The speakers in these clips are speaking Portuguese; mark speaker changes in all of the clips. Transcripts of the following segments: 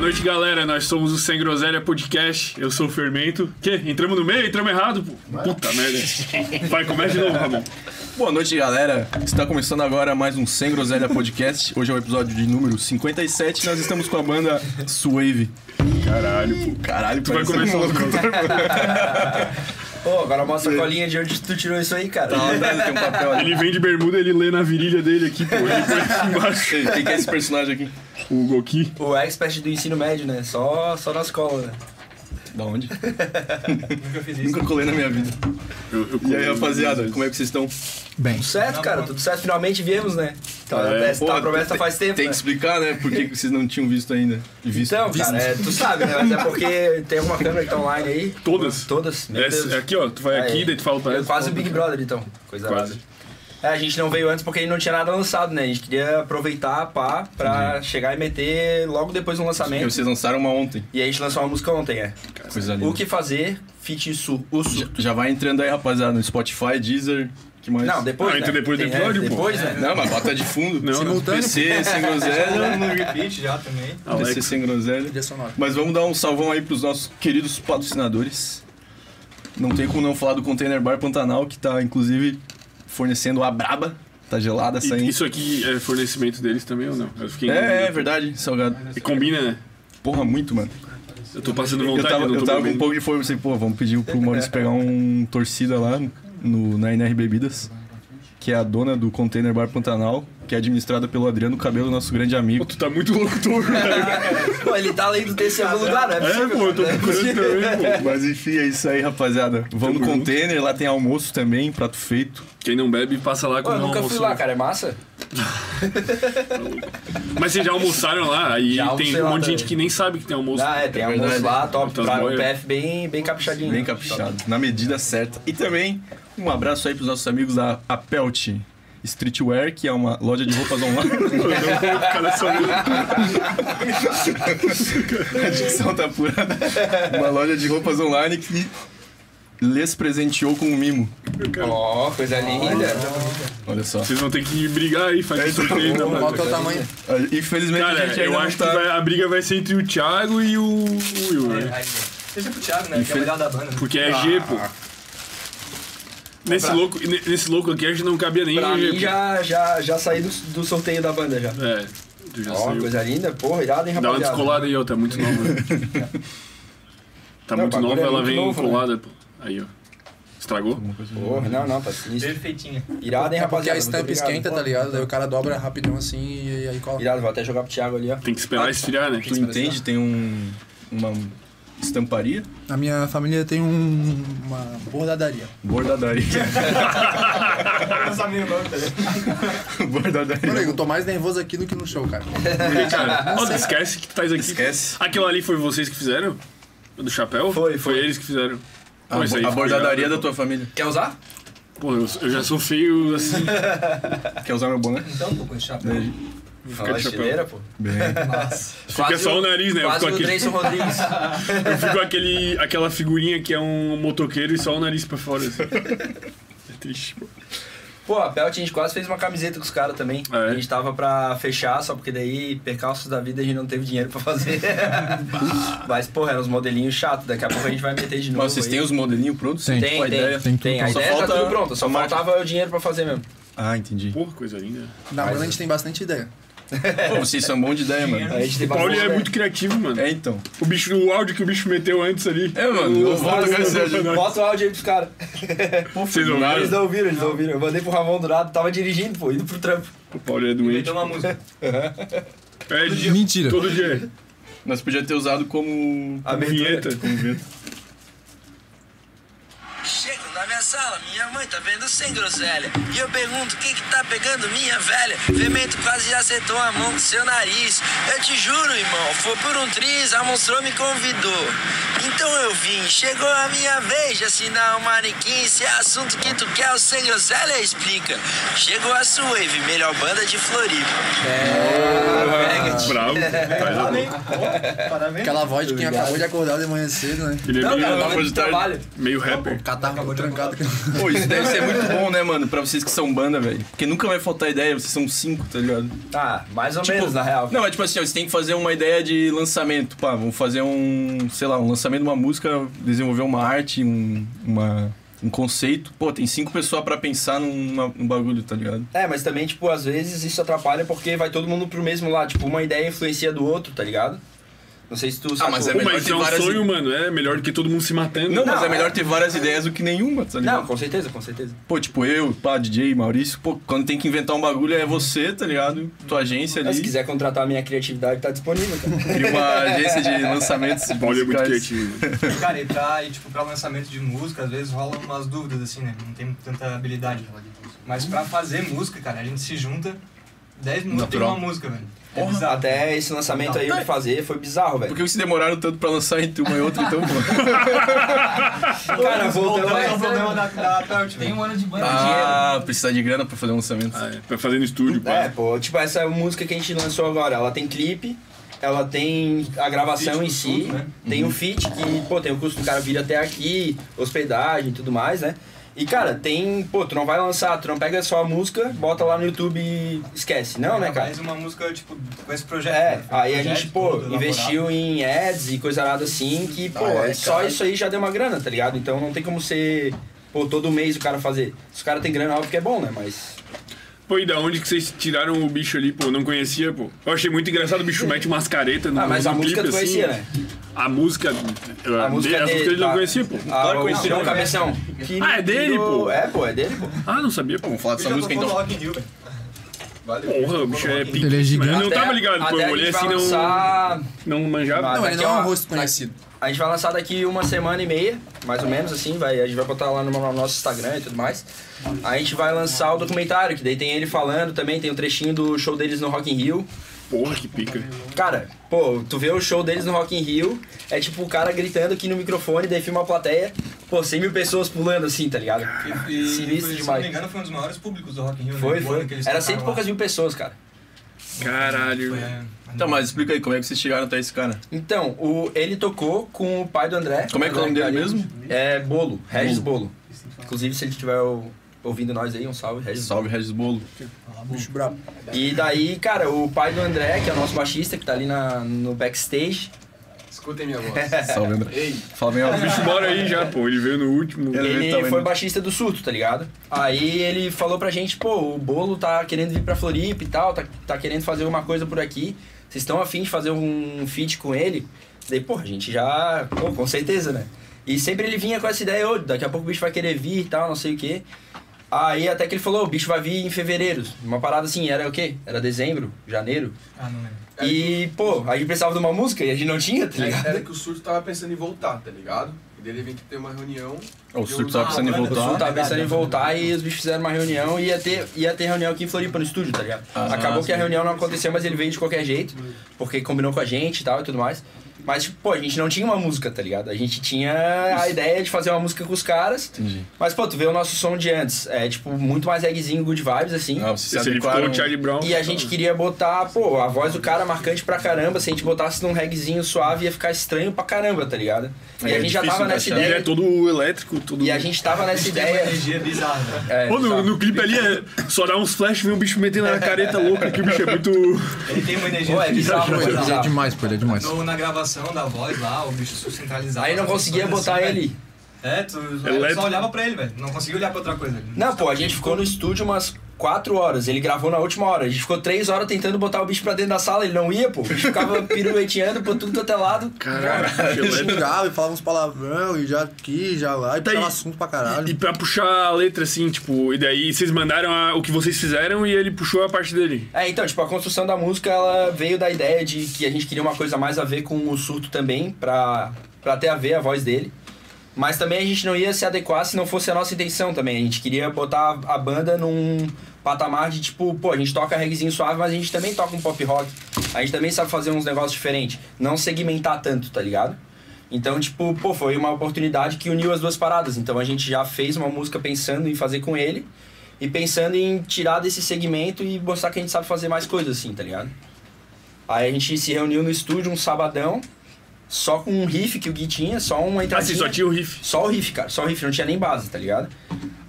Speaker 1: noite, galera. Nós somos o Sem Groselha Podcast. Eu sou o Fermento. Que? Entramos no meio? Entramos errado? pô? Puta merda. Vai, começa de novo, Ramon.
Speaker 2: Tá Boa noite, galera. Está começando agora mais um Sem Groselha Podcast. Hoje é o episódio de número 57. Nós estamos com a banda Swave.
Speaker 1: Caralho, pô.
Speaker 2: Caralho,
Speaker 1: Tu vai
Speaker 2: parece
Speaker 1: começar
Speaker 2: um
Speaker 1: o
Speaker 3: Ô, agora mostra a colinha de onde tu tirou isso aí, cara.
Speaker 2: Tá, né? Tem um papel ali.
Speaker 1: Ele vem de bermuda, ele lê na virilha dele aqui, pô. Ele põe aqui embaixo.
Speaker 2: Ei, Quem que é esse personagem aqui?
Speaker 1: O Goki.
Speaker 3: O expert do ensino médio, né? Só, só na escola, né?
Speaker 2: Da onde? Nunca fiz isso. Nunca colei na minha vida.
Speaker 1: Eu, eu
Speaker 2: E aí, rapaziada, como é que vocês estão?
Speaker 3: Tudo certo, cara. Tudo certo. Finalmente viemos, né? Então,
Speaker 1: É.
Speaker 3: essa tá
Speaker 2: Porra,
Speaker 3: a promessa
Speaker 2: tem-
Speaker 3: faz tempo,
Speaker 2: Tem
Speaker 3: né?
Speaker 2: que explicar, né? Por que que vocês não tinham visto ainda? E Visto.
Speaker 3: Então, cara, é, tu sabe, né? Mas é porque tem alguma câmera que tá online aí.
Speaker 1: Todas. É,
Speaker 3: Todas. Meu Deus.
Speaker 1: Essa- aqui, ó. Tu vai aqui,
Speaker 3: Aí.
Speaker 1: daí tu fala pra
Speaker 3: Eu
Speaker 1: ela.
Speaker 3: quase o Big Brother, então. Coisa
Speaker 1: Quase.
Speaker 3: errada. É, a gente não veio antes porque não tinha nada lançado, né? A gente queria aproveitar a pá pra chegar e meter logo depois do
Speaker 2: Porque
Speaker 3: lançamento.
Speaker 2: vocês lançaram uma ontem.
Speaker 3: E aí a gente lançou uma música ontem, é.
Speaker 2: Coisa linda.
Speaker 3: O que fazer? Fit Su. O Su.
Speaker 2: Já, já vai entrando aí, rapaziada, no Spotify, Deezer, que mais?
Speaker 3: Não, depois.
Speaker 1: Ah, então
Speaker 3: né?
Speaker 1: depois do
Speaker 3: Tem- é,
Speaker 1: episódio, pô.
Speaker 3: Depois, né?
Speaker 2: Não, mas bota de fundo.
Speaker 1: Não, Simultâneo,
Speaker 2: PC, sem groselha,
Speaker 3: tá.
Speaker 2: no repeat.
Speaker 4: já também.
Speaker 2: PC
Speaker 1: Ah, Alex.
Speaker 2: sem groselha. Mas vamos dar um salvão aí pros nossos queridos patrocinadores. Não tem como não falar do Container Bar Pantanal, que tá inclusive fornecendo a braba. Tá gelada essa
Speaker 1: E,
Speaker 2: aí.
Speaker 1: isso aqui é fornecimento deles também ou não? Eu fiquei em
Speaker 2: É, é
Speaker 1: dúvida.
Speaker 2: verdade, salgado.
Speaker 1: E combina, né?
Speaker 2: Porra, muito, mano.
Speaker 1: Eu tô passando
Speaker 2: Eu
Speaker 1: vontade,
Speaker 2: tava,
Speaker 1: eu não
Speaker 2: eu
Speaker 1: tô
Speaker 2: tava com um
Speaker 1: bebendo.
Speaker 2: pouco de fome, pensei, pô, vamos pedir pro Maurício pegar um torcida lá no, na NR Bebidas, que é a dona do Container Bar Pantanal, que é administrada pelo Adriano Cabelo, nosso grande amigo.
Speaker 1: Pô, tu tá muito locutor, velho.
Speaker 3: Pô, ele tá além do terceiro lugar, né?
Speaker 1: É, pô, eu tô procurando também, pô.
Speaker 2: Mas enfim, é isso aí, rapaziada. Vamos no
Speaker 1: Tamo junto.
Speaker 2: container, lá tem almoço também, prato feito.
Speaker 1: Quem não bebe, passa lá com
Speaker 3: Pô, eu
Speaker 1: um
Speaker 3: nunca fui
Speaker 1: almoço.
Speaker 3: lá, cara. É massa?
Speaker 1: Mas vocês já almoçaram lá? Aí
Speaker 3: Já
Speaker 1: tem
Speaker 3: almocei
Speaker 1: um
Speaker 3: lá
Speaker 1: monte de gente
Speaker 3: também.
Speaker 1: que nem sabe que tem almoço.
Speaker 3: Ah, é. Tem
Speaker 2: verdade.
Speaker 3: almoço lá, top.
Speaker 1: Então,
Speaker 3: Claro,
Speaker 1: boa.
Speaker 3: um PF bem, bem né? caprichadinho.
Speaker 2: Bem caprichado, na medida certa. E também um abraço aí pros nossos amigos da Apelt Streetwear, que é uma loja de roupas online.
Speaker 1: Cara, só-
Speaker 2: A dicção tá apurada. Uma loja de roupas online que les presenteou com um mimo.
Speaker 3: Ó, coisa linda.
Speaker 2: Olha só. então tá
Speaker 1: Vocês vão ter que brigar aí, fazer um sorteio. não,
Speaker 4: Qual que é o
Speaker 1: cara.
Speaker 4: tamanho?
Speaker 2: Infelizmente a
Speaker 1: Cara,
Speaker 2: gente
Speaker 1: eu
Speaker 2: ainda
Speaker 1: acho
Speaker 2: não
Speaker 1: que
Speaker 2: tá...
Speaker 1: vai- a briga vai ser entre o Thiago e o Will, né?
Speaker 4: Deixa pro Thiago, É, né? Que é
Speaker 2: Infeliz-
Speaker 4: o melhor da banda. né?
Speaker 1: Porque é G, pô. Nesse louco, ne- nesse louco aqui a gente não cabia nem
Speaker 3: Pra
Speaker 1: o G.
Speaker 3: mim,
Speaker 1: pô.
Speaker 3: já, já, já saí do, do sorteio da banda, já.
Speaker 1: É, tu já
Speaker 3: Ó,
Speaker 1: saiu.
Speaker 3: coisa linda. Porra, irado, hein,
Speaker 1: Dá uma
Speaker 3: rapaziada?
Speaker 1: descolada aí, ó, tá muito nova. né? tá
Speaker 3: Não,
Speaker 1: muito
Speaker 3: o bagulho
Speaker 1: nova,
Speaker 3: é
Speaker 1: ela
Speaker 3: muito
Speaker 1: vem
Speaker 3: novo, né?
Speaker 1: colada, pô. Aí, ó. Estragou?
Speaker 3: Porra, não, não, tá sinistro.
Speaker 4: Perfeitinha.
Speaker 3: Irado, hein,
Speaker 5: É porque a
Speaker 3: rapaziada?
Speaker 5: estampa
Speaker 3: Muito obrigado.
Speaker 5: esquenta, tá ligado? Daí o cara dobra rapidão assim e aí cola.
Speaker 3: Irado, vou até jogar pro Thiago ali, ó.
Speaker 1: Tem que esperar esfriar, né?
Speaker 2: Tu entende? Tem um... uma estamparia?
Speaker 5: Na minha família tem um, uma bordadaria.
Speaker 2: Bordadaria.
Speaker 4: Nossa, minha irmã, tá ligado?
Speaker 5: Mano,
Speaker 2: Bordadaria.
Speaker 5: eu tô mais nervoso aqui do que no show, cara.
Speaker 1: Porque, cara, ó, esquece que tu faz aqui.
Speaker 2: Esquece.
Speaker 1: Aquilo ali foi vocês que fizeram? Do chapéu?
Speaker 3: Foi, foi.
Speaker 1: eles que fizeram.
Speaker 2: A,
Speaker 1: Pô, isso aí
Speaker 2: a
Speaker 1: ficou
Speaker 2: bordadaria
Speaker 1: irado.
Speaker 2: da tua família.
Speaker 3: Quer usar?
Speaker 1: Pô, eu, eu já sou feio assim.
Speaker 2: Quer usar meu boné?
Speaker 4: Então, pô, com esse chapéu.
Speaker 3: Fala,
Speaker 1: de chapéu.
Speaker 3: estileira, pô.
Speaker 2: Bem.
Speaker 1: Fica só o nariz, né? Eu
Speaker 3: Quase
Speaker 1: fico,
Speaker 3: o
Speaker 1: aquele,
Speaker 3: Dreyson Rodrigues.
Speaker 1: eu fico aquele, aquela figurinha que é um motoqueiro e só o nariz pra fora. Assim. É triste, pô.
Speaker 3: Pô, a Pelt, a gente quase fez uma camiseta com os caras também.
Speaker 1: É.
Speaker 3: A gente tava pra fechar, só porque daí, percalços da vida, a gente não teve dinheiro pra fazer. Mas, porra, eram uns modelinhos chatos. Daqui a pouco a gente vai meter de novo.
Speaker 2: Mas vocês
Speaker 3: aí.
Speaker 2: têm os modelinhos prontos?
Speaker 5: Tem.
Speaker 3: Tem,
Speaker 2: Qual a
Speaker 3: tem,
Speaker 2: ideia?
Speaker 3: tem. A
Speaker 2: Só
Speaker 3: ideia
Speaker 2: falta
Speaker 3: tá tudo pronta, só
Speaker 2: a marca.
Speaker 3: faltava o dinheiro pra fazer mesmo.
Speaker 2: Ah, entendi.
Speaker 1: Porra, coisa linda.
Speaker 5: Na banda a gente tem bastante ideia.
Speaker 2: Pô, vocês são bons de ideia, mano.
Speaker 3: A gente tem
Speaker 1: O Paulo
Speaker 3: bastante
Speaker 1: é
Speaker 3: ideia.
Speaker 1: muito criativo, mano.
Speaker 2: É, então.
Speaker 1: O bicho, o áudio que o bicho meteu antes ali.
Speaker 2: É, mano, não vou tocar esse áudio.
Speaker 3: Bota o áudio aí pros caras.
Speaker 1: Vocês
Speaker 3: Eles
Speaker 1: ouviram?
Speaker 3: não ouviram, eles não ouviram. Eu mandei pro Ramon do lado, tava dirigindo, pô, indo pro trampo.
Speaker 1: O Paulo é doente.
Speaker 4: Inventou uma música.
Speaker 1: É, de-
Speaker 5: Mentira.
Speaker 1: todo dia.
Speaker 2: Nós podia ter usado como...
Speaker 3: A
Speaker 1: Vinheta.
Speaker 6: Chego na minha sala, minha mãe tá vendo sem groselha. E eu pergunto, quem que tá pegando minha velha? Fermento quase já acertou a mão com seu nariz. Eu te juro, irmão, foi por um triz, a monstrou me convidou. Então eu vim, chegou a minha vez de assinar o manequim. Se é assunto que tu quer, o sem groselha explica. Chegou a Suave, melhor banda de Floripa.
Speaker 1: Bravo. Faz a boca.
Speaker 4: Parabéns.
Speaker 5: Aquela voz de quem acabou de acordar de manhã cedo, né?
Speaker 1: Ele é
Speaker 3: Não,
Speaker 1: meio,
Speaker 3: cara,
Speaker 2: Não,
Speaker 3: tava
Speaker 2: hoje
Speaker 3: de
Speaker 2: tá-
Speaker 3: trabalho.
Speaker 1: meio rapper.
Speaker 5: Catarro trancado.
Speaker 2: Pô, isso daí deve ser muito bom, né, mano? Pra vocês que são banda, velho. Porque nunca vai faltar ideia, vocês são cinco, tá ligado?
Speaker 3: Tá, mais ou menos, na real.
Speaker 2: Não, é tipo assim, ó, você tem que fazer uma ideia de lançamento, pá, vamos fazer um, sei lá, um lançamento de uma música, desenvolver uma arte, um, uma- um conceito. Pô, tem cinco pessoas pra pensar numa- num bagulho, tá ligado?
Speaker 3: É, mas também, tipo, às vezes isso atrapalha porque vai todo mundo pro mesmo lado. Tipo, uma ideia influencia do outro, tá ligado? Não sei se tu sabe.
Speaker 2: mas é
Speaker 1: Pô,
Speaker 2: melhor
Speaker 1: mas
Speaker 2: ter
Speaker 1: é um
Speaker 2: várias-
Speaker 1: sonho, mano. É melhor do que todo mundo se matando.
Speaker 2: Não, mas
Speaker 3: Não,
Speaker 2: é melhor
Speaker 3: é.
Speaker 2: ter várias ideias do que nenhuma, tá ligado?
Speaker 3: Não, com certeza, com certeza.
Speaker 2: Pô, tipo eu, pá, DJ, Maurício, pô, quando tem que inventar um bagulho é você, tá ligado? Tua agência ali.
Speaker 3: Mas se quiser contratar a minha criatividade, tá disponível, cara.
Speaker 2: Cria uma agência de lançamentos.
Speaker 1: O Paulo é muito
Speaker 2: musicais.
Speaker 1: criativo.
Speaker 4: Cara, e pra, e, tipo, pra lançamento de música, às vezes rolam umas dúvidas, assim, né? Não tem tanta habilidade. Mas pra fazer música, cara, a gente se junta 10 minutos tem
Speaker 2: Natural.
Speaker 4: uma música, velho. É
Speaker 2: Porra.
Speaker 4: bizarro.
Speaker 3: Até esse lançamento aí, eu que fazer, foi bizarro, velho.
Speaker 2: Por que vocês demoraram tanto pra lançar entre uma e outra, então, pô?
Speaker 3: Cara, voltando...
Speaker 4: Então é o problema da, da Pelt,
Speaker 7: Tem
Speaker 4: velho.
Speaker 7: um ano de banho,
Speaker 2: ah, precisar de grana pra fazer um lançamento.
Speaker 1: Ah, é. Pra fazer no estúdio,
Speaker 3: É,
Speaker 1: pá.
Speaker 3: pô, tipo, essa música que a gente lançou agora, ela tem clipe, ela tem a gravação
Speaker 4: Feat
Speaker 3: em
Speaker 4: com
Speaker 3: si,
Speaker 4: tudo, né?
Speaker 3: tem o
Speaker 2: Uhum.
Speaker 3: feat que, pô, tem o custo do cara vir até aqui, hospedagem e tudo mais, né? E, cara, tem, pô, tu não vai lançar, tu não pega só a música, bota lá no YouTube e esquece. Não, né, cara?
Speaker 4: Faz uma música, tipo, com esse projeto.
Speaker 3: É,
Speaker 4: né? Foi um
Speaker 3: aí a
Speaker 4: projeto
Speaker 3: gente, pô,
Speaker 4: todo elaborado.
Speaker 3: investiu em ads e coisa nada assim, que, pô,
Speaker 2: Ah, é,
Speaker 3: só
Speaker 2: cara.
Speaker 3: isso aí já deu uma grana, tá ligado? Então não tem como ser, pô, todo mês o cara fazer. Se o cara tem grana, óbvio que é bom, né? Mas.
Speaker 1: Pô, e da onde que vocês tiraram o bicho ali, pô? Eu Não conhecia, pô. Eu achei muito engraçado o bicho mete umas caretas no,
Speaker 3: Ah, mas
Speaker 1: no
Speaker 3: a
Speaker 1: clipe,
Speaker 3: música tu
Speaker 1: assim.
Speaker 3: conhecia, né?
Speaker 1: A música.
Speaker 3: A música
Speaker 1: as
Speaker 3: dele,
Speaker 1: músicas ele não
Speaker 3: tá.
Speaker 1: conhecia, pô.
Speaker 3: Ah, o
Speaker 2: conheci,
Speaker 3: João
Speaker 2: né?
Speaker 3: Cabeção. Que
Speaker 1: Ah, é
Speaker 3: me
Speaker 1: dele,
Speaker 3: tirou-
Speaker 1: pô.
Speaker 3: É, pô, é dele, pô.
Speaker 1: Ah, não sabia, pô.
Speaker 2: Vamos falar
Speaker 4: Ele
Speaker 2: dessa
Speaker 4: já
Speaker 2: música,
Speaker 4: tocou no
Speaker 2: então.
Speaker 4: Rock in Rio, velho.
Speaker 1: Porra, o bicho é pique.
Speaker 7: Ele é
Speaker 1: Mas
Speaker 7: gigante.
Speaker 1: Eu não
Speaker 3: Até-
Speaker 1: tava ligado, pô.
Speaker 3: até
Speaker 1: Eu
Speaker 3: a
Speaker 1: olhei
Speaker 3: gente
Speaker 1: assim,
Speaker 3: vai
Speaker 1: não,
Speaker 3: lançar-
Speaker 1: não manjava.
Speaker 5: Não, ele
Speaker 3: Daqui
Speaker 5: não é
Speaker 3: a
Speaker 5: um
Speaker 3: uma-
Speaker 5: rosto conhecido. É.
Speaker 3: A gente vai lançar daqui uma semana e meia, mais ou menos, assim, vai. A gente vai botar lá no no nosso Instagram e tudo mais. A gente vai lançar o documentário, que daí tem ele falando também, tem um trechinho do show deles no Rock in Rio.
Speaker 1: Porra, que pica.
Speaker 3: Cara, pô, tu vê o show deles no Rock in Rio, é tipo o cara gritando aqui no microfone, daí filma a plateia, pô, 100 mil pessoas pulando assim, tá ligado?
Speaker 4: E,
Speaker 3: Sinistro
Speaker 4: foi, se não
Speaker 3: demais.
Speaker 4: me engano, foi um dos maiores públicos do Rock in Rio,
Speaker 3: Foi,
Speaker 4: né?
Speaker 3: foi. Era cento e poucas
Speaker 4: vezes.
Speaker 3: mil pessoas, cara.
Speaker 1: Caralho.
Speaker 2: Tá, mas explica aí, como é que vocês chegaram até esse cara?
Speaker 3: Então, o, ele tocou com o pai do André.
Speaker 2: Como é que é o nome dele
Speaker 3: André
Speaker 2: mesmo?
Speaker 3: É Bolo, Regis Bolo. Inclusive, se ele estiver o- ouvindo nós aí, um salve, Regis Bolo.
Speaker 2: Salve, Regis Bolo.
Speaker 5: Bicho brabo.
Speaker 3: E daí, cara, o pai do André, que é o nosso baixista, que tá ali na, no backstage.
Speaker 7: Escutem minha voz.
Speaker 2: Salve, André. Fala bem alto.
Speaker 1: Bicho, bora aí já, pô. Ele veio no último.
Speaker 2: Ele
Speaker 3: Ele
Speaker 2: também,
Speaker 3: foi
Speaker 2: né?
Speaker 3: baixista do Surto, tá ligado? Aí ele falou pra gente, pô, o Bolo tá querendo vir pra Floripa e tal, tá, tá querendo fazer alguma coisa por aqui. Vocês estão afim de fazer um feat com ele? Daí, pô, a gente já... Pô, com certeza, né? E sempre ele vinha com essa ideia, ô, daqui a pouco o bicho vai querer vir e tal, não sei o quê. Aí até que ele falou, o bicho vai vir em fevereiro. Uma parada assim, era o quê? Era dezembro, janeiro.
Speaker 4: Ah, não lembro.
Speaker 3: E, pô, a gente precisava de uma música e a gente não tinha,
Speaker 8: É,
Speaker 3: tá ligado?
Speaker 7: É, Era que o surto tava pensando em voltar, tá ligado? E daí ele vem que ter uma reunião.
Speaker 5: É,
Speaker 2: O surto tava precisando
Speaker 7: Ah,
Speaker 2: de
Speaker 7: mano,
Speaker 3: Eu
Speaker 2: voltar.
Speaker 3: tava pensando em voltar e os bichos fizeram uma reunião e ia ter, ia ter reunião aqui em Floripa, no estúdio, tá ligado?
Speaker 2: Ah,
Speaker 3: Acabou
Speaker 2: sim.
Speaker 3: que a reunião não aconteceu, mas ele veio de qualquer jeito, porque combinou com a gente e tal e tudo mais. Mas, tipo, pô, a gente não tinha uma música, tá ligado? A gente tinha a ideia de fazer uma música com os caras.
Speaker 2: Entendi.
Speaker 3: Mas, pô, tu vê o nosso som de antes. É, tipo, muito mais reggaezinho, good vibes, assim.
Speaker 2: Ah, vocês se
Speaker 1: Esse ele ficou
Speaker 2: adequaram.
Speaker 1: o Charlie Brown. então.
Speaker 3: E a gente queria botar, pô, a voz do cara marcante pra caramba. Se a gente botasse num reggaezinho suave, ia ficar estranho pra caramba, tá ligado? E
Speaker 2: É,
Speaker 3: a gente já
Speaker 2: difícil
Speaker 3: tava nessa
Speaker 2: encaixar.
Speaker 1: Ele é
Speaker 3: ideia.
Speaker 1: todo elétrico, todo.
Speaker 3: E a gente tava nessa
Speaker 4: Tem uma
Speaker 3: ideia.
Speaker 4: energia bizarra, né?
Speaker 3: É,
Speaker 1: Pô, no,
Speaker 3: sabe?
Speaker 1: no clipe ali é só dá uns flash e vem um bicho metendo na careta louca que o bicho é muito.
Speaker 4: Ele tem uma energia
Speaker 3: Pô, é bizarro, é
Speaker 7: Ele é
Speaker 3: bizarro.
Speaker 7: demais, pô, ele é demais.
Speaker 4: No- na gravação da voz lá, o bicho centralizado.
Speaker 3: Aí não conseguia botar ele.
Speaker 4: assim, É, tu
Speaker 1: Elétrico.
Speaker 4: só olhava pra ele, velho. Não conseguia olhar pra outra coisa. velho.
Speaker 3: Não, pô, a gente ficou no estúdio umas 4 horas. Ele gravou na última hora. A gente ficou 3 horas tentando botar o bicho pra dentro da sala. Ele não ia, pô. O bicho ficava pirueteando por tudo quanto é lado.
Speaker 1: Caralho, bicho elétrico.
Speaker 5: Xingava e falava uns palavrão e já aqui, já lá. E
Speaker 1: Tá aí.
Speaker 5: puxava assunto pra
Speaker 1: E
Speaker 5: caralho.
Speaker 1: pra puxar a letra assim, tipo, e daí vocês mandaram a- o que vocês fizeram e ele puxou a parte dele.
Speaker 3: É, então, tipo, a construção da música, ela veio da ideia de que a gente queria uma coisa mais a ver com o surto também, pra, pra ter a ver a voz dele. Mas também a gente não ia se adequar se não fosse a nossa intenção também. A gente queria botar a banda num patamar de tipo, pô, a gente toca reggaezinho suave, mas a gente também toca um pop rock. A gente também sabe fazer uns negócios diferentes. Não segmentar tanto, tá ligado? Então, tipo, pô, foi uma oportunidade que uniu as duas paradas. Então a gente já fez uma música pensando em fazer com ele e pensando em tirar desse segmento e mostrar que a gente sabe fazer mais coisas assim, tá ligado? Aí a gente se reuniu no estúdio um sabadão, só com um riff que o Gui tinha, só uma
Speaker 1: Ah,
Speaker 3: entradinha.
Speaker 1: vocês só tinham o riff.
Speaker 3: Só o riff, cara. Só o riff, não tinha nem base, tá ligado?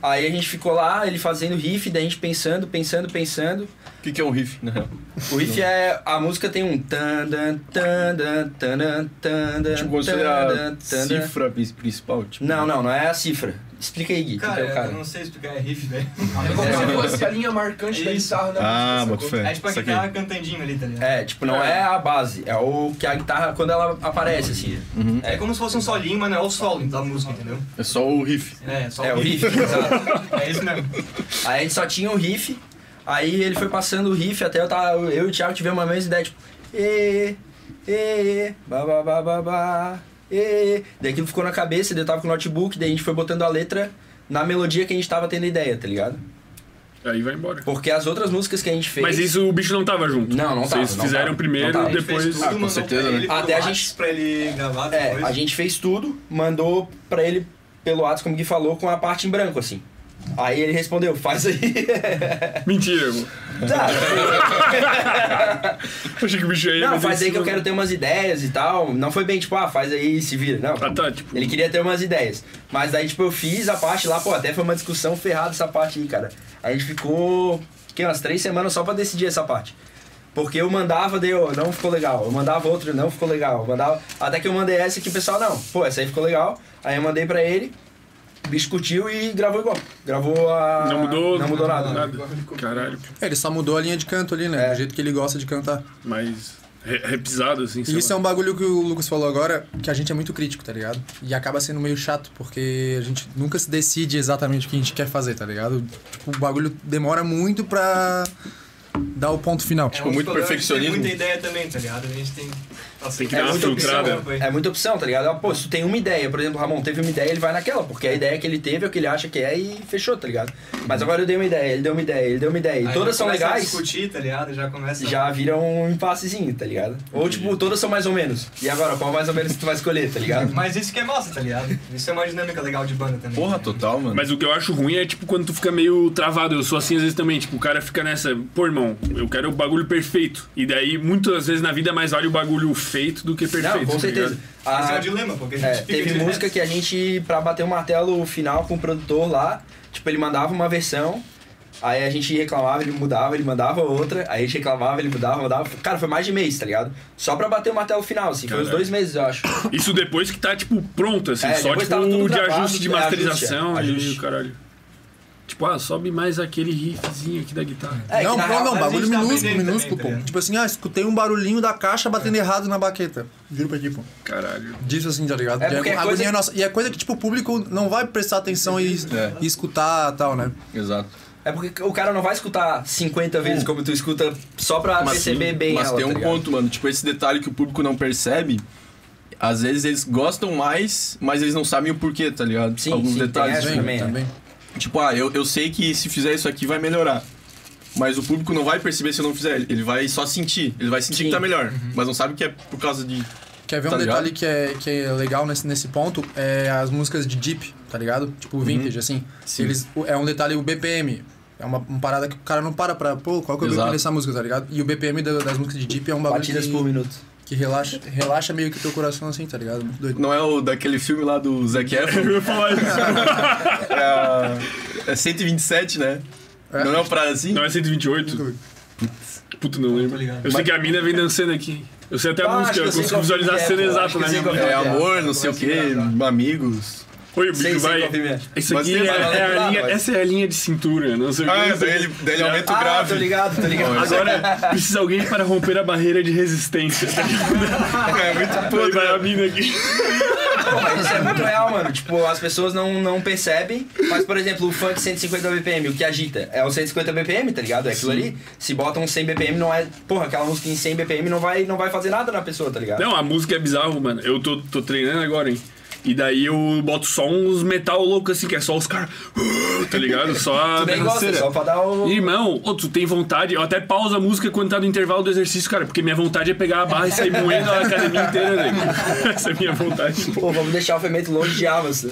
Speaker 3: Aí a gente ficou lá, ele fazendo riff, daí a gente pensando, pensando, pensando.
Speaker 2: O que, que é um riff, na real?
Speaker 3: O riff é. A música tem um. tan, dan, tan, dan, tan, dan, tan, dan,
Speaker 2: Tipo, como se fosse
Speaker 3: tan, dan,
Speaker 2: a
Speaker 3: tan, dan.
Speaker 2: cifra prin- principal, tipo.
Speaker 3: Não, não, não é a cifra. Explica aí, Gui. o que que é o
Speaker 4: Cara,
Speaker 3: cara.
Speaker 4: eu não sei explicar, é riff, velho.
Speaker 7: É como se fosse a linha marcante da
Speaker 4: Isso.
Speaker 7: guitarra na
Speaker 9: Ah,
Speaker 7: música,
Speaker 9: bota
Speaker 7: sacou?
Speaker 9: fé.
Speaker 4: É tipo a
Speaker 9: Isso aqui.
Speaker 4: guitarra cantandinho ali, tá ligado?
Speaker 3: É, tipo, não é. a base, é o que a guitarra quando ela aparece, assim.
Speaker 4: É como se fosse um solinho, mas não é o solo da música, entendeu?
Speaker 2: Uhum. É só o riff.
Speaker 4: É, só
Speaker 3: É o riff, exato.
Speaker 4: É isso mesmo.
Speaker 3: Aí a gente só tinha o riff, aí ele foi passando o riff até eu tava. Eu e o Thiago tivemos uma mesma ideia, tipo, e, e, ba ba ba ba ba, e, daí aquilo ficou na cabeça, daí eu tava com o notebook, daí a gente foi botando a letra na melodia que a gente tava tendo ideia, tá ligado?
Speaker 1: Aí vai embora.
Speaker 3: Porque as outras músicas que a gente fez.
Speaker 1: Mas isso o bicho não tava junto.
Speaker 3: Não, não tava,
Speaker 1: Vocês
Speaker 3: não
Speaker 1: fizeram
Speaker 3: tava,
Speaker 1: primeiro
Speaker 3: não
Speaker 1: e
Speaker 3: tava.
Speaker 4: A gente fez
Speaker 1: depois.
Speaker 4: tudo,
Speaker 2: Ah, com
Speaker 4: mandou
Speaker 2: certeza,
Speaker 4: pra
Speaker 2: né?
Speaker 4: ele,
Speaker 3: Até
Speaker 4: pro
Speaker 3: a gente-
Speaker 4: Whats pra ele gravar
Speaker 3: É,
Speaker 4: depois.
Speaker 3: a gente fez tudo, mandou pra ele pelo Whats, como que falou, com a parte em branco, assim. Aí ele respondeu, faz aí.
Speaker 1: Mentira, irmão.
Speaker 3: tá,
Speaker 1: Achei que o bicho é aí.
Speaker 3: não, faz aí que eu quero ter umas ideias e tal. Não foi bem, tipo, ah, faz aí e se vira. Não.
Speaker 1: Ah, tá, tipo.
Speaker 3: Ele queria ter umas ideias. Mas daí, tipo, eu fiz a parte lá, pô, até foi uma discussão ferrada essa parte aí, cara. A gente ficou, que, umas três semanas só pra decidir essa parte. Porque eu mandava, deu, não ficou legal. Eu mandava outro, não ficou legal. Eu mandava, até que eu mandei essa que o pessoal, não, pô, essa aí ficou legal. Aí eu mandei pra ele, o bicho curtiu e gravou igual. Gravou a.
Speaker 1: Não mudou.
Speaker 3: Não mudou nada.
Speaker 1: Caralho,
Speaker 5: É, ele só mudou a linha de canto ali, né?
Speaker 3: É.
Speaker 5: Do jeito que ele gosta de cantar.
Speaker 1: mas. re- Repisado, assim. sei
Speaker 5: E isso
Speaker 1: lá.
Speaker 5: é um bagulho que o Lucas falou agora, que a gente é muito crítico, tá ligado? E acaba sendo meio chato, porque a gente nunca se decide exatamente o que a gente quer fazer, tá ligado? Tipo, o bagulho demora muito pra dar o ponto final.
Speaker 4: É
Speaker 5: Tipo,
Speaker 4: um dos
Speaker 2: muito
Speaker 4: problemas,
Speaker 2: perfeccionismo.
Speaker 4: A gente tem muita ideia também, tá ligado? A gente tem. Nossa,
Speaker 1: Tem que
Speaker 4: é
Speaker 1: dar uma
Speaker 4: muita opção,
Speaker 1: filtrada.
Speaker 4: né, pô?
Speaker 3: É muita opção, tá ligado? Ah, Pô, se tu tem uma ideia, por exemplo, o Ramon teve uma ideia, ele vai naquela, porque a ideia que ele teve é o que ele acha que é e fechou, tá ligado? Mas agora eu dei uma ideia, ele deu uma ideia, ele deu uma ideia, e
Speaker 4: Aí
Speaker 3: todas
Speaker 4: já
Speaker 3: são
Speaker 4: começa a
Speaker 3: legais,
Speaker 4: discutir, tá ligado? Já começa.
Speaker 3: já vira um impassezinho, tá ligado? Ou tipo, todas são mais ou menos. E agora, qual mais ou menos tu vai escolher, tá ligado?
Speaker 4: Mas isso que é massa, tá ligado? Isso é uma dinâmica legal de banda também.
Speaker 2: Porra,
Speaker 4: tá ligado?
Speaker 2: total, mano.
Speaker 1: Mas o que eu acho ruim é, tipo, quando tu fica meio travado. Eu sou assim às vezes também. Tipo, o cara fica nessa, pô, irmão, eu quero o bagulho perfeito. E daí, muitas vezes na vida, mais vale o bagulho feito do que perfeito.
Speaker 3: Não, com
Speaker 1: tá
Speaker 3: certeza.
Speaker 1: ligado?
Speaker 3: Ah,
Speaker 4: Esse é o dilema, porque a gente
Speaker 3: É,
Speaker 4: fica
Speaker 3: teve
Speaker 4: direto.
Speaker 3: música que a gente, pra bater o martelo final com o produtor lá, tipo, ele mandava uma versão, aí a gente reclamava, ele mudava, ele mandava outra, aí a gente reclamava, ele mudava, mudava. Cara, foi mais de mês, tá ligado? Só pra bater o martelo final, assim, foi uns
Speaker 1: Caralho.
Speaker 3: dois meses, eu acho.
Speaker 1: Isso depois que tá, tipo, pronto, assim.
Speaker 3: É,
Speaker 1: só,
Speaker 3: depois tava tudo
Speaker 1: tipo, de
Speaker 3: gravado,
Speaker 1: ajuste de
Speaker 3: é,
Speaker 1: masterização
Speaker 3: ajuste, é,
Speaker 1: e
Speaker 3: ajuste.
Speaker 1: o caralho. Tipo, ah, sobe mais aquele riffzinho aqui da guitarra.
Speaker 3: É,
Speaker 5: não,
Speaker 3: que na
Speaker 5: pô,
Speaker 3: real,
Speaker 5: não,
Speaker 4: a gente
Speaker 5: bagulho
Speaker 4: tá
Speaker 5: minúsculo,
Speaker 4: aprendendo
Speaker 5: minúsculo,
Speaker 4: também, tá
Speaker 5: pô.
Speaker 4: ligado?
Speaker 5: Tipo assim, ah, escutei um barulhinho da caixa batendo errado na baqueta. Vira É. pra aqui, pô.
Speaker 1: Caralho.
Speaker 5: Disso assim, tá ligado?
Speaker 3: É
Speaker 5: E
Speaker 3: porque é
Speaker 5: agonia
Speaker 3: coisa-
Speaker 5: nossa. E é coisa que, tipo, o público não vai prestar atenção e,
Speaker 2: É.
Speaker 5: e escutar e tal, né?
Speaker 2: Exato.
Speaker 3: É porque o cara não vai escutar 50
Speaker 4: Hum.
Speaker 3: vezes como tu escuta só pra perceber bem
Speaker 2: mas
Speaker 3: ela,
Speaker 2: tem
Speaker 3: tá
Speaker 2: um
Speaker 3: ligado?
Speaker 2: ponto, mano. Tipo, esse detalhe que o público não percebe, às vezes eles gostam mais, mas eles não sabem o porquê, tá ligado?
Speaker 3: Sim,
Speaker 2: Alguns
Speaker 3: sim, tem
Speaker 2: detalhes.
Speaker 3: essa
Speaker 2: né?
Speaker 3: também, né?
Speaker 2: Tipo, ah, eu, eu sei que se fizer isso aqui vai melhorar. Mas o público não vai perceber se eu não fizer. Ele vai só sentir. Ele vai sentir
Speaker 3: Sim. Uhum.
Speaker 2: que tá melhor. Mas não sabe que é por causa de.
Speaker 5: Quer ver um
Speaker 2: Tá
Speaker 5: detalhe
Speaker 2: ligado?
Speaker 5: que é, que é legal nesse, nesse ponto? É as músicas de Jeep, tá ligado? Tipo, vintage, assim.
Speaker 2: Sim.
Speaker 5: Eles, o- é um detalhe o BPM. É uma, uma parada que o cara não para pra. Pô, qual que é o
Speaker 2: Exato.
Speaker 5: BPM dessa música, tá ligado? E o BPM da- das músicas de Jeep é um bagulho
Speaker 3: Batidas por
Speaker 5: que,
Speaker 3: minuto.
Speaker 5: que relaxa, relaxa meio que teu coração assim, tá ligado? Muito doido.
Speaker 2: Não é o daquele filme lá do Zac
Speaker 1: Eu
Speaker 2: Efron.
Speaker 1: ia falar isso.
Speaker 2: é, a- é 127, né? Não é uma parada assim?
Speaker 1: Não, é 128. Puto, não lembro.
Speaker 4: ligado.
Speaker 1: Eu sei que a mina vem dançando aqui. Eu sei até a
Speaker 3: Ah, acho
Speaker 1: música,
Speaker 3: que eu
Speaker 1: eu
Speaker 3: sei
Speaker 1: consigo
Speaker 3: qual
Speaker 1: visualizar a
Speaker 3: que é,
Speaker 1: cena
Speaker 3: pô,
Speaker 1: exata né?
Speaker 3: acho que
Speaker 1: na
Speaker 3: eu sei
Speaker 1: minha
Speaker 3: qual que
Speaker 1: mente.
Speaker 2: É amor, não sei o quê, amigos.
Speaker 1: Oi, o bicho
Speaker 3: Sei,
Speaker 1: vai.
Speaker 3: sei qual filme é.
Speaker 1: Isso
Speaker 2: Mas
Speaker 1: aqui
Speaker 2: tem
Speaker 1: é,
Speaker 2: mais
Speaker 1: é a
Speaker 3: nada,
Speaker 1: linha,
Speaker 3: vai.
Speaker 1: essa é a linha de cintura, não sei o
Speaker 2: Ah,
Speaker 1: que. é
Speaker 2: daí ele, daí ele aumenta o
Speaker 3: Ah, tô
Speaker 2: grave.
Speaker 3: ligado, tô ligado.
Speaker 1: Agora precisa alguém para romper a barreira de resistência. tá
Speaker 2: É muito
Speaker 1: Aí
Speaker 2: podre.
Speaker 1: vai a mina aqui.
Speaker 3: Pô, mas isso é muito real, mano. Tipo, as pessoas não, não percebem. Mas, por exemplo, o funk 150 BPM, o que agita, é o 150 BPM, tá ligado? É aquilo ali. Se botam 100 BPM, não é. Porra, aquela música em 100 BPM não vai, não vai fazer nada na pessoa, tá ligado?
Speaker 1: Não, a música é bizarro, mano. Eu tô, tô treinando agora, hein? E daí eu boto só uns metal louco assim, que é só os caras. Tá ligado? Só a
Speaker 3: tu nem gosta,
Speaker 1: derraceira.
Speaker 3: só pra dar o.
Speaker 1: Irmão, ô, tu tem vontade, eu até pauso a música quando tá no intervalo do exercício, cara, porque minha vontade é pegar a barra e sair moendo a academia inteira, né? Essa é a minha vontade.
Speaker 3: Pô, vamos deixar o fermento longe de Avas.
Speaker 1: É,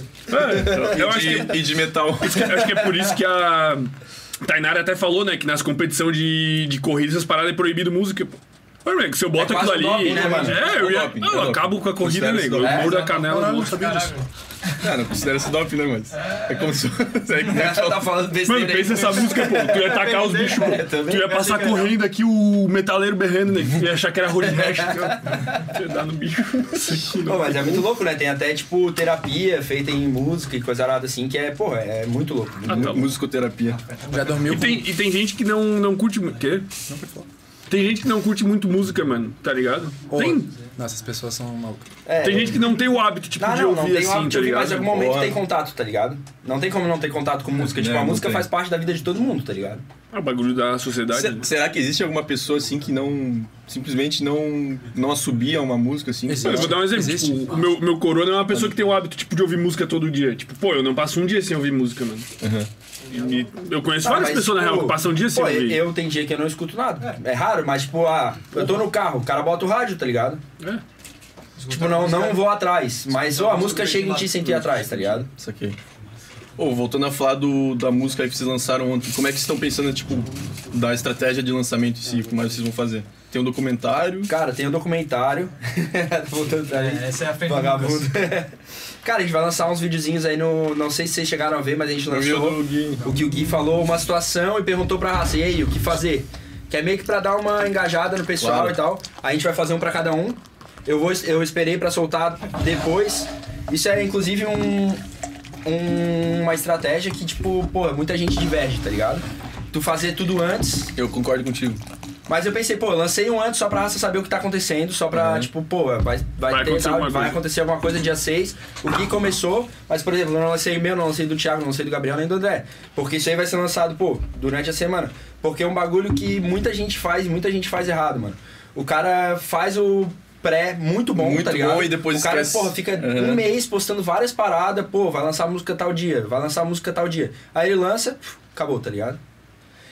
Speaker 1: eu acho que
Speaker 2: E de metal.
Speaker 1: Eu acho que é por isso que a Tainara até falou, né? Que nas competições de, de corridas as paradas é proibido música, pô. Pô, nego, se eu boto
Speaker 3: É
Speaker 1: aquilo
Speaker 3: quase
Speaker 1: ali.
Speaker 3: um doping, né, mano?
Speaker 1: É, eu
Speaker 2: É um
Speaker 1: ia.
Speaker 2: doping, é um
Speaker 1: Não, eu
Speaker 2: doping.
Speaker 1: acabo com a corrida,
Speaker 2: Considera
Speaker 1: nego.
Speaker 2: esse
Speaker 1: Eu
Speaker 3: doping.
Speaker 1: moro
Speaker 3: É,
Speaker 1: da canela.
Speaker 5: Caralho,
Speaker 1: eu
Speaker 5: não
Speaker 1: vou-
Speaker 5: sabia disso.
Speaker 2: Ah, não considera-se doping, né, mano? É como se fosse. É que nem
Speaker 3: tá falando besteira
Speaker 1: Mano,
Speaker 3: aí.
Speaker 1: pensa essa música, pô. Tu ia tacar os bichos,
Speaker 2: É,
Speaker 1: pô.
Speaker 3: também
Speaker 1: Tu ia
Speaker 3: vai
Speaker 1: passar
Speaker 3: ser legal.
Speaker 1: correndo aqui o metaleiro berrando, nego. Tu ia achar que era né? Rory Hash. Tu ia dar no bicho. Isso aqui,
Speaker 3: Pô,
Speaker 1: não.
Speaker 3: mas é muito louco, né? Tem até, tipo, terapia feita em música e coisa arada assim, que é, porra, é muito louco.
Speaker 1: Ah, tá.
Speaker 2: musicoterapia.
Speaker 5: Já dormiu
Speaker 1: E tem, e tem gente que não, não curte muito. Quê? Tem gente que não curte muito música, mano, tá ligado?
Speaker 5: com...
Speaker 1: Tem,
Speaker 5: Nossa, as pessoas são malucas.
Speaker 3: É,
Speaker 1: tem gente que não tem o hábito, tipo,
Speaker 3: Não,
Speaker 1: de
Speaker 3: Ah, não,
Speaker 1: ouvir
Speaker 3: não tem
Speaker 1: assim,
Speaker 3: hábito de
Speaker 1: tá
Speaker 3: ouvir,
Speaker 1: ligado?
Speaker 3: mas em algum momento
Speaker 2: Porra.
Speaker 3: tem contato, tá ligado? Não tem como não ter contato com música. Tipo,
Speaker 2: Não,
Speaker 3: a
Speaker 2: não
Speaker 3: música
Speaker 2: tem.
Speaker 3: faz parte da vida de todo mundo, tá ligado?
Speaker 1: É o bagulho da sociedade.
Speaker 2: Se-
Speaker 1: né?
Speaker 2: será que existe alguma pessoa assim que não. simplesmente não. não assobia uma música assim?
Speaker 5: Existe.
Speaker 1: Eu vou dar um exemplo.
Speaker 5: Existe.
Speaker 1: Tipo, o meu, meu corona é uma pessoa que tem o hábito, tipo, de ouvir música todo dia. Tipo, pô, eu não passo um dia sem ouvir música, mano.
Speaker 5: Uhum.
Speaker 1: E- eu conheço várias
Speaker 3: Mas,
Speaker 1: pessoas, na
Speaker 3: tipo,
Speaker 1: real, que passam um dia sem
Speaker 3: pô,
Speaker 1: ouvir.
Speaker 3: Eu, eu tem dia que eu não escuto nada. É, raro, mas tipo, ah, eu tô no carro, o cara bota o rádio, tá ligado?
Speaker 1: É.
Speaker 3: Tipo, não, não vou atrás. Mas ó, a música chega em ti sem tu ir atrás, tá ligado?
Speaker 2: Isso aqui. Ô, voltando a falar do, da música aí que vocês lançaram ontem, como é que vocês estão pensando, tipo, da estratégia de lançamento em si, como é que vocês vão fazer? Tem um documentário.
Speaker 3: Cara, tem o documentário. Voltando pra mim.
Speaker 4: É, essa é a frente
Speaker 3: Vagabundo. Cara, a gente vai lançar uns videozinhos aí no. Não sei se vocês chegaram a ver, mas a gente
Speaker 2: Eu vi
Speaker 3: lançou
Speaker 2: o do Gui. então.
Speaker 3: o que o Gui falou, uma situação e perguntou pra raça, e aí, o que fazer? Que é meio que pra dar uma engajada no pessoal
Speaker 2: Claro.
Speaker 3: e tal. A gente vai fazer um pra cada um. Eu, vou, eu esperei pra soltar depois. Isso é inclusive um, um- uma estratégia que, tipo, pô, muita gente diverge, tá ligado? Tu fazer tudo antes
Speaker 2: Eu concordo contigo.
Speaker 3: mas eu pensei, pô, eu lancei um antes só pra raça saber o que tá acontecendo, só pra,
Speaker 2: Uhum.
Speaker 3: tipo, pô, vai, vai,
Speaker 1: Vai
Speaker 3: ter
Speaker 1: acontecer
Speaker 3: tal,
Speaker 1: alguma
Speaker 3: vai
Speaker 1: coisa.
Speaker 3: acontecer alguma coisa dia 6, o que começou, mas, por exemplo, eu não lancei o meu, não lancei do Thiago, não lancei do Gabriel, nem do André, porque isso aí vai ser lançado, pô, durante a semana, porque é um bagulho que muita gente faz e muita gente faz errado, mano. O cara faz o pré muito bom,
Speaker 2: Muito
Speaker 3: tá ligado?
Speaker 2: bom e depois
Speaker 3: o cara,
Speaker 2: esquece.
Speaker 3: porra, fica
Speaker 2: Uhum.
Speaker 3: um mês postando várias paradas, pô, vai lançar música tal dia, vai lançar música tal dia. Aí ele lança, pf, acabou, tá ligado?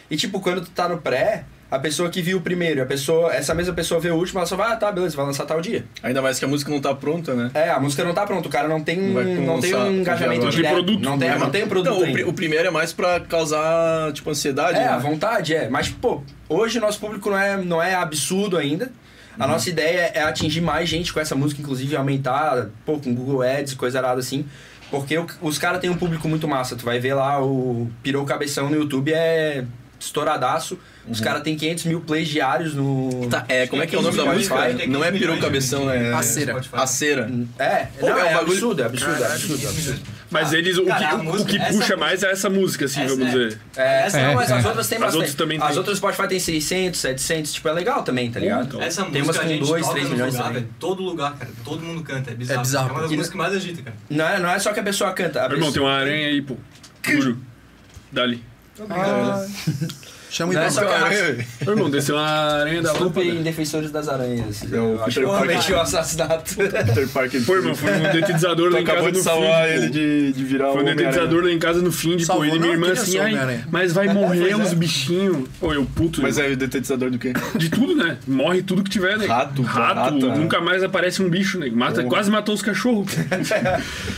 Speaker 3: E tipo, quando tu tá no pré, a pessoa que viu o primeiro, a pessoa, essa mesma pessoa vê o último, ela só vai, ah, tá, beleza, vai lançar tal dia.
Speaker 2: Ainda mais que a música não tá pronta, né?
Speaker 3: É, a música não tá pronta, o cara não tem,
Speaker 2: Vai
Speaker 3: não tem
Speaker 2: lançar
Speaker 3: um engajamento
Speaker 2: agora.
Speaker 1: Não tem
Speaker 3: direto,
Speaker 1: produto,
Speaker 3: não tem,
Speaker 1: né?
Speaker 3: não tem um produto
Speaker 2: Não, o, pri-
Speaker 3: ainda.
Speaker 2: o primeiro é mais pra causar, tipo, ansiedade.
Speaker 3: É,
Speaker 2: né?
Speaker 3: à vontade, é. Mas, pô, hoje o nosso público não é, não é absurdo ainda. A
Speaker 1: Uhum.
Speaker 3: nossa ideia é atingir mais gente com essa música, inclusive aumentar, pô, com Google Ads, coisa arada assim. Porque o- os caras têm um público muito massa. Tu vai ver lá o Pirou Cabeção no YouTube, é estouradaço.
Speaker 1: Uhum.
Speaker 3: Os caras têm 500 mil plays diários no...
Speaker 2: Tá, é, como é que é o nome da música?
Speaker 4: Spotify.
Speaker 2: Não é Pirou Cabeção, né?
Speaker 5: A cera.
Speaker 2: A cera.
Speaker 3: É,
Speaker 2: Pô,
Speaker 3: não,
Speaker 2: é um
Speaker 3: é,
Speaker 2: bagulho-
Speaker 3: absurdo, é absurdo, é absurdo, é absurdo.
Speaker 1: Mas eles, o
Speaker 4: Cara,
Speaker 1: que,
Speaker 4: a
Speaker 1: o- o
Speaker 4: música-
Speaker 1: que
Speaker 4: essa
Speaker 1: puxa
Speaker 4: música-
Speaker 1: mais é essa música, assim,
Speaker 4: Essa
Speaker 1: vamos
Speaker 4: é.
Speaker 1: dizer.
Speaker 3: É, essa não,
Speaker 5: É,
Speaker 3: mas
Speaker 5: é.
Speaker 3: as outras tem
Speaker 1: As
Speaker 3: bastante.
Speaker 1: outras também
Speaker 3: As
Speaker 1: tem.
Speaker 3: outras do Spotify tem 600, 700, tipo, é legal também, tá ligado?
Speaker 1: Então.
Speaker 4: Essa
Speaker 3: Tem
Speaker 4: música
Speaker 3: umas
Speaker 4: a
Speaker 3: com
Speaker 4: gente
Speaker 3: 2,
Speaker 4: toca
Speaker 3: 3
Speaker 4: nos
Speaker 3: milhões
Speaker 4: lugar,
Speaker 3: também.
Speaker 4: velho. Todo lugar, cara. Todo mundo canta. É bizarro.
Speaker 5: É bizarro.
Speaker 4: uma das
Speaker 3: E-
Speaker 4: músicas que mais agita, cara.
Speaker 3: Não é, não é só que a pessoa canta. A
Speaker 1: Meu irmão,
Speaker 3: pessoa-
Speaker 1: tem uma aranha aí, pô. Juro. Dali.
Speaker 5: Chama o
Speaker 3: Não é
Speaker 5: Ivan.
Speaker 3: só que a
Speaker 1: Meu irmão, desceu uma aranha da lâmpada.
Speaker 3: Desculpa em Defensores das Aranhas.
Speaker 2: o
Speaker 3: Eu acho que
Speaker 2: Peter
Speaker 3: eu
Speaker 2: Parker.
Speaker 3: cometi o assassinato.
Speaker 2: Peter Parker.
Speaker 1: Pô, irmão, foi um detetizador
Speaker 2: Tu
Speaker 1: lá em
Speaker 2: acabou
Speaker 1: casa
Speaker 2: de
Speaker 1: no
Speaker 2: salvar
Speaker 1: fim.
Speaker 2: ele
Speaker 1: pô.
Speaker 2: de, de virar
Speaker 1: Foi um
Speaker 2: o
Speaker 1: detetizador lá em casa no fim de pô,
Speaker 5: Salvou,
Speaker 1: ele e minha
Speaker 5: não?
Speaker 1: irmã
Speaker 5: Quem é
Speaker 1: assim,
Speaker 5: seu
Speaker 1: ai,
Speaker 5: Homem-Aranha?
Speaker 1: mas vai morrer os bichinhos. Pô, eu puto.
Speaker 2: Mas é o detetizador do quê?
Speaker 1: De tudo, né? Morre tudo que tiver, né?
Speaker 2: Rato,
Speaker 1: Rato,
Speaker 2: barata.
Speaker 1: nunca mais aparece um bicho, né? Mata, quase matou os cachorros.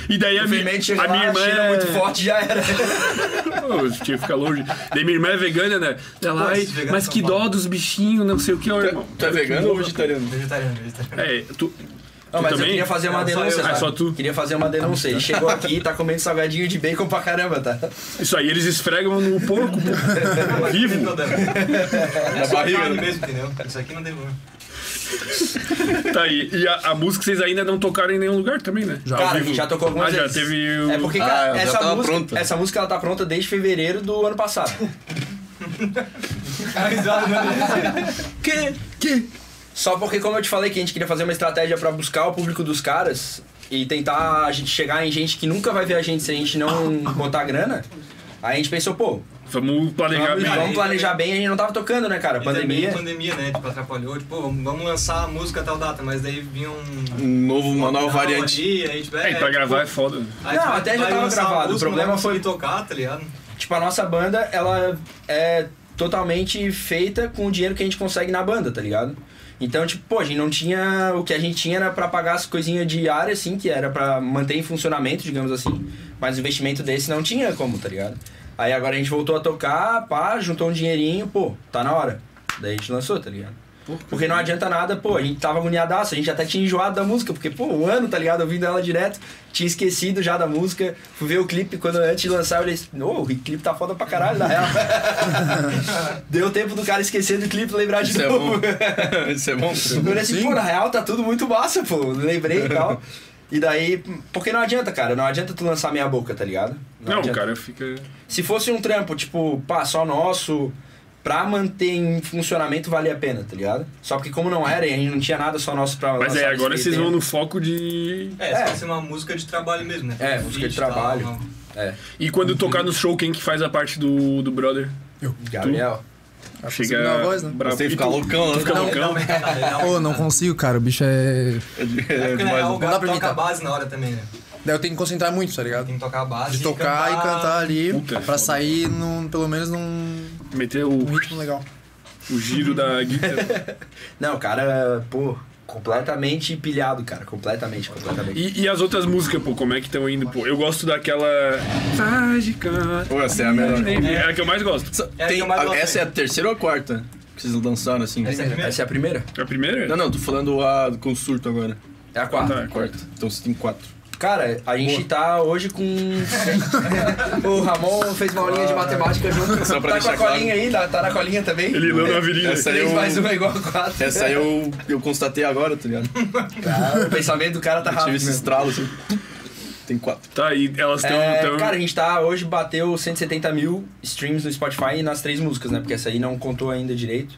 Speaker 1: e daí a, minha,
Speaker 3: Infelizmente,
Speaker 1: a minha irmã
Speaker 3: cheira
Speaker 1: é...
Speaker 3: muito forte, já era.
Speaker 1: Pô, eu tinha que ficar longe. Daí minha irmã é vegana, né? Ela,
Speaker 4: Pô,
Speaker 1: ai,
Speaker 4: esses veganos
Speaker 1: mas
Speaker 4: são
Speaker 1: que dó
Speaker 4: malucos."
Speaker 1: dos bichinhos, não sei o que. Ô, irmão,
Speaker 2: Tu é vegano ou vegetariano?
Speaker 4: Vegetariano, vegetariano.
Speaker 1: É, tu,
Speaker 3: Não, mas eu
Speaker 1: também?
Speaker 3: queria fazer uma
Speaker 4: Não, É, só
Speaker 3: denúncia,
Speaker 4: Tá eu.
Speaker 3: sabe?
Speaker 1: Ah, só tu?
Speaker 3: Queria fazer uma denúncia. Ele chegou aqui e tá comendo salgadinho de bacon pra caramba, tá?
Speaker 1: isso aí eles esfregam no porco, pô.
Speaker 4: Não tem
Speaker 1: Vivo.
Speaker 4: problema. É só
Speaker 2: barriga,
Speaker 4: carne
Speaker 2: né?
Speaker 4: mesmo, entendeu? Isso aqui não tem problema.
Speaker 1: Tá aí. E a, a música vocês ainda não tocaram em nenhum lugar também, né? Já,
Speaker 3: Cara, a gente já tocou algumas
Speaker 1: Ah, já
Speaker 3: vezes.
Speaker 1: teve o...
Speaker 3: É porque,
Speaker 2: Ah,
Speaker 3: cara,
Speaker 2: ela já
Speaker 3: essa,
Speaker 2: tava
Speaker 3: música,
Speaker 2: pronta.
Speaker 3: essa música ela tá pronta desde fevereiro do ano passado. que? Que? Só porque, como eu te falei, que a gente queria fazer uma estratégia pra buscar o público dos caras e tentar a gente chegar em gente que nunca vai ver a gente se a gente não botar grana. Aí a gente pensou, pô,
Speaker 1: Vamos planejar
Speaker 3: vamos,
Speaker 1: bem.
Speaker 3: vamos planejar bem, a gente não tava tocando, né, cara?
Speaker 4: E
Speaker 3: Pandemia.
Speaker 4: também pandemia, né? Tipo, atrapalhou. Tipo, "Pô, vamos lançar a música a tal data, mas daí vinha um...
Speaker 2: Um novo, uma nova
Speaker 4: Não,
Speaker 2: variante.
Speaker 4: ali, aí, tipo,
Speaker 1: É, pra gravar é foda.
Speaker 4: aí,
Speaker 3: Não,
Speaker 4: tipo,
Speaker 3: até já
Speaker 4: vai
Speaker 3: tava
Speaker 4: lançar a
Speaker 3: gravado, o
Speaker 4: música,
Speaker 3: problema
Speaker 4: não vai
Speaker 3: foi-
Speaker 4: conseguir tocar, tá ligado?
Speaker 3: Tipo, a nossa banda, ela é totalmente feita com o dinheiro que a gente consegue na banda, tá ligado? Então, tipo, pô, a gente não tinha. O que a gente tinha era pra pagar as coisinhas diárias, assim, que era pra manter em funcionamento, digamos assim. Mas o investimento desse não tinha como, tá ligado? Aí agora a gente voltou a tocar, pá, juntou um dinheirinho, pô, tá na hora. Daí a gente lançou, tá ligado? Porque não adianta nada, pô, a gente tava agoniadaço, a gente até tinha enjoado da música, porque, pô, um ano, tá ligado? Ouvindo ela direto, tinha esquecido já da música. Fui ver o clipe quando antes de lançar, eu olhei assim, ô, o clipe tá foda pra caralho, na real. Deu tempo do cara esquecer do clipe e lembrar de
Speaker 2: Isso é
Speaker 3: novo.
Speaker 2: bom. Isso é bom.
Speaker 3: Eu olhei assim, pô, na real tá tudo muito massa, pô. Lembrei e tal. E daí, porque não adianta, cara, não adianta tu lançar meia boca, tá ligado?
Speaker 1: Não, o
Speaker 3: adianta.
Speaker 1: cara fica.
Speaker 3: Se fosse um trampo, tipo, pá, só nosso, pra manter em funcionamento valia a pena, tá ligado? Só porque como não era, e a gente não tinha nada só nosso pra
Speaker 1: Mas
Speaker 3: lançar
Speaker 1: é, agora
Speaker 3: nesse
Speaker 1: vocês
Speaker 3: meio
Speaker 1: vão no foco de.
Speaker 4: É,
Speaker 3: É.
Speaker 4: é. ser uma música de trabalho mesmo, né?
Speaker 3: É, música de
Speaker 4: Feat e tal,
Speaker 3: trabalho.
Speaker 4: uma-
Speaker 3: tempo. É,
Speaker 1: E quando tocar no show, quem que faz a parte do, do brother?
Speaker 3: Gabriel. Tá
Speaker 1: Chega.
Speaker 5: na voz, né?
Speaker 1: brabo.
Speaker 2: Você
Speaker 1: E
Speaker 2: fica
Speaker 1: tu-
Speaker 2: loucão, né?
Speaker 1: Fica loucão.
Speaker 5: Ô, não consigo, cara. O bicho é.
Speaker 2: É
Speaker 4: É porque, na
Speaker 2: demais,
Speaker 4: real,
Speaker 2: né?
Speaker 5: dá
Speaker 4: o Gabi
Speaker 5: pra
Speaker 4: toca
Speaker 5: imitar.
Speaker 4: a base na hora também, né?
Speaker 5: Daí eu tenho que concentrar muito, tá ligado?
Speaker 4: Tem que tocar a base.
Speaker 5: De tocar e cantar ali
Speaker 1: Puta,
Speaker 5: pra
Speaker 1: foda.
Speaker 5: sair num, pelo menos num
Speaker 1: Meter
Speaker 5: um
Speaker 1: o,
Speaker 5: ritmo legal.
Speaker 1: o giro da guitarra.
Speaker 3: Não, o cara, pô, completamente pilhado, cara. Completamente, completamente.
Speaker 1: E, e as outras músicas, pô, como é que estão indo? Pô, eu gosto daquela. Mágica.
Speaker 2: Pô, essa é a melhor.
Speaker 1: É a que eu mais gosto.
Speaker 2: Essa-
Speaker 4: É a que
Speaker 2: tem-
Speaker 4: eu mais
Speaker 2: a-
Speaker 4: gosto,
Speaker 2: essa é a terceira ou a quarta que vocês lançaram, assim?
Speaker 4: Essa é a primeira.
Speaker 3: Essa é a primeira?
Speaker 1: A primeira?
Speaker 2: Não, não, tô falando a, com o surto agora.
Speaker 3: É a quarta.
Speaker 1: Tá,
Speaker 2: Quarta. Então você tem quatro.
Speaker 3: Cara, a gente tá hoje com. o Ramon fez uma aulinha de matemática junto.
Speaker 2: Ah. Só pra
Speaker 3: tá com a
Speaker 2: deixar claro.
Speaker 3: colinha aí, tá- tá na colinha também?
Speaker 1: Ele leu na virilha.
Speaker 2: Essa aí
Speaker 3: Três
Speaker 2: eu-
Speaker 3: mais um é igual a quatro.
Speaker 2: Essa aí eu, eu constatei agora, tá ligado?
Speaker 3: Cara, o pensamento do cara tá
Speaker 2: Eu
Speaker 3: rápido.
Speaker 2: tive esse
Speaker 3: mesmo.
Speaker 2: estralo, assim. Tem quatro.
Speaker 1: Tá, e elas estão.
Speaker 3: É, Cara, a gente tá hoje bateu 170 mil streams no Spotify nas três músicas, né? Porque essa aí não contou ainda direito.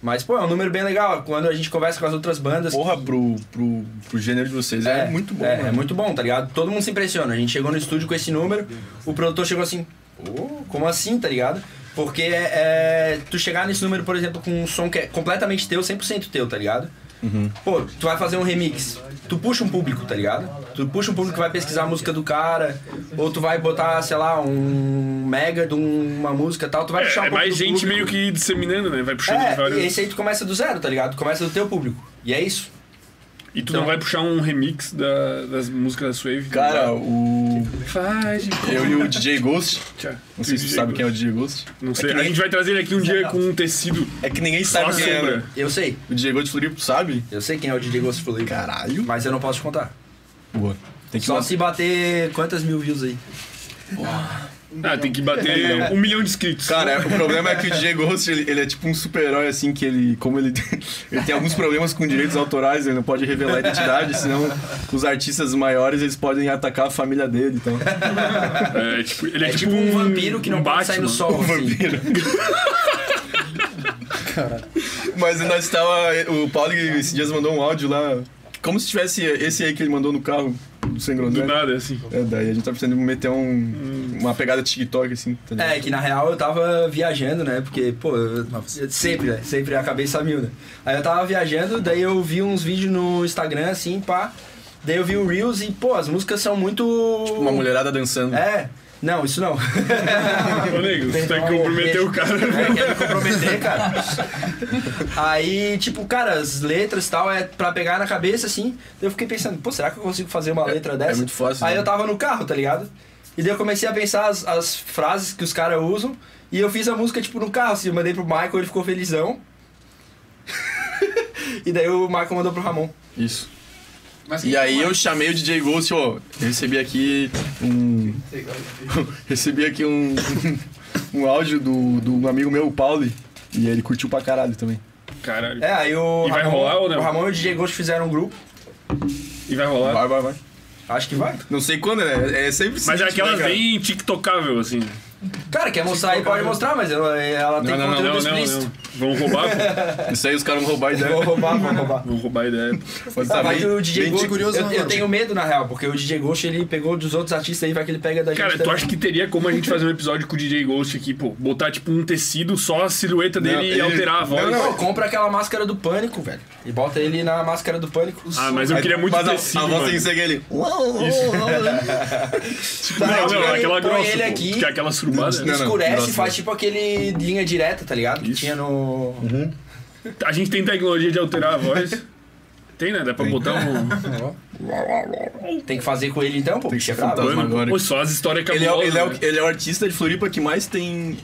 Speaker 3: Mas, pô, é um número bem legal. Quando a gente conversa com as outras bandas.
Speaker 2: Porra, pro, pro, pro gênero de vocês é, muito bom,
Speaker 3: É,
Speaker 2: mano.
Speaker 3: é muito bom, tá ligado? Todo mundo se impressiona. A gente chegou no estúdio com esse número, o produtor chegou assim, "Ô, como assim, tá ligado? Porque é, tu chegar nesse número, por exemplo, com um som que é completamente teu, 100% teu, tá ligado? Pô, tu vai fazer um remix, tu puxa um público, tá ligado? Tu puxa um público que vai pesquisar a música do cara, ou tu vai botar, sei lá, um mega de uma música e tal, tu vai puxar um
Speaker 1: É, é
Speaker 3: pouco
Speaker 1: mais
Speaker 3: do
Speaker 1: gente
Speaker 3: público.
Speaker 1: meio que disseminando, né? Vai puxando
Speaker 3: É,
Speaker 1: vários.
Speaker 3: e esse aí tu começa do zero, tá ligado? Tu começa do teu público. E é isso.
Speaker 1: E tu
Speaker 3: Então-
Speaker 1: não vai puxar um remix da- das músicas da Swave?
Speaker 2: Cara, o.
Speaker 1: Faz. de
Speaker 2: Eu e o DJ Ghost.
Speaker 1: conta.
Speaker 2: Não sei se você sabe quem é o DJ Ghost.
Speaker 1: Não sei. A gente vai trazer ele aqui um dia com um tecido
Speaker 2: É que ninguém
Speaker 1: só
Speaker 2: sabe quem é.
Speaker 1: sombra.
Speaker 2: né?
Speaker 3: Eu sei,
Speaker 2: O DJ Ghost Floripo sabe?
Speaker 3: eu sei quem é o DJ Ghost Flip.
Speaker 2: Caralho.
Speaker 3: Mas eu não posso te contar.
Speaker 2: Boa. Tem que
Speaker 3: Só
Speaker 2: falar.
Speaker 3: se bater quantas mil views aí.
Speaker 1: Ah, tem que bater um milhão de inscritos.
Speaker 2: Cara, o problema é que o DJ Ghost, ele, ele é tipo um super-herói, assim, que ele. Como ele, ele tem alguns problemas com direitos autorais, ele não pode revelar a identidade, senão os artistas maiores eles podem atacar a família dele. Então.
Speaker 1: É, tipo, ele é,
Speaker 3: É tipo um vampiro que não
Speaker 1: um
Speaker 3: pode
Speaker 1: Batman.
Speaker 3: sair no sol, assim.
Speaker 2: Mas nós tava. O Paulo esses dias mandou um áudio lá. Como se tivesse esse aí que ele mandou no carro, do sem
Speaker 1: Do
Speaker 2: groselha.
Speaker 1: nada, assim. Hum.
Speaker 2: É, daí a gente tá precisando meter um, uma pegada TikTok, assim, tá ligado?
Speaker 3: É, que na real eu tava viajando, né? Porque, pô, eu- sempre, né? Sempre a cabeça mil, né? Aí eu tava viajando, daí eu vi uns vídeos no Instagram, assim, pá. Daí eu vi o Reels e, pô, as músicas são muito.
Speaker 2: Tipo, Uma mulherada dançando.
Speaker 3: É. Não, isso não.
Speaker 1: Ô, nego, você tem que
Speaker 3: Perdão,
Speaker 1: comprometer
Speaker 3: beijo.
Speaker 1: o cara. né?
Speaker 3: É, quer me comprometer, cara. Aí, tipo, cara, as letras e tal é pra pegar na cabeça, assim. Daí Eu fiquei pensando, pô, será que eu consigo fazer
Speaker 1: É,
Speaker 3: uma letra dessa?
Speaker 2: muito fácil,
Speaker 3: Aí
Speaker 2: né?
Speaker 3: eu tava no carro, tá ligado? E daí eu comecei a pensar as, as frases que os caras usam. E eu fiz a música, tipo, no carro, assim. Eu mandei pro Michael, ele ficou felizão. e daí o Michael mandou pro Ramon.
Speaker 2: Isso. E aí eu chamei o DJ Ghost, ó, eu recebi aqui um. recebi aqui um. um áudio do, do amigo meu, o Pauli. E ele curtiu pra caralho também.
Speaker 1: Caralho.
Speaker 3: É, aí o.
Speaker 1: E vai
Speaker 3: Ramon-
Speaker 1: rolar ou não?
Speaker 3: O Ramon e o DJ Ghost fizeram um grupo.
Speaker 1: E vai rolar.
Speaker 2: Vai, vai, vai.
Speaker 3: Acho que vai.
Speaker 2: Não sei quando, né? É sempre
Speaker 1: Mas um- é aquelas
Speaker 2: vem.
Speaker 1: bem tiktocável, assim.
Speaker 3: Cara, quer mostrar aí, pode mostrar, mas ela, ela tem
Speaker 2: não, não,
Speaker 1: Não,
Speaker 3: conteúdo
Speaker 1: não, não.
Speaker 3: explícito.
Speaker 1: Vão roubar, pô.
Speaker 2: Isso aí os caras vão roubar a ideia.
Speaker 3: Vou roubar, vou roubar.
Speaker 1: Vão roubar a ideia.
Speaker 2: Mas tá
Speaker 3: Vai
Speaker 2: bem-
Speaker 3: que o DJ
Speaker 2: bem
Speaker 3: Ghost,
Speaker 5: curioso,
Speaker 3: eu,
Speaker 5: né,
Speaker 3: eu
Speaker 5: mano?
Speaker 3: tenho medo na real, porque o DJ Ghost ele pegou dos outros artistas aí, vai que ele pega da
Speaker 1: Cara,
Speaker 3: gente. tá-
Speaker 1: tu
Speaker 3: também.
Speaker 1: acha que teria como a gente fazer um episódio com o DJ Ghost aqui, pô? Botar, tipo, um tecido, só a silhueta dele
Speaker 2: Não,
Speaker 1: e
Speaker 2: ele-
Speaker 1: alterar a voz.
Speaker 2: Não, não.
Speaker 3: Pô, compra aquela máscara do pânico, velho. E bota ele na máscara do pânico.
Speaker 1: Ah, mas eu queria muito
Speaker 2: Mas a-
Speaker 1: tecido,
Speaker 2: a, voz tem que
Speaker 1: mano.
Speaker 2: ser aquele. né?
Speaker 3: Tá,
Speaker 1: Não,
Speaker 3: põe
Speaker 1: não,
Speaker 3: ele-
Speaker 1: aquela
Speaker 3: põe
Speaker 1: grossa,
Speaker 3: ele
Speaker 1: pô,
Speaker 3: aqui,
Speaker 1: que é aquela surubada.
Speaker 2: Não, não,
Speaker 3: escurece,
Speaker 2: grossa,
Speaker 1: né?
Speaker 3: faz tipo aquele linha direta, tá ligado? Que
Speaker 1: Isso.
Speaker 3: tinha no.
Speaker 2: Uhum.
Speaker 1: A gente tem tecnologia de alterar a voz. Tem, né? Dá pra botar um...
Speaker 3: Tem que fazer com ele então, pô.
Speaker 2: Tem que
Speaker 3: bicho é
Speaker 2: ser
Speaker 3: brabo.
Speaker 2: fantasma agora.
Speaker 1: Pô, só as histórias
Speaker 2: Ele é, o-
Speaker 1: cabulosas,
Speaker 2: ele, é o,
Speaker 1: né?
Speaker 2: ele é o artista de Floripa que mais tem.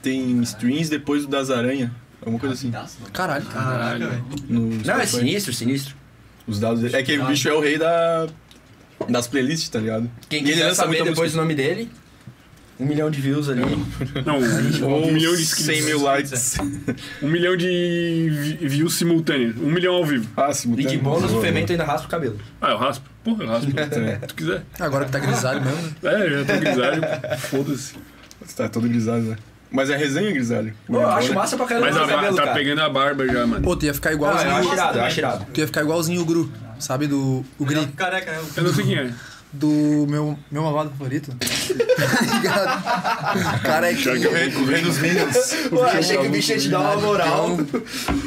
Speaker 2: Tem streams depois do das Aranha. Alguma coisa assim.
Speaker 5: Caralho, cara.
Speaker 1: Caralho.
Speaker 2: No
Speaker 3: Não, é
Speaker 2: Spotify.
Speaker 3: sinistro, sinistro.
Speaker 2: Os dados dele. É que o bicho é o rei da. Das playlists, tá ligado?
Speaker 3: Quem
Speaker 2: E ele
Speaker 3: quiser
Speaker 2: lança
Speaker 3: saber
Speaker 2: muita
Speaker 3: depois o nome dele, um milhão de views ali.
Speaker 1: Então, Não, um,
Speaker 2: Ou
Speaker 1: milhão de
Speaker 2: 100
Speaker 1: inscritos.
Speaker 2: mil likes.
Speaker 1: Um milhão de vi- views simultâneos. Um milhão ao vivo.
Speaker 2: Ah,
Speaker 3: E
Speaker 2: simultâneo.
Speaker 3: de bônus, o
Speaker 2: Boa,
Speaker 3: fermento ainda raspa o cabelo.
Speaker 1: Ah, eu raspo. Porra, eu raspo.
Speaker 2: boa. É,
Speaker 1: Se tu quiser.
Speaker 5: Agora que tá grisalho mesmo, né?
Speaker 1: É, eu já tô grisalho. Foda-se.
Speaker 2: Você tá todo grisalho, né? Mas é resenha grisalho.
Speaker 3: Pô, eu acho massa pra caramba
Speaker 1: Mas a
Speaker 3: o
Speaker 1: barba
Speaker 3: cabelo,
Speaker 1: tá
Speaker 3: cara.
Speaker 1: pegando a barba já, mano.
Speaker 5: Pô, tu ia ficar
Speaker 3: Ah, eu
Speaker 5: igualzinho.
Speaker 3: acho irado, eu acho irado.
Speaker 5: tu ia ficar igualzinho o Gru, sabe? Do. O
Speaker 4: Ele
Speaker 5: Gri.
Speaker 4: tá careca, né?
Speaker 1: Eu não sei quem é.
Speaker 5: Do meu, meu malvado favorito. Tá ligado? Cara, é que.
Speaker 2: O rei dos minions.
Speaker 3: Pô, achei
Speaker 1: Então,
Speaker 3: que o bicho ia te dar um uma moral.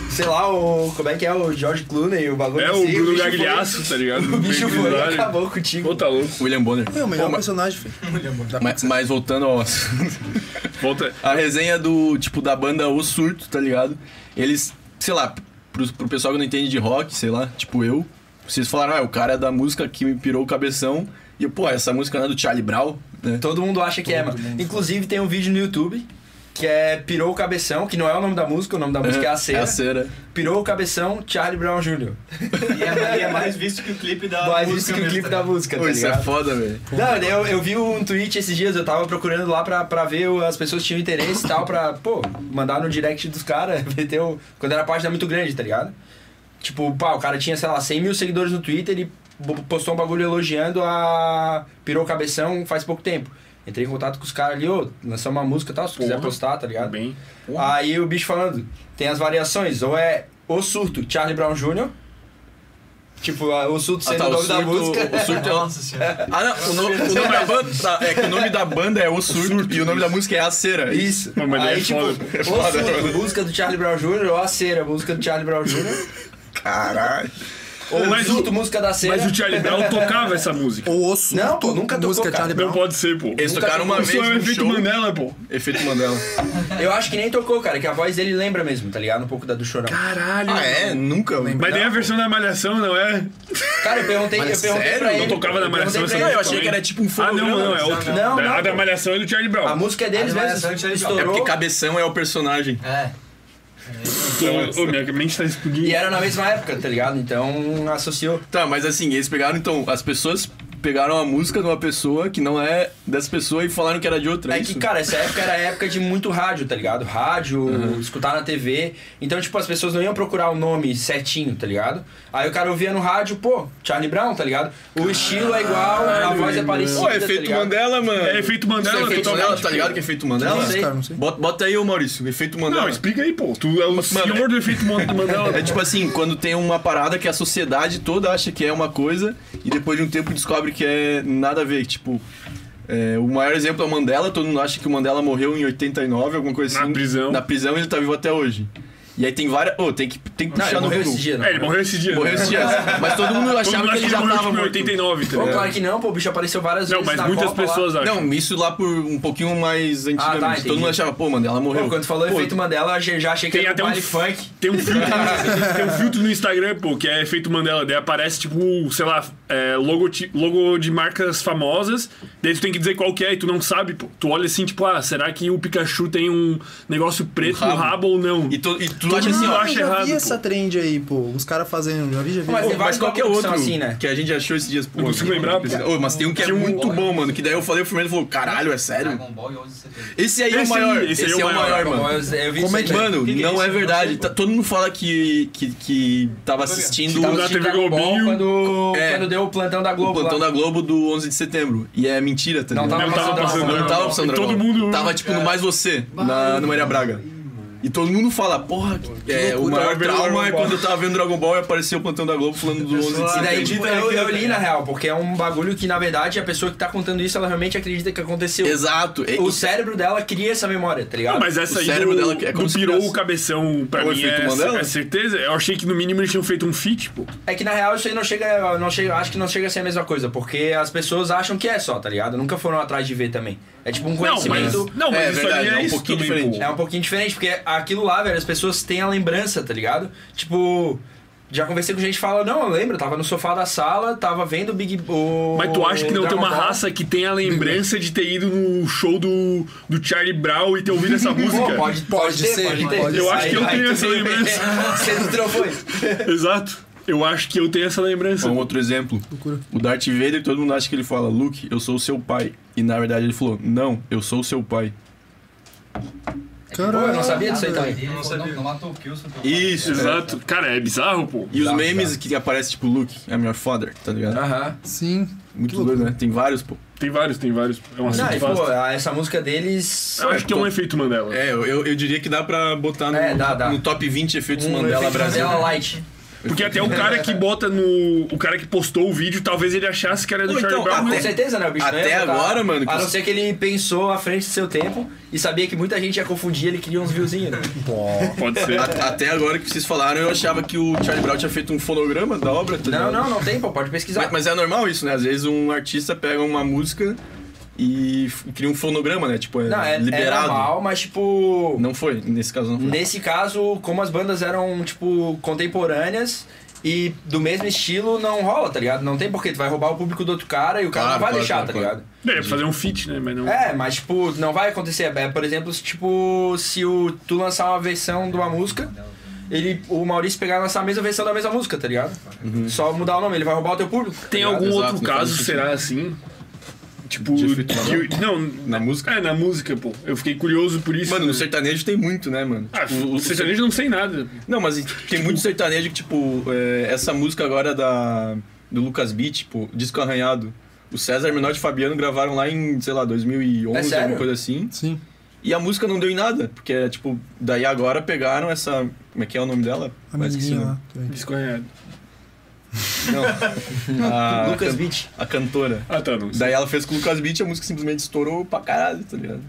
Speaker 3: Sei lá, o. Como é que é o George Clooney, o bagulho
Speaker 1: É o
Speaker 3: assim,
Speaker 1: Bruno
Speaker 3: bicho
Speaker 1: Gagliasso, tá ligado?
Speaker 3: foi- O bicho foi e
Speaker 1: Grisalho.
Speaker 3: acabou contigo.
Speaker 1: Pô, tá louco.
Speaker 2: William Bonner.
Speaker 5: É o
Speaker 2: Pô,
Speaker 5: melhor
Speaker 2: mas-
Speaker 5: personagem, filho.
Speaker 2: mas, mas voltando ao
Speaker 1: Volta.
Speaker 2: A resenha do, tipo, da banda O Surto, tá ligado? Eles, sei lá, pro, pro pessoal que não entende de rock, sei lá, tipo eu, vocês falaram, ah, é o cara da música que me pirou o cabeção. E, eu, pô, essa música não é do Charlie Brown, né?
Speaker 3: Todo mundo acha que é, mano. Inclusive tem um vídeo no YouTube que é Pirou o Cabeção, que não é o nome da música, o nome da música é a cera.
Speaker 2: É a cera.
Speaker 3: Pirou o Cabeção, Charlie Brown Jr.
Speaker 4: E é, e é mais visto que o clipe da
Speaker 3: Mais
Speaker 4: música
Speaker 3: isso que o
Speaker 4: mesmo,
Speaker 3: clipe
Speaker 4: tá
Speaker 3: da
Speaker 4: ligado?
Speaker 3: música, tá
Speaker 2: Pô, isso é
Speaker 3: ligado?
Speaker 2: foda, velho.
Speaker 3: Não, eu, eu vi um tweet esses dias, eu tava procurando lá pra, pra ver o- as pessoas que tinham interesse e tal, pra, pô, mandar no direct dos caras, meter o- quando era a página muito grande, tá ligado? Tipo, pá, o cara tinha, sei lá, 100 mil seguidores no Twitter e bo- postou um bagulho elogiando a Pirou Cabeção faz pouco tempo. Entrei em contato com os caras ali, ô, lançamos uma música e tal, se tu quiser
Speaker 1: Porra.
Speaker 3: postar, tá ligado?
Speaker 1: Bem.
Speaker 3: Aí o bicho falando, tem as variações, ou é O Surto, Charlie Brown Jr., tipo, a- o surto
Speaker 2: Ah,
Speaker 3: sendo
Speaker 2: tá,
Speaker 3: o
Speaker 2: o
Speaker 3: nome da
Speaker 2: surto,
Speaker 3: música.
Speaker 2: o surto é
Speaker 4: Nossa senhora.
Speaker 2: Ah, não, o nome, o nome da banda. tá, É que o nome da banda é O Surto, e o nome da música é A Cera.
Speaker 3: Isso.
Speaker 1: Pô, mas daí
Speaker 3: aí,
Speaker 1: é
Speaker 3: tipo,
Speaker 1: foda. né?
Speaker 3: ou
Speaker 2: foda, é
Speaker 3: surto,
Speaker 2: foda.
Speaker 3: música do Charlie Brown Jr., ou a cera, música do Charlie Brown Jr.,
Speaker 2: Caralho.
Speaker 3: ou
Speaker 1: Mas
Speaker 3: surto,
Speaker 1: o-
Speaker 3: música da cera.
Speaker 1: Mas o Charlie Brown tocava essa música.
Speaker 5: Ou osso.
Speaker 3: Não, pô, nunca tocou,
Speaker 5: Música
Speaker 3: cara.
Speaker 5: Charlie
Speaker 1: Não
Speaker 5: Brown.
Speaker 1: pode ser, pô.
Speaker 2: Eles tocaram uma
Speaker 1: Isso
Speaker 2: vez
Speaker 1: é o
Speaker 2: no
Speaker 1: efeito
Speaker 2: show.
Speaker 1: Mandela, pô.
Speaker 2: Efeito Mandela.
Speaker 3: Eu acho que nem tocou, cara, que a voz dele lembra mesmo, tá ligado? Um pouco da do Chorão.
Speaker 1: Caralho.
Speaker 2: Ah, é? Nunca. Lembro.
Speaker 1: Mas tem a versão da Malhação, não é?
Speaker 3: Cara, eu perguntei, eu perguntei pra
Speaker 1: não
Speaker 3: ele.
Speaker 1: tocava na
Speaker 3: é eu perguntei
Speaker 1: Malhação
Speaker 3: pra
Speaker 1: essa
Speaker 3: ele.
Speaker 2: Não, eu achei que era tipo
Speaker 1: Ah,
Speaker 2: um
Speaker 1: não,
Speaker 2: fonograma.
Speaker 1: não, é outra.
Speaker 3: Não,
Speaker 1: Da-
Speaker 3: não,
Speaker 1: a da
Speaker 3: pô.
Speaker 1: Malhação é do Charlie Brown.
Speaker 3: A música é deles
Speaker 4: A animação
Speaker 3: mesmo,
Speaker 4: de Charlie Brown.
Speaker 2: É
Speaker 3: estourou.
Speaker 2: porque cabeção é o personagem.
Speaker 4: É.
Speaker 1: Ô, ô, minha mente tá explodindo.
Speaker 3: E era na mesma época, tá ligado? Então, associou.
Speaker 2: Tá, mas assim, eles pegaram, então, as pessoas pegaram a música de uma pessoa que não é dessa pessoa e falaram que era de outra.
Speaker 3: É
Speaker 2: isso?
Speaker 3: que, cara, essa época era a época de muito rádio, tá ligado? Rádio,
Speaker 2: Uhum.
Speaker 3: escutar na TV. Então, tipo, as pessoas não iam procurar o nome certinho, tá ligado? Aí o cara ouvia no rádio, pô, Charlie Brown, tá ligado? O estilo é igual, a voz é parecida.
Speaker 2: Pô,
Speaker 3: tá
Speaker 2: é efeito
Speaker 3: ligado?
Speaker 2: Mandela, mano.
Speaker 1: É efeito
Speaker 2: Isso é
Speaker 1: Mandela,
Speaker 2: efeito
Speaker 1: totalmente.
Speaker 2: Mandela, tá ligado que é efeito Mandela?
Speaker 3: Não sei.
Speaker 5: Cara, não sei.
Speaker 2: Bota, bota aí, ô Maurício, efeito Mandela.
Speaker 1: Não, explica aí, pô. Tu é o senhor do efeito Mon- Mandela.
Speaker 2: É tipo assim, quando tem uma parada que a sociedade toda acha que é uma coisa e depois de um tempo descobre que é nada a ver. Tipo, é, o maior exemplo é o Mandela, todo mundo acha que o Mandela morreu em 89, alguma coisa
Speaker 1: Na
Speaker 2: assim.
Speaker 1: prisão.
Speaker 2: Na prisão ele tá vivo até hoje. E aí tem várias. Ô, tem que, tem que
Speaker 3: Não,
Speaker 2: puxar
Speaker 3: ele
Speaker 2: no
Speaker 3: morreu
Speaker 2: Google.
Speaker 3: esse dia, não.
Speaker 1: É, ele morreu esse dia.
Speaker 2: Morreu
Speaker 1: né?
Speaker 2: esse dia. Mas todo mundo
Speaker 1: Todo
Speaker 2: achava
Speaker 1: mundo
Speaker 2: que
Speaker 1: acha
Speaker 2: ele
Speaker 1: que
Speaker 2: já
Speaker 1: ele morreu
Speaker 2: tava
Speaker 1: tipo, em
Speaker 2: morto.
Speaker 1: 89, tá
Speaker 3: Pô,
Speaker 1: ligado?
Speaker 3: claro que não, pô, o bicho apareceu várias
Speaker 1: Não,
Speaker 3: vezes
Speaker 1: mas
Speaker 3: na
Speaker 1: muitas
Speaker 3: Copa lá.
Speaker 1: pessoas acham.
Speaker 2: Não, isso lá por um pouquinho mais antigamente.
Speaker 3: Ah, tá, entendi.
Speaker 2: todo mundo achava, pô, Mandela morreu.
Speaker 3: Pô, quando tu falou
Speaker 2: Pô,
Speaker 3: efeito Mandela, eu já achei que
Speaker 1: Tem
Speaker 3: era
Speaker 1: até um
Speaker 3: baile funk.
Speaker 1: Tem um filtro, tem um filtro no Instagram, pô, que é efeito Mandela. Daí aparece, tipo, sei lá, é, logo, ti- logo de marcas famosas. Daí tu tem que dizer qual que é e tu não sabe, pô. Tu olha assim, tipo, ah, será que o Pikachu tem um negócio preto
Speaker 2: Um
Speaker 1: no
Speaker 2: rabo.
Speaker 1: rabo ou não?
Speaker 2: E, tu- e tu acha assim,
Speaker 1: mundo
Speaker 2: ó.
Speaker 1: acha
Speaker 5: eu já
Speaker 1: errado,
Speaker 5: vi
Speaker 1: pô.
Speaker 5: essa trend aí, pô. Os caras fazendo. Já vi, já vi.
Speaker 3: Mas
Speaker 2: Pô, mas
Speaker 3: tem vários
Speaker 2: qual que é
Speaker 3: bagulho que
Speaker 2: outro
Speaker 3: são assim, né?
Speaker 2: que a gente achou esses dias? Pô,
Speaker 1: consigo
Speaker 2: que-
Speaker 1: lembrar, pô.
Speaker 2: Ô, mas tem um que é
Speaker 1: Tinha um-
Speaker 2: muito bom, mano. Que daí eu falei pro primeiro e falou, caralho, é sério?
Speaker 9: Dragon Ball e 11 de setembro.
Speaker 2: Esse aí é o
Speaker 1: Esse aí,
Speaker 2: maior.
Speaker 1: esse
Speaker 2: Esse,
Speaker 1: aí
Speaker 2: é o maior, mano.
Speaker 3: Eu, eu vi
Speaker 5: Como é que-
Speaker 3: isso aí, né?
Speaker 2: Mano,
Speaker 4: Que que é
Speaker 2: não
Speaker 4: isso?
Speaker 2: é
Speaker 4: Eu não
Speaker 2: verdade.
Speaker 4: sei,
Speaker 2: Tá- todo mundo fala que, que, que tava assistindo
Speaker 3: tá
Speaker 1: Tava
Speaker 2: o
Speaker 1: na TV
Speaker 3: Dragon Ball
Speaker 1: Globinho.
Speaker 3: Quando,
Speaker 2: É.
Speaker 3: quando deu o plantão da Globo.
Speaker 2: plantão
Speaker 3: lá.
Speaker 2: da Globo do 11 de setembro. E é mentira, tá
Speaker 3: Não
Speaker 2: ligado?
Speaker 3: tava
Speaker 1: Não tava
Speaker 3: passando
Speaker 1: passando,
Speaker 3: Dragon
Speaker 2: Não
Speaker 3: Ball.
Speaker 2: tava passando
Speaker 1: E
Speaker 2: Dragon
Speaker 1: todo
Speaker 2: Ball.
Speaker 1: mundo-
Speaker 2: Tava tipo no Mais Você, na, no Maria Braga. E todo mundo fala, porra, é, o
Speaker 5: loucura,
Speaker 2: maior
Speaker 1: tava vendo
Speaker 2: trauma
Speaker 1: Dragon
Speaker 2: é
Speaker 1: Ball.
Speaker 2: quando eu tava vendo Dragon Ball e apareceu o plantão da Globo falando do 11 de
Speaker 3: E
Speaker 2: setembro.
Speaker 3: daí, tipo, eu,
Speaker 2: tá
Speaker 3: eu li
Speaker 2: né?
Speaker 3: na real, porque é um bagulho que, na verdade, a pessoa que tá contando isso, ela realmente acredita que aconteceu.
Speaker 2: Exato. E- é
Speaker 3: O cérebro dela cria essa memória, tá ligado?
Speaker 1: Não, mas essa
Speaker 2: O
Speaker 1: aí
Speaker 2: cérebro
Speaker 1: do,
Speaker 2: dela que é como
Speaker 1: do
Speaker 2: se
Speaker 1: pirou
Speaker 2: tivesse-
Speaker 1: o cabeção, pra
Speaker 2: O
Speaker 1: mim,
Speaker 2: efeito
Speaker 1: é,
Speaker 2: Mandela?
Speaker 1: é certeza. Eu achei que no mínimo eles tinham feito um feat, pô.
Speaker 3: É que na real isso aí não chega, não chega. Acho que não chega a ser a mesma coisa, porque as pessoas acham que é só, tá ligado? Nunca foram atrás de ver também. É tipo um
Speaker 1: Não, mas,
Speaker 3: conhecimento.
Speaker 1: não, mas
Speaker 2: É
Speaker 1: isso
Speaker 2: verdade,
Speaker 1: ali
Speaker 2: é
Speaker 1: é,
Speaker 2: um
Speaker 1: isso
Speaker 2: pouquinho
Speaker 1: também,
Speaker 2: diferente.
Speaker 1: pô.
Speaker 3: É um pouquinho diferente, porque aquilo lá, velho, as pessoas têm a lembrança, tá ligado? Tipo, Já conversei com gente que fala, não, eu lembro, eu tava no sofá da sala, tava vendo o Big o
Speaker 1: Mas tu acha que não tem
Speaker 3: Dragon
Speaker 1: uma
Speaker 3: Ball?
Speaker 1: raça que tem a lembrança de ter ido no show do, do Charlie Brown e ter ouvido essa
Speaker 3: Pô,
Speaker 1: música?
Speaker 3: pode, pode
Speaker 5: Pode
Speaker 3: ter,
Speaker 5: ser,
Speaker 3: pode ter.
Speaker 5: pode
Speaker 1: Eu ser. acho que eu tenho
Speaker 3: tu
Speaker 1: essa
Speaker 3: tem-
Speaker 1: lembrança.
Speaker 3: Você não trofões.
Speaker 1: Exato. Eu acho que eu tenho essa lembrança.
Speaker 2: Um outro exemplo. O Darth Vader, todo mundo acha que ele fala, Luke, eu sou o seu pai. E na verdade ele falou, não, eu sou o seu pai.
Speaker 5: Caralho.
Speaker 3: Pô, eu não sabia disso aí também.
Speaker 4: Eu não sabia.
Speaker 9: Não matou o Kill, seu teu
Speaker 2: Isso,
Speaker 1: Exato. Cara, é bizarro, pô.
Speaker 2: E os memes que aparecem, tipo, Luke, I'm your father, tá ligado?
Speaker 3: Aham.
Speaker 5: Sim.
Speaker 2: Muito
Speaker 5: loucura.
Speaker 2: doido, né? Tem vários, pô.
Speaker 1: Tem vários, tem vários. É um
Speaker 3: Não,
Speaker 1: assunto
Speaker 3: e, pô,
Speaker 1: vasto.
Speaker 3: essa música deles.
Speaker 1: Eu acho que é um efeito Mandela.
Speaker 2: É, eu, eu- eu diria que dá pra botar no,
Speaker 3: É, dá, dá.
Speaker 2: no top 20 efeitos
Speaker 3: um
Speaker 2: Hum. Mandela
Speaker 3: efeito
Speaker 2: Brasil.
Speaker 3: Mandela Light.
Speaker 1: Porque até o cara que bota no. O cara que postou o vídeo, talvez ele achasse que era do
Speaker 2: Ou
Speaker 1: Charlie
Speaker 2: então,
Speaker 1: Brown.
Speaker 3: Com
Speaker 1: mas-
Speaker 2: até-
Speaker 3: certeza, né? O bicho não ia
Speaker 2: até
Speaker 3: botar-
Speaker 2: agora, mano, que
Speaker 3: A não
Speaker 2: os-
Speaker 3: ser que ele pensou à frente do seu tempo e sabia que muita gente ia confundir, ele queria uns viewzinhos. Né?
Speaker 1: Pode ser.
Speaker 2: A- até agora que vocês falaram, eu achava que o Charlie Brown tinha feito um fonograma da obra, tá
Speaker 3: Não,
Speaker 2: ligado?
Speaker 3: não, não tem, pô, pode pesquisar.
Speaker 2: Mas, mas é normal isso, né? Às vezes um artista pega uma música e f- cria um fonograma, né? Tipo, é,
Speaker 3: não, é, é
Speaker 2: liberado.
Speaker 3: normal, mas tipo.
Speaker 2: Não foi, nesse caso não foi.
Speaker 3: Nesse caso, como as bandas eram, tipo, contemporâneas e do mesmo estilo, não rola, tá ligado? Não tem porquê. Tu vai roubar o público do outro cara e o cara
Speaker 2: Claro,
Speaker 3: não vai
Speaker 2: claro,
Speaker 3: deixar,
Speaker 2: claro,
Speaker 3: tá
Speaker 2: claro.
Speaker 3: ligado?
Speaker 1: É, fazer um feat, né? Mas não.
Speaker 3: É, mas, tipo, não vai acontecer. É, por exemplo, se, tipo, se o, tu lançar uma versão de uma música, ele, o Maurício pegar e lançar a mesma versão da mesma música, tá ligado? Só mudar o nome, ele vai roubar o teu público.
Speaker 1: Tem
Speaker 2: Tá ligado?
Speaker 1: algum
Speaker 2: Uhum. Exato,
Speaker 1: outro
Speaker 2: não faz
Speaker 1: caso,
Speaker 2: sentido.
Speaker 1: será assim? Tipo,
Speaker 2: De efeito
Speaker 1: de- não,
Speaker 2: Na música?
Speaker 1: é na música, pô. Eu fiquei curioso por isso.
Speaker 2: Mano, no
Speaker 1: né?
Speaker 2: sertanejo tem muito, né, mano?
Speaker 1: Ah,
Speaker 2: Tipo,
Speaker 1: o sertanejo não sei nada.
Speaker 2: Não, mas tem muito sertanejo que, tipo, é, essa música agora da, do Lucas Beat, tipo, Disco Arranhado. O César Menotti e o Fabiano gravaram lá em, sei lá, 2011,
Speaker 3: É sério?
Speaker 2: alguma coisa assim.
Speaker 5: Sim.
Speaker 2: E a música não deu em nada, porque, é, tipo, daí agora pegaram essa... Como é que né? é o nome dela?
Speaker 5: A
Speaker 2: Mas esqueci o
Speaker 5: menininha
Speaker 2: nome.
Speaker 5: lá. também.
Speaker 1: Desconhecido.
Speaker 2: Não. a,
Speaker 3: Lucas
Speaker 2: can-
Speaker 3: Beach.
Speaker 2: A cantora.
Speaker 1: Ah, tá, não. sei.
Speaker 2: Daí ela fez com o Lucas Beat e a música simplesmente estourou pra caralho, tá ligado?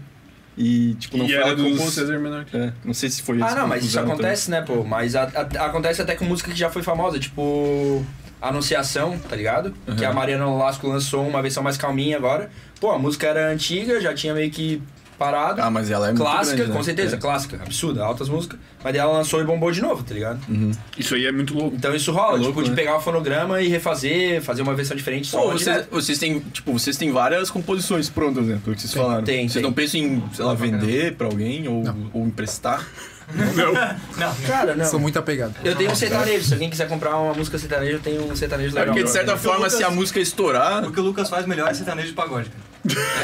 Speaker 2: E, tipo, não
Speaker 1: e
Speaker 2: foi
Speaker 1: era
Speaker 2: ela que
Speaker 1: do
Speaker 2: compôs.
Speaker 1: César Menor.
Speaker 2: É, não sei se foi
Speaker 3: Ah,
Speaker 2: esse
Speaker 3: não,
Speaker 2: que
Speaker 3: mas isso
Speaker 2: usaram também.
Speaker 3: acontece, né, pô? Mas a- a- acontece até com música que já foi famosa, tipo. Anunciação, tá ligado? Que
Speaker 2: Uhum.
Speaker 3: a Mariana Lasco lançou uma versão mais calminha agora. Pô, a música era antiga, já tinha meio que parado.
Speaker 2: Ah, mas ela é muito
Speaker 3: clássica,
Speaker 2: grande, né?
Speaker 3: com certeza,
Speaker 2: É.
Speaker 3: clássica, absurda, altas músicas. Mas daí ela lançou e bombou de novo, tá ligado?
Speaker 5: Uhum.
Speaker 1: Isso aí é muito louco.
Speaker 3: Então isso rola,
Speaker 2: Uhum. É
Speaker 3: tipo,
Speaker 2: louco,
Speaker 3: de
Speaker 2: né?
Speaker 3: pegar o fonograma e refazer, fazer uma versão diferente só.
Speaker 2: Pô,
Speaker 3: uma
Speaker 2: vocês,
Speaker 3: direto.
Speaker 2: vocês têm, tipo, vocês têm várias composições prontas, né? Pelo que vocês falaram.
Speaker 3: tem,
Speaker 2: vocês
Speaker 3: tem.
Speaker 2: não pensam em, sei lá, vender pra alguém ou, ou emprestar? É,
Speaker 3: Cara, não.
Speaker 5: Sou muito apegado.
Speaker 3: Eu tenho um sertanejo, se alguém quiser comprar uma música sertaneja, eu tenho um sertanejo
Speaker 2: É
Speaker 3: legal.
Speaker 2: porque, de certa
Speaker 4: Porque o
Speaker 2: forma,
Speaker 4: Lucas-
Speaker 2: se a música estourar,
Speaker 4: O que o Lucas faz melhor é sertanejo de pagode, cara.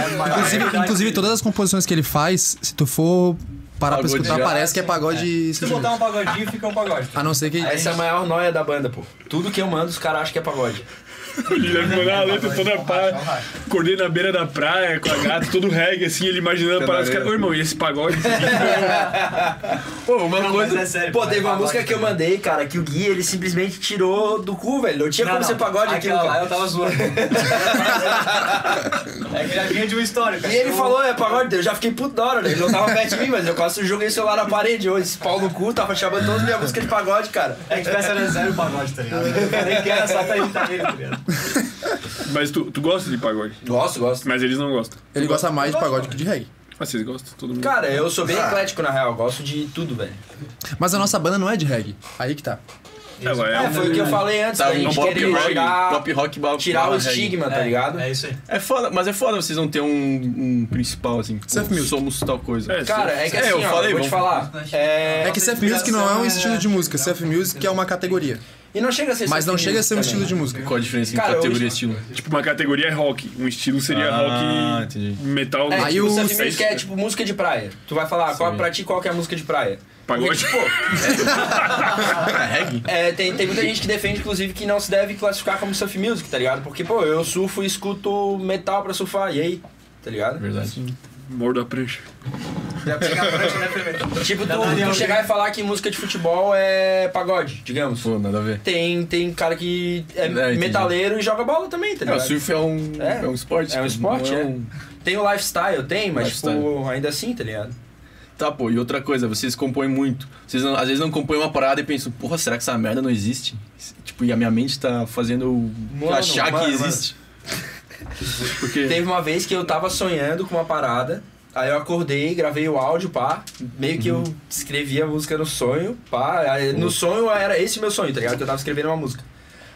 Speaker 4: É a maior
Speaker 5: Inclusive,
Speaker 4: verdade
Speaker 5: inclusive,
Speaker 4: dele.
Speaker 5: todas as composições que ele faz, se tu for parar pra
Speaker 2: Pagode
Speaker 5: escutar,
Speaker 2: já.
Speaker 5: parece que é pagode.
Speaker 4: Se tu botar um pagodinho, fica um pagode.
Speaker 5: A não ser que.
Speaker 3: Essa é a maior noia da banda, pô. Tudo que eu mando, os caras acham que é pagode.
Speaker 1: Ele deve mandar a letra toda pá. Acordei na beira da praia com a gata, todo reggae, assim, ele imaginando a parada. Os caras, ô irmão, e esse pagode?
Speaker 2: pô, uma
Speaker 4: Mas
Speaker 2: coisa.
Speaker 4: é sério.
Speaker 3: Pô,
Speaker 4: cara,
Speaker 3: teve uma
Speaker 4: pagode,
Speaker 3: música que eu
Speaker 4: cara.
Speaker 3: mandei, cara, que o Gui, ele simplesmente tirou do cu, velho. Não tinha
Speaker 4: Não,
Speaker 3: como
Speaker 4: não.
Speaker 3: ser pagode aquilo,
Speaker 4: Aquela lá,
Speaker 3: cara.
Speaker 4: eu tava zoando. é que já vinha de uma história, cara.
Speaker 3: E ele
Speaker 4: Eu-
Speaker 3: falou, é pagode, eu já fiquei puto da hora, né? Ele não tava perto de mim, mas eu quase joguei o celular na parede hoje. Esse pau no cu, tava chamando todas as minhas músicas de pagode, cara.
Speaker 4: É que tivesse era zero pagode, tá ligado? Eu
Speaker 5: É.
Speaker 4: falei que era só pra imitar ele, tá ligado?
Speaker 1: Mas tu, tu gosta de pagode?
Speaker 3: Gosto, gosto.
Speaker 1: Mas eles não gostam.
Speaker 5: Ele gosta mais de pagode que de reggae. Ah,
Speaker 1: Ah, vocês gostam? Todo mundo.
Speaker 3: Cara, eu sou bem eclético, na real. eu Gosto de tudo, velho.
Speaker 5: Mas a nossa banda não é de reggae. Aí que tá.
Speaker 1: Ela é
Speaker 3: É, foi o que eu falei antes,
Speaker 2: Tá,
Speaker 3: da
Speaker 2: um
Speaker 3: gente
Speaker 2: pop
Speaker 3: querer
Speaker 2: rock,
Speaker 3: tirar,
Speaker 2: pop rock barra-
Speaker 3: tirar o
Speaker 2: barra reggae.
Speaker 3: estigma,
Speaker 4: É,
Speaker 3: tá ligado?
Speaker 4: É isso aí.
Speaker 2: É foda, mas é foda vocês não terem um, um principal, assim. Tipo,
Speaker 5: Surf music.
Speaker 2: somos tal coisa.
Speaker 1: É,
Speaker 3: Cara, é que
Speaker 2: É,
Speaker 3: assim,
Speaker 2: eu
Speaker 3: ó,
Speaker 2: falei,
Speaker 3: vou
Speaker 2: vamos-
Speaker 3: te falar. É...
Speaker 5: É que surf music não é um estilo de música. Surf music é uma categoria.
Speaker 3: E não chega a ser
Speaker 5: Mas não chega a ser um
Speaker 3: também. né?
Speaker 5: estilo de música.
Speaker 2: Qual a diferença entre
Speaker 3: Cara,
Speaker 2: categoria
Speaker 3: hoje-
Speaker 2: e estilo?
Speaker 1: tipo, uma categoria é rock. Um estilo seria
Speaker 2: Ah,
Speaker 1: rock
Speaker 2: entendi.
Speaker 1: metal.
Speaker 3: É,
Speaker 1: né?
Speaker 5: Aí
Speaker 3: tipo,
Speaker 5: o-
Speaker 3: surf music é tipo música de praia. Tu vai falar, qual, pra ti qual que é a música de praia? Porque,
Speaker 1: Pagode.
Speaker 3: tipo,
Speaker 2: Ah, reggae?
Speaker 3: é, tem, tem muita gente que defende, inclusive, que não se deve classificar como surf music, tá ligado? Porque, pô, eu surfo e escuto metal pra surfar, e aí? Tá ligado?
Speaker 2: Verdade.
Speaker 1: Mordo a prancha.
Speaker 3: Tipo, tu, tu chegar e falar que música de futebol é pagode, digamos.
Speaker 2: Pô, nada a ver.
Speaker 3: Tem, tem cara que é,
Speaker 2: entendi.
Speaker 3: metaleiro e joga bola também, tá
Speaker 2: É, o
Speaker 3: ligado?
Speaker 2: surf é um,
Speaker 3: É.
Speaker 2: é. um esporte.
Speaker 3: É um
Speaker 2: tipo, não
Speaker 3: esporte, é.
Speaker 2: um-
Speaker 3: Tem o lifestyle, tem, mas tipo,
Speaker 2: Lifestyle.
Speaker 3: ainda assim, tá ligado?
Speaker 2: Tá, pô, e outra coisa, vocês compõem muito. Vocês não- às vezes não compõem uma parada e pensam, porra, será que essa merda não existe? Tipo, e a minha mente tá fazendo eu
Speaker 3: Mano,
Speaker 2: achar
Speaker 3: mano,
Speaker 2: que existe. Porque.
Speaker 3: Teve uma vez que eu tava sonhando com uma parada Aí eu acordei, gravei o áudio, pá. Meio que
Speaker 1: Uhum.
Speaker 3: eu escrevi a música no sonho, pá. Aí no sonho era esse meu sonho, tá ligado? Que eu tava escrevendo uma música.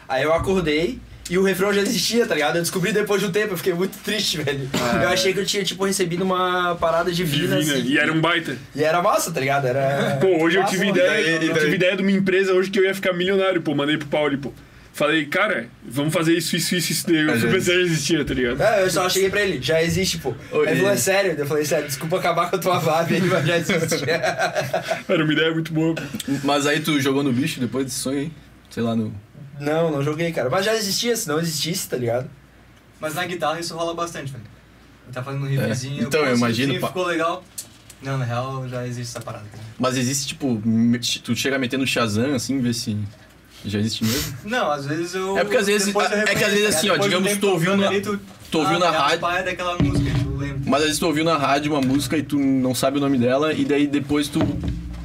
Speaker 3: Aí eu acordei e o refrão já existia, tá ligado? Eu descobri depois de um tempo, eu fiquei muito triste, velho. Eu achei que eu tinha, tipo, recebido uma parada divina,
Speaker 1: Ah. Divina.
Speaker 3: assim.
Speaker 1: E era um baita.
Speaker 3: E era massa, tá ligado? Era.
Speaker 1: Pô, hoje eu
Speaker 3: Massa,
Speaker 1: tive
Speaker 3: mano.
Speaker 1: ideia,
Speaker 3: então,
Speaker 2: daí,
Speaker 1: eu
Speaker 2: daí.
Speaker 1: tive ideia de uma empresa hoje que eu ia ficar milionário, pô. Mandei pro Pauli, pô. Falei, cara, vamos fazer isso, isso, isso, isso. Daí
Speaker 2: Ah,
Speaker 1: eu
Speaker 2: já
Speaker 1: fui pensar já existia, tá ligado?
Speaker 3: É, eu só cheguei pra ele, já existe, pô.
Speaker 2: Oi.
Speaker 3: Aí ele falou, é sério? Eu falei, sério, desculpa acabar com a tua vibe aí, mas já existe.
Speaker 1: Era uma ideia muito boa. pô.
Speaker 2: Mas aí tu jogou no bicho depois desse sonho aí? Sei lá, no.
Speaker 3: não, não joguei, cara. Mas já existia, se não existisse, tá ligado?
Speaker 4: Mas na guitarra isso rola bastante, velho. Ele tá fazendo um
Speaker 2: É.
Speaker 4: riffzinho.
Speaker 2: Então, eu
Speaker 4: pô,
Speaker 2: imagino,
Speaker 4: esse riff
Speaker 2: pá.
Speaker 4: Ficou legal. Não, na real já existe essa parada. cara.
Speaker 2: Mas existe, tipo, me- tu chega metendo Shazam assim, ver se. Já existe mesmo?
Speaker 4: Não, às vezes eu.
Speaker 2: É porque às vezes-
Speaker 4: depois eu
Speaker 2: é que às
Speaker 4: repito,
Speaker 2: vezes
Speaker 4: tá
Speaker 2: assim, ó,
Speaker 4: ligado? Depois de um
Speaker 2: digamos que
Speaker 4: tempo
Speaker 2: tu ouviu
Speaker 4: tocando
Speaker 2: na-
Speaker 4: ali, tu,
Speaker 2: tu ouviu
Speaker 4: ah,
Speaker 2: na
Speaker 4: é a
Speaker 2: rádio-
Speaker 4: pá, é daquela música, tu lembra.
Speaker 2: Mas às vezes tu ouviu na rádio uma música e tu não sabe o nome dela, e daí depois tu.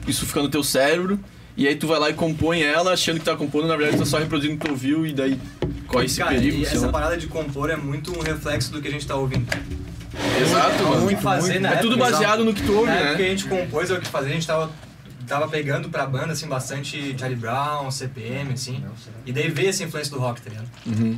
Speaker 2: Isso fica no teu cérebro, e aí tu vai lá e compõe ela, achando que tá compondo, na verdade tu tá só reproduzindo o que tu ouviu, e daí corre esse
Speaker 4: Cara,
Speaker 2: perigo,
Speaker 4: e
Speaker 2: sei
Speaker 4: essa
Speaker 2: lá.
Speaker 4: parada de compor é muito um reflexo do que a gente tá ouvindo.
Speaker 2: Exato, mano.
Speaker 4: o que fazer na
Speaker 2: É
Speaker 4: época,
Speaker 2: tudo baseado no que tu ouve,
Speaker 4: Na época que a
Speaker 2: né?
Speaker 4: gente compôs, é o que fazer, a gente tava, tava pegando pra banda, assim, bastante Charlie Brown, CPM, assim. E daí veio essa influência do rock, tá ligado?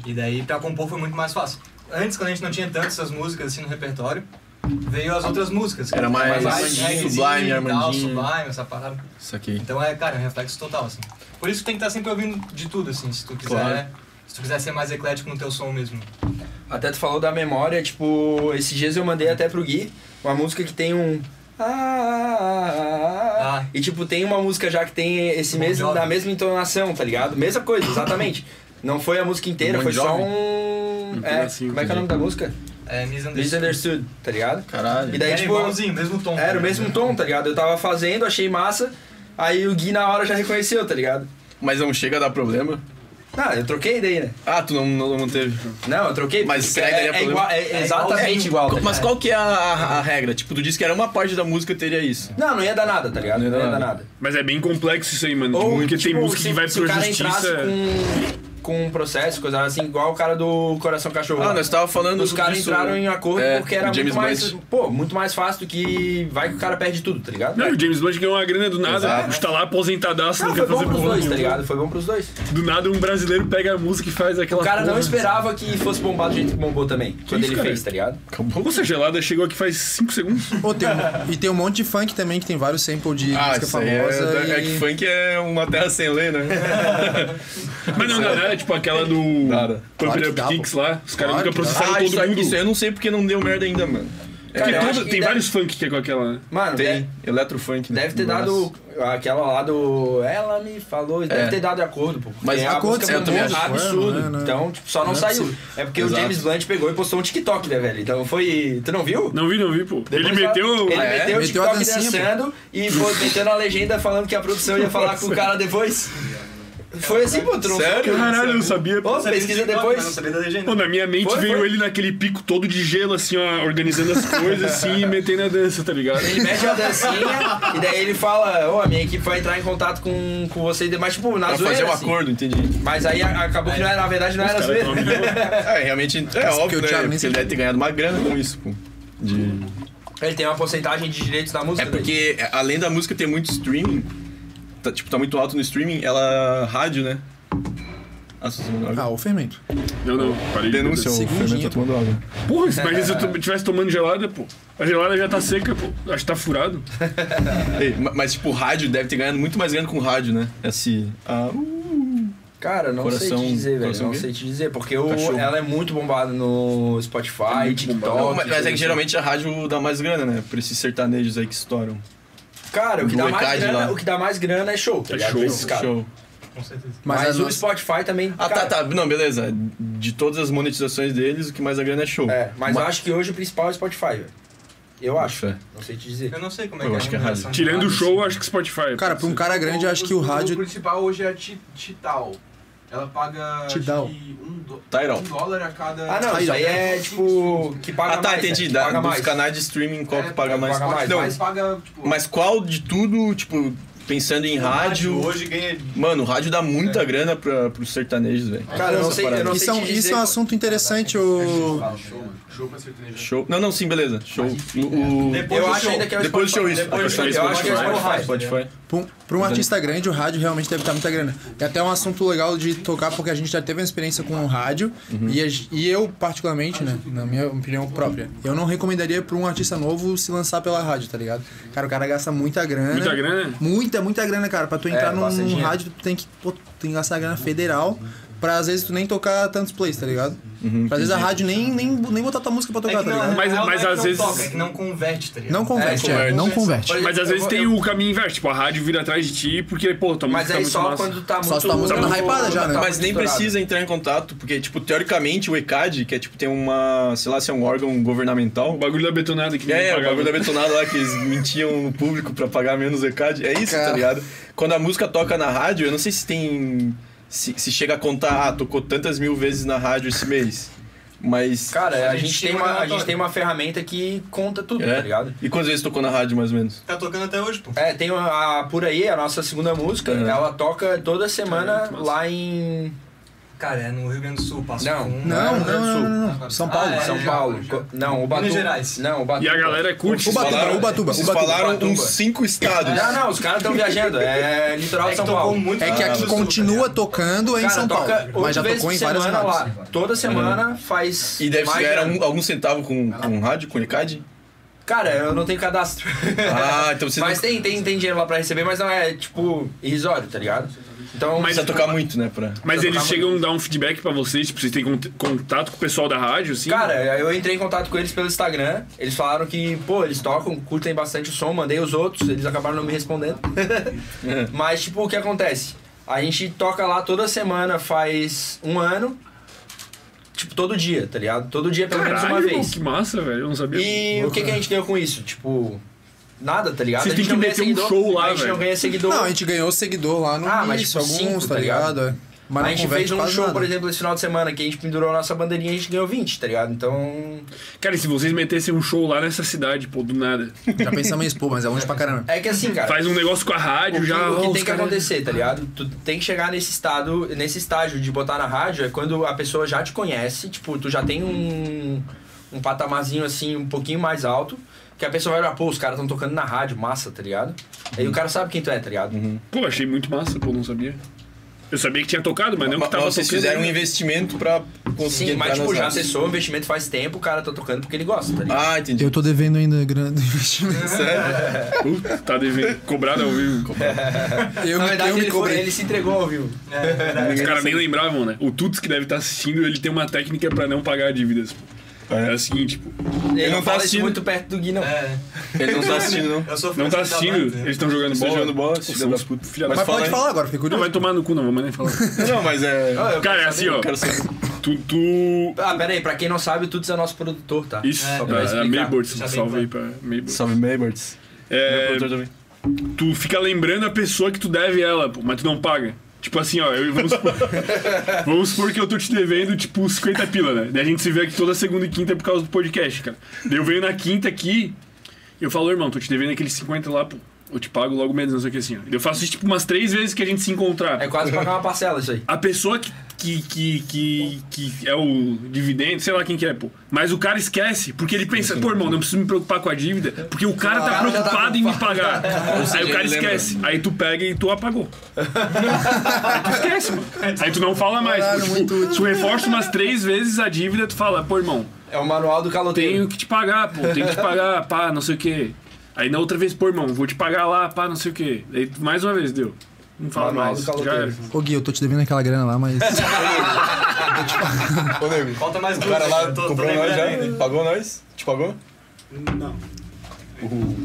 Speaker 4: E daí pra compor foi muito mais fácil. Antes, quando a gente não tinha tantas essas músicas, assim, no repertório, veio as outras músicas. cara.
Speaker 2: Era mais
Speaker 4: Armandinho,
Speaker 2: Sublime,
Speaker 4: reggaezinho e tal,
Speaker 2: Armandinho.
Speaker 4: Sublime, essa parada.
Speaker 2: Isso aqui.
Speaker 4: Então é, cara, é um reflexo total, assim. Por isso que tem que estar sempre ouvindo de tudo, assim, se tu quiser...
Speaker 2: Claro.
Speaker 4: Se tu quiser ser mais eclético no teu som mesmo.
Speaker 3: Até tu falou da memória, tipo, esses dias eu mandei até pro Gui uma música que tem um. ah, ah, ah, ah, ah.
Speaker 4: Ah.
Speaker 3: E tipo, tem uma música já que tem esse
Speaker 4: Bon
Speaker 3: mesmo,
Speaker 4: Jovi.
Speaker 3: da mesma entonação, tá ligado? Mesma coisa, exatamente. Não foi a música inteira,
Speaker 2: Bon
Speaker 3: foi só
Speaker 2: Jovi?
Speaker 3: um. É,
Speaker 1: pedacinho,
Speaker 3: como é que é o nome da música?
Speaker 4: É misunderstood.
Speaker 3: Misunderstood, tá ligado?
Speaker 2: Caralho.
Speaker 3: E daí,
Speaker 4: Era
Speaker 3: tipo,
Speaker 4: igualzinho, mesmo tom.
Speaker 3: era
Speaker 4: cara.
Speaker 2: né?
Speaker 3: o mesmo tom, tá ligado? Eu tava fazendo, achei massa, aí o Gui na hora já reconheceu, tá ligado?
Speaker 2: Mas não chega a dar problema.
Speaker 3: Ah, eu troquei daí, né?
Speaker 2: Ah, tu não, não, não teve.
Speaker 3: Não, eu troquei.
Speaker 2: Mas
Speaker 3: porque
Speaker 2: será que
Speaker 3: é,
Speaker 2: daria
Speaker 3: é
Speaker 2: problema?
Speaker 3: igual, é, exatamente igual. tá
Speaker 2: Mas
Speaker 3: ligado?
Speaker 2: qual que é a, a- a regra? Tipo, tu disse que era uma parte da música teria isso.
Speaker 3: Não, não ia dar nada, tá ligado? Não ia dar, nada.
Speaker 1: Mas é bem complexo isso aí, mano.
Speaker 3: Ou,
Speaker 1: porque
Speaker 3: tipo,
Speaker 1: tem música
Speaker 3: se-
Speaker 1: que vai
Speaker 3: se o
Speaker 1: pra
Speaker 3: cara
Speaker 1: justiça.
Speaker 3: entrasse com, com um processo, coisa assim, igual o cara do Coração Cachorro.
Speaker 2: Ah, nós tava falando
Speaker 3: Os caras
Speaker 2: disso-
Speaker 3: entraram em acordo
Speaker 2: É,
Speaker 3: porque era
Speaker 2: James
Speaker 3: muito mais,
Speaker 2: Blunt.
Speaker 3: pô, muito mais fácil do que vai que o cara perde tudo, tá ligado?
Speaker 1: Não, o James Blunt ganhou uma grana do nada.
Speaker 2: Exato.
Speaker 1: pô. Tá lá aposentadaço, não
Speaker 3: foi
Speaker 1: quer
Speaker 3: bom
Speaker 1: fazer
Speaker 3: pros
Speaker 1: porra
Speaker 3: dois, tá
Speaker 1: nenhuma.
Speaker 3: ligado? Foi bom pros dois.
Speaker 1: Do nada um brasileiro pega a música e faz aquela
Speaker 3: O cara não
Speaker 1: porra.
Speaker 3: esperava que fosse bombar do jeito que bombou também, quando
Speaker 1: isso,
Speaker 3: ele
Speaker 1: cara?
Speaker 3: fez, tá ligado?
Speaker 1: Acabou. Nossa, a gelada chegou aqui faz 5 segundos.
Speaker 5: Ô, tem um- e tem um monte de funk também que tem vários samples de
Speaker 2: Ah,
Speaker 5: música
Speaker 2: isso aí é,
Speaker 5: famosa.
Speaker 2: é
Speaker 5: e-
Speaker 2: que funk é uma terra sem lei, né?
Speaker 1: Mas não, não, é tipo aquela do
Speaker 2: Nada.
Speaker 1: Pump
Speaker 5: Claro
Speaker 1: It
Speaker 5: que
Speaker 1: Up
Speaker 5: dá,
Speaker 1: Kicks lá. Os caras
Speaker 5: Claro
Speaker 1: nunca
Speaker 5: que dá.
Speaker 1: processaram
Speaker 2: Ah,
Speaker 1: todo
Speaker 2: isso, aí-
Speaker 1: mundo.
Speaker 2: isso aí eu não sei porque não deu merda ainda, mano.
Speaker 1: Porque
Speaker 3: Cara, eu
Speaker 1: todo-
Speaker 3: acho que
Speaker 1: tem
Speaker 3: deve-
Speaker 1: vários funk que é com aquela. né?
Speaker 3: Mano,
Speaker 2: Tem
Speaker 3: deve,
Speaker 2: eletrofunk. né?
Speaker 3: deve ter
Speaker 2: Mas-
Speaker 3: dado aquela lá do ela me falou, deve ter dado de acordo, pô.
Speaker 2: Mas
Speaker 3: é, a
Speaker 5: acordo,
Speaker 3: música
Speaker 5: eu
Speaker 3: bombou,
Speaker 5: também acho.
Speaker 3: absurdo.
Speaker 5: Não, não, não.
Speaker 3: Então, tipo, só não,
Speaker 5: Não é
Speaker 3: saiu.
Speaker 5: possível.
Speaker 3: É porque
Speaker 2: Exato.
Speaker 3: o James Blunt pegou e postou um TikTok, né, velho? Então foi, tu não viu?
Speaker 1: Não vi, não vi, pô. ele
Speaker 3: Depois
Speaker 1: meteu.
Speaker 3: Ele
Speaker 2: Ah, é?
Speaker 3: meteu
Speaker 5: Meteu
Speaker 3: o
Speaker 5: a
Speaker 3: TikTok
Speaker 5: dancinha, pô.
Speaker 3: dançando e foi metendo a legenda falando que a produção ia falar com o cara depois. Foi assim, pô, tu não
Speaker 2: Sério?
Speaker 1: Caralho, eu não sabia.
Speaker 3: Ô,
Speaker 1: Pô,
Speaker 4: Sabia
Speaker 3: pesquisa
Speaker 4: de nome, mas Não
Speaker 3: depois.
Speaker 4: sabia da legenda.
Speaker 1: Pô, na minha mente
Speaker 3: Foi,
Speaker 1: veio
Speaker 3: foi.
Speaker 1: ele naquele pico todo de gelo, assim, ó, organizando as coisas, assim, e metendo a dança, tá ligado?
Speaker 3: Ele mete a dancinha e daí ele fala, ô, a minha equipe vai entrar em contato com, com vocês, mas tipo, na
Speaker 2: Pra
Speaker 3: zoeira,
Speaker 2: fazer um
Speaker 3: assim.
Speaker 2: acordo, entendi.
Speaker 3: Mas aí a- acabou que não era, na verdade não era
Speaker 1: Os caras
Speaker 3: zoeira.
Speaker 1: tão a milhão.
Speaker 2: É, realmente, é
Speaker 5: porque o
Speaker 2: óbvio, né?
Speaker 5: Thiago nem
Speaker 2: Porque
Speaker 5: se-
Speaker 2: ele deve ter ganhado uma grana com isso, pô. De-
Speaker 3: Ele tem uma porcentagem de direitos da música.
Speaker 2: É porque, além da música ter muito streaming, tá, tipo, tá muito alto no streaming, ela... rádio, né? Nossa, é um
Speaker 5: Ah, o fermento.
Speaker 1: Não, não, parei. de
Speaker 2: denúncia, o
Speaker 5: Segundinha,
Speaker 2: Fernando tá
Speaker 5: pô.
Speaker 2: tomando água.
Speaker 1: Porra, imagina se eu
Speaker 3: É.
Speaker 1: to- tivesse tomando gelada, pô. A gelada já tá seca, pô. Acho que tá furado.
Speaker 2: Ei, ma- mas, tipo, rádio deve ter ganhado muito mais grana com rádio, né? Esse... Ah, uh,
Speaker 3: Cara, não sei
Speaker 2: Coração-
Speaker 3: te dizer, velho.
Speaker 2: coração
Speaker 3: Não
Speaker 2: gay?
Speaker 3: sei te dizer. Porque o-
Speaker 2: Cachorro.
Speaker 3: ela é muito bombada no Spotify, TikTok. assim.
Speaker 2: não, mas, mas é
Speaker 3: tudo
Speaker 2: que
Speaker 3: isso.
Speaker 2: geralmente a rádio dá mais grana, né? Pra esses sertanejos aí que estouram.
Speaker 3: Cara, o que,
Speaker 2: do
Speaker 3: dá mais
Speaker 2: ECAD
Speaker 3: grana,
Speaker 2: lá.
Speaker 3: o que dá mais grana é show, tá
Speaker 1: É
Speaker 3: ligado?
Speaker 1: show,
Speaker 3: Pra esses caras.
Speaker 2: Show.
Speaker 4: Com certeza.
Speaker 5: Mas,
Speaker 3: Mas,
Speaker 5: a
Speaker 3: o
Speaker 5: nossa-
Speaker 3: Spotify também.
Speaker 2: Ah,
Speaker 3: cara,
Speaker 2: tá, tá. Não, beleza. De todas as monetizações deles, o que mais a grana é show.
Speaker 3: É, mas eu acho que hoje o principal é o Spotify, velho. Eu acho.
Speaker 2: Fé.
Speaker 3: Não sei te dizer.
Speaker 4: Eu não sei como é
Speaker 2: Eu
Speaker 4: que
Speaker 2: acho que é
Speaker 4: é a remuneração de
Speaker 1: Tirando o
Speaker 4: rádio,
Speaker 1: show,
Speaker 4: assim.
Speaker 1: acho que Spotify.
Speaker 5: Cara, pra um cara grande, eu acho que o
Speaker 7: O
Speaker 5: rádio.
Speaker 7: principal hoje é a Ti- Tital. Ela paga. acho
Speaker 5: Tidal.
Speaker 7: que Um, do-
Speaker 2: Tidal.
Speaker 7: um dólar a cada.
Speaker 3: Ah, não,
Speaker 5: Aí,
Speaker 3: isso
Speaker 5: ó.
Speaker 3: aí é tipo. Que paga
Speaker 2: Ah, tá,
Speaker 3: mais. né?
Speaker 2: entendi.
Speaker 3: Que
Speaker 2: Da,
Speaker 3: paga
Speaker 2: dos
Speaker 3: mais.
Speaker 2: canais de streaming, qual
Speaker 7: É,
Speaker 2: que paga mais?
Speaker 3: paga mais,
Speaker 2: não,
Speaker 7: Mas paga, tipo.
Speaker 2: mas qual de tudo, tipo, pensando em rádio.
Speaker 4: hoje ganha
Speaker 2: Mano, o rádio dá muita grana pra, pros sertanejos, velho.
Speaker 3: Cara, eu não sei, eu não
Speaker 5: Isso,
Speaker 3: sei
Speaker 5: é um-
Speaker 3: te
Speaker 5: isso
Speaker 3: dizer,
Speaker 5: é um
Speaker 3: pô.
Speaker 5: assunto interessante, o.
Speaker 7: Show, mano. Show pra sertanejo.
Speaker 2: Show. Não, não, sim, beleza. Show. O- o-
Speaker 4: Depois
Speaker 3: Eu
Speaker 4: do
Speaker 3: acho
Speaker 4: show.
Speaker 3: ainda que é o
Speaker 2: Depois do show,
Speaker 3: Spotify.
Speaker 2: isso.
Speaker 3: Depois
Speaker 2: Depois
Speaker 3: do
Speaker 2: do
Speaker 3: show.
Speaker 2: show,
Speaker 3: Eu acho que é o
Speaker 2: Spotify.
Speaker 3: Spotify.
Speaker 2: Spotify.
Speaker 5: Para um artista grande, o rádio realmente deve estar muita grana. É até um assunto legal de tocar, porque a gente já teve uma experiência com o rádio, e, a gen- e eu, particularmente, né, na minha opinião própria, eu não recomendaria para um artista novo se lançar pela rádio, tá ligado? Cara, o cara gasta muita grana.
Speaker 1: Muita grana?
Speaker 5: Muita, muita grana, cara. Pra tu entrar num
Speaker 3: É, bastante dinheiro.
Speaker 5: rádio, tu tem que, pô, tu tem que gastar grana federal. Pra às vezes tu nem tocar tantos plays, tá ligado? pra às vezes a rádio nem, nem, nem botar tua música pra
Speaker 4: É
Speaker 5: tocar,
Speaker 4: que
Speaker 5: tá
Speaker 4: não,
Speaker 5: ligado?
Speaker 4: na
Speaker 1: Mas-
Speaker 4: real,
Speaker 1: mas
Speaker 4: não
Speaker 1: às
Speaker 4: é que não
Speaker 1: vezes-
Speaker 4: Toca, é que não converte, tá ligado?
Speaker 5: Não converte, é, não converte.
Speaker 1: Mas às
Speaker 3: Eu
Speaker 1: vezes
Speaker 3: vou-
Speaker 1: tem
Speaker 3: eu-
Speaker 1: o caminho inverso, tipo, a rádio vira atrás de ti, porque, pô, tua
Speaker 3: Mas
Speaker 1: música tá
Speaker 3: aí
Speaker 1: muito
Speaker 3: só
Speaker 1: massa.
Speaker 3: quando tá muito.
Speaker 5: Só se tua música tá
Speaker 3: muito-
Speaker 5: hypada já, né? Mas
Speaker 3: tá
Speaker 2: Mas
Speaker 3: muito
Speaker 2: nem
Speaker 3: estourado.
Speaker 2: precisa entrar em contato, porque, tipo, teoricamente o ECAD, que é tipo, tem uma, sei lá, se é um órgão governamental.
Speaker 1: O bagulho da betonada que ninguém
Speaker 2: É, o
Speaker 1: pagava.
Speaker 2: bagulho da betonada lá que eles mentiam no público pra pagar menos ECAD. É isso, tá
Speaker 5: Cara.
Speaker 2: ligado? Quando a música toca na rádio, eu não sei se tem. Se, se chega a contar, ah, tocou tantas mil vezes na rádio esse mês. Mas.
Speaker 3: Cara, É, a
Speaker 4: A gente
Speaker 3: gente,
Speaker 4: tem
Speaker 3: tem
Speaker 4: um
Speaker 3: uma, a
Speaker 4: relatório.
Speaker 3: gente tem uma ferramenta que conta tudo,
Speaker 2: é.
Speaker 3: tá ligado?
Speaker 2: E quantas vezes tocou na rádio, mais ou menos?
Speaker 4: Tá tocando até hoje, pô.
Speaker 3: É, tem a, a Por Aí, a nossa segunda música,
Speaker 2: É.
Speaker 3: ela toca toda semana
Speaker 1: muito massa.
Speaker 3: lá em.
Speaker 4: Cara, é no Rio Grande do Sul, um passo
Speaker 3: Não,
Speaker 4: fundo.
Speaker 5: Não,
Speaker 3: Rio Grande do
Speaker 5: não,
Speaker 3: Sul.
Speaker 5: não, não, não. São Paulo.
Speaker 4: Ah, é,
Speaker 3: São
Speaker 4: já,
Speaker 3: Paulo.
Speaker 4: já.
Speaker 3: Co- Não, Ubatuba.
Speaker 4: Minas Gerais.
Speaker 3: Não, Ubatuba.
Speaker 1: E a galera curte.
Speaker 5: Ubatuba,
Speaker 2: Falaram-
Speaker 5: Ubatuba,
Speaker 2: Vocês
Speaker 5: Ubatuba.
Speaker 2: falaram uns
Speaker 3: Ubatuba.
Speaker 2: cinco estados.
Speaker 3: Não, não, os caras estão viajando. É litoral de São Paulo.
Speaker 4: muito
Speaker 5: É que aqui continua tocando em
Speaker 3: tá Cara,
Speaker 5: São Paulo,
Speaker 3: toca oito
Speaker 5: mas já
Speaker 3: vezes
Speaker 5: tocou
Speaker 3: por
Speaker 5: em várias
Speaker 3: semana
Speaker 5: rádios.
Speaker 3: lá. Toda semana faz.
Speaker 2: Uhum. E deve
Speaker 3: mais um-
Speaker 2: chegar
Speaker 3: grana.
Speaker 2: um- algum, algum centavo com, com rádio, com ECAD?
Speaker 3: Cara, eu não tenho cadastro.
Speaker 2: Ah, então vocês
Speaker 3: mas
Speaker 2: não-
Speaker 3: tem, tem, tem dinheiro lá pra receber, mas não é, tipo, irrisório, tá ligado? Então,
Speaker 1: Mas-
Speaker 2: Precisa tocar muito, né? Pra...
Speaker 1: Mas
Speaker 3: Pra
Speaker 1: eles
Speaker 3: tocar
Speaker 1: chegam a dar um feedback pra vocês, tipo, vocês têm cont- contato com o pessoal da rádio, assim?
Speaker 3: cara, eu entrei em contato com eles pelo Instagram. Eles falaram que, pô, eles tocam, curtem bastante o som, mandei os outros, eles acabaram não me respondendo. mas, tipo, o que acontece? A gente toca lá toda semana faz um ano. Tipo, todo dia, tá ligado? Todo dia, pelo
Speaker 1: Caralho,
Speaker 3: menos uma
Speaker 1: irmão,
Speaker 3: vez.
Speaker 1: que massa, velho. Eu não sabia.
Speaker 3: E o que, que a gente ganhou com isso? Tipo, nada, tá ligado?
Speaker 1: Vocês
Speaker 3: a
Speaker 1: têm
Speaker 3: gente
Speaker 1: que
Speaker 3: não ganha
Speaker 1: meter um
Speaker 3: seguidor,
Speaker 1: show lá,
Speaker 3: a gente
Speaker 1: velho.
Speaker 3: não ganha seguidor.
Speaker 5: Não, a gente ganhou seguidor lá no
Speaker 3: Ah,
Speaker 5: ah,
Speaker 3: mas,
Speaker 5: início,
Speaker 3: tipo,
Speaker 5: alguns,
Speaker 3: cinco,
Speaker 5: tá
Speaker 3: tá ligado?
Speaker 5: ligado? É. Mas
Speaker 3: a
Speaker 5: não
Speaker 3: gente
Speaker 5: converte
Speaker 3: fez um
Speaker 5: quase
Speaker 3: show,
Speaker 5: nada.
Speaker 3: por exemplo, esse final de semana que a gente pendurou a nossa bandeirinha e a gente ganhou 20, tá ligado? Então.
Speaker 1: Cara, e se vocês metessem um show lá nessa cidade, pô, do nada.
Speaker 5: Já pensamos em expor, mas é longe pra caramba.
Speaker 3: É que assim, cara.
Speaker 1: Faz um negócio com a
Speaker 3: o
Speaker 1: rádio
Speaker 3: que,
Speaker 1: já.
Speaker 3: o que
Speaker 1: ó, os
Speaker 3: tem que
Speaker 1: caras-
Speaker 3: acontecer, tá ligado? Tu tem que chegar nesse estado, nesse estágio de botar na rádio, é quando a pessoa já te conhece, tipo, tu já tem um, um patamarzinho assim, um pouquinho mais alto, que a pessoa vai olhar, pô, os caras estão tocando na rádio, massa, tá ligado?
Speaker 2: Uhum.
Speaker 3: Aí o cara sabe quem tu é, tá ligado?
Speaker 1: Pô, achei muito massa, pô, não sabia. Eu sabia que tinha tocado, mas não
Speaker 2: Mas
Speaker 1: que tava
Speaker 2: vocês
Speaker 1: tocando.
Speaker 2: fizeram um investimento pra conseguir
Speaker 3: Sim,
Speaker 2: entrar
Speaker 3: mas tipo,
Speaker 2: nas
Speaker 3: já
Speaker 2: rádios.
Speaker 3: acessou o investimento faz tempo, o cara tá tocando porque ele gosta, tá ligado?
Speaker 2: Ah, entendi.
Speaker 5: Eu tô devendo ainda grana do investimento.
Speaker 2: Ah, Sério?
Speaker 1: Puta, tá devendo. Cobrado ao vivo.
Speaker 5: Eu,
Speaker 3: Na
Speaker 5: me-
Speaker 3: verdade,
Speaker 5: eu me
Speaker 3: ele, foi-
Speaker 5: cobrei.
Speaker 3: ele se entregou ao vivo.
Speaker 5: É,
Speaker 1: Os caras nem lembravam, né? O Tuts que deve estar assistindo, ele tem uma técnica pra não pagar dívidas. Pô. É a seguinte, pô.
Speaker 3: Ele
Speaker 2: não
Speaker 3: não,
Speaker 2: tá
Speaker 3: fala
Speaker 2: assistindo.
Speaker 3: isso muito perto do Gui, não.
Speaker 4: É,
Speaker 2: Ele não tá assistindo, não.
Speaker 4: eu sou
Speaker 1: Não tá
Speaker 4: fã da
Speaker 1: assistindo,
Speaker 4: banda, né?
Speaker 1: eles estão jogando
Speaker 2: Estão
Speaker 1: bola.
Speaker 2: jogando bola,
Speaker 1: São
Speaker 2: filha da
Speaker 1: uns
Speaker 2: puta.
Speaker 1: filha
Speaker 2: Mas
Speaker 1: da
Speaker 5: Mas pode
Speaker 1: puta.
Speaker 2: fala aí.
Speaker 5: falar agora, fiquei
Speaker 1: Não,
Speaker 5: curioso.
Speaker 1: vai tomar no cu, não vou mais nem falar.
Speaker 2: Não, mas é.
Speaker 3: Ah, eu
Speaker 1: Cara, é
Speaker 3: quero
Speaker 1: assim,
Speaker 3: saber.
Speaker 1: ó.
Speaker 2: Eu quero saber.
Speaker 1: Tu. tu...
Speaker 3: Ah, pera aí, pra quem não sabe, o Tuts é nosso produtor, tá?
Speaker 1: Isso,
Speaker 4: É,
Speaker 1: é,
Speaker 4: só
Speaker 3: pra
Speaker 1: é,
Speaker 3: explicar.
Speaker 1: Maybirds,
Speaker 4: Deixa bem
Speaker 1: salve aí pra Maybirds.
Speaker 2: Salve, Mayberts.
Speaker 1: É,
Speaker 2: Meu produtor também.
Speaker 1: tu fica lembrando a pessoa que tu deve ela, pô, mas tu não paga. Tipo assim, ó, eu, vamos, supor, vamos supor que eu tô te devendo, tipo, 50 pila, né? Daí a gente se vê aqui toda segunda e quinta por causa do podcast, cara. Daí eu venho na quinta aqui, eu falo, irmão, tô te devendo aqueles 50 lá, pô. Eu te pago logo menos, não sei o que assim, ó. Eu faço isso, tipo, umas três vezes que a gente se encontrar.
Speaker 3: É quase pagar uma parcela isso aí.
Speaker 1: A pessoa que, que, que, que, que é o dividendo, sei lá quem que é, pô. Mas o cara esquece, porque ele pensa, pô, irmão, não preciso me preocupar com a dívida, porque o cara tá
Speaker 3: já tá
Speaker 1: preocupado em me pagar. Aí o cara
Speaker 2: ele lembra.
Speaker 1: esquece. Aí tu pega e tu apagou. Aí tu esquece, mano. Aí tu não fala mais.
Speaker 5: Caralho,
Speaker 1: tipo,
Speaker 5: muito útil.
Speaker 1: tu reforça umas três vezes a dívida, tu fala, pô, irmão,
Speaker 3: É o manual do
Speaker 1: tenho
Speaker 3: caloteiro.
Speaker 1: que te pagar, pô, tenho que te pagar, pá, não sei o quê. Aí na outra vez, pô, irmão, vou te pagar lá, pá, não sei o quê. Aí tu- mais uma vez, deu. Não fala
Speaker 3: Manual
Speaker 1: mais.
Speaker 3: do
Speaker 1: Já
Speaker 3: caloteiro.
Speaker 1: era.
Speaker 5: Ô Gui, eu tô te devendo aquela grana lá, mas.
Speaker 2: Ô, nego.
Speaker 4: Ah, Falta mais
Speaker 2: O
Speaker 4: duas.
Speaker 2: cara lá
Speaker 4: eu tô- tô
Speaker 2: comprou nós
Speaker 4: lembrando
Speaker 2: já?
Speaker 4: ainda.
Speaker 2: Ele Pagou nós? Te pagou?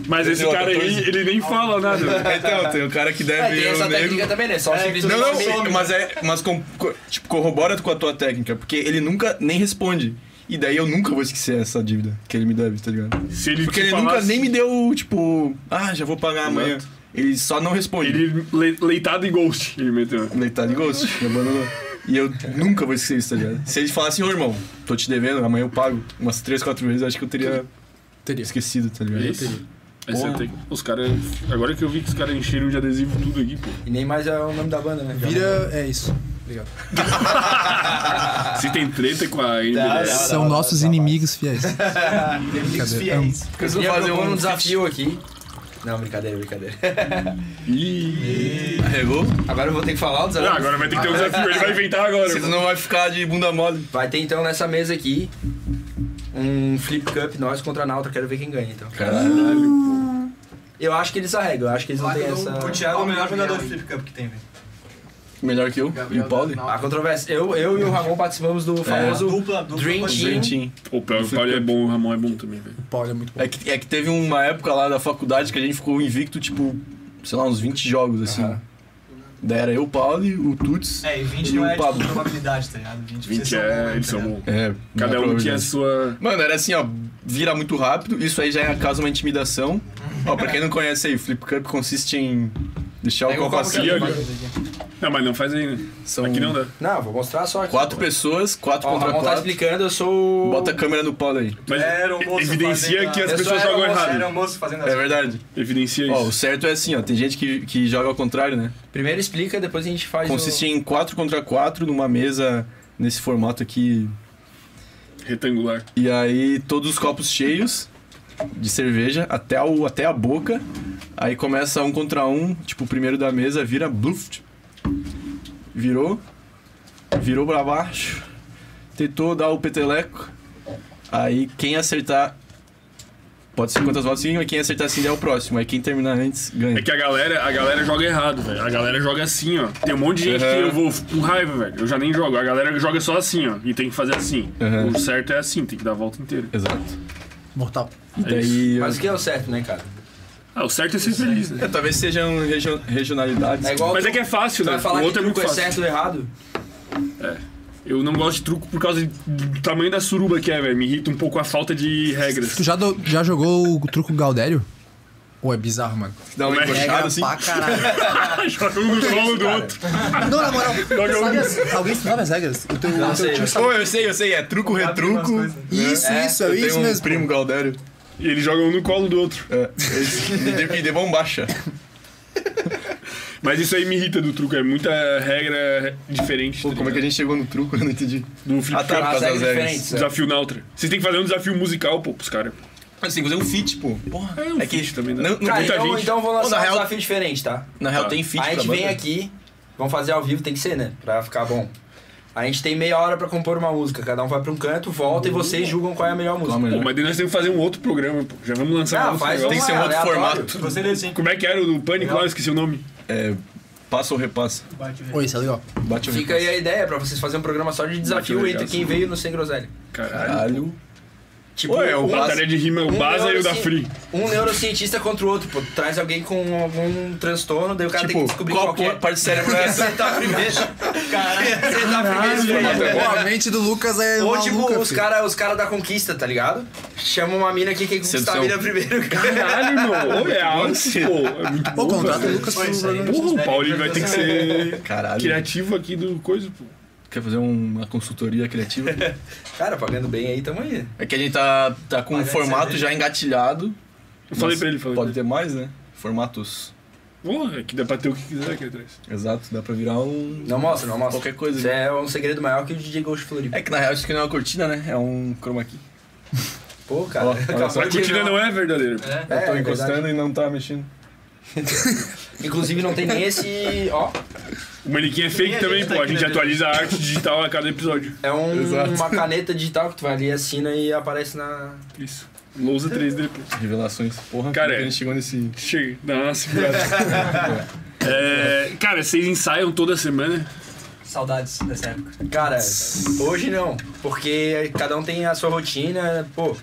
Speaker 1: Mas esse
Speaker 2: Sei lá,
Speaker 1: cara aí,
Speaker 2: 14.
Speaker 1: ele nem fala nada. né?
Speaker 2: Então, tem um cara que
Speaker 3: É,
Speaker 2: deve.
Speaker 3: tem
Speaker 2: eu
Speaker 3: essa
Speaker 2: nego.
Speaker 3: técnica também, né? Só
Speaker 4: É,
Speaker 3: simplesmente
Speaker 2: Não, não,
Speaker 3: some.
Speaker 2: sim, mas é. Mas com- co- tipo, corrobora com a tua técnica, porque ele nunca nem responde. E daí eu nunca vou esquecer essa dívida que ele me deve, tá ligado?
Speaker 1: Se ele
Speaker 2: Porque
Speaker 1: te
Speaker 2: ele nunca
Speaker 1: falasse-
Speaker 2: nem me deu, tipo, ah, já vou pagar amanhã. Ele só não responde.
Speaker 1: Ele le- leitado em ghost, ele meteu.
Speaker 2: Ele tá de ghost, me abandonou. E eu nunca vou esquecer isso, tá ligado? Se ele falasse, ô irmão, tô te devendo, amanhã eu pago, umas três, quatro vezes, eu acho que eu teria
Speaker 5: Teria.
Speaker 2: esquecido, tá ligado?
Speaker 1: Isso. Essa
Speaker 2: Porra.
Speaker 1: tem- Os caras. Agora que eu vi que os caras encheram de adesivo tudo aqui, pô.
Speaker 3: E nem mais é o nome da banda, né?
Speaker 5: Vira. É isso. Obrigado.
Speaker 1: Se tem treta com a
Speaker 3: Tá,
Speaker 1: NBDS.
Speaker 3: tá.
Speaker 5: São
Speaker 3: não,
Speaker 5: nossos
Speaker 3: não,
Speaker 5: inimigos fiéis.
Speaker 4: Inimigos
Speaker 5: Cadê?
Speaker 4: fiéis.
Speaker 3: Eu
Speaker 2: Preciso
Speaker 3: queria
Speaker 2: fazer
Speaker 3: propor
Speaker 2: um,
Speaker 3: um desafio aqui. Não, brincadeira, brincadeira.
Speaker 1: Ih.
Speaker 2: Pegou?
Speaker 3: Agora eu vou ter que falar o desafio.
Speaker 1: Ah, agora vai ter que ter um desafio. Ele vai inventar agora.
Speaker 2: Você não vai ficar de bunda mole.
Speaker 3: Vai ter então nessa mesa aqui um flip cup nós contra a Nauta. Quero ver quem ganha então. Eu acho que eles arregam, eu acho que eles não têm essa.
Speaker 4: O Thiago é o melhor jogador de flip cup que tem, velho.
Speaker 2: Melhor que eu. E o Paulo? É.
Speaker 3: A controvérsia. Eu, eu e o Ramon participamos do famoso
Speaker 4: Dupla, dupla.
Speaker 3: Dream
Speaker 4: pode-
Speaker 3: Team.
Speaker 2: Gente,
Speaker 1: Pô, o Paulo é bom, o Ramon é bom também, velho.
Speaker 5: O Paulo é muito bom.
Speaker 2: é que, é que teve uma época lá da faculdade que a gente ficou invicto, tipo, sei lá, uns 20 jogos, assim.
Speaker 3: Aham.
Speaker 2: Daí era eu, o Paulo, o Tuts.
Speaker 4: É, e 20
Speaker 2: E
Speaker 4: não
Speaker 2: o
Speaker 4: é de
Speaker 2: Pablo.
Speaker 4: probabilidade, tá ligado? 20,
Speaker 1: 20 é. Eles
Speaker 4: tá
Speaker 1: são bons.
Speaker 2: É,
Speaker 1: Cada
Speaker 2: na
Speaker 1: um tinha a
Speaker 2: probabilidade.
Speaker 1: sua.
Speaker 2: Mano, era assim, ó, vira muito rápido, isso aí já é causa uma intimidação. ó, pra quem não conhece aí, Flip Cup consiste em deixar o
Speaker 3: Pega o
Speaker 2: copo
Speaker 3: copo
Speaker 2: assim.
Speaker 1: E agora? Não, mas não faz aí, né?
Speaker 2: São
Speaker 1: Aqui não dá.
Speaker 3: Não, vou mostrar só aqui.
Speaker 2: quatro pessoas, quatro
Speaker 3: Ó, o
Speaker 2: contra
Speaker 3: Ramon tá
Speaker 2: quatro.
Speaker 3: explicando, eu sou. o-
Speaker 2: Bota a câmera no Paulo aí.
Speaker 1: Mas
Speaker 3: É,
Speaker 4: Era um moço
Speaker 1: evidencia
Speaker 4: fazendo
Speaker 1: que as
Speaker 4: a-
Speaker 3: Eu só
Speaker 1: pessoas
Speaker 3: era
Speaker 1: jogam
Speaker 3: um moço,
Speaker 1: errado.
Speaker 4: Era o moço fazendo as
Speaker 2: É verdade.
Speaker 1: Evidencia
Speaker 2: Ó, o
Speaker 1: isso.
Speaker 2: certo é assim, ó, tem gente que, que joga ao contrário, né?
Speaker 3: Primeiro explica, depois a gente faz.
Speaker 2: Consiste em quatro contra quatro numa mesa nesse formato aqui.
Speaker 1: Retangular.
Speaker 2: E aí todos os copos cheios de cerveja até, o, até a boca. Aí começa um contra um, tipo, o primeiro da mesa vira bluff. Virou. Virou pra baixo. Tentou dar o peteleco. Aí quem acertar. Pode ser quantas voltas sim, mas quem acertar assim é o próximo. Aí quem terminar antes ganha.
Speaker 1: É que a galera, a galera joga errado, velho. A galera joga assim, ó. Tem um monte de gente que
Speaker 2: Aham.
Speaker 1: eu vou com raiva, velho. Eu já nem jogo. A galera joga só assim, ó. E tem que fazer assim.
Speaker 2: Aham.
Speaker 1: O certo é assim, tem que dar a volta inteira.
Speaker 2: Exato.
Speaker 5: Mortal.
Speaker 2: E
Speaker 1: Então
Speaker 2: daí.
Speaker 3: o- Mas o que é o certo, né, cara?
Speaker 1: Ah, o certo é ser feliz, né?
Speaker 2: É, talvez sejam region- regionalidades.
Speaker 3: É igual.
Speaker 1: Mas
Speaker 3: tu,
Speaker 1: é que é fácil,
Speaker 3: tu
Speaker 1: né?
Speaker 3: vai falar
Speaker 1: O
Speaker 3: que
Speaker 1: outro é
Speaker 3: truco
Speaker 1: muito
Speaker 3: é,
Speaker 1: fácil. É.
Speaker 3: certo ou errado.
Speaker 1: Eu não gosto de truco por causa do tamanho da suruba que é, velho. Me irrita um pouco a falta de regras.
Speaker 5: Tu já, do- já jogou o truco Gaudério? Ou é bizarro, mano?
Speaker 2: Dá uma
Speaker 1: Como é que
Speaker 2: encoxada assim.
Speaker 5: pra caralho.
Speaker 1: Joga um no colo do outro.
Speaker 5: Não, na moral, sabe
Speaker 1: um.
Speaker 5: as- alguém estudava as regras? O teu, o teu
Speaker 3: sei,
Speaker 5: tio
Speaker 3: eu
Speaker 5: sabe.
Speaker 2: Pô, eu sei, eu sei, é truco, retruco.
Speaker 4: umas coisas.
Speaker 5: Isso,
Speaker 3: É,
Speaker 5: isso,
Speaker 2: Eu
Speaker 5: é
Speaker 2: tenho
Speaker 5: isso
Speaker 2: um
Speaker 5: mesmo.
Speaker 2: primo Galdério.
Speaker 1: E eles jogam um no colo do outro.
Speaker 2: É, ele de, de bombacha.
Speaker 1: Mas isso aí me irrita do truco, é muita regra diferente.
Speaker 2: Pô,
Speaker 1: tá
Speaker 2: como é que a
Speaker 1: ligado?
Speaker 2: gente chegou no truco? Eu não entendi.
Speaker 1: Do flip
Speaker 2: Ah, tá,
Speaker 1: cup.
Speaker 2: por causa
Speaker 3: As
Speaker 2: das
Speaker 3: regras
Speaker 2: regras.
Speaker 3: diferentes. é.
Speaker 1: Desafio Nautra. Vocês têm que fazer um desafio musical, pô, pros caras.
Speaker 2: Mas tem que fazer um feat, pô. Porra,
Speaker 1: É um
Speaker 2: que
Speaker 1: feat também, né?
Speaker 2: Não, não
Speaker 1: Cara,
Speaker 3: Cara,
Speaker 1: muita
Speaker 3: então,
Speaker 1: gente.
Speaker 3: então eu vou
Speaker 2: Pô, na
Speaker 3: lançar um
Speaker 2: real-
Speaker 3: desafio diferente, tá?
Speaker 2: na real,
Speaker 1: tá.
Speaker 2: tem feat
Speaker 3: A gente
Speaker 2: pra
Speaker 3: vem
Speaker 2: banda.
Speaker 3: aqui, vamos fazer ao vivo, tem que ser, né? Pra ficar bom. A gente tem meia hora pra compor uma música. Cada um vai pra um canto, volta e
Speaker 2: Uhum.
Speaker 3: vocês julgam qual é a melhor música.
Speaker 2: Qual a melhor?
Speaker 1: Pô, mas daí nós temos que fazer um outro programa, pô. Já vamos lançar
Speaker 3: Ah,
Speaker 1: um
Speaker 3: faz
Speaker 1: outro programa.
Speaker 2: Tem que ser um outro
Speaker 3: Aleatório.
Speaker 2: formato.
Speaker 4: Você decide
Speaker 1: Como é que era o do Pânico lá? Eu esqueci o nome.
Speaker 2: É, passa um ou repassa?
Speaker 5: Oi, isso é legal.
Speaker 2: Bate ou
Speaker 3: Fica aí
Speaker 2: repassa.
Speaker 3: a ideia pra vocês fazerem um programa só de desafio
Speaker 1: legal,
Speaker 3: entre quem
Speaker 1: sim.
Speaker 3: veio no Sem Groselha.
Speaker 1: Caralho.
Speaker 2: Caralho.
Speaker 3: Tipo,
Speaker 2: Ué, é o
Speaker 1: A
Speaker 2: Baza-
Speaker 1: Batalha de rima, o
Speaker 3: um
Speaker 1: Baza e o da
Speaker 3: neurocien-
Speaker 1: Free.
Speaker 3: Um neurocientista contra o outro, pô. Traz alguém com algum transtorno, daí o cara tem que
Speaker 2: Tipo,
Speaker 3: descobrir
Speaker 2: qual
Speaker 3: qual, que é.
Speaker 2: parte do cérebro é essa?
Speaker 3: Você tá primeiro. Caralho, você tá primeiro.
Speaker 5: Pô, a mente do Lucas é
Speaker 3: né? Ou
Speaker 5: maluca,
Speaker 3: tipo, os
Speaker 5: filho.
Speaker 3: caras os cara da conquista, tá ligado? Chama uma mina aqui, quem conquistar a
Speaker 2: Sedução.
Speaker 3: mina primeiro.
Speaker 1: Caralho, irmão. Ô, é
Speaker 2: um
Speaker 1: alto, pô. É muito
Speaker 5: Pô,
Speaker 1: bom.
Speaker 5: contrata o
Speaker 1: velho. é.
Speaker 5: Lucas
Speaker 4: Foi isso
Speaker 5: pro-
Speaker 4: aí.
Speaker 1: Porra, o Paulinho vai ter que ser
Speaker 2: Caralho.
Speaker 1: criativo aqui do coisa, pô.
Speaker 2: Quer fazer um- uma consultoria criativa?
Speaker 3: Cara, pagando bem aí, tamo aí.
Speaker 2: É que a gente tá, tá com um
Speaker 4: Parece
Speaker 2: formato
Speaker 4: ser
Speaker 2: já engatilhado.
Speaker 1: Eu falei
Speaker 2: Mas
Speaker 1: pra ele, falei
Speaker 2: Pode
Speaker 1: pra
Speaker 2: ter mais, né? Formatos.
Speaker 1: ele. Porra, aqui dá pra ter o que quiser aqui atrás.
Speaker 2: Exato, dá pra virar um.
Speaker 3: Não mostra, não mostra.
Speaker 2: Qualquer coisa.
Speaker 3: Isso é um segredo maior que o DJ Ghost Floripa.
Speaker 2: É que na real isso aqui não é uma cortina, né? É um chroma key.
Speaker 3: Pô, cara.
Speaker 2: Ó,
Speaker 3: acabou
Speaker 2: olha só.
Speaker 1: A
Speaker 3: de
Speaker 1: cortina
Speaker 3: ver.
Speaker 1: não é verdadeira. pô.
Speaker 4: É.
Speaker 3: É,
Speaker 2: Eu tô
Speaker 3: é
Speaker 2: encostando
Speaker 3: verdade.
Speaker 2: e não tá mexendo.
Speaker 3: Inclusive não tem nem esse. Ó,
Speaker 1: O manequim é
Speaker 4: E
Speaker 1: fake
Speaker 4: a
Speaker 1: também,
Speaker 4: gente tá
Speaker 1: pô. A
Speaker 4: aqui,
Speaker 1: gente
Speaker 4: né,
Speaker 1: atualiza a arte digital a cada episódio.
Speaker 3: é um-
Speaker 2: Exato.
Speaker 3: uma caneta digital que tu vai ali, assina e aparece na.
Speaker 1: Isso. Lousa 3D, pô.
Speaker 2: Revelações. Porra,
Speaker 1: Cara,
Speaker 2: como que
Speaker 1: é.
Speaker 2: a gente chegou nesse.
Speaker 1: Chega, dá uma segurada. É, cara, vocês ensaiam toda semana? né?
Speaker 4: Saudades dessa época.
Speaker 3: Cara, hoje não, porque cada um tem a sua rotina, pô.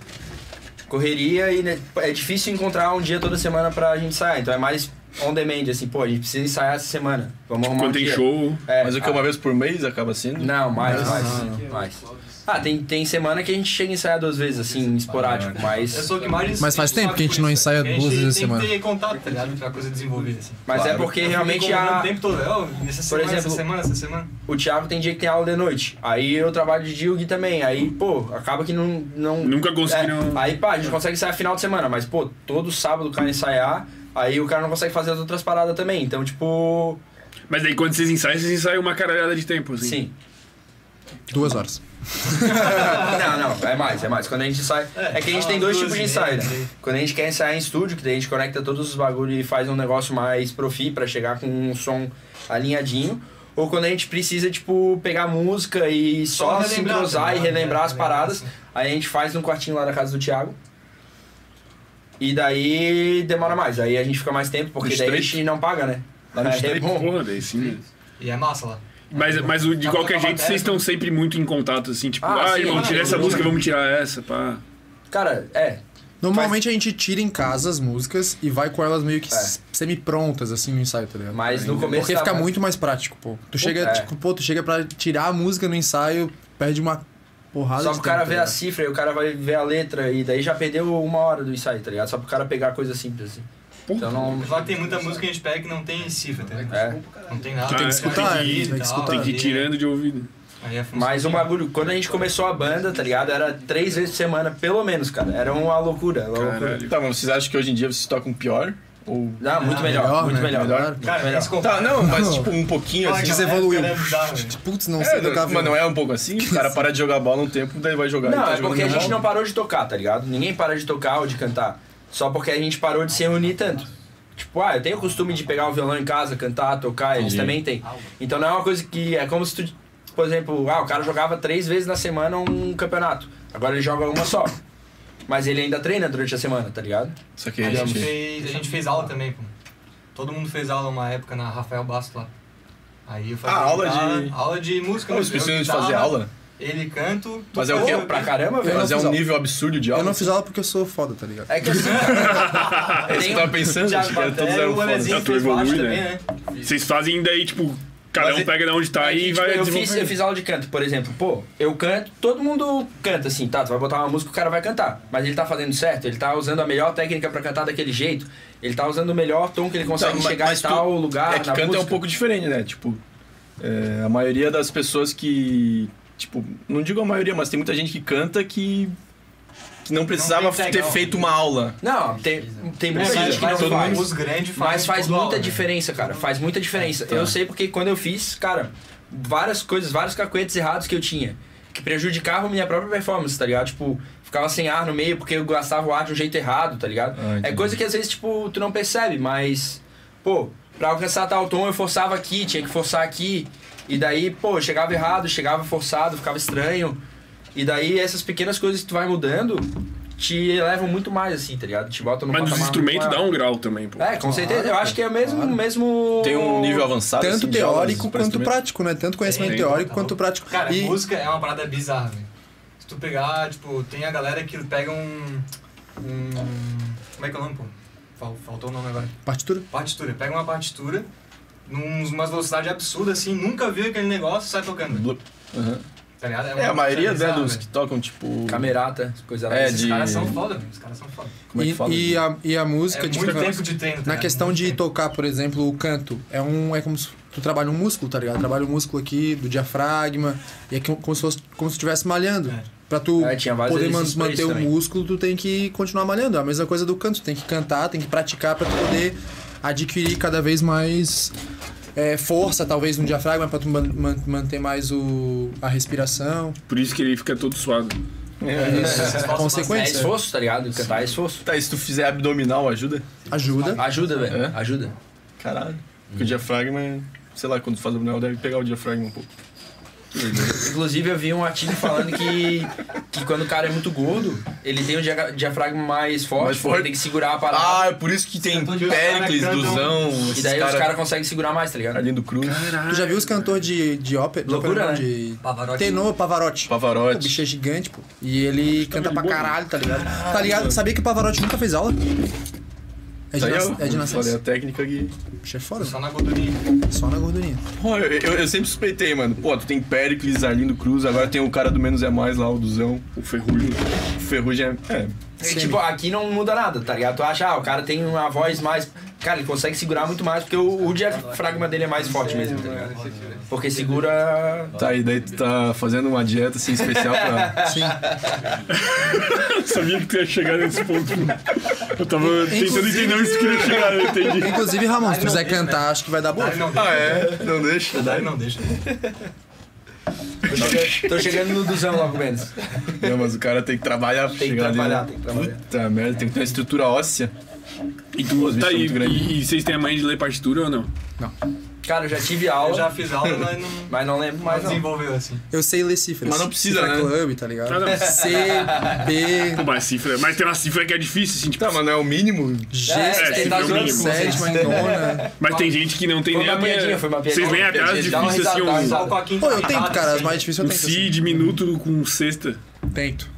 Speaker 3: Correria e né, é difícil encontrar um dia toda semana pra gente sair, então é mais on demand, assim, pô, a gente precisa ensaiar essa semana. Vamos arrumar um
Speaker 1: Quando tem
Speaker 3: dia.
Speaker 1: show.
Speaker 3: É,
Speaker 2: Mas o que
Speaker 3: ah,
Speaker 2: uma vez por mês acaba sendo?
Speaker 3: Não, mais,
Speaker 5: Não,
Speaker 3: mais,
Speaker 5: não,
Speaker 3: mais. Ah, tem, tem semana que a gente chega a ensaiar duas vezes, assim, esporádico,
Speaker 4: Eu
Speaker 3: mas...
Speaker 4: sou o que mais.
Speaker 5: Mas faz tempo que a gente não ensaia
Speaker 4: A gente
Speaker 5: duas vezes a
Speaker 4: tem que
Speaker 5: semana.
Speaker 4: ter contato, tá ligado? Pra coisa desenvolvida, assim.
Speaker 3: Mas é
Speaker 2: Claro.
Speaker 3: porque
Speaker 4: Eu fico
Speaker 3: realmente
Speaker 4: incomodando
Speaker 3: a...
Speaker 4: o tempo todo. É, ó, essa semana,
Speaker 3: exemplo-
Speaker 4: essa semana, essa semana.
Speaker 3: o Thiago tem dia que tem aula de noite. Aí eu trabalho de dia o Gui também. Aí, pô, acaba que não. não
Speaker 1: Nunca
Speaker 3: é,
Speaker 1: conseguiram.
Speaker 3: Aí, pá, a gente consegue ensaiar final de semana, mas, pô, todo sábado o cara ensaiar, aí o cara não consegue fazer as outras paradas também. Então, tipo.
Speaker 1: Mas daí quando vocês ensaiam, vocês ensaiam uma caralhada de tempo, assim.
Speaker 3: Sim.
Speaker 5: Duas horas.
Speaker 3: Não, não, é mais, é mais. Quando a gente ensaia. É, que a gente tem dois tipos de ensaio, né? Quando a gente quer ensaiar em estúdio, que daí a gente conecta todos os bagulhos e faz um negócio mais profi pra chegar com um som alinhadinho. Ou quando a gente precisa, tipo, pegar música e só,
Speaker 4: Só
Speaker 3: se
Speaker 4: relembrar, tá
Speaker 3: entrosar e
Speaker 4: ligado?
Speaker 3: relembrar
Speaker 4: É,
Speaker 3: as
Speaker 4: relembrar,
Speaker 3: paradas.
Speaker 4: sim.
Speaker 3: Aí a gente faz no quartinho lá da casa do Thiago. E daí demora mais. Aí a gente fica mais tempo, porque daí a
Speaker 2: Estreito.
Speaker 3: gente não paga, né?
Speaker 2: Lá no
Speaker 3: É, é
Speaker 2: estreito.
Speaker 3: bom.
Speaker 1: Porra, daí sim. né?
Speaker 4: E é massa lá.
Speaker 1: Mas, mas o- de
Speaker 4: Tá
Speaker 1: qualquer jeito,
Speaker 4: botando matéria,
Speaker 1: vocês estão sempre muito em contato, assim, tipo,
Speaker 3: Ah,
Speaker 1: ah,
Speaker 3: sim,
Speaker 1: irmão,
Speaker 3: ah,
Speaker 1: tira essa
Speaker 3: sim.
Speaker 1: música, vamos tirar essa, pá.
Speaker 3: Cara, é.
Speaker 5: Normalmente a gente tira em casa as músicas e vai com elas meio que
Speaker 3: É.
Speaker 5: s- semi-prontas, assim, no ensaio, tá ligado?
Speaker 3: Mas no começo.
Speaker 5: Porque
Speaker 3: dá
Speaker 5: fica
Speaker 3: mais.
Speaker 5: muito mais prático, pô. Tu chega,
Speaker 3: é.
Speaker 5: tipo, pô, tu chega pra tirar a música no ensaio, perde uma porrada
Speaker 3: Só
Speaker 5: de
Speaker 3: pro cara assim,
Speaker 5: tempo,
Speaker 3: ver
Speaker 5: tá
Speaker 3: a
Speaker 5: ligado?
Speaker 3: cifra e o cara vai ver a letra e daí já perdeu uma hora do ensaio, tá ligado? Só pro cara pegar coisa simples assim. Então não.
Speaker 4: Mas lá tem muita música que a gente pega que não tem cifra, tá ligado?
Speaker 3: É.
Speaker 4: Não tem né? nada.
Speaker 1: Que tem que
Speaker 4: cara.
Speaker 1: escutar,
Speaker 4: Aí
Speaker 1: é, tem
Speaker 5: que
Speaker 4: e tal,
Speaker 5: Ah, escutar.
Speaker 1: Tem que ir
Speaker 4: aí-
Speaker 1: tirando de ouvido.
Speaker 4: Aí é função
Speaker 3: Mas um
Speaker 4: de-
Speaker 3: bagulho, quando a gente começou a banda, tá ligado? Era três vezes por semana, pelo menos, cara. Era uma loucura. Uma loucura.
Speaker 1: Caralho.
Speaker 2: Tá, mas vocês acham que hoje em dia vocês tocam pior? Ou...
Speaker 3: Ah, muito
Speaker 4: Ah,
Speaker 3: melhor,
Speaker 5: melhor,
Speaker 3: muito
Speaker 5: né?
Speaker 3: melhor.
Speaker 5: Melhor.
Speaker 4: Cara,
Speaker 3: Melhor.
Speaker 4: esse compacto-
Speaker 2: Tá, não, mas
Speaker 5: Não.
Speaker 2: tipo um pouquinho
Speaker 4: Olha,
Speaker 2: assim.
Speaker 4: cara,
Speaker 5: Desevoluiu.
Speaker 4: era bizarro, velho.
Speaker 5: Putz, não sei
Speaker 2: É,
Speaker 5: tocar
Speaker 2: mas não é um pouco assim? O cara para de jogar bola um tempo, daí vai jogar.
Speaker 3: Não,
Speaker 2: e tá
Speaker 3: é
Speaker 2: jogando
Speaker 3: porque a gente
Speaker 2: bola.
Speaker 3: não parou de tocar, tá ligado? Ninguém para de tocar ou de cantar. Só porque a gente parou de se reunir tanto. Tipo, ah, eu tenho o costume de pegar o violão em casa, cantar, tocar, eles
Speaker 2: Entendi.
Speaker 3: também têm. Então não é uma coisa que. É como se tu. Por exemplo, ah, o cara jogava três vezes na semana um campeonato. Agora ele joga uma só. Mas ele ainda treina durante a semana, tá ligado?
Speaker 2: Só que
Speaker 4: A
Speaker 2: a
Speaker 4: gente,
Speaker 2: gente...
Speaker 4: fez, a gente fez aula também, pô. Todo mundo fez aula uma época na Rafael Basto lá. Aí eu fazia
Speaker 2: Ah, aula
Speaker 4: guitarra,
Speaker 2: de-
Speaker 4: aula de música.
Speaker 2: Não,
Speaker 4: eu
Speaker 2: Vocês precisam de
Speaker 4: guitarra,
Speaker 2: fazer aula?
Speaker 4: Ele canto.
Speaker 2: Mas é o
Speaker 4: Pô,
Speaker 2: quê?
Speaker 4: eu-
Speaker 3: Pra caramba, velho.
Speaker 2: Mas é
Speaker 5: fiz
Speaker 2: um
Speaker 5: aula.
Speaker 2: nível absurdo de aula?
Speaker 5: Eu não fiz aula porque eu sou foda, tá ligado?
Speaker 3: É que assim, cara,
Speaker 5: Ah,
Speaker 2: É isso que eu
Speaker 5: um
Speaker 2: tava pensando,
Speaker 4: Thiago
Speaker 2: acho que era todos
Speaker 3: é um
Speaker 4: Batera,
Speaker 2: eram
Speaker 4: o
Speaker 2: foda.
Speaker 4: Manezinho
Speaker 1: Tá, tu
Speaker 4: fez baixo
Speaker 1: evolui,
Speaker 4: também,
Speaker 1: né?
Speaker 4: né?
Speaker 1: Vocês fazem daí, tipo, cada
Speaker 2: Mas
Speaker 1: um
Speaker 2: e-
Speaker 1: pega de onde tá
Speaker 3: é que,
Speaker 1: e
Speaker 3: tipo,
Speaker 1: vai
Speaker 3: eu, fiz, eu
Speaker 1: desenvolvendo.
Speaker 3: fiz aula de canto, por exemplo. Pô, eu canto, todo mundo canta assim, tá? Tu vai botar uma música, o cara vai cantar. Mas ele tá fazendo certo, ele tá usando a melhor técnica pra cantar daquele jeito, ele tá usando o melhor tom que ele
Speaker 4: Então,
Speaker 3: consegue
Speaker 2: Tá,
Speaker 3: chegar em
Speaker 2: tu-
Speaker 3: tal lugar.
Speaker 2: É que
Speaker 3: na
Speaker 2: canto é um
Speaker 3: música.
Speaker 2: pouco diferente, né? Tipo, é, a maioria das pessoas que. Tipo, não digo a maioria, mas tem muita gente que canta que. que não precisava
Speaker 4: tem
Speaker 2: ter
Speaker 4: legal.
Speaker 2: feito uma aula.
Speaker 3: Não, tem, tem muita
Speaker 4: É, Mas
Speaker 3: gente que não
Speaker 4: todo
Speaker 3: faz.
Speaker 4: mundo- Os grandes fazem
Speaker 3: Mas faz
Speaker 4: tudo
Speaker 3: muita
Speaker 4: aula, né? É, tá.
Speaker 3: diferença, cara. Faz muita diferença. Eu sei porque quando eu fiz, cara, várias coisas, vários cacuetes errados que eu tinha, que prejudicavam minha própria performance, tá ligado? Tipo, ficava sem ar no meio porque eu gastava o ar de um jeito errado, tá ligado?
Speaker 2: Ah,
Speaker 3: é
Speaker 2: entendi.
Speaker 3: coisa que às vezes, tipo, tu não percebe, mas, pô, pra alcançar tal tom eu forçava aqui, tinha que forçar aqui. E daí, pô, eu chegava errado, chegava forçado, ficava estranho. E daí essas pequenas coisas que tu vai mudando te elevam muito mais, assim, tá ligado? Te botam no
Speaker 1: Mas nos instrumentos dá um grau também, pô.
Speaker 3: é, com certeza. Eu acho que é o mesmo. mesmo...
Speaker 2: Tem um nível avançado.
Speaker 5: Tanto
Speaker 2: assim, de aulas
Speaker 5: teórico
Speaker 2: pra
Speaker 5: quanto
Speaker 2: instrumento?
Speaker 5: prático, né? Tanto conhecimento
Speaker 1: Tem,
Speaker 5: teórico
Speaker 4: tá
Speaker 5: quanto prático.
Speaker 4: Cara,
Speaker 5: e
Speaker 4: música é uma parada bizarra, velho. Se tu pegar, tipo, tem a galera que pega um.
Speaker 3: hum,
Speaker 4: um como é que é o nome, pô? Fal- Faltou o nome agora.
Speaker 5: partitura.
Speaker 4: Partitura. Pega uma partitura, num, umas velocidades absurdas assim, nunca viu aquele negócio, sai tocando. velho.
Speaker 2: Blu- Aham.
Speaker 4: Tá ligado? uma
Speaker 2: É, a
Speaker 4: coisa
Speaker 2: maioria né,
Speaker 3: Ah,
Speaker 4: bizarra,
Speaker 2: dos que
Speaker 4: velho.
Speaker 2: tocam, tipo.
Speaker 3: Camerata, coisa lá.
Speaker 2: É,
Speaker 4: Esses
Speaker 2: de-
Speaker 4: caras são foda, velho. Os caras são foda.
Speaker 2: Como é que
Speaker 5: e-
Speaker 2: fala?
Speaker 5: e, a, e a música,
Speaker 4: é
Speaker 5: de
Speaker 4: muito
Speaker 5: cada-
Speaker 4: tempo de treino. tá
Speaker 5: Na
Speaker 3: né?
Speaker 4: ligado?
Speaker 5: questão
Speaker 4: Muito
Speaker 5: de
Speaker 4: tempo.
Speaker 5: tocar, por exemplo, o canto, é um é como se tu trabalha um músculo, tá ligado? Trabalha o músculo aqui do diafragma e é que- como se fosse, como se estivesse malhando.
Speaker 4: É.
Speaker 5: Pra tu
Speaker 3: É, tinha vários
Speaker 5: poder man-
Speaker 3: exercícios pra
Speaker 5: manter
Speaker 3: isso
Speaker 5: o
Speaker 3: também.
Speaker 5: músculo, tu tem que continuar malhando. É a mesma coisa do canto, tu tem que cantar, tem que praticar pra tu poder adquirir cada vez mais é, força, talvez, no diafragma, pra tu man- man- manter mais o, a respiração.
Speaker 1: Por isso que ele fica todo suado.
Speaker 5: Isso,
Speaker 3: É
Speaker 5: consequência.
Speaker 3: esforço, tá ligado? Cantar é esforço.
Speaker 2: Tá, e se tu fizer abdominal, ajuda?
Speaker 5: Ajuda.
Speaker 3: Ajuda, velho.
Speaker 2: É?
Speaker 3: Ajuda. Hum.
Speaker 2: Caralho. Porque o diafragma, sei lá, quando tu faz abdominal, deve pegar o diafragma um pouco.
Speaker 3: Inclusive, eu vi um artigo falando que, que quando o cara é muito gordo, ele tem um dia- diafragma mais forte,
Speaker 2: Mais
Speaker 3: porque
Speaker 2: forte.
Speaker 3: ele tem que segurar a
Speaker 2: Ah,
Speaker 3: parada.
Speaker 2: é por isso que tem
Speaker 4: Então, de-
Speaker 2: Péricles,
Speaker 4: Péricles, os caras cantam-
Speaker 2: Duzão,
Speaker 3: e
Speaker 2: esses
Speaker 3: daí os
Speaker 2: caras
Speaker 3: caras conseguem segurar mais, tá ligado?
Speaker 2: Arlindo Cruz,
Speaker 5: Tu já viu os cantores de, de ópera? de
Speaker 3: Loucura,
Speaker 5: ópera não,
Speaker 3: né?
Speaker 5: de
Speaker 4: Pavarotti.
Speaker 5: Tenor, Pavarotti. O bicho
Speaker 2: Pavarotti.
Speaker 5: é gigante, pô. Tá E ele canta pra caralho, tá ligado? Tá ligado? Sabia que o Pavarotti nunca fez aula? É de,
Speaker 2: Daí
Speaker 5: nas-
Speaker 2: eu-
Speaker 1: Hum,
Speaker 5: é de
Speaker 2: Olha a
Speaker 5: nascença.
Speaker 2: técnica que.
Speaker 5: Puxa, é foda.
Speaker 4: Só na gordurinha.
Speaker 5: Só na gordurinha.
Speaker 2: Pô, eu, eu- eu sempre suspeitei, mano. Pô, tu tem Pericles, Arlindo Cruz, agora tem o cara do Menos é Mais lá, o Duzão.
Speaker 1: O ferrugem.
Speaker 2: O Ferrugem é. é.
Speaker 3: E, tipo, aqui não muda nada, tá ligado? Tu acha, ah, o cara tem uma voz mais. Cara, ele consegue segurar muito mais, porque o, o
Speaker 4: Tá
Speaker 3: diafragma dele é mais forte mesmo, tá ligado? Porque segura.
Speaker 2: Tá, e daí tu tá fazendo uma dieta assim especial pra.
Speaker 5: Sim.
Speaker 1: Eu sabia que tu ia chegar nesse ponto. Eu tava tentando
Speaker 5: Inclusive-
Speaker 1: entender onde tu queria chegar, eu entendi.
Speaker 5: Inclusive, Ramon, se tu quiser cantar, acho que vai dar boa.
Speaker 4: Ele não
Speaker 2: Ah,
Speaker 4: deixa.
Speaker 2: é? Não deixa?
Speaker 4: Ele não deixa.
Speaker 3: Tô chegando, tô chegando no duzão logo menos.
Speaker 2: Não, mas o cara tem que trabalhar pra
Speaker 3: Tem que
Speaker 2: chegar ali, né?
Speaker 3: trabalhar, tem que trabalhar.
Speaker 2: Puta merda, tem que ter uma estrutura óssea.
Speaker 1: E tu,
Speaker 2: bichos
Speaker 1: tá
Speaker 2: são
Speaker 1: aí,
Speaker 2: muito grandes.
Speaker 1: e, e vocês têm a mãe de ler partitura ou não?
Speaker 3: Cara, eu já tive
Speaker 4: Eu
Speaker 3: aula,
Speaker 4: já fiz aula, mas não,
Speaker 3: mas não lembro mais
Speaker 4: mas
Speaker 3: não.
Speaker 4: desenvolveu assim.
Speaker 5: Eu sei ler cifras.
Speaker 2: Mas não precisa,
Speaker 5: Cifra
Speaker 2: né?
Speaker 5: Club, tá ligado?
Speaker 1: Ah, não.
Speaker 5: C, B,
Speaker 1: Pô, mas cifra. Mas tem uma cifra que é difícil, assim, tipo.
Speaker 2: Tá, mas não é o mínimo?
Speaker 5: G,
Speaker 3: É,
Speaker 1: é,
Speaker 3: tem das
Speaker 1: sim,
Speaker 3: outras
Speaker 1: sim.
Speaker 3: com vocês.
Speaker 5: sétima e nona.
Speaker 1: Mas tem gente que não tem
Speaker 3: Foi
Speaker 1: nem
Speaker 3: uma
Speaker 1: a manha.
Speaker 3: piadinha, foi uma
Speaker 1: Vocês
Speaker 3: piadinha.
Speaker 1: nem atrás
Speaker 3: Piadinha, dá uma
Speaker 1: difícil, assim,
Speaker 3: risada, dá uma
Speaker 1: um,
Speaker 3: risada.
Speaker 4: Só com a quinta
Speaker 5: Pô, eu tento,
Speaker 4: picada,
Speaker 5: cara. As
Speaker 4: assim.
Speaker 5: mais difíceis
Speaker 1: um
Speaker 5: eu tento.
Speaker 1: si
Speaker 5: assim.
Speaker 1: diminuto com um sexta.
Speaker 5: Tento.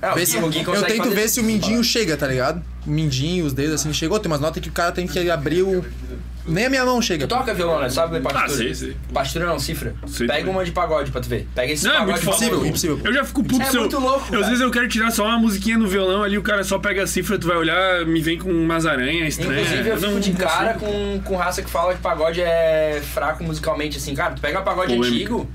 Speaker 3: É, o
Speaker 5: Vê
Speaker 3: Gui-
Speaker 5: se-
Speaker 3: o Gui
Speaker 5: eu
Speaker 3: consegue
Speaker 5: tento
Speaker 3: fazer
Speaker 5: ver
Speaker 3: isso.
Speaker 5: se o mindinho chega, tá ligado? O mindinho, os dedos assim, chegou. Tem umas notas que o cara tem que abrir o. Nem a minha mão chega.
Speaker 3: Tu toca violão, né? Sabe ler
Speaker 1: Ah,
Speaker 3: partitura?
Speaker 1: sei, sei.
Speaker 3: Partitura não, cifra.
Speaker 1: Sei
Speaker 3: Pega
Speaker 1: também.
Speaker 3: uma de pagode pra tu ver. Pega esse
Speaker 1: Não, é
Speaker 3: pagode
Speaker 1: muito
Speaker 3: de
Speaker 5: Impossível,
Speaker 1: fácil.
Speaker 3: pagode.
Speaker 5: impossível.
Speaker 1: Eu já fico puto
Speaker 3: É
Speaker 1: se eu-
Speaker 3: muito louco,
Speaker 1: Às
Speaker 3: cara.
Speaker 1: vezes eu quero tirar só uma musiquinha no violão ali, o cara só pega a cifra, tu vai olhar, me vem com umas aranhas estranhas.
Speaker 3: Inclusive, eu fico
Speaker 1: É, não
Speaker 3: de
Speaker 1: consigo.
Speaker 3: cara com, com raça que fala que pagode é fraco musicalmente, assim. Cara, tu pega pagode
Speaker 1: Polêmica.
Speaker 3: antigo,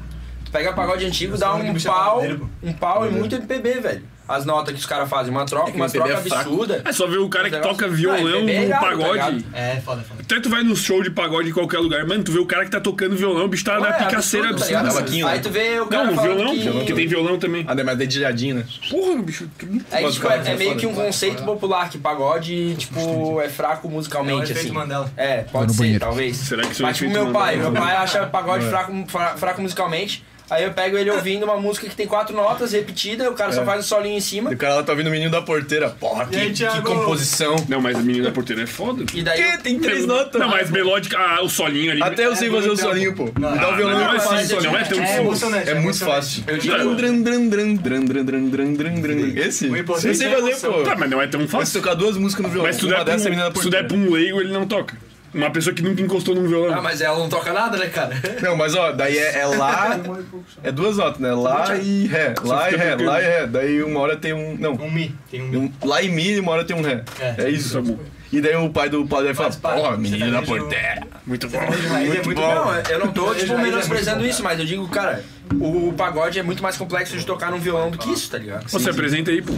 Speaker 3: tu pega pagode antigo, dá
Speaker 4: sou o único
Speaker 3: um
Speaker 4: que me
Speaker 3: pau,
Speaker 4: chama de
Speaker 3: um pau e muito MPB, velho. As notas que os caras fazem, uma troca,
Speaker 2: É que
Speaker 3: uma
Speaker 2: o MPB
Speaker 3: troca
Speaker 2: é fraco.
Speaker 3: absurda.
Speaker 1: É só ver o cara que
Speaker 3: Mas o negócio-
Speaker 1: toca violão
Speaker 3: Não, é
Speaker 1: no
Speaker 3: irado, tá
Speaker 1: pagode.
Speaker 3: ligado?
Speaker 4: É, foda, foda.
Speaker 1: Até tu vai no show de pagode em qualquer lugar, mano, tu vê o cara que tá tocando violão, o bicho tá
Speaker 3: Ué,
Speaker 1: na
Speaker 3: é
Speaker 1: picaceira
Speaker 3: absurdo,
Speaker 1: absurda.
Speaker 3: tá
Speaker 2: absurda.
Speaker 3: ligado? Aí tu vê o cara
Speaker 1: Não, o
Speaker 3: falando
Speaker 1: violão,
Speaker 3: que...
Speaker 1: porque tem violão também.
Speaker 2: Ah, né, mas é dedilhadinho, né?
Speaker 1: Porra, bicho.
Speaker 3: É, que, tipo, é, é meio
Speaker 2: Foda.
Speaker 3: que um conceito popular que pagode, tipo, é fraco musicalmente,
Speaker 4: É o efeito
Speaker 3: assim.
Speaker 4: Mandela.
Speaker 3: É,
Speaker 5: no
Speaker 3: pode ser,
Speaker 5: banheiro.
Speaker 3: talvez.
Speaker 1: Será que isso é o
Speaker 3: Mas tipo,
Speaker 1: efeito
Speaker 3: meu pai,
Speaker 1: Mandela?
Speaker 3: meu pai acha pagode fraco, fra- fraco musicalmente. Aí eu pego ele ouvindo uma música que tem quatro notas repetida, o cara só faz um solinho em
Speaker 2: E
Speaker 3: cima.
Speaker 2: o cara lá tá ouvindo o menino da porteira. Porra, que,
Speaker 4: aí,
Speaker 2: que
Speaker 4: Thiago?
Speaker 2: composição.
Speaker 1: Não, mas a menina da porteira é foda.
Speaker 3: E daí. eu- É
Speaker 2: Tem três
Speaker 1: Melo-
Speaker 2: notas.
Speaker 1: Não, mas melódica, ah, o solinho ali.
Speaker 2: Até eu sei fazer o
Speaker 4: muito
Speaker 2: solinho, pô. Me dá
Speaker 1: Ah,
Speaker 2: o violão
Speaker 1: não,
Speaker 2: e eu
Speaker 1: é
Speaker 2: faço
Speaker 1: assim,
Speaker 2: o solinho.
Speaker 1: não é tão
Speaker 4: É
Speaker 1: difícil.
Speaker 4: emocionante.
Speaker 2: É um muito
Speaker 4: emocionante.
Speaker 2: fácil.
Speaker 3: Eu digo,
Speaker 2: Dran, dran, dran, dran, dran, dran, dran, dran, dran, dran. Esse?
Speaker 4: O
Speaker 2: Eu
Speaker 4: importante
Speaker 2: sei
Speaker 4: é a
Speaker 2: fazer,
Speaker 4: emoção.
Speaker 2: pô.
Speaker 1: Tá, mas não é tão
Speaker 2: Mas se
Speaker 1: fácil.
Speaker 2: tocar duas músicas no violão,
Speaker 1: Mas se tu
Speaker 2: uma
Speaker 1: der, pra
Speaker 2: dessa menina é da
Speaker 1: um, se tu der
Speaker 2: porteira.
Speaker 1: pra um leigo, ele não toca. Uma pessoa que nunca encostou num violão.
Speaker 3: ah, mas ela não toca nada, né, cara?
Speaker 2: é Não, mas ó, daí é, é lá.
Speaker 4: um
Speaker 2: É duas notas, né? Lá e ré. Lá e ré, lá e ré. Daí uma hora tem um. Não.
Speaker 4: Um mi. Tem um mi.
Speaker 2: um- lá em mi e uma hora tem um ré.
Speaker 4: É.
Speaker 2: É
Speaker 1: Isso é
Speaker 2: isso.
Speaker 1: bom.
Speaker 2: E daí o pai do padre fala:
Speaker 4: Mas, pai,
Speaker 2: Porra,
Speaker 4: você
Speaker 2: menina
Speaker 4: tá
Speaker 2: da
Speaker 4: vendo
Speaker 2: porteira.
Speaker 1: Muito
Speaker 3: tá
Speaker 1: bom.
Speaker 4: Aí é muito bom.
Speaker 3: Não, eu não tô, tipo,
Speaker 4: Aí é
Speaker 3: menosprezando isso, mas eu digo, cara, o pagode é muito mais complexo de tocar num violão do que isso, tá ligado?
Speaker 1: Você apresenta aí, pô.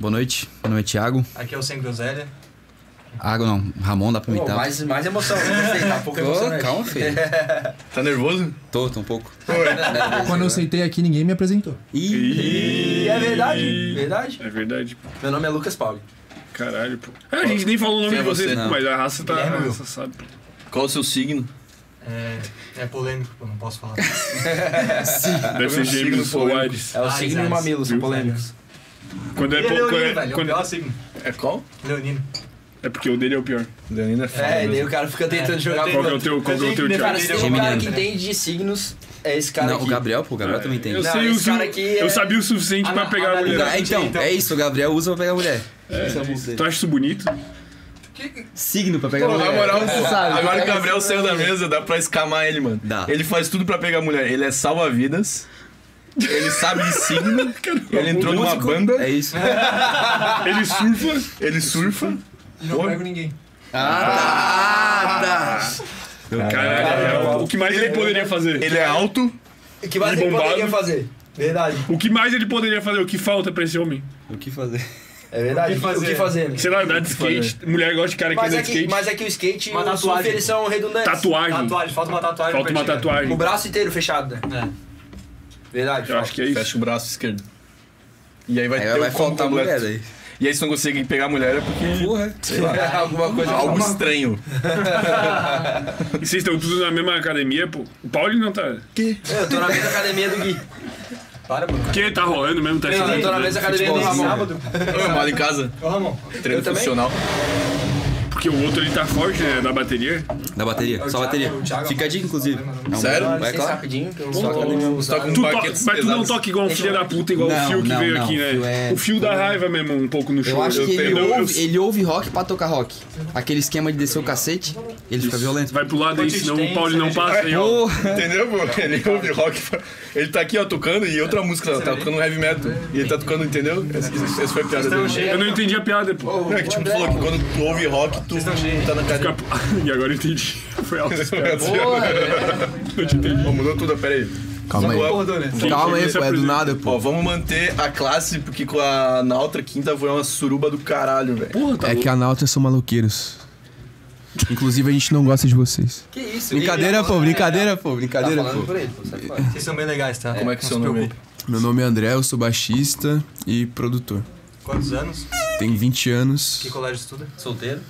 Speaker 9: Boa noite, boa noite, Thiago.
Speaker 4: Aqui é o Sem Groselha.
Speaker 9: Água não, Ramon, dá pra
Speaker 3: Pô,
Speaker 9: imitar?
Speaker 3: mais, mais emoção, não sei, tá pouco
Speaker 9: Então. Ô,
Speaker 3: emocionante.
Speaker 9: calma, filho.
Speaker 2: Tá nervoso?
Speaker 9: Tô, tô um pouco.
Speaker 3: Né,
Speaker 5: Quando eu sentei aqui, ninguém me apresentou.
Speaker 9: Ih,
Speaker 3: E é verdade, verdade.
Speaker 1: É verdade, pô.
Speaker 3: Meu nome é Lucas Pauli.
Speaker 1: Caralho, pô. Ah, a gente nem falou o nome
Speaker 2: Quem é
Speaker 1: de vocês,
Speaker 2: você?
Speaker 1: pô,
Speaker 9: Não.
Speaker 1: mas a raça tá. A raça sabe, pô.
Speaker 2: Qual o seu signo?
Speaker 4: É, é polêmico, pô, não posso falar.
Speaker 3: um
Speaker 1: Deve ser Gêmeos
Speaker 2: signo polêmico.
Speaker 1: Solares.
Speaker 3: É o
Speaker 4: Ah,
Speaker 3: signo
Speaker 4: exato.
Speaker 3: e mamilos, são polêmicos.
Speaker 1: Quando é
Speaker 4: Ele é
Speaker 1: pouco.
Speaker 4: Leonino,
Speaker 1: É,
Speaker 4: velho. É o
Speaker 1: quando-
Speaker 4: pior
Speaker 3: assim.
Speaker 4: signo.
Speaker 2: É qual?
Speaker 4: Leonino.
Speaker 1: é porque o dele é o pior.
Speaker 2: Leonina é foda.
Speaker 3: É, e daí
Speaker 2: mesmo.
Speaker 3: o cara fica tentando jogar
Speaker 1: Qual que é o
Speaker 3: contra.
Speaker 1: teu, qual que é o teu Thiago?
Speaker 3: Cara, se tem um cara
Speaker 9: Geminiano.
Speaker 3: que entende de signos, é esse cara
Speaker 9: não,
Speaker 3: aqui.
Speaker 9: o Gabriel, pô, o Gabriel também tem.
Speaker 1: Eu
Speaker 3: Não,
Speaker 1: sei o
Speaker 3: esse
Speaker 1: su-
Speaker 3: cara aqui é-
Speaker 1: Eu sabia o suficiente pra
Speaker 4: Ana-
Speaker 1: pegar a
Speaker 4: analisa-
Speaker 1: mulher.
Speaker 9: Ah, então,
Speaker 4: Então.
Speaker 9: é isso, o Gabriel usa pra pegar mulher.
Speaker 1: Tu acha isso bonito?
Speaker 9: Signo pra
Speaker 3: um
Speaker 9: pegar
Speaker 2: Pô, na
Speaker 9: mulher.
Speaker 2: moral, agora que o Gabriel saiu da mesa, dá pra escamar ele, mano.
Speaker 9: Dá.
Speaker 2: Ele faz tudo pra pegar mulher. Ele é salva-vidas. Ele sabe de signo. ele entrou numa banda.
Speaker 9: É isso.
Speaker 1: Ele surfa.
Speaker 2: Ele surfa.
Speaker 4: Não pego ninguém.
Speaker 1: Ah,
Speaker 3: Ah,
Speaker 1: tá.
Speaker 3: tá.
Speaker 2: Ah,
Speaker 1: Caralho, é o- o que mais ele poderia fazer?
Speaker 2: tá. Ele é alto.
Speaker 3: um O que mais
Speaker 1: Ele
Speaker 3: ele
Speaker 1: bombado.
Speaker 3: poderia fazer? Verdade,
Speaker 1: O que mais ele poderia fazer? O que falta pra esse homem?
Speaker 9: O que fazer?
Speaker 3: é verdade.
Speaker 4: O
Speaker 3: O
Speaker 4: que
Speaker 3: que
Speaker 4: fazer?
Speaker 3: fazer? né?
Speaker 1: Sei lá, andar de skate. Mulher gosta de cara que
Speaker 3: Mas
Speaker 1: anda
Speaker 3: é
Speaker 1: de
Speaker 3: que,
Speaker 1: skate.
Speaker 3: mas é que o skate e
Speaker 4: Uma
Speaker 3: o surf,
Speaker 4: tatuagem.
Speaker 3: eles são redundantes.
Speaker 1: Tatuagem.
Speaker 4: Tatuagem, falta uma tatuagem.
Speaker 1: Falta
Speaker 4: pra
Speaker 1: uma
Speaker 4: ti, cara.
Speaker 1: tatuagem.
Speaker 3: O braço inteiro fechado, né?
Speaker 4: É.
Speaker 3: Verdade.
Speaker 1: Eu acho que é isso.
Speaker 2: Fecha o braço esquerdo. E aí vai
Speaker 9: Aí
Speaker 2: ter
Speaker 9: vai
Speaker 2: o combo
Speaker 9: faltar
Speaker 2: completo.
Speaker 9: mulher aí.
Speaker 2: E aí se não conseguir pegar mulher é porque...
Speaker 9: Porra.
Speaker 3: Alguma coisa.
Speaker 2: Algo estranho.
Speaker 1: E vocês estão tudo na mesma academia, pô. O Paulo não tá.
Speaker 3: Eu tô na mesma academia do Gui.
Speaker 4: Para, mano.
Speaker 1: Porque tá rolando mesmo, tá
Speaker 3: Eu tô na
Speaker 1: estudando, né?
Speaker 3: mesma academia do Ramon.
Speaker 4: Sábado.
Speaker 2: Eu moro em casa.
Speaker 4: Ô, Ramon.
Speaker 2: Treino
Speaker 3: Eu também.
Speaker 2: profissional.
Speaker 1: Por Porque o outro ele tá forte, né? Na bateria.
Speaker 9: Da bateria,
Speaker 4: É o
Speaker 9: só
Speaker 4: Thiago-
Speaker 9: bateria.
Speaker 4: o Thiago-
Speaker 9: Fica a dica, inclusive.
Speaker 4: Problema,
Speaker 2: Sério?
Speaker 3: Não,
Speaker 9: Vai,
Speaker 3: licença
Speaker 9: claro.
Speaker 3: rapidinho, que eu
Speaker 4: Só
Speaker 3: só
Speaker 4: que-
Speaker 2: Só com
Speaker 1: Tu toca-
Speaker 2: paquetes
Speaker 1: mas tu não
Speaker 2: pesados.
Speaker 1: toca igual um filho da puta, igual
Speaker 9: Não,
Speaker 1: o fio que
Speaker 9: não,
Speaker 1: veio
Speaker 9: não.
Speaker 1: aqui,
Speaker 9: Fio
Speaker 1: né?
Speaker 9: é-
Speaker 1: O fio da raiva mesmo, um pouco no show.
Speaker 9: Eu acho que ele
Speaker 1: tenho-
Speaker 9: ouve, ele ouve rock pra tocar rock. Aquele esquema de descer o cacete, ele fica violento.
Speaker 1: Vai pro lado aí,
Speaker 4: Quantos
Speaker 1: senão o
Speaker 4: tem,
Speaker 9: né,
Speaker 1: Paulo não
Speaker 4: cerveja?
Speaker 1: passa aí, ó.
Speaker 9: Porra.
Speaker 2: Entendeu, pô? Ele ouve rock. Ele tá aqui, ó, tocando e outra música. Ela tá tocando heavy metal. E ele tá tocando, entendeu? Essa, essa foi a piada dele.
Speaker 1: Eu não entendi a piada, pô.
Speaker 2: Não, é que tipo, tu falou que quando tu ouve rock, tu tá na cadeira.
Speaker 1: E agora eu entendi. Foi alto.
Speaker 2: né? Ó, mudou tudo, pera aí.
Speaker 8: Calma aí. Calma aí, pô, é do nada,
Speaker 2: é Ó,
Speaker 8: pô.
Speaker 2: vamos manter a classe, porque com a, na outra quinta foi uma suruba do caralho, velho.
Speaker 1: Porra, tá
Speaker 8: É que a Nauta são maluqueiros. Inclusive, a gente não gosta de vocês.
Speaker 3: Que isso?
Speaker 8: Brincadeira, pô, brincadeira, pô,
Speaker 3: Tá
Speaker 8: brincadeira,
Speaker 3: falando
Speaker 8: pô.
Speaker 3: por ele, pô, sai fora.
Speaker 4: Vocês são bem legais, tá?
Speaker 2: Como é que é
Speaker 4: Não
Speaker 2: seu
Speaker 4: se
Speaker 2: nome aí?
Speaker 4: preocupe.
Speaker 8: Meu nome é André, eu sou baixista e produtor.
Speaker 4: Quantos anos?
Speaker 8: Tenho 20 anos.
Speaker 4: Que colégio estuda?
Speaker 3: Solteiro?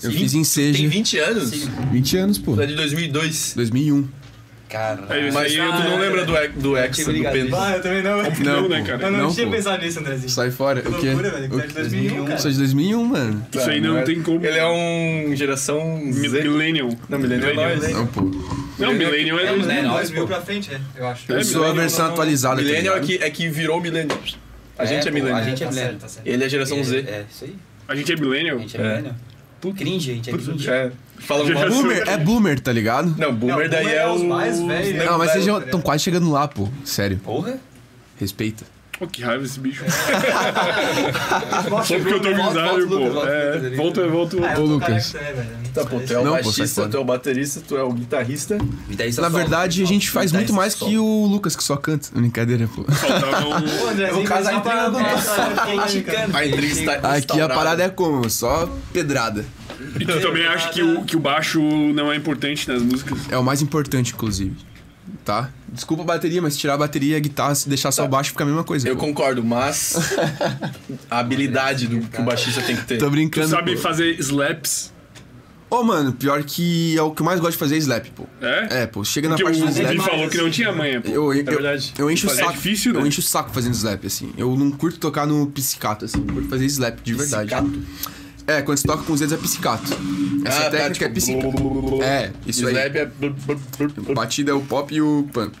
Speaker 8: Eu fiz ensejo.
Speaker 2: Tem 20 anos?
Speaker 8: 20 anos, pô.
Speaker 2: Tu é de 2002.
Speaker 8: 2001.
Speaker 3: Caralho.
Speaker 1: Aí,
Speaker 2: Mas
Speaker 1: isso aí
Speaker 2: tu não lembra do, ex- do Hexa, do Pedro?
Speaker 4: Ah, eu também não. Eu
Speaker 1: Não,
Speaker 8: Não,
Speaker 1: né,
Speaker 8: pô.
Speaker 1: cara?
Speaker 4: não,
Speaker 8: Não,
Speaker 4: tinha
Speaker 8: pô.
Speaker 4: pensado nisso, Andrezinho.
Speaker 8: Sai fora.
Speaker 4: Que
Speaker 8: o quê?
Speaker 4: loucura, velho,
Speaker 8: O
Speaker 4: tá de
Speaker 8: quê?
Speaker 4: 2001, cara.
Speaker 8: Sou de 2001, mano.
Speaker 1: Isso aí não
Speaker 2: é-
Speaker 1: tem como.
Speaker 2: Ele é um geração
Speaker 1: Mi-
Speaker 2: Z.
Speaker 1: Millennium.
Speaker 2: Não, millennial é nós.
Speaker 8: Não, pô.
Speaker 1: Não, Millennium é
Speaker 4: É,
Speaker 1: do.
Speaker 4: 2000 pra frente, é, eu acho.
Speaker 8: Eu sou a versão atualizada. tá
Speaker 2: Millennial é
Speaker 8: ligado?
Speaker 2: que, é que virou millennial. A gente é,
Speaker 3: pô,
Speaker 2: millennial.
Speaker 3: A gente é
Speaker 4: Tá certo,
Speaker 3: milênio.
Speaker 4: tá certo.
Speaker 2: Ele é geração Z.
Speaker 3: É, isso aí.
Speaker 1: A gente é
Speaker 3: A
Speaker 1: Millennium.
Speaker 3: gente é milênio. Cringe, a gente é cringe.
Speaker 2: É. Fala um
Speaker 1: Geração-
Speaker 2: boomer.
Speaker 8: Boomer, é boomer, tá ligado?
Speaker 2: Não, boomer
Speaker 4: Não,
Speaker 2: daí
Speaker 4: boomer
Speaker 2: é
Speaker 4: é os
Speaker 2: o...
Speaker 4: mais velhos, né?
Speaker 8: Não, mas vocês
Speaker 4: tá
Speaker 8: estão quase chegando lá, pô. Sério.
Speaker 3: Porra.
Speaker 8: Respeita.
Speaker 1: Pô, que raiva esse bicho.
Speaker 4: Nossa,
Speaker 1: Só porque eu tô grisalho,
Speaker 9: volta, Lucas,
Speaker 1: pô.
Speaker 9: volta,
Speaker 1: É,
Speaker 9: Lucas.
Speaker 1: volta, volta.
Speaker 4: Ah, eu
Speaker 8: Ô,
Speaker 4: tô
Speaker 8: Lucas.
Speaker 4: careca também, velho.
Speaker 2: Tá, pô, tu é
Speaker 8: Não,
Speaker 2: o
Speaker 8: pô, sai
Speaker 2: baixista,
Speaker 8: fora.
Speaker 2: tu é o baterista, tu é o guitarrista.
Speaker 3: Vitarista
Speaker 8: Na
Speaker 3: solo.
Speaker 8: verdade, a gente faz muito mais
Speaker 2: só.
Speaker 8: que o Lucas, que só canta. Brincadeira, pô.
Speaker 1: Faltava um.
Speaker 4: Pô, Andrezinho,
Speaker 3: vou casar
Speaker 4: mas
Speaker 3: em
Speaker 4: uma
Speaker 2: é,
Speaker 3: triângulo.
Speaker 4: parada polêmica.
Speaker 2: A intriga está
Speaker 8: Aqui a
Speaker 2: instaurada.
Speaker 8: parada é como? Só pedrada.
Speaker 1: E tu também acha que o, que o baixo não é importante nas músicas?
Speaker 8: É o mais importante, inclusive. Tá? Desculpa a bateria, mas se tirar a bateria e a guitarra, se deixar só o baixo, fica a mesma coisa.
Speaker 2: Eu
Speaker 8: pô.
Speaker 2: concordo, mas a habilidade do que o baixista tem que ter.
Speaker 8: Tô
Speaker 1: Tu
Speaker 8: brincando.
Speaker 1: sabe
Speaker 8: pô.
Speaker 1: fazer slaps?
Speaker 8: Ô, mano, pior que é o que eu mais gosto de fazer é slap, pô.
Speaker 1: É?
Speaker 8: É, pô, chega na
Speaker 1: Porque o
Speaker 8: parte do
Speaker 1: Gui
Speaker 8: slap.
Speaker 1: falou que não tinha manha, pô.
Speaker 8: Eu, eu,
Speaker 2: verdade.
Speaker 8: eu encho o
Speaker 1: É
Speaker 8: saco.
Speaker 1: difícil, né?
Speaker 8: Eu encho o saco fazendo slap, assim. Eu não curto tocar no psicato, assim. Eu curto fazer slap, de verdade.
Speaker 2: Psicato?
Speaker 8: É, quando você toca com os dedos é psicato. Essa
Speaker 2: Ah, tá,
Speaker 8: técnica é
Speaker 2: tipo,
Speaker 8: psicato. É, isso aí.
Speaker 2: Slap é... blu, blu, blu, blu,
Speaker 8: Batida é o pop e o pump.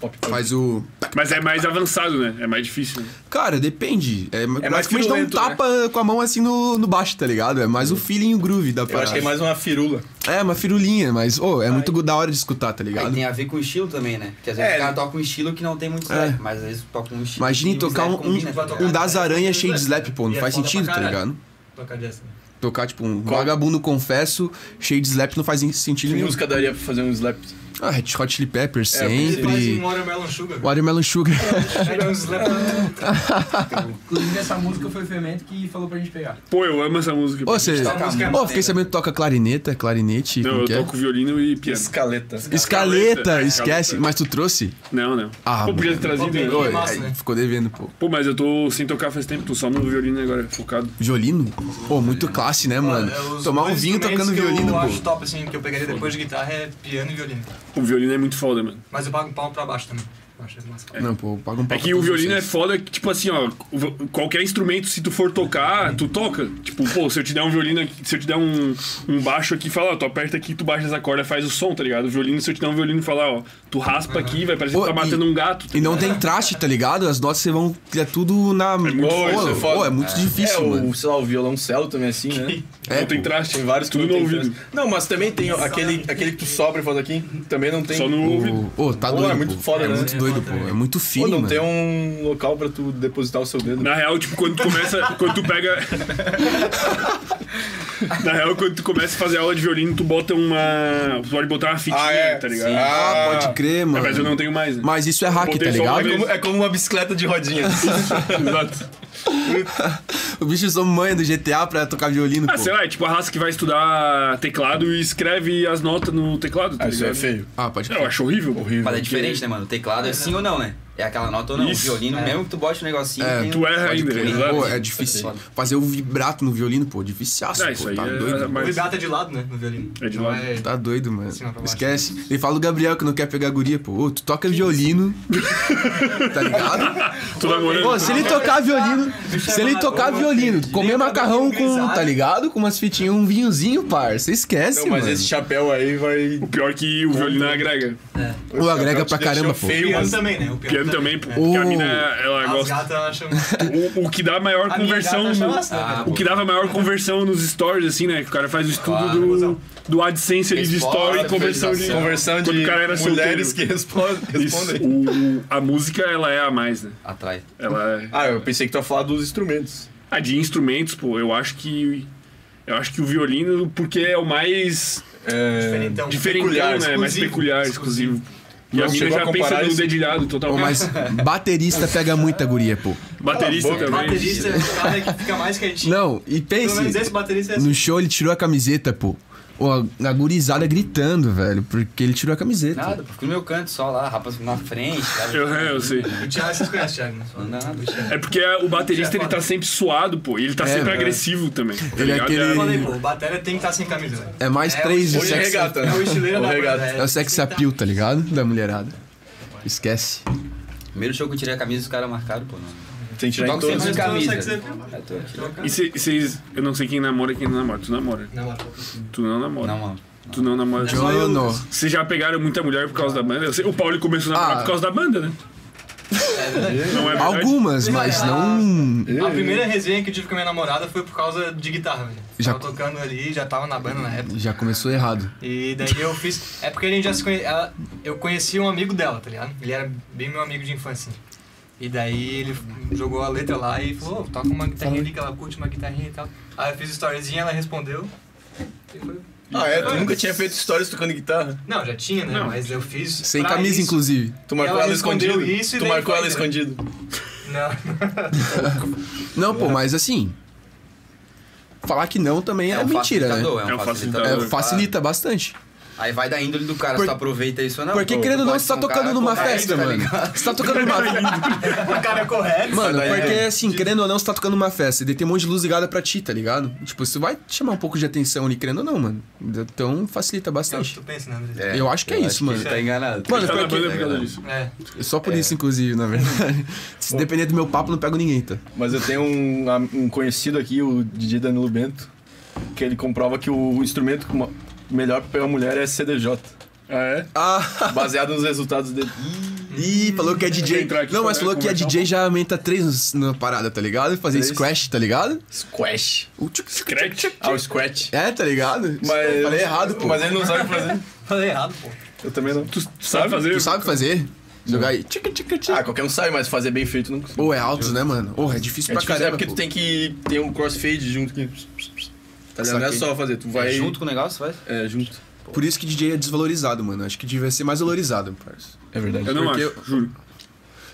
Speaker 2: pop.
Speaker 8: Faz o.
Speaker 1: Mas é mais avançado, né? É mais difícil. né?
Speaker 8: Cara, depende. É,
Speaker 2: mais
Speaker 8: basicamente dá um
Speaker 2: pirulento, né? Hum.
Speaker 8: tapa com a mão assim no, no baixo, tá ligado? É mais o feeling e o groove da
Speaker 2: Eu
Speaker 8: parada.
Speaker 2: acho que é mais uma firula.
Speaker 8: É, uma firulinha, mas, ô, é muito da hora de escutar, tá
Speaker 3: Aí
Speaker 8: ligado?
Speaker 3: tem a ver com o estilo também, né? Porque às vezes
Speaker 2: É.
Speaker 3: o cara toca um estilo que não tem muito slap, mas às vezes toca um estilo.
Speaker 8: Imagine
Speaker 3: e o
Speaker 8: tocar
Speaker 3: slap
Speaker 8: um,
Speaker 3: combina, tá
Speaker 8: um,
Speaker 3: ligado?
Speaker 8: um das aranhas cheio de slap, pô, não
Speaker 4: E é
Speaker 8: faz
Speaker 4: foda pra
Speaker 8: sentido, tá
Speaker 4: caralho.
Speaker 8: ligado?
Speaker 4: Toca dessa, né?
Speaker 8: Tocar, tipo, um
Speaker 2: Qual?
Speaker 8: vagabundo confesso, cheio de slap, não faz sentido
Speaker 2: Que
Speaker 8: nenhum.
Speaker 2: música daria pra fazer um slap?
Speaker 8: Ah, Red Hot Chili Peppers,
Speaker 2: É, porque
Speaker 4: Ele faz um
Speaker 8: sempre.
Speaker 4: Watermelon Sugar.
Speaker 8: Watermelon Sugar.
Speaker 4: Ele é um slap.
Speaker 10: Inclusive, essa música foi o Fermento que falou pra gente pegar.
Speaker 1: Pô, eu amo essa música.
Speaker 8: Ô, você...
Speaker 3: Toca
Speaker 8: Ô,
Speaker 3: muito,
Speaker 8: fiquei sabendo que toca clarineta, clarinete,
Speaker 1: Não,
Speaker 8: como
Speaker 1: eu
Speaker 8: que é?
Speaker 1: toco violino e piano.
Speaker 2: Escaleta. É,
Speaker 8: Escaleta,
Speaker 1: Escaleta,
Speaker 8: esquece.
Speaker 1: escaleta.
Speaker 8: Mas tu trouxe?
Speaker 1: Não, não.
Speaker 8: Ah,
Speaker 1: Pô, podia ter trazido. né?
Speaker 8: Ô,
Speaker 4: massa,
Speaker 8: aí
Speaker 4: né?
Speaker 8: Ficou devendo, pô.
Speaker 1: Pô, mas eu tô sem tocar faz tempo, tô só no violino agora, focado.
Speaker 8: Violino? Pô, muito classe, né, mano?
Speaker 4: É, os
Speaker 8: Tomar um
Speaker 4: dois
Speaker 8: vinho
Speaker 4: instrumentos
Speaker 8: tocando
Speaker 4: que
Speaker 8: violino,
Speaker 4: Eu acho
Speaker 8: pô.
Speaker 4: top, assim, que eu pegaria depois de guitarra é piano e violino.
Speaker 1: O violino é muito foda, mano.
Speaker 4: Mas eu pago um palmo pra baixo também. Eu acho massa.
Speaker 8: Não, pô, paga um pau
Speaker 1: É que
Speaker 8: pra
Speaker 1: o
Speaker 8: todos
Speaker 1: violino é
Speaker 8: vocês.
Speaker 1: foda que, tipo assim, ó, o- qualquer instrumento, se tu for tocar, tu toca. Tipo, pô, se eu te der um violino aqui, se eu te der um, um baixo aqui, fala, ó, tu aperta aqui, tu baixa essa corda, faz o som, tá ligado? O violino, se eu te der um violino, falar, ó, tu raspa aqui, vai parecer que
Speaker 8: Pô,
Speaker 1: tu tá
Speaker 8: e-
Speaker 1: matando um gato. tá
Speaker 8: E não tem traste, tá ligado? As notas você vão. É tudo na.
Speaker 1: muito
Speaker 8: Pô,
Speaker 2: foda, isso é foda.
Speaker 8: pô, é muito
Speaker 2: É,
Speaker 8: difícil, mano. É,
Speaker 2: o, sei lá, o violoncelo também assim, né?
Speaker 1: ligado? não tem traste.
Speaker 2: Tem vários que
Speaker 1: tudo
Speaker 2: não
Speaker 1: no
Speaker 2: tem
Speaker 1: ouvido.
Speaker 2: trans- Não, mas também tem aquele, aquele que tu sobra e faz aqui, também não tem.
Speaker 1: Só no ouvido.
Speaker 8: Pô, tá
Speaker 2: Pô,
Speaker 8: doido.
Speaker 2: é muito
Speaker 8: pô.
Speaker 2: foda,
Speaker 8: É
Speaker 2: né?
Speaker 8: muito doido, pô. É muito fino,
Speaker 2: Pô, não
Speaker 8: mano.
Speaker 2: tem um local pra tu depositar o seu dedo.
Speaker 1: Na real, tipo, quando tu começa. quando tu pega. Na real, quando tu começa a fazer aula de violino, tu bota uma. Tu pode botar uma fitinha,
Speaker 2: Ah, é.
Speaker 1: tá ligado? É,
Speaker 8: Ah,
Speaker 2: Ah,
Speaker 8: pode crer, mano.
Speaker 1: Mas eu não tenho mais, né?
Speaker 8: Mas isso é hack,
Speaker 1: Botei
Speaker 8: tá
Speaker 1: só uma
Speaker 8: ligado?
Speaker 1: vez.
Speaker 2: Como- é como uma bicicleta de rodinha.
Speaker 1: Exato.
Speaker 8: O bicho usou manha do GTA pra tocar violino, pô.
Speaker 1: Ah, sei lá, é tipo a raça que vai estudar teclado e escreve as notas no teclado, tá
Speaker 2: Isso
Speaker 1: ligado?
Speaker 2: é feio.
Speaker 8: Ah, pode
Speaker 1: Eu
Speaker 8: crer.
Speaker 1: acho horrível, horrível.
Speaker 3: Mas é diferente, né, mano? O teclado é sim ou não, né? é aquela nota ou não.
Speaker 1: Isso.
Speaker 3: Violino,
Speaker 1: É.
Speaker 3: mesmo que tu bote um negocinho.
Speaker 8: É,
Speaker 3: tem-
Speaker 1: tu erra
Speaker 3: pode
Speaker 1: ainda,
Speaker 3: crer.
Speaker 1: exato.
Speaker 8: Pô, é difícil. Fazer o vibrato no violino, pô, dificiaço,
Speaker 1: Ah,
Speaker 8: pô.
Speaker 1: isso aí
Speaker 8: tá
Speaker 1: é-
Speaker 8: doido.
Speaker 1: é
Speaker 8: mano.
Speaker 1: mais-
Speaker 4: O gato é de lado, né? No violino.
Speaker 1: É de
Speaker 4: Não
Speaker 1: lado.
Speaker 4: é-
Speaker 8: Tá doido, mano.
Speaker 4: Cima pra baixo.
Speaker 8: Esquece. E fala do Gabriel que não quer pegar guria, pô. Ô, tu toca violino. tá ligado?
Speaker 1: Tu tá namorando.
Speaker 8: Pô, se ele tocar violino. Se ele tocar violino, comer macarrão com, tá ligado? Com umas fitinhas, um vinhozinho, parça. Esquece,
Speaker 2: Não, mas
Speaker 8: mano.
Speaker 2: esse chapéu aí vai.
Speaker 1: O pior é que o violino agrega.
Speaker 8: Pô, agrega
Speaker 2: chapéu
Speaker 8: pra
Speaker 2: te
Speaker 8: caramba, pô.
Speaker 2: deixou feio,
Speaker 4: O piano
Speaker 2: mas-
Speaker 4: também, né? O
Speaker 1: Piano
Speaker 4: piano,
Speaker 1: também, pô, porque a
Speaker 8: Oh.
Speaker 1: mina, ela
Speaker 4: As
Speaker 1: gosta.
Speaker 4: gatas acham...
Speaker 1: O, o que dá maior
Speaker 4: minha
Speaker 1: conversão.
Speaker 4: gata
Speaker 1: no-
Speaker 4: achava assim, né?
Speaker 1: o que dava maior conversão nos stories, assim, né? Que o cara faz o estudo do, do AdSense ali de story e conversão de.
Speaker 2: Conversão de
Speaker 1: Quando o cara era
Speaker 2: mulheres
Speaker 1: solteiro.
Speaker 2: que respondem.
Speaker 1: Isso,
Speaker 2: respondem.
Speaker 1: o- o- a música, ela é a mais, né?
Speaker 3: Atrai.
Speaker 1: Ela é.
Speaker 2: Ah, eu pensei que tu ia falar dos instrumentos.
Speaker 1: A de instrumentos, pô, eu acho que. Eu acho que o violino, porque é o mais
Speaker 2: É...
Speaker 4: Diferentão.
Speaker 1: diferentão, né?
Speaker 2: Peculiar,
Speaker 1: Mais
Speaker 2: exclusivo.
Speaker 1: peculiar, exclusivo. E a
Speaker 2: Não,
Speaker 1: mina
Speaker 2: chegou
Speaker 1: já
Speaker 2: a
Speaker 1: pensa
Speaker 2: comparar
Speaker 1: no
Speaker 2: isso.
Speaker 1: dedilhado
Speaker 8: Pô,
Speaker 1: totalmente.
Speaker 8: mas baterista pega muita guria, pô.
Speaker 1: Baterista
Speaker 2: Cala a
Speaker 1: também.
Speaker 2: boca.
Speaker 4: Baterista é o cara que fica mais quietinho.
Speaker 8: Não, e
Speaker 4: Pelo menos esse
Speaker 8: pense.
Speaker 4: baterista é assim.
Speaker 8: No show ele tirou a camiseta, pô. Ó, a gurizada gritando, velho, porque ele tirou a camiseta.
Speaker 3: Nada, fico no meu canto só lá, rapaz, na frente. tá sabe?
Speaker 1: Eu, é, eu sei.
Speaker 4: O Thiago, vocês conhecem o é Thiago, né?
Speaker 3: Nada, bicho.
Speaker 1: É porque o baterista ele tá sempre suado, pô. E ele tá
Speaker 8: É,
Speaker 1: sempre
Speaker 8: velho.
Speaker 1: agressivo também. tá
Speaker 8: Ele é
Speaker 1: ligado?
Speaker 8: aquele-
Speaker 4: Eu falei, pô, o batera tem que estar sem camisa. né?
Speaker 8: É mais três de
Speaker 2: Hoje é
Speaker 8: sex,
Speaker 2: regata, né?
Speaker 4: É o estileiro
Speaker 2: Ou
Speaker 4: da
Speaker 2: regata.
Speaker 4: banda.
Speaker 8: é o sex appeal, tá ligado? Da mulherada. Esquece.
Speaker 3: Primeiro show que eu tirei a camisa, os caras marcaram, pô. Não.
Speaker 2: Tem que tirar em
Speaker 3: Toca
Speaker 2: todos.
Speaker 3: sem
Speaker 2: né?
Speaker 3: camisa.
Speaker 4: sex appeal.
Speaker 3: É, tô aqui.
Speaker 1: E se- e vocês. Eu não sei quem namora e quem não namora. Tu namora.
Speaker 4: Não, mano.
Speaker 1: Tu não namora.
Speaker 3: Não, mano.
Speaker 1: Tu não namora.
Speaker 8: Jono.
Speaker 1: Vocês já pegaram muita mulher por causa da banda? Eu sei- o Paulo começou a namorar
Speaker 8: Ah.
Speaker 1: por causa da banda, né? Não é verdade?
Speaker 8: Algumas, mas não. um.
Speaker 4: A primeira é resenha que eu tive com a minha namorada foi por causa de guitarra, velho.
Speaker 8: Já-
Speaker 4: Tava tocando ali, já tava na banda né, na época.
Speaker 8: Já começou errado.
Speaker 4: E daí eu fiz. É porque a gente já se conhe... ela- Eu conheci um amigo dela, tá ligado? Ele era bem meu amigo de infância. assim. E daí ele jogou a letra lá e falou: "Ô, toca uma guitarrinha ali que ela curte uma guitarrinha e tal. Aí eu fiz storyzinha, ela respondeu. E foi-
Speaker 2: Ah, é? Tu nunca tinha feito stories tocando guitarra?
Speaker 4: Não, já tinha, né? Mas eu fiz.
Speaker 8: Sem
Speaker 4: pra
Speaker 8: camisa,
Speaker 4: isso.
Speaker 8: inclusive.
Speaker 2: Tu marcou
Speaker 4: Ela
Speaker 2: ela,
Speaker 4: respondeu
Speaker 2: escondido?
Speaker 4: isso e
Speaker 2: tu
Speaker 4: daí
Speaker 2: marcou
Speaker 4: foi,
Speaker 2: ela
Speaker 4: né?
Speaker 2: escondido?
Speaker 4: Não,
Speaker 8: Não, pô, mas assim. Falar que não também é,
Speaker 3: um
Speaker 8: mentira, né?
Speaker 3: facilitador, É um
Speaker 1: É um
Speaker 3: facilitador.
Speaker 8: É, facilita bastante.
Speaker 3: Aí vai da índole do cara,
Speaker 8: Por-
Speaker 3: se tu aproveita isso ou não.
Speaker 8: Porque,
Speaker 3: Pô,
Speaker 8: querendo ou
Speaker 3: tu
Speaker 8: não,
Speaker 3: pode
Speaker 8: você tá
Speaker 3: ser um cara
Speaker 8: tocando numa
Speaker 3: correto,
Speaker 8: festa,
Speaker 3: tá
Speaker 8: mano.
Speaker 3: ligado?
Speaker 8: Você tá tocando
Speaker 1: É
Speaker 8: numa festa.
Speaker 4: o cara é correto.
Speaker 8: Mano,
Speaker 2: daí,
Speaker 8: porque
Speaker 2: né?
Speaker 8: assim, querendo ou não, você tá tocando numa festa e daí tem um monte de luz ligada pra ti, tá ligado? Tipo, isso vai chamar um pouco de atenção ali, querendo ou não, mano. Então facilita
Speaker 4: É o que
Speaker 8: bastante.
Speaker 4: tu pensa, né, André?
Speaker 3: É,
Speaker 8: Eu acho que é isso, mano.
Speaker 3: Tá enganado.
Speaker 8: Mano,
Speaker 1: Tá na
Speaker 8: porque-
Speaker 1: banda por causa disso.
Speaker 4: É.
Speaker 8: Só por isso, inclusive, na verdade. Se depender do meu papo, não pego ninguém, tá?
Speaker 2: Mas eu tenho um, um conhecido aqui, o Didi Danilo Bento, que ele comprova que o instrumento com uma- melhor pra pegar mulher é CDJ,
Speaker 1: Ah, é?
Speaker 8: Ah,
Speaker 2: baseado nos resultados dele.
Speaker 8: ih, falou que é
Speaker 1: Deixa eu
Speaker 8: DJ.
Speaker 1: entrar aqui
Speaker 8: Não,
Speaker 1: pra
Speaker 8: mas falou que é
Speaker 1: conversar um
Speaker 8: DJ já aumenta três na parada, tá ligado? Fazer
Speaker 2: Três.
Speaker 8: scratch, tá ligado?
Speaker 2: Squash.
Speaker 8: O tchuc, tchuc.
Speaker 1: Crack?
Speaker 2: Ah, o Scratch.
Speaker 8: É, tá ligado?
Speaker 2: Mas,
Speaker 8: Falei errado, pô.
Speaker 2: Mas ele não sabe fazer.
Speaker 4: Falei errado, pô.
Speaker 2: Eu também não.
Speaker 1: Tu, tu sabe fazer?
Speaker 8: Tu sabe fazer? Jogar aí. Tchic, tchic, tchic.
Speaker 2: Ah, qualquer um sabe, mas fazer bem feito não consigo.
Speaker 8: Pô, é alto, né, mano? Porra, é difícil
Speaker 2: É
Speaker 8: pra
Speaker 2: difícil, é
Speaker 8: caramba.
Speaker 2: porque
Speaker 8: pô.
Speaker 2: tu tem que ter um crossfade junto que. Tá ligado? Não é
Speaker 8: Saquei.
Speaker 2: só fazer, tu vai.
Speaker 3: Junto com o negócio, vai?
Speaker 2: É, junto.
Speaker 8: Por isso que DJ é desvalorizado, mano. Acho que devia ser mais valorizado, parça.
Speaker 2: É verdade.
Speaker 1: Eu não
Speaker 8: Porque
Speaker 1: acho, juro.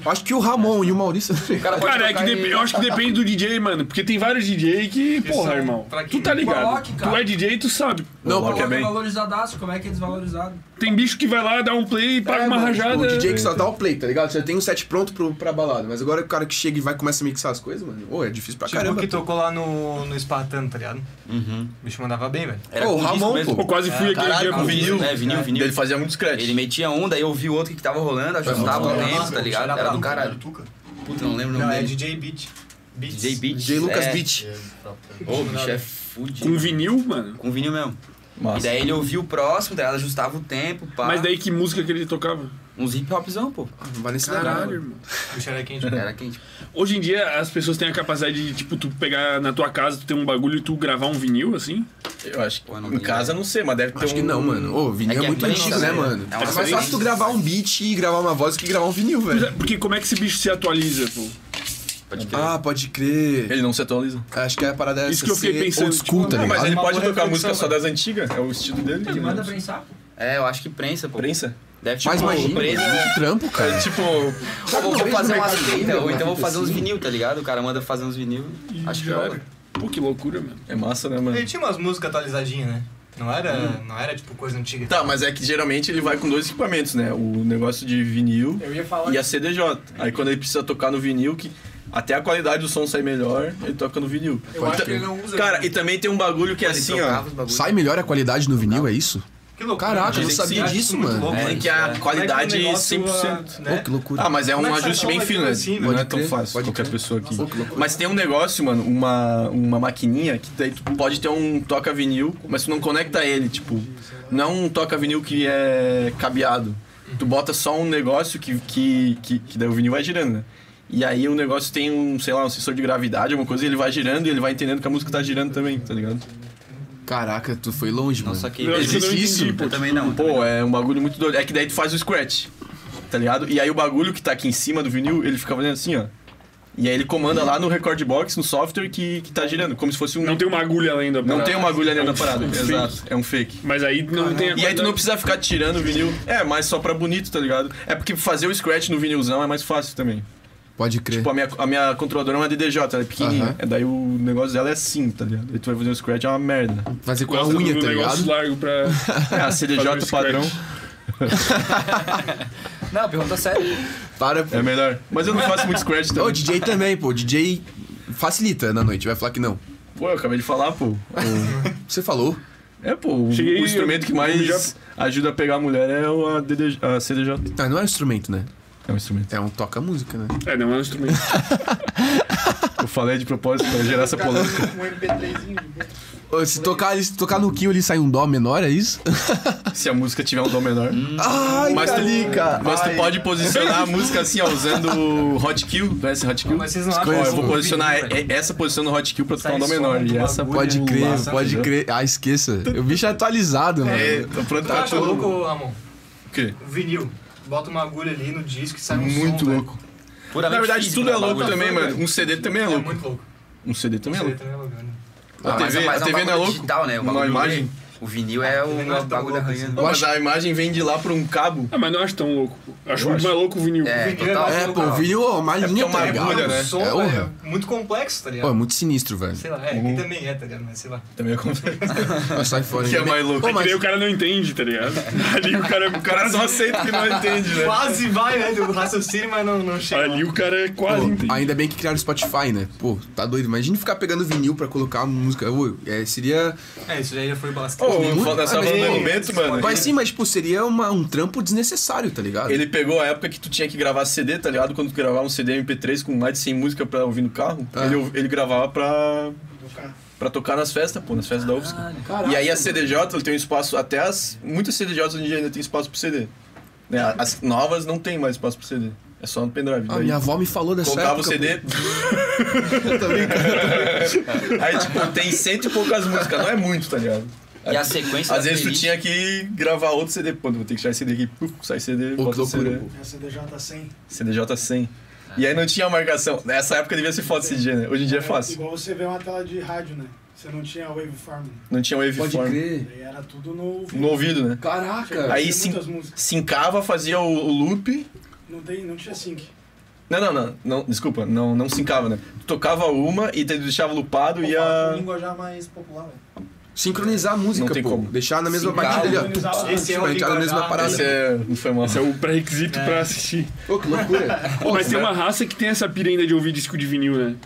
Speaker 8: Eu Acho que o Ramon e o Maurício.
Speaker 3: cara pode
Speaker 1: Cara, é que
Speaker 3: tocar
Speaker 1: dep-
Speaker 3: e-
Speaker 1: eu acho que depende do DJ, mano. Porque tem vários DJ que, porra,
Speaker 4: são
Speaker 1: irmão. Tu
Speaker 4: fraquinhos.
Speaker 1: tá
Speaker 10: Igual
Speaker 1: ligado.
Speaker 10: rock, cara.
Speaker 1: Tu é DJ, tu sabe.
Speaker 8: Não,
Speaker 2: Coloca
Speaker 8: porque
Speaker 10: é
Speaker 2: bem.
Speaker 10: valorizadaço, como é que é desvalorizado?
Speaker 1: Tem bicho que vai lá, dá um play e paga uma
Speaker 8: mano, tipo,
Speaker 1: rajada.
Speaker 8: O DJ que só dá o play, tá ligado? Já tem um set pronto pro, pra balada. Mas agora o cara que chega e vai começa a mixar as coisas, mano. Ô, é difícil pra
Speaker 4: Tipo o
Speaker 8: caramba.
Speaker 4: que tocou lá no, no Espartano, tá ligado? Uhum. O bicho mandava bem, velho.
Speaker 3: Era
Speaker 8: Ô,
Speaker 3: com
Speaker 8: o
Speaker 3: disco
Speaker 8: Ramon,
Speaker 3: mesmo.
Speaker 1: Eu
Speaker 8: pô.
Speaker 1: quase
Speaker 2: É,
Speaker 1: fui aquele dia
Speaker 3: Caralho,
Speaker 1: com
Speaker 3: com
Speaker 1: o
Speaker 3: vinil. É, vinil, vinil.
Speaker 2: Ele fazia muito scratch.
Speaker 3: Ele metia um, daí eu vi o outro que tava rolando, ajustava o tempo, tá ligado? Era do caralho. Puta, não lembro o
Speaker 4: Não,
Speaker 3: nome
Speaker 4: é
Speaker 3: dele.
Speaker 4: DJ Beat. Beats.
Speaker 3: DJ Beat.
Speaker 8: DJ Lucas
Speaker 3: é.
Speaker 8: Beat.
Speaker 3: Ô, o bicho é
Speaker 1: Com
Speaker 3: fudido.
Speaker 1: vinil, mano.
Speaker 3: Com vinil mesmo.
Speaker 2: Massa.
Speaker 3: E daí ele ouvia o próximo, daí ela ajustava o tempo, pá.
Speaker 1: Mas daí que música que ele tocava?
Speaker 3: Uns hip hopzão, pô.
Speaker 8: Não vale nesse
Speaker 1: Caralho,
Speaker 8: caralho.
Speaker 1: irmão.
Speaker 4: O bicho era quente.
Speaker 3: Era quente.
Speaker 1: Hoje em dia as pessoas têm a capacidade de, tipo, tu pegar na tua casa, tu ter um bagulho e tu gravar um vinil, assim.
Speaker 2: Eu acho que.
Speaker 3: Pô, eu não
Speaker 2: em
Speaker 3: lembro.
Speaker 2: casa eu não sei, mas deve ter
Speaker 8: Acho
Speaker 2: um.
Speaker 8: que não, mano. Ô, vinil
Speaker 3: É
Speaker 8: é,
Speaker 3: que é
Speaker 8: muito
Speaker 3: bem
Speaker 8: antigo,
Speaker 3: nossa,
Speaker 8: né,
Speaker 3: né?
Speaker 10: um
Speaker 8: mano?
Speaker 3: É
Speaker 8: É,
Speaker 3: uma
Speaker 8: mais fácil tu gravar um beat e gravar uma voz do que gravar um vinil, velho.
Speaker 1: Porque como é que esse bicho se atualiza, pô?
Speaker 3: Pode crer.
Speaker 8: Ah, pode crer.
Speaker 2: Ele não se atualiza.
Speaker 8: Acho que é a parada é
Speaker 1: Isso
Speaker 8: essa,
Speaker 1: que eu fiquei
Speaker 8: ser
Speaker 1: pensando,
Speaker 8: Old school,
Speaker 1: tipo,
Speaker 8: tá
Speaker 2: Ah, mas
Speaker 8: ligado?
Speaker 2: ele
Speaker 4: uma
Speaker 2: pode
Speaker 4: boa
Speaker 2: tocar
Speaker 4: reflexão,
Speaker 2: música só
Speaker 4: né?
Speaker 2: das antigas, é o estilo dele.
Speaker 10: Ele
Speaker 2: né?
Speaker 10: manda prensar? pô.
Speaker 3: É, eu acho que prensa, pô.
Speaker 2: Prensa?
Speaker 3: Deve tipo
Speaker 8: Mas imagina,
Speaker 3: prensa.
Speaker 8: que trampo, cara.
Speaker 2: É tipo.
Speaker 3: Ou vou
Speaker 9: um
Speaker 3: fazer umas feitas, ou então vou fazer uns vinil, tá ligado? O cara manda fazer uns vinil. Acho que
Speaker 1: Já
Speaker 9: é
Speaker 3: rola.
Speaker 1: era. Pô, que loucura, mano.
Speaker 2: É massa, né, mano?
Speaker 4: Ele tinha umas músicas atualizadinhas, né? Não era,
Speaker 3: Hum.
Speaker 4: não era tipo coisa antiga.
Speaker 2: Tá, mas é que geralmente ele vai com dois equipamentos, né? O negócio de vinil
Speaker 10: Eu ia falar
Speaker 2: e a CDJ. Aí quando ele precisa tocar no vinil, que até a qualidade do som sai melhor, ele toca no vinil.
Speaker 10: Eu acho
Speaker 2: Então-
Speaker 10: que ele não usa.
Speaker 2: Cara, e também tem um bagulho que é assim, ó.
Speaker 8: Sai melhor a qualidade no vinil, é isso?
Speaker 4: Que loucura. né?
Speaker 8: Caraca, eu não
Speaker 2: Dizem que
Speaker 8: sabia
Speaker 2: sim.
Speaker 8: disso, mano.
Speaker 4: louco,
Speaker 2: É
Speaker 4: né?
Speaker 2: que a qualidade
Speaker 4: Como é que o
Speaker 2: é
Speaker 4: negócio,
Speaker 2: 100%.
Speaker 4: ah, né?
Speaker 8: Pô, que loucura.
Speaker 2: Ah, mas é
Speaker 4: Como
Speaker 2: um
Speaker 4: é que essa
Speaker 2: ajuste
Speaker 4: sala
Speaker 2: bem
Speaker 4: vai
Speaker 2: fino, né?
Speaker 4: assim, né?
Speaker 2: Não é
Speaker 8: Pode
Speaker 2: tão
Speaker 8: crer,
Speaker 2: fácil
Speaker 8: pode
Speaker 2: qualquer
Speaker 8: crer.
Speaker 2: pessoa aqui.
Speaker 8: que loucura.
Speaker 2: Mas tem um negócio, mano, uma, uma maquininha que daí tu pode ter um toca vinil, mas tu não conecta ele, tipo, não é um toca vinil que é cabeado. Tu bota só um negócio que, que, que, que daí o vinil vai girando, né? E aí o negócio tem um, sei lá, um sensor de gravidade, alguma coisa, e ele vai girando e ele vai entendendo que a música tá girando também, tá ligado?
Speaker 8: Caraca, tu foi longe, mano.
Speaker 9: Nossa, aqui.
Speaker 1: Eu acho que eu não
Speaker 8: Existe
Speaker 1: entendi,
Speaker 8: isso?
Speaker 1: pô.
Speaker 9: Eu também não.
Speaker 2: Pô, é um bagulho muito doido. É que daí tu faz o scratch, tá ligado? E aí o bagulho que tá aqui em cima do vinil, ele fica fazendo assim, ó. E aí ele comanda lá no record box, no software que, que tá girando, como se fosse um.
Speaker 1: Não tem uma agulha além da
Speaker 2: não
Speaker 1: parada.
Speaker 2: tem uma agulha
Speaker 1: É
Speaker 2: dentro
Speaker 1: um-
Speaker 2: da parada.
Speaker 1: um fake.
Speaker 2: Exato, é um fake.
Speaker 1: Mas aí não tem a
Speaker 2: E aí tu
Speaker 1: qualidade.
Speaker 2: não precisa ficar tirando o vinil. É, mas só pra bonito, tá ligado? É porque fazer o scratch no vinilzão é mais fácil também.
Speaker 8: Pode crer.
Speaker 2: Tipo, a minha, a minha controladora é uma DDJ, ela é pequenininha.
Speaker 8: Aham.
Speaker 2: É, daí o negócio dela é assim, tá ligado? Aí tu vai fazer um scratch, é uma merda.
Speaker 8: Fazer com a
Speaker 1: Gosta do-
Speaker 8: unha,
Speaker 1: do
Speaker 8: tá
Speaker 1: um negócio
Speaker 8: ligado?
Speaker 1: largo pra.
Speaker 2: É a
Speaker 1: Fazer um
Speaker 2: CDJ
Speaker 1: o
Speaker 2: padrão.
Speaker 10: Não, pergunta séria.
Speaker 8: Para.
Speaker 2: É melhor. Mas eu não faço muito scratch
Speaker 8: Ô,
Speaker 2: também.
Speaker 8: DJ também, pô. DJ facilita na noite, vai falar que não.
Speaker 2: Pô, eu acabei de falar, pô. O-
Speaker 8: Você falou.
Speaker 2: É, pô, o,
Speaker 1: Cheguei-
Speaker 2: o instrumento que
Speaker 1: já-
Speaker 2: mais ajuda a pegar a mulher é o- a, DDJ, a CDJ.
Speaker 8: Tá, não é um instrumento, né?
Speaker 2: É um instrumento.
Speaker 8: É um toca-música, né?
Speaker 1: É, não é um instrumento.
Speaker 2: Eu falei de propósito pra gerar essa polêmica.
Speaker 10: Um MP3zinho.
Speaker 8: Ô, Se tocar, se tocar no kill, ele sai um dó menor, é isso?
Speaker 2: Se a música tiver um dom menor.
Speaker 4: Hum.
Speaker 8: Ai,
Speaker 2: Mas tu,
Speaker 8: calica.
Speaker 2: mas tu
Speaker 8: Ai.
Speaker 2: pode posicionar a música assim, ó, usando o hot kill. Conhece hot kill?
Speaker 4: Mas vocês não
Speaker 2: Ó,
Speaker 4: acham
Speaker 2: eu
Speaker 4: isso
Speaker 2: vou posicionar
Speaker 4: bonito, velho?
Speaker 2: e- essa posição no hot kill pra tocar
Speaker 4: Sai
Speaker 2: um dom
Speaker 4: som
Speaker 2: menor.
Speaker 4: do
Speaker 2: E essa
Speaker 4: bagulho é um
Speaker 8: Pode crer,
Speaker 2: lá,
Speaker 8: pode
Speaker 2: entendeu?
Speaker 8: crer. Ah, esqueça. O bicho é atualizado, mano. Tá
Speaker 2: É, tô pronto
Speaker 4: Tu
Speaker 2: pra
Speaker 4: acha
Speaker 2: tudo.
Speaker 4: louco, Amon?
Speaker 2: O quê?
Speaker 4: O vinil. Bota uma agulha ali no disco e sai um
Speaker 2: Muito
Speaker 4: som, velho.
Speaker 2: louco. Na verdade, tudo
Speaker 3: né?
Speaker 2: é louco também, mano. Um CD também é
Speaker 4: É
Speaker 2: louco.
Speaker 4: muito louco.
Speaker 2: Um CD
Speaker 4: Isso
Speaker 2: também é
Speaker 4: aí
Speaker 2: louco.
Speaker 4: também é louco, né?
Speaker 9: Ah,
Speaker 2: A TV, a TV não é louco.
Speaker 9: digital, né? O
Speaker 2: Uma
Speaker 9: bagulho-
Speaker 2: imagem.
Speaker 9: O vinil é
Speaker 4: O
Speaker 9: o
Speaker 4: vinil é tão
Speaker 9: bagulho
Speaker 4: louco
Speaker 9: arranhando.
Speaker 2: Não, mas a imagem vem de lá por um cabo.
Speaker 1: Ah, mas não acho tão louco. pô. Acho muito mais louco o vinil.
Speaker 9: É,
Speaker 4: vinil
Speaker 9: total.
Speaker 4: mais
Speaker 8: É,
Speaker 4: louco,
Speaker 8: pô, o
Speaker 4: ó.
Speaker 8: vídeo, ó, uma
Speaker 2: É porque
Speaker 8: linha,
Speaker 2: é uma
Speaker 8: tá ligado?
Speaker 2: agulha, né?
Speaker 4: O som
Speaker 8: É,
Speaker 4: velho,
Speaker 8: porra.
Speaker 4: muito complexo, tá ligado?
Speaker 8: Pô, é muito sinistro, velho.
Speaker 4: Sei lá, é, aqui também é, tá ligado? Mas sei lá.
Speaker 2: Uhum. Também é como...
Speaker 8: Ah, Sai fora.
Speaker 2: Que é
Speaker 8: hein?
Speaker 2: mais louco.
Speaker 8: Pô,
Speaker 1: E
Speaker 8: mas
Speaker 1: daí o cara não entende, tá ligado? Ali o cara, o cara só aceita que não entende, né?
Speaker 4: Quase vai, né? Do raciocínio, mas não, não chega.
Speaker 1: Ali o
Speaker 2: é
Speaker 1: cara quase entende.
Speaker 8: Pô, ainda bem que criaram o Spotify, né? Pô, tá doido. Imagina ficar pegando vinil pra colocar música. Ô, é, seria.
Speaker 4: É, isso daí já foi bastante.
Speaker 2: Pô, nós
Speaker 8: Ah,
Speaker 2: tava falando do
Speaker 8: mas-
Speaker 2: elemento, um mano.
Speaker 8: Mas sim, mas, tipo, seria uma- um trampo desnecessário, tá ligado?
Speaker 2: Ele pegou a época que tu tinha que gravar CD, tá ligado? Quando tu gravava um CD MP3 com mais de 100 músicas pra ouvir no carro,
Speaker 8: Ah.
Speaker 2: ele, ele gravava pra... Pra tocar nas festas, pô, nas festas da UFSC. e aí a CDJ, ele tem um espaço, até as... Muitas CDJs hoje em dia ainda tem espaço pro CD. Né? As novas não tem mais espaço pro CD. É só no pendrive.
Speaker 8: Ah,
Speaker 2: Daí-
Speaker 8: minha avó me falou dessa
Speaker 2: Colocava o
Speaker 8: época,
Speaker 2: CD. Aí, tipo, tem cento e poucas músicas, não é muito, tá ligado?
Speaker 3: E a sequência
Speaker 2: Às
Speaker 3: da
Speaker 2: vezes tu
Speaker 3: playlist-
Speaker 2: tinha que gravar outro CD. Pô, vou ter que tirar esse CD aqui, puf, sai CD,
Speaker 8: Pô, que
Speaker 2: bota o CD.
Speaker 8: loucura. pô.
Speaker 11: Essa CDJ tá 100.
Speaker 2: CDJ 100. E aí não tinha marcação. Nessa época devia ser foda esse dia, né? Hoje em dia é fácil.
Speaker 11: Igual você vê uma tela de rádio, né? Você não tinha waveform. né?
Speaker 2: Não tinha um
Speaker 5: Pode
Speaker 2: waveform.
Speaker 5: crer.
Speaker 11: Daí era tudo no.
Speaker 2: No ouvido, né?
Speaker 5: Caraca.
Speaker 2: Aí
Speaker 11: Tinha
Speaker 2: sim-
Speaker 11: muitas músicas.
Speaker 2: Sincava, fazia o, o loop.
Speaker 11: Não, tem, não tinha sync.
Speaker 2: Não, não, não, não. Desculpa, não, não sincava, né? Tu tocava uma e daí tu deixava loopado e
Speaker 11: Fala com
Speaker 2: a.
Speaker 11: língua já mais popular, né? velho.
Speaker 8: Sincronizar a música,
Speaker 2: Não tem
Speaker 8: pô.
Speaker 2: como.
Speaker 8: Deixar na mesma batida ali, ó.
Speaker 11: Sincronizar
Speaker 4: Esse é o
Speaker 8: Tipo, a gente tá na mesma
Speaker 4: linguajar,
Speaker 8: parada.
Speaker 2: Esse é. Não foi mal.
Speaker 1: Esse é o pré-requisito pra assistir.
Speaker 8: Pô, que loucura.
Speaker 1: Pô, mas tem
Speaker 2: né?
Speaker 1: uma raça que tem essa pira ainda de ouvir disco de vinil, né?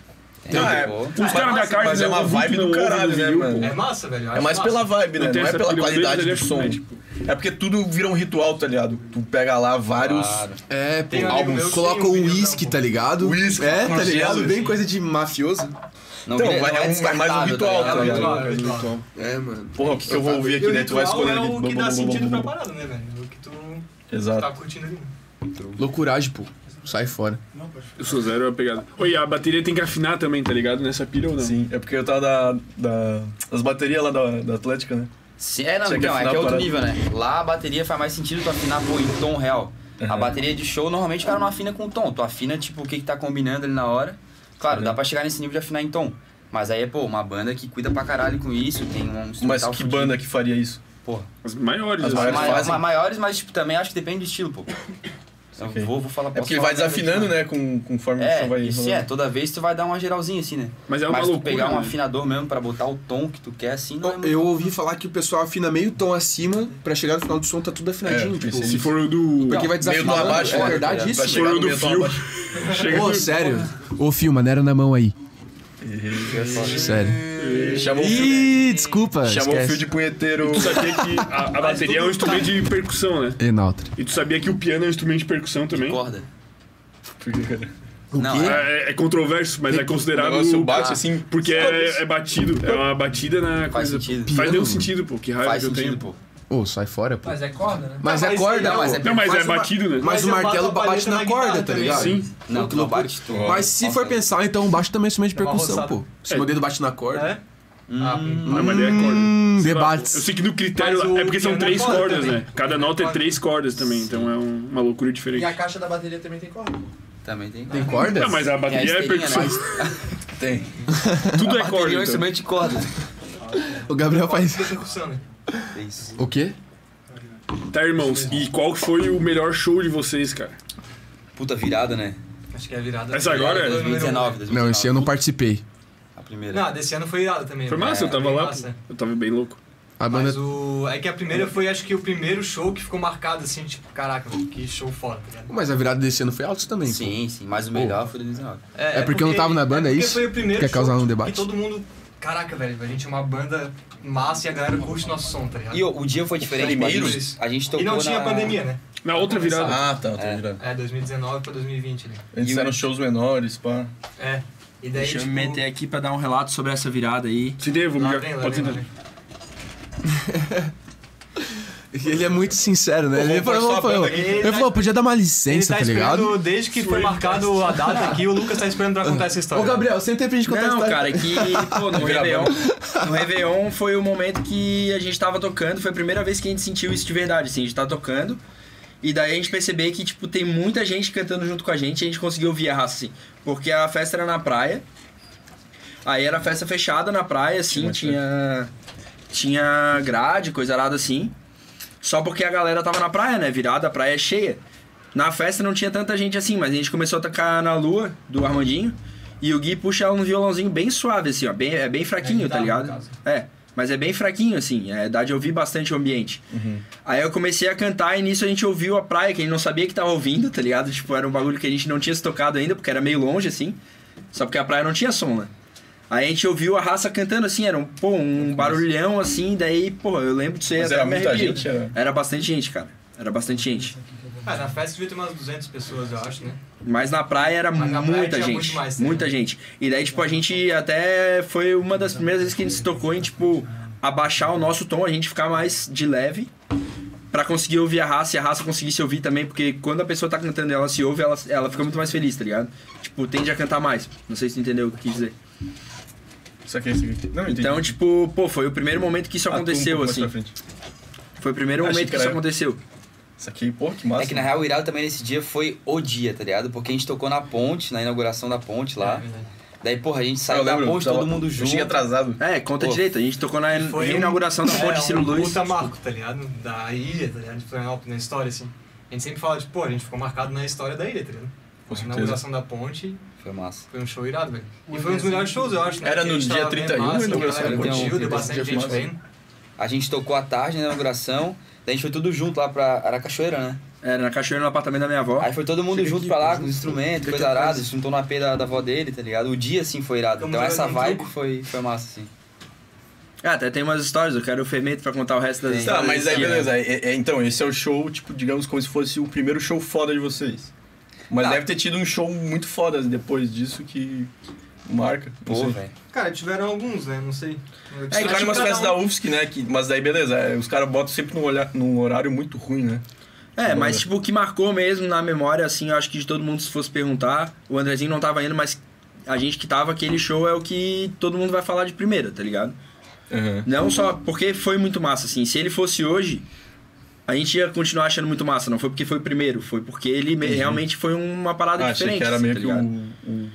Speaker 2: Ah, é.
Speaker 1: Os caras da né? carne
Speaker 2: mas é
Speaker 1: não
Speaker 2: uma
Speaker 1: ouvem,
Speaker 2: vibe
Speaker 1: não
Speaker 2: do
Speaker 1: ouvem
Speaker 2: caralho,
Speaker 1: no
Speaker 2: né,
Speaker 1: vinil,
Speaker 2: mano?
Speaker 1: pô.
Speaker 4: É massa, velho. eu
Speaker 2: É
Speaker 4: acho
Speaker 2: mais
Speaker 4: massa.
Speaker 2: pela vibe, né?
Speaker 1: Não tem
Speaker 2: Não é
Speaker 1: essa
Speaker 2: pela
Speaker 1: pira deles,
Speaker 2: qualidade do
Speaker 1: ele é
Speaker 2: som.
Speaker 1: frenético.
Speaker 2: É porque tudo vira um ritual, tá ligado? Tu pega lá vários.
Speaker 8: É, pô.
Speaker 4: Tem um amigo
Speaker 8: álbuns.
Speaker 4: meu que
Speaker 8: Coloca
Speaker 4: tem um
Speaker 8: um
Speaker 4: vinil,
Speaker 8: uísque,
Speaker 2: né,
Speaker 4: não,
Speaker 8: tá ligado?
Speaker 2: Uísque,
Speaker 8: É, tá
Speaker 2: Marcelo,
Speaker 8: ligado? Bem
Speaker 2: assim.
Speaker 8: coisa de mafioso.
Speaker 9: Não,
Speaker 2: Então,
Speaker 9: vira-
Speaker 2: vai-
Speaker 9: não
Speaker 2: é um- é mais um
Speaker 9: descartável,
Speaker 2: ritual,
Speaker 9: tá
Speaker 2: tá
Speaker 9: ligado?
Speaker 2: ligado?
Speaker 4: É muito bom.
Speaker 8: É, mano.
Speaker 2: Porra, o que, que eu vou ouvir
Speaker 4: E
Speaker 2: aqui,
Speaker 4: o
Speaker 2: né? Tu vai
Speaker 4: ritual
Speaker 2: escolher ali.
Speaker 4: é o que
Speaker 2: Blá, blá, blá,
Speaker 4: dá sentido
Speaker 2: blá,
Speaker 4: pra
Speaker 2: blá.
Speaker 4: parada, né, velho? O que tu tá
Speaker 2: Exato.
Speaker 4: curtindo ali.
Speaker 8: Loucuragem, pô. Sai fora.
Speaker 1: Eu sou zero é pegado. Oi, a bateria tem que afinar também, tá ligado? Nessa pira ou não?
Speaker 2: Sim, é porque eu tava da. da das baterias lá da, da Atlética, né?
Speaker 9: Se- É, não,
Speaker 2: Tinha que
Speaker 9: então, é
Speaker 2: afinar
Speaker 9: que é
Speaker 2: a
Speaker 9: outro
Speaker 2: parada.
Speaker 9: nível, né? Lá a bateria faz mais sentido tu afinar pô, em tom real. A bateria de show, normalmente o cara não afina com tom. Tu afina, tipo, o que que tá combinando ali na hora. Claro, dá pra chegar nesse nível de afinar em tom. Mas aí é, pô, uma banda que cuida pra caralho com isso, tem um
Speaker 2: Mas
Speaker 9: instrumental
Speaker 2: que
Speaker 9: fudido.
Speaker 2: banda que faria isso?
Speaker 9: Porra.
Speaker 1: As maiores,
Speaker 2: As
Speaker 1: assim.
Speaker 2: maiores.
Speaker 9: Maior-
Speaker 2: fazem?
Speaker 9: ma- maiores, mas tipo, também acho que depende do estilo, pô.
Speaker 3: Então, vou, vou falar
Speaker 2: É porque ele vai desafinando, né? Com, conforme o
Speaker 3: É,
Speaker 2: som vai
Speaker 3: isso
Speaker 2: rolando.
Speaker 3: é, toda vez tu vai dar uma geralzinha assim, né?
Speaker 1: Mas
Speaker 8: é uma
Speaker 3: tu
Speaker 8: loucura,
Speaker 3: pegar um
Speaker 8: né?
Speaker 3: afinador mesmo pra botar o tom que tu quer assim, não é muito
Speaker 8: Eu ouvi falar que o pessoal afina meio tom acima pra chegar no final do som tá tudo afinadinho.
Speaker 1: É,
Speaker 8: tipo,
Speaker 1: se for o do-
Speaker 8: Porque
Speaker 1: Não,
Speaker 8: vai
Speaker 1: meio tom
Speaker 8: desafinando.
Speaker 1: abaixo,
Speaker 8: é
Speaker 1: né?
Speaker 8: verdade
Speaker 1: Vai
Speaker 8: isso.
Speaker 1: chegar no meio tom abaixo. Chega
Speaker 8: Pô,
Speaker 1: no-
Speaker 8: sério. Ô, fio, maneiro na mão aí. Sério.
Speaker 2: É Chamou o fio-
Speaker 8: Ih, desculpa.
Speaker 2: Chamou o
Speaker 8: esquece.
Speaker 2: fio de punheteiro. tá.
Speaker 1: Tu sabia que a, a bateria é um instrumento de percussão, né?
Speaker 8: Enaltre.
Speaker 1: E tu sabia que o piano é um instrumento de percussão também? corda.
Speaker 3: Não,
Speaker 1: é, é, controverso, mas é considerado. Ah,
Speaker 2: O negócio bate assim.
Speaker 1: Porque é, é batido. É uma batida na coisa. Faz
Speaker 3: sentido.
Speaker 1: Faz nenhum
Speaker 8: Piano?
Speaker 1: sentido, pô. Que raiva
Speaker 8: Faz
Speaker 1: que eu
Speaker 8: sentido,
Speaker 1: tenho. pô.
Speaker 8: Ô, sai fora, pô.
Speaker 5: Mas é corda, né?
Speaker 8: Mas é corda, mas é
Speaker 1: Não, mas é
Speaker 8: o ma-
Speaker 1: batido, né?
Speaker 8: Mas
Speaker 1: Mas
Speaker 8: o
Speaker 1: eu bato
Speaker 8: martelo
Speaker 1: a
Speaker 8: bate
Speaker 1: palheta
Speaker 8: na
Speaker 1: na
Speaker 8: corda,
Speaker 1: guitarra
Speaker 8: tá
Speaker 1: também.
Speaker 8: ligado?
Speaker 1: é né? Sim. Não,
Speaker 8: Pô,
Speaker 1: tu não
Speaker 8: loucura.
Speaker 1: bate, tu-
Speaker 8: Mas se for pensar, então o baixo também é instrumento de
Speaker 1: Dá uma
Speaker 8: percussão,
Speaker 1: roçada.
Speaker 8: pô. Se meu dedo bate na corda. É?
Speaker 1: Ah, mas daí é corda. Sei lá,
Speaker 8: debates.
Speaker 1: Eu sei que no critério.
Speaker 8: Mas o
Speaker 1: É porque são
Speaker 8: piano é
Speaker 1: três
Speaker 8: corda
Speaker 1: cordas,
Speaker 8: também.
Speaker 1: né? Cada nota é três cordas também. Então é um- uma loucura diferente.
Speaker 5: E a caixa da bateria também tem corda.
Speaker 3: Também tem.
Speaker 1: Tem cordas? Não, mas a bateria é
Speaker 5: né?
Speaker 3: esteirinha,
Speaker 1: percussão.
Speaker 3: Tem.
Speaker 1: Tudo
Speaker 3: A
Speaker 1: é corda.
Speaker 3: bateria é um
Speaker 1: então.
Speaker 3: instrumento de corda.
Speaker 8: O Gabriel faz. O quê?
Speaker 1: Tá, irmãos, e qual que foi o melhor show de vocês, cara?
Speaker 3: Puta virada, né?
Speaker 4: Acho que é a virada.
Speaker 1: Essa agora é?
Speaker 3: 2019,
Speaker 8: Não, esse eu não participei.
Speaker 3: a primeira.
Speaker 4: Não, desse ano foi irada também.
Speaker 1: Foi
Speaker 4: né?
Speaker 1: massa, eu tava
Speaker 4: Bem
Speaker 1: lá,
Speaker 4: massa.
Speaker 1: pô. eu tava bem louco.
Speaker 8: A banda.
Speaker 4: O- É que a primeira foi, acho que o primeiro show que ficou marcado, assim, tipo, caraca, que show foda, tá ligado?
Speaker 8: Mas a virada desse ano foi alto também.
Speaker 3: Sim, sim, mas o melhor foi 2019.
Speaker 8: É, porque eu não tava na banda, é
Speaker 4: porque
Speaker 8: isso?
Speaker 4: foi o primeiro
Speaker 8: Quer
Speaker 4: show
Speaker 8: causar um
Speaker 4: E
Speaker 8: debate.
Speaker 4: todo mundo, caraca, velho, a gente é uma banda massa e a galera curte nosso som, tá ligado?
Speaker 3: E o, o dia foi diferente, mas a
Speaker 4: Primeiros.
Speaker 3: gente, a gente tocou
Speaker 4: E não tinha
Speaker 3: na-
Speaker 4: pandemia, né?
Speaker 1: Na outra
Speaker 2: virada. Ah, tá, outra
Speaker 4: é.
Speaker 2: virada.
Speaker 4: É, 2019 pra 2020 ali.
Speaker 2: Eles
Speaker 3: um
Speaker 2: fizeram shows menores, pá.
Speaker 4: É. E daí,
Speaker 2: Deixa eu
Speaker 4: tipo,
Speaker 2: me meter
Speaker 3: aqui pra dar um relato sobre essa virada aí.
Speaker 1: Se devo,
Speaker 4: Lá vem, lá
Speaker 1: pode
Speaker 4: vem, lá
Speaker 1: tentar.
Speaker 8: Ele é muito sincero, né?
Speaker 4: Pô,
Speaker 8: Ele
Speaker 4: vou
Speaker 8: falou,
Speaker 4: postar a
Speaker 8: falou,
Speaker 4: banda aqui. Ele
Speaker 8: ele
Speaker 4: tá
Speaker 8: falou, podia dar uma
Speaker 4: Ele
Speaker 8: licença,
Speaker 4: tá
Speaker 8: tá ligado?
Speaker 4: esperando, desde que foi marcado a data aqui, o Lucas tá esperando pra contar essa história.
Speaker 8: Ô, Gabriel, sempre tem pra gente
Speaker 4: contar
Speaker 8: contar
Speaker 4: Não,
Speaker 8: história.
Speaker 4: cara,
Speaker 3: é que, pô,
Speaker 8: não
Speaker 3: no
Speaker 8: vira
Speaker 3: Réveillon, no Réveillon foi o momento que a gente tava tocando, foi a primeira vez que a gente sentiu isso de verdade, assim, a gente tá tocando. E daí a gente percebeu que, tipo, tem muita gente cantando junto com a gente, e a gente conseguiu ouvir a raça, assim. Porque a festa era na praia. Aí era festa fechada na praia, assim, tinha. Tinha grade, coisa arada assim. Só porque a galera tava na praia, né? Virada, a praia é cheia. Na festa não tinha tanta gente assim, mas a gente começou a tocar na lua do Armandinho. E o Gui puxa um violãozinho bem suave, assim, ó. Bem, é bem fraquinho, tá ligado? É, mas é bem fraquinho, assim. É, dá de ouvir bastante o ambiente.
Speaker 4: Uhum.
Speaker 3: Aí eu comecei a cantar e nisso a gente ouviu a praia, que a gente não sabia que tava ouvindo, tá ligado? Tipo, era um bagulho que a gente não tinha se tocado ainda, porque era meio longe, assim. Só porque a praia não tinha som, né? Aí a gente ouviu a raça cantando assim, era um, pô, um barulhão assim, daí, pô, eu lembro disso aí.
Speaker 2: Mas
Speaker 3: até
Speaker 2: era
Speaker 3: me
Speaker 2: muita
Speaker 3: arrepio.
Speaker 2: gente, era?
Speaker 3: Era bastante gente, cara. Era bastante gente.
Speaker 4: Ah, na festa devia ter umas 200 pessoas, eu acho, né?
Speaker 3: Mas na praia era muita
Speaker 4: tinha
Speaker 3: gente.
Speaker 4: muito mais, né?
Speaker 3: muita gente. E daí, tipo, a gente até foi uma das primeiras vezes que a gente se tocou em, tipo, abaixar o nosso tom, a gente ficar mais de leve. Pra conseguir ouvir a raça e a raça conseguir se ouvir também, porque quando a pessoa tá cantando e ela se ouve, ela, ela fica muito mais feliz, tá ligado? Tipo, tende a cantar mais. Não sei se tu entendeu o que eu quis dizer.
Speaker 2: Isso aqui, isso aqui. Não, entendi.
Speaker 3: Então, tipo, pô, foi o primeiro momento que isso
Speaker 2: Ah, tu um
Speaker 3: aconteceu,
Speaker 2: pouco mais
Speaker 3: assim.
Speaker 2: pra frente.
Speaker 3: Foi o primeiro
Speaker 2: Achei
Speaker 3: momento
Speaker 2: que
Speaker 3: que isso
Speaker 2: era-
Speaker 3: aconteceu.
Speaker 2: Isso aqui, pô, que massa.
Speaker 3: É que na real o irado também nesse dia foi o dia, tá ligado? Porque a gente tocou na ponte, na inauguração da ponte
Speaker 4: É
Speaker 3: lá. Daí, porra, a gente saiu
Speaker 2: Eu
Speaker 3: da
Speaker 2: lembro,
Speaker 3: ponte,
Speaker 2: tava-
Speaker 3: todo mundo
Speaker 2: eu
Speaker 3: junto.
Speaker 2: cheguei atrasado.
Speaker 3: É, conta
Speaker 2: Pô.
Speaker 3: direito. A gente tocou na
Speaker 4: Foi
Speaker 3: inauguração da
Speaker 4: um-
Speaker 3: ponte
Speaker 4: é,
Speaker 3: Ciro
Speaker 4: um
Speaker 3: Luz.
Speaker 4: puta marco, tá ligado? Da ilha, tá ligado? De Florianópolis, na história, assim. A gente sempre fala, tipo, pô, a gente ficou marcado na história da ilha, tá ligado? na
Speaker 2: certeza.
Speaker 4: inauguração da ponte,
Speaker 3: Foi massa.
Speaker 4: foi um show irado, velho. E foi um dos melhores shows, eu acho. né?
Speaker 2: Era
Speaker 4: Que a
Speaker 2: no
Speaker 4: gente
Speaker 2: dia
Speaker 4: tava bem
Speaker 2: 31
Speaker 4: massa,
Speaker 2: a né, inauguração
Speaker 4: a galera
Speaker 2: da ponte?
Speaker 4: curtiu, deu
Speaker 2: Então,
Speaker 4: bastante
Speaker 2: dia
Speaker 4: gente
Speaker 2: massa.
Speaker 4: vendo.
Speaker 3: um. A gente tocou à tarde na inauguração. Daí a gente foi tudo junto lá pra. Era a cachoeira, né? Era na cachoeira no apartamento da minha avó. Aí foi todo mundo junto pra lá, com os instrumentos, coisa arada, se juntou no AP da, da avó dele, tá ligado? O dia assim foi irado.
Speaker 4: Tamo
Speaker 3: Então essa
Speaker 4: jogando
Speaker 3: vibe
Speaker 4: truco.
Speaker 3: foi, foi massa, assim. Ah, até tem umas histórias, eu quero o Fermento pra contar o resto das
Speaker 2: Tá, mas aí beleza. É- é- então, esse é o show, tipo, digamos como se fosse o primeiro show foda de vocês. Mas
Speaker 3: Ah.
Speaker 2: deve ter tido um show muito foda depois disso que marca. não
Speaker 4: Pô,
Speaker 2: sei.
Speaker 4: velho. Cara, tiveram alguns, né? Não sei. Eu
Speaker 2: É,
Speaker 4: acho
Speaker 2: claro,
Speaker 4: que
Speaker 2: umas
Speaker 4: cada
Speaker 2: festas
Speaker 4: um-
Speaker 2: da UFSC, né? Que, mas daí, beleza, é, os caras botam sempre num, olhar, num horário muito ruim, né?
Speaker 3: É,
Speaker 2: Bom,
Speaker 3: mas
Speaker 2: né?
Speaker 3: tipo, o que marcou mesmo na memória, assim, eu acho que de todo mundo se fosse perguntar, o Andrezinho não tava indo, mas a gente que tava, aquele show é o que todo mundo vai falar de primeira, tá ligado? Não só porque foi muito massa, assim, se ele fosse hoje, a gente ia continuar achando muito massa, não foi porque foi o primeiro, foi porque ele me- realmente foi uma parada
Speaker 2: Ah, achei
Speaker 3: diferente.
Speaker 2: que era
Speaker 3: assim,
Speaker 2: meio
Speaker 3: tá
Speaker 2: que
Speaker 3: ligado?
Speaker 2: um, um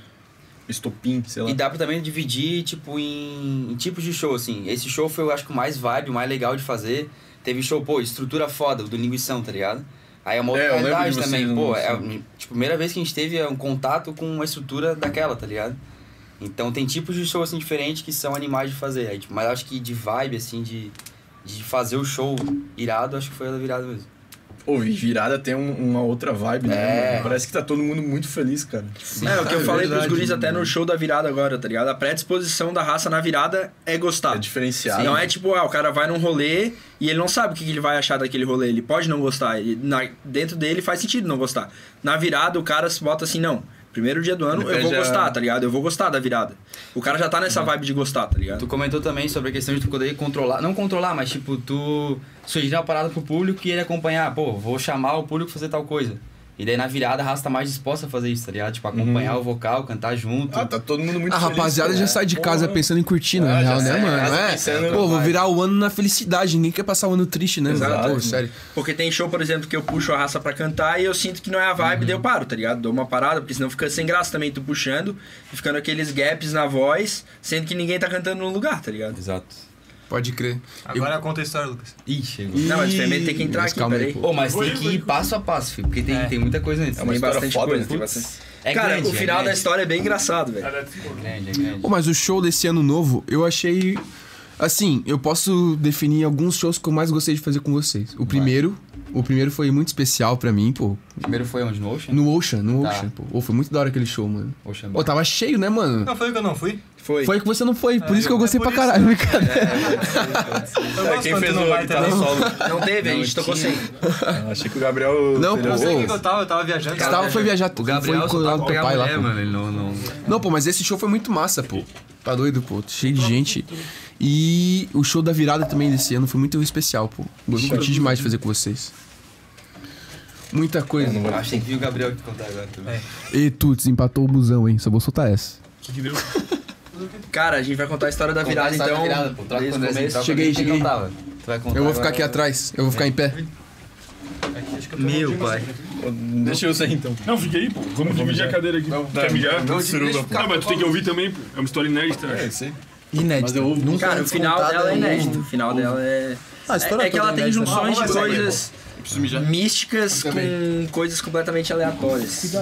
Speaker 2: estopim, sei lá.
Speaker 3: E dá pra também dividir, tipo, em, em tipos de show, assim. Esse show foi, eu acho, que o mais vibe, o mais legal de fazer. Teve show, pô, estrutura foda, o do Linguição, tá ligado?
Speaker 9: Aí é uma outra
Speaker 2: É, eu lembro de
Speaker 9: realidade
Speaker 2: vocês
Speaker 9: também,
Speaker 2: no-
Speaker 9: pô. É a tipo, primeira vez que a gente teve um contato com uma estrutura daquela, tá ligado? Então tem tipos de show assim diferentes que são animais de fazer. Aí, tipo, mas acho que de vibe, assim, de, de fazer o show irado, acho que foi a da virada mesmo.
Speaker 2: Ouvi, virada tem um- uma outra vibe, né?
Speaker 9: É.
Speaker 2: mano? Parece que tá todo mundo muito feliz, cara.
Speaker 3: é, o que eu falei pros guris até no show da virada agora, tá ligado? A predisposição da raça na virada é gostar. É
Speaker 2: diferenciado.
Speaker 3: Não é tipo, ah, o cara vai num rolê e ele não sabe o que que ele vai achar daquele rolê. Ele pode não gostar. Ele, na- dentro dele faz sentido não gostar. Na virada, o cara se bota assim, não. Primeiro dia do ano,
Speaker 9: Ele
Speaker 3: eu vou
Speaker 9: perde a-
Speaker 3: gostar, tá ligado? Eu vou gostar da virada. O cara já tá nessa vibe de gostar, tá ligado?
Speaker 9: Uhum. Tu comentou também sobre a questão de tu poder controlar, não controlar, mas tipo, tu sugerir uma parada pro público e ele acompanhar, pô, vou chamar o público pra fazer tal coisa. E daí na virada a raça tá mais disposta a fazer isso, tá ligado? Tipo, acompanhar
Speaker 8: Uhum.
Speaker 9: o vocal, cantar junto. Ah,
Speaker 2: tá todo mundo muito
Speaker 8: A rapaziada já sai
Speaker 9: né?
Speaker 8: de casa pensando em curtir, na
Speaker 9: Ah,
Speaker 8: real,
Speaker 9: já
Speaker 8: né,
Speaker 9: sai de
Speaker 8: mano?
Speaker 9: casa
Speaker 8: É.
Speaker 9: pensando-
Speaker 8: Pô, vou virar o ano na felicidade. Ninguém quer passar o ano triste, né? mano?
Speaker 3: Exato.
Speaker 8: Pô, sério.
Speaker 3: Porque tem show, por exemplo, que eu puxo a raça pra cantar e eu sinto que não é a vibe,
Speaker 9: Uhum.
Speaker 3: daí eu paro, tá ligado? Dou uma parada, porque senão fica sem graça também tu puxando, e ficando aqueles gaps na voz, sendo que ninguém tá cantando no lugar, tá ligado?
Speaker 9: Exato.
Speaker 8: Pode crer.
Speaker 4: Agora é conta a história, Lucas.
Speaker 9: Ih, chegou.
Speaker 3: Não, mas o Fermento tem que entrar aqui, peraí.
Speaker 9: Pô, mas tem que ir passo a passo, filho, porque tem, tem muita coisa antes.
Speaker 3: É uma história foda, né? Tem
Speaker 9: Putz.
Speaker 3: bastante.
Speaker 9: É
Speaker 3: Cara,
Speaker 9: grande,
Speaker 3: o final
Speaker 9: é grande.
Speaker 3: da história é bem engraçado, velho.
Speaker 9: Grande, é grande.
Speaker 8: Pô, mas o show desse ano novo, eu achei. Assim, eu posso definir alguns shows que eu mais gostei de fazer com vocês. O primeiro, o primeiro foi muito especial pra mim, pô. O
Speaker 9: primeiro foi onde? No Ocean?
Speaker 8: No Ocean, no
Speaker 9: Tá.
Speaker 8: Ocean, pô. Ô, foi muito da hora aquele show, mano.
Speaker 9: Ocean
Speaker 8: Pô, tava cheio, né, mano?
Speaker 4: Não foi É, o que eu não fui?
Speaker 3: Foi.
Speaker 8: Foi que você não foi, por isso que eu
Speaker 12: É,
Speaker 8: gostei pra caralho, né, cara.
Speaker 4: É, gosto quem quando fez tu não o vai guitarra também. solo? Ah,
Speaker 3: Não teve, a gente tocou sem.
Speaker 2: achei que o Gabriel.
Speaker 8: Não,
Speaker 4: Eu não sei o que
Speaker 8: pô.
Speaker 4: eu tava, eu tava viajando.
Speaker 8: Você tava, foi viajar,
Speaker 4: O
Speaker 8: tu
Speaker 4: Gabriel
Speaker 8: foi
Speaker 4: só
Speaker 8: lá
Speaker 4: tava
Speaker 8: do
Speaker 4: com
Speaker 8: teu
Speaker 4: a
Speaker 8: pai lá.
Speaker 4: mulher,
Speaker 8: pô.
Speaker 4: mano, ele não- não-
Speaker 8: Não, pô, mas esse show foi muito massa, pô. Tá doido, pô. Cheio de gente. E o show da virada também desse ano foi muito especial, pô. Eu curti demais de fazer com vocês. Muita coisa.
Speaker 9: Acho que tem que vir o Gabriel que contar agora
Speaker 4: É.
Speaker 9: também.
Speaker 8: E tu desempatou o busão, hein? Só vou soltar essa.
Speaker 3: que, que deu? Cara, a gente vai contar a história da
Speaker 9: Contar a
Speaker 3: virada,
Speaker 9: história
Speaker 3: então.
Speaker 9: da virada, pô. Troca
Speaker 3: desde o
Speaker 9: quando eles
Speaker 3: começo.
Speaker 9: entraram, Cheguei, quem cheguei. contava? Tu vai contar
Speaker 8: Eu vou ficar
Speaker 9: agora.
Speaker 8: aqui atrás. Eu vou ficar em pé.
Speaker 3: Meu pai.
Speaker 2: Deixa eu sair então.
Speaker 1: Não, fica aí, pô. Vamos dividir a cadeira aqui. Quer mijar?
Speaker 2: não,
Speaker 1: Suruba,
Speaker 2: deixa eu
Speaker 1: pô.
Speaker 2: ficar
Speaker 1: Não, mas tu tem que ouvir também, pô. É uma história inédita.
Speaker 2: É, isso aí.
Speaker 3: Inédito. Cara, o
Speaker 1: antes
Speaker 3: final
Speaker 1: contado
Speaker 3: dela é
Speaker 1: é novo.
Speaker 3: inédito. O final dela é.
Speaker 1: Ah, a história
Speaker 3: é, é que
Speaker 1: toda
Speaker 3: ela
Speaker 1: é
Speaker 3: tem
Speaker 1: inédita.
Speaker 3: junções
Speaker 1: Ah,
Speaker 3: de
Speaker 1: vamos lá,
Speaker 3: coisas místicas com coisas completamente aleatórias.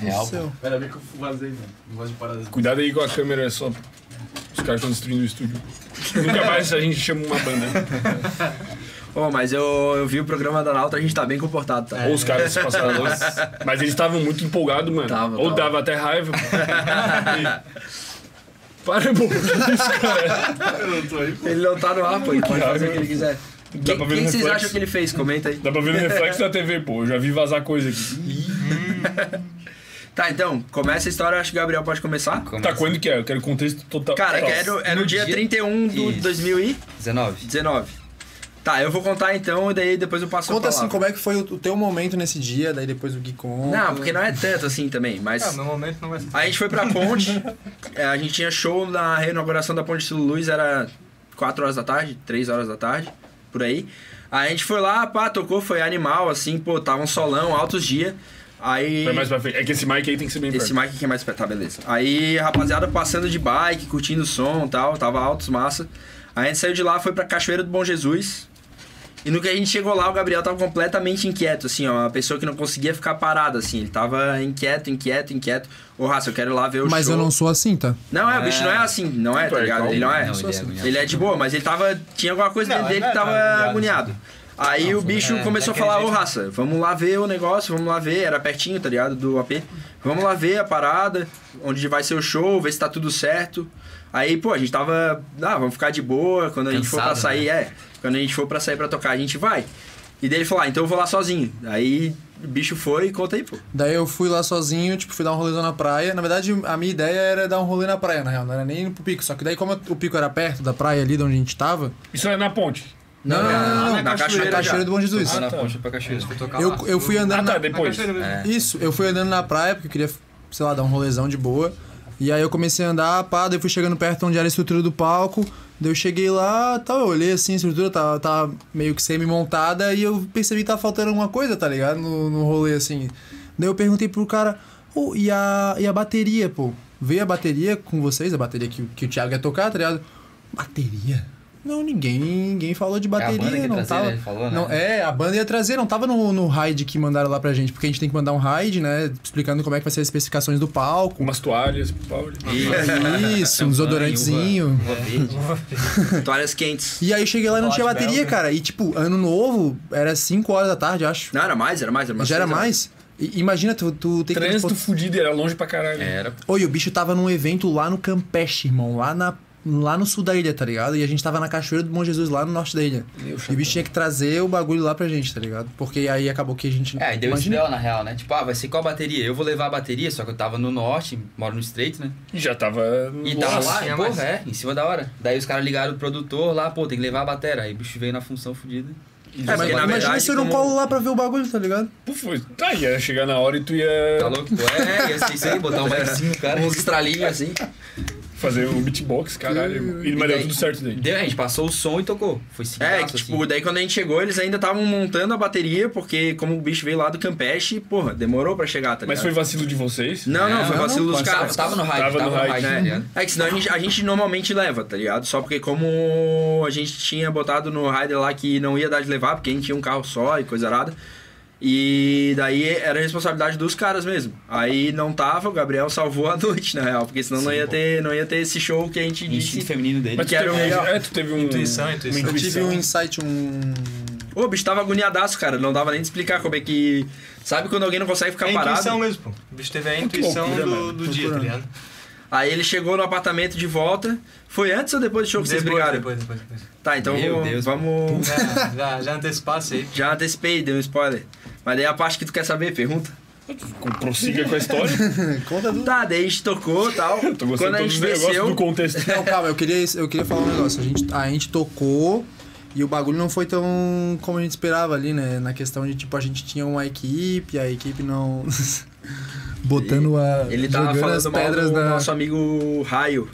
Speaker 1: Real.
Speaker 7: Pera, vem que eu vazei, mano. Não gosto de parada.
Speaker 1: Cuidado aí com a câmera, é só. Os caras estão destruindo o estúdio. Nunca mais a gente chama uma banda.
Speaker 3: Ó, mas eu, eu vi o programa da Nauta, a gente tá bem comportado, tá?
Speaker 1: Ou os caras se passaram a luz. Mas eles estavam muito empolgados, mano. Ou
Speaker 3: tava.
Speaker 1: dava até raiva. Para, pô. Que isso, cara?
Speaker 7: Eu não tô aí,
Speaker 3: Ele não tá no ar, pô. Ele pode
Speaker 1: Cara,
Speaker 3: fazer o que ele quiser. O que,
Speaker 1: pra ver
Speaker 3: quem
Speaker 1: no
Speaker 3: vocês
Speaker 1: reflexo.
Speaker 3: acham que ele fez? Comenta aí.
Speaker 1: Dá pra ver no reflexo né? da TV, pô. Eu já vi vazar coisa aqui.
Speaker 3: Tá, então, começa a história, acho que o Gabriel pode começar.
Speaker 1: Tá, quando que é? Eu quero contexto total.
Speaker 3: Cara,
Speaker 1: total.
Speaker 3: que é no, é no dia 31 de
Speaker 1: Isso.
Speaker 3: 2019. 19. Tá, eu vou contar então e daí depois eu passo
Speaker 5: Conta
Speaker 3: a palavra.
Speaker 5: assim, como é que foi o o teu momento nesse dia, daí depois o Gui conta.
Speaker 3: Não, porque não é tanto assim também, mas.
Speaker 5: Ah, meu
Speaker 4: momento não vai ser.
Speaker 3: A gente foi pra ponte, é, a gente tinha show na reinauguração da ponte Silo Luz, era 4 horas da tarde, 3 horas da tarde, por aí. Aí a gente foi lá, pá, tocou, foi animal, assim, pô, tava um solão, altos dias. Aí.
Speaker 1: Vai mais pra frente. É que esse mic aí tem que ser bem
Speaker 3: Esse
Speaker 1: perto.
Speaker 3: mic aqui é mais perto, tá, beleza. Aí, rapaziada passando de bike, curtindo o som e tal, tava altos, massa. Aí a gente saiu de lá, foi pra Cachoeira do Bom Jesus. E no que a gente chegou lá, o Gabriel tava completamente inquieto, assim, ó. Uma pessoa que não conseguia ficar parada, assim. Ele tava inquieto, inquieto, inquieto. Ô, Raça, eu quero ir lá ver o
Speaker 5: Mas
Speaker 3: show.
Speaker 5: eu não sou assim, tá?
Speaker 3: Não, é, o bicho não é assim, não é,
Speaker 5: Tu
Speaker 3: tá
Speaker 5: é
Speaker 3: ligado?
Speaker 5: calmo?
Speaker 3: Ele não é.
Speaker 5: Não, ele é agoniado.
Speaker 3: Ele é de boa, mas ele tava. Tinha alguma coisa
Speaker 5: Não,
Speaker 3: dentro dele
Speaker 5: ele
Speaker 3: que
Speaker 5: é
Speaker 3: tava
Speaker 5: agoniado,
Speaker 3: agoniado. Aí o bicho
Speaker 5: é,
Speaker 3: começou a
Speaker 5: daquele
Speaker 3: falar, ô
Speaker 5: jeito.
Speaker 3: raça, vamos lá ver o negócio, vamos lá ver, era pertinho, tá ligado? Do AP. Vamos lá ver a parada, onde vai ser o show, ver se tá tudo certo. Aí, pô, a gente tava. Ah, vamos ficar de boa, quando a gente for pra
Speaker 9: Cansado, né?
Speaker 3: sair, é. Quando a gente for pra sair pra tocar, a gente vai. E daí ele falou, ah, então eu vou lá sozinho. Aí o bicho foi e conta aí, pô.
Speaker 5: Daí eu fui lá sozinho, tipo, fui dar um rolezão na praia. Na verdade, a minha ideia era dar um rolê na praia, na real, não era nem ir pro pico. Só que daí, como o pico era perto da praia ali de onde a gente tava.
Speaker 1: Isso é na ponte? tá.
Speaker 5: Não, não, não, não, não, na cachoeira, do Bom Jesus. tá.
Speaker 9: Ah, na ponte pra cachoeira.
Speaker 5: Eu, eu fui andando. na...
Speaker 9: Ah, tá, É.
Speaker 5: Isso, eu fui andando na praia porque eu queria, sei lá, dar um rolezão de boa. E aí eu comecei a andar, pá, daí eu fui chegando perto onde era a estrutura do palco. Daí eu cheguei lá, tal, eu olhei assim, a estrutura tava, tava meio que semi-montada e eu percebi que tava faltando alguma coisa, tá ligado? No, no rolê assim. Daí eu perguntei pro cara, "Ô, e, a, e a bateria, pô? Veio a bateria com vocês, a bateria que, que o Thiago ia tocar, tá ligado? Bateria? Não, ninguém, ninguém falou de bateria.
Speaker 13: É banda que ia
Speaker 5: não
Speaker 13: trazer,
Speaker 5: tava,
Speaker 13: né? Ele falou, né?
Speaker 5: não, É, a banda ia trazer, não tava no, no RAID que mandaram lá pra gente, porque a gente tem que mandar um RAID, né? Explicando como é que vai ser as especificações do palco.
Speaker 1: Umas toalhas pro palco.
Speaker 5: Isso, um desodorantezinho.
Speaker 3: Toalhas quentes.
Speaker 5: E aí cheguei lá e não tinha
Speaker 3: Hot
Speaker 5: bateria,
Speaker 3: Belga.
Speaker 5: cara. E tipo, ano novo, era 5 horas da tarde, acho.
Speaker 3: Não, era mais, era mais, era mais.
Speaker 5: Já era mais? E- imagina, tu, tu tem que.
Speaker 1: Trânsito fudido, era longe pra caralho.
Speaker 9: Era.
Speaker 5: Oi, o bicho tava num evento lá no Campeche, irmão. Lá, na, lá no sul da ilha, tá ligado? E a gente tava na Cachoeira do Bom Jesus, lá no norte da ilha. E o bicho tinha que trazer o bagulho lá pra gente, tá ligado? Porque aí acabou que a gente.
Speaker 9: É, e deu isso dela, na real, né? Tipo, ah, vai ser qual bateria? Eu vou levar a bateria, só que eu tava no norte, moro no Estreito, né?
Speaker 1: E já tava.
Speaker 9: E tava
Speaker 1: Nossa,
Speaker 9: lá,
Speaker 1: tinha
Speaker 9: pô,
Speaker 1: mais.
Speaker 9: é, em cima da hora. Daí os caras ligaram o produtor lá, pô, tem que levar a batera. Aí o bicho veio na função fodida.
Speaker 5: É, mas imagina se eu não Paulo lá pra ver o bagulho, tá ligado?
Speaker 1: Puf, tá, ia chegar na hora e tu ia.
Speaker 9: Tá louco? É, ia ser isso aí, botar um versinho, cara.
Speaker 1: Uns
Speaker 9: estralinhos assim. Hum,
Speaker 1: Fazer o beatbox, caralho. E, mas deu tudo certo daí.
Speaker 9: Deu, a gente passou o som e tocou. Foi
Speaker 3: É, que, tipo, daí quando a gente chegou, eles ainda estavam montando a bateria, porque como o bicho veio lá do Campeche, porra, demorou pra chegar, tá ligado?
Speaker 1: Mas foi vacilo de vocês?
Speaker 3: Não, não, foi
Speaker 1: Não,
Speaker 3: vacilo dos
Speaker 1: não,
Speaker 3: caras.
Speaker 1: tava no hype, Tava tava no no hype, hype, né?
Speaker 3: né? É que senão a gente, a gente normalmente leva, tá ligado? Só porque como a gente tinha botado no rider lá que não ia dar de levar, porque a gente tinha um carro só e coisa arada. E daí era a responsabilidade dos caras mesmo. Aí não tava, o Gabriel salvou a noite, na real, porque senão não, ia ter, não ia ter esse show que a gente disse.
Speaker 9: feminino dele.
Speaker 1: Mas tu
Speaker 3: Que era o
Speaker 1: teve,
Speaker 3: melhor.
Speaker 1: é, tu teve um. uma
Speaker 5: Eu tive um insight, um.
Speaker 3: Ô, o bicho tava agoniadaço, cara. Não dava nem de explicar como é que. Sabe quando alguém não consegue ficar
Speaker 4: É a
Speaker 3: parado?
Speaker 4: intuição mesmo, pô. O bicho teve a intuição
Speaker 1: né,
Speaker 4: do- do dia, tá ligado?
Speaker 3: Aí ele chegou no apartamento de volta. Foi antes ou depois do show que vocês
Speaker 4: Depois,
Speaker 3: brigaram?
Speaker 4: depois, depois, depois.
Speaker 3: Tá, então
Speaker 4: Meu
Speaker 3: vamos.
Speaker 4: Deus,
Speaker 3: vamos...
Speaker 4: Já, já, já antecipar isso aí.
Speaker 3: Já antecipei, dei um spoiler. Mas daí a parte que tu quer saber, pergunta.
Speaker 1: Prossiga Um com a história.
Speaker 5: Conta tudo.
Speaker 3: Tá, daí a gente tocou e tal. Quando a gente desceu.
Speaker 5: Não, calma, eu queria, eu queria falar um negócio. A gente, a gente tocou e o bagulho não foi tão como a gente esperava ali, né? Na questão de, tipo, a gente tinha uma equipe, a equipe não. Botando a.
Speaker 3: Ele tava
Speaker 5: jogando as
Speaker 3: falando mal
Speaker 5: pedras
Speaker 3: do
Speaker 5: na.
Speaker 3: nosso amigo Raio.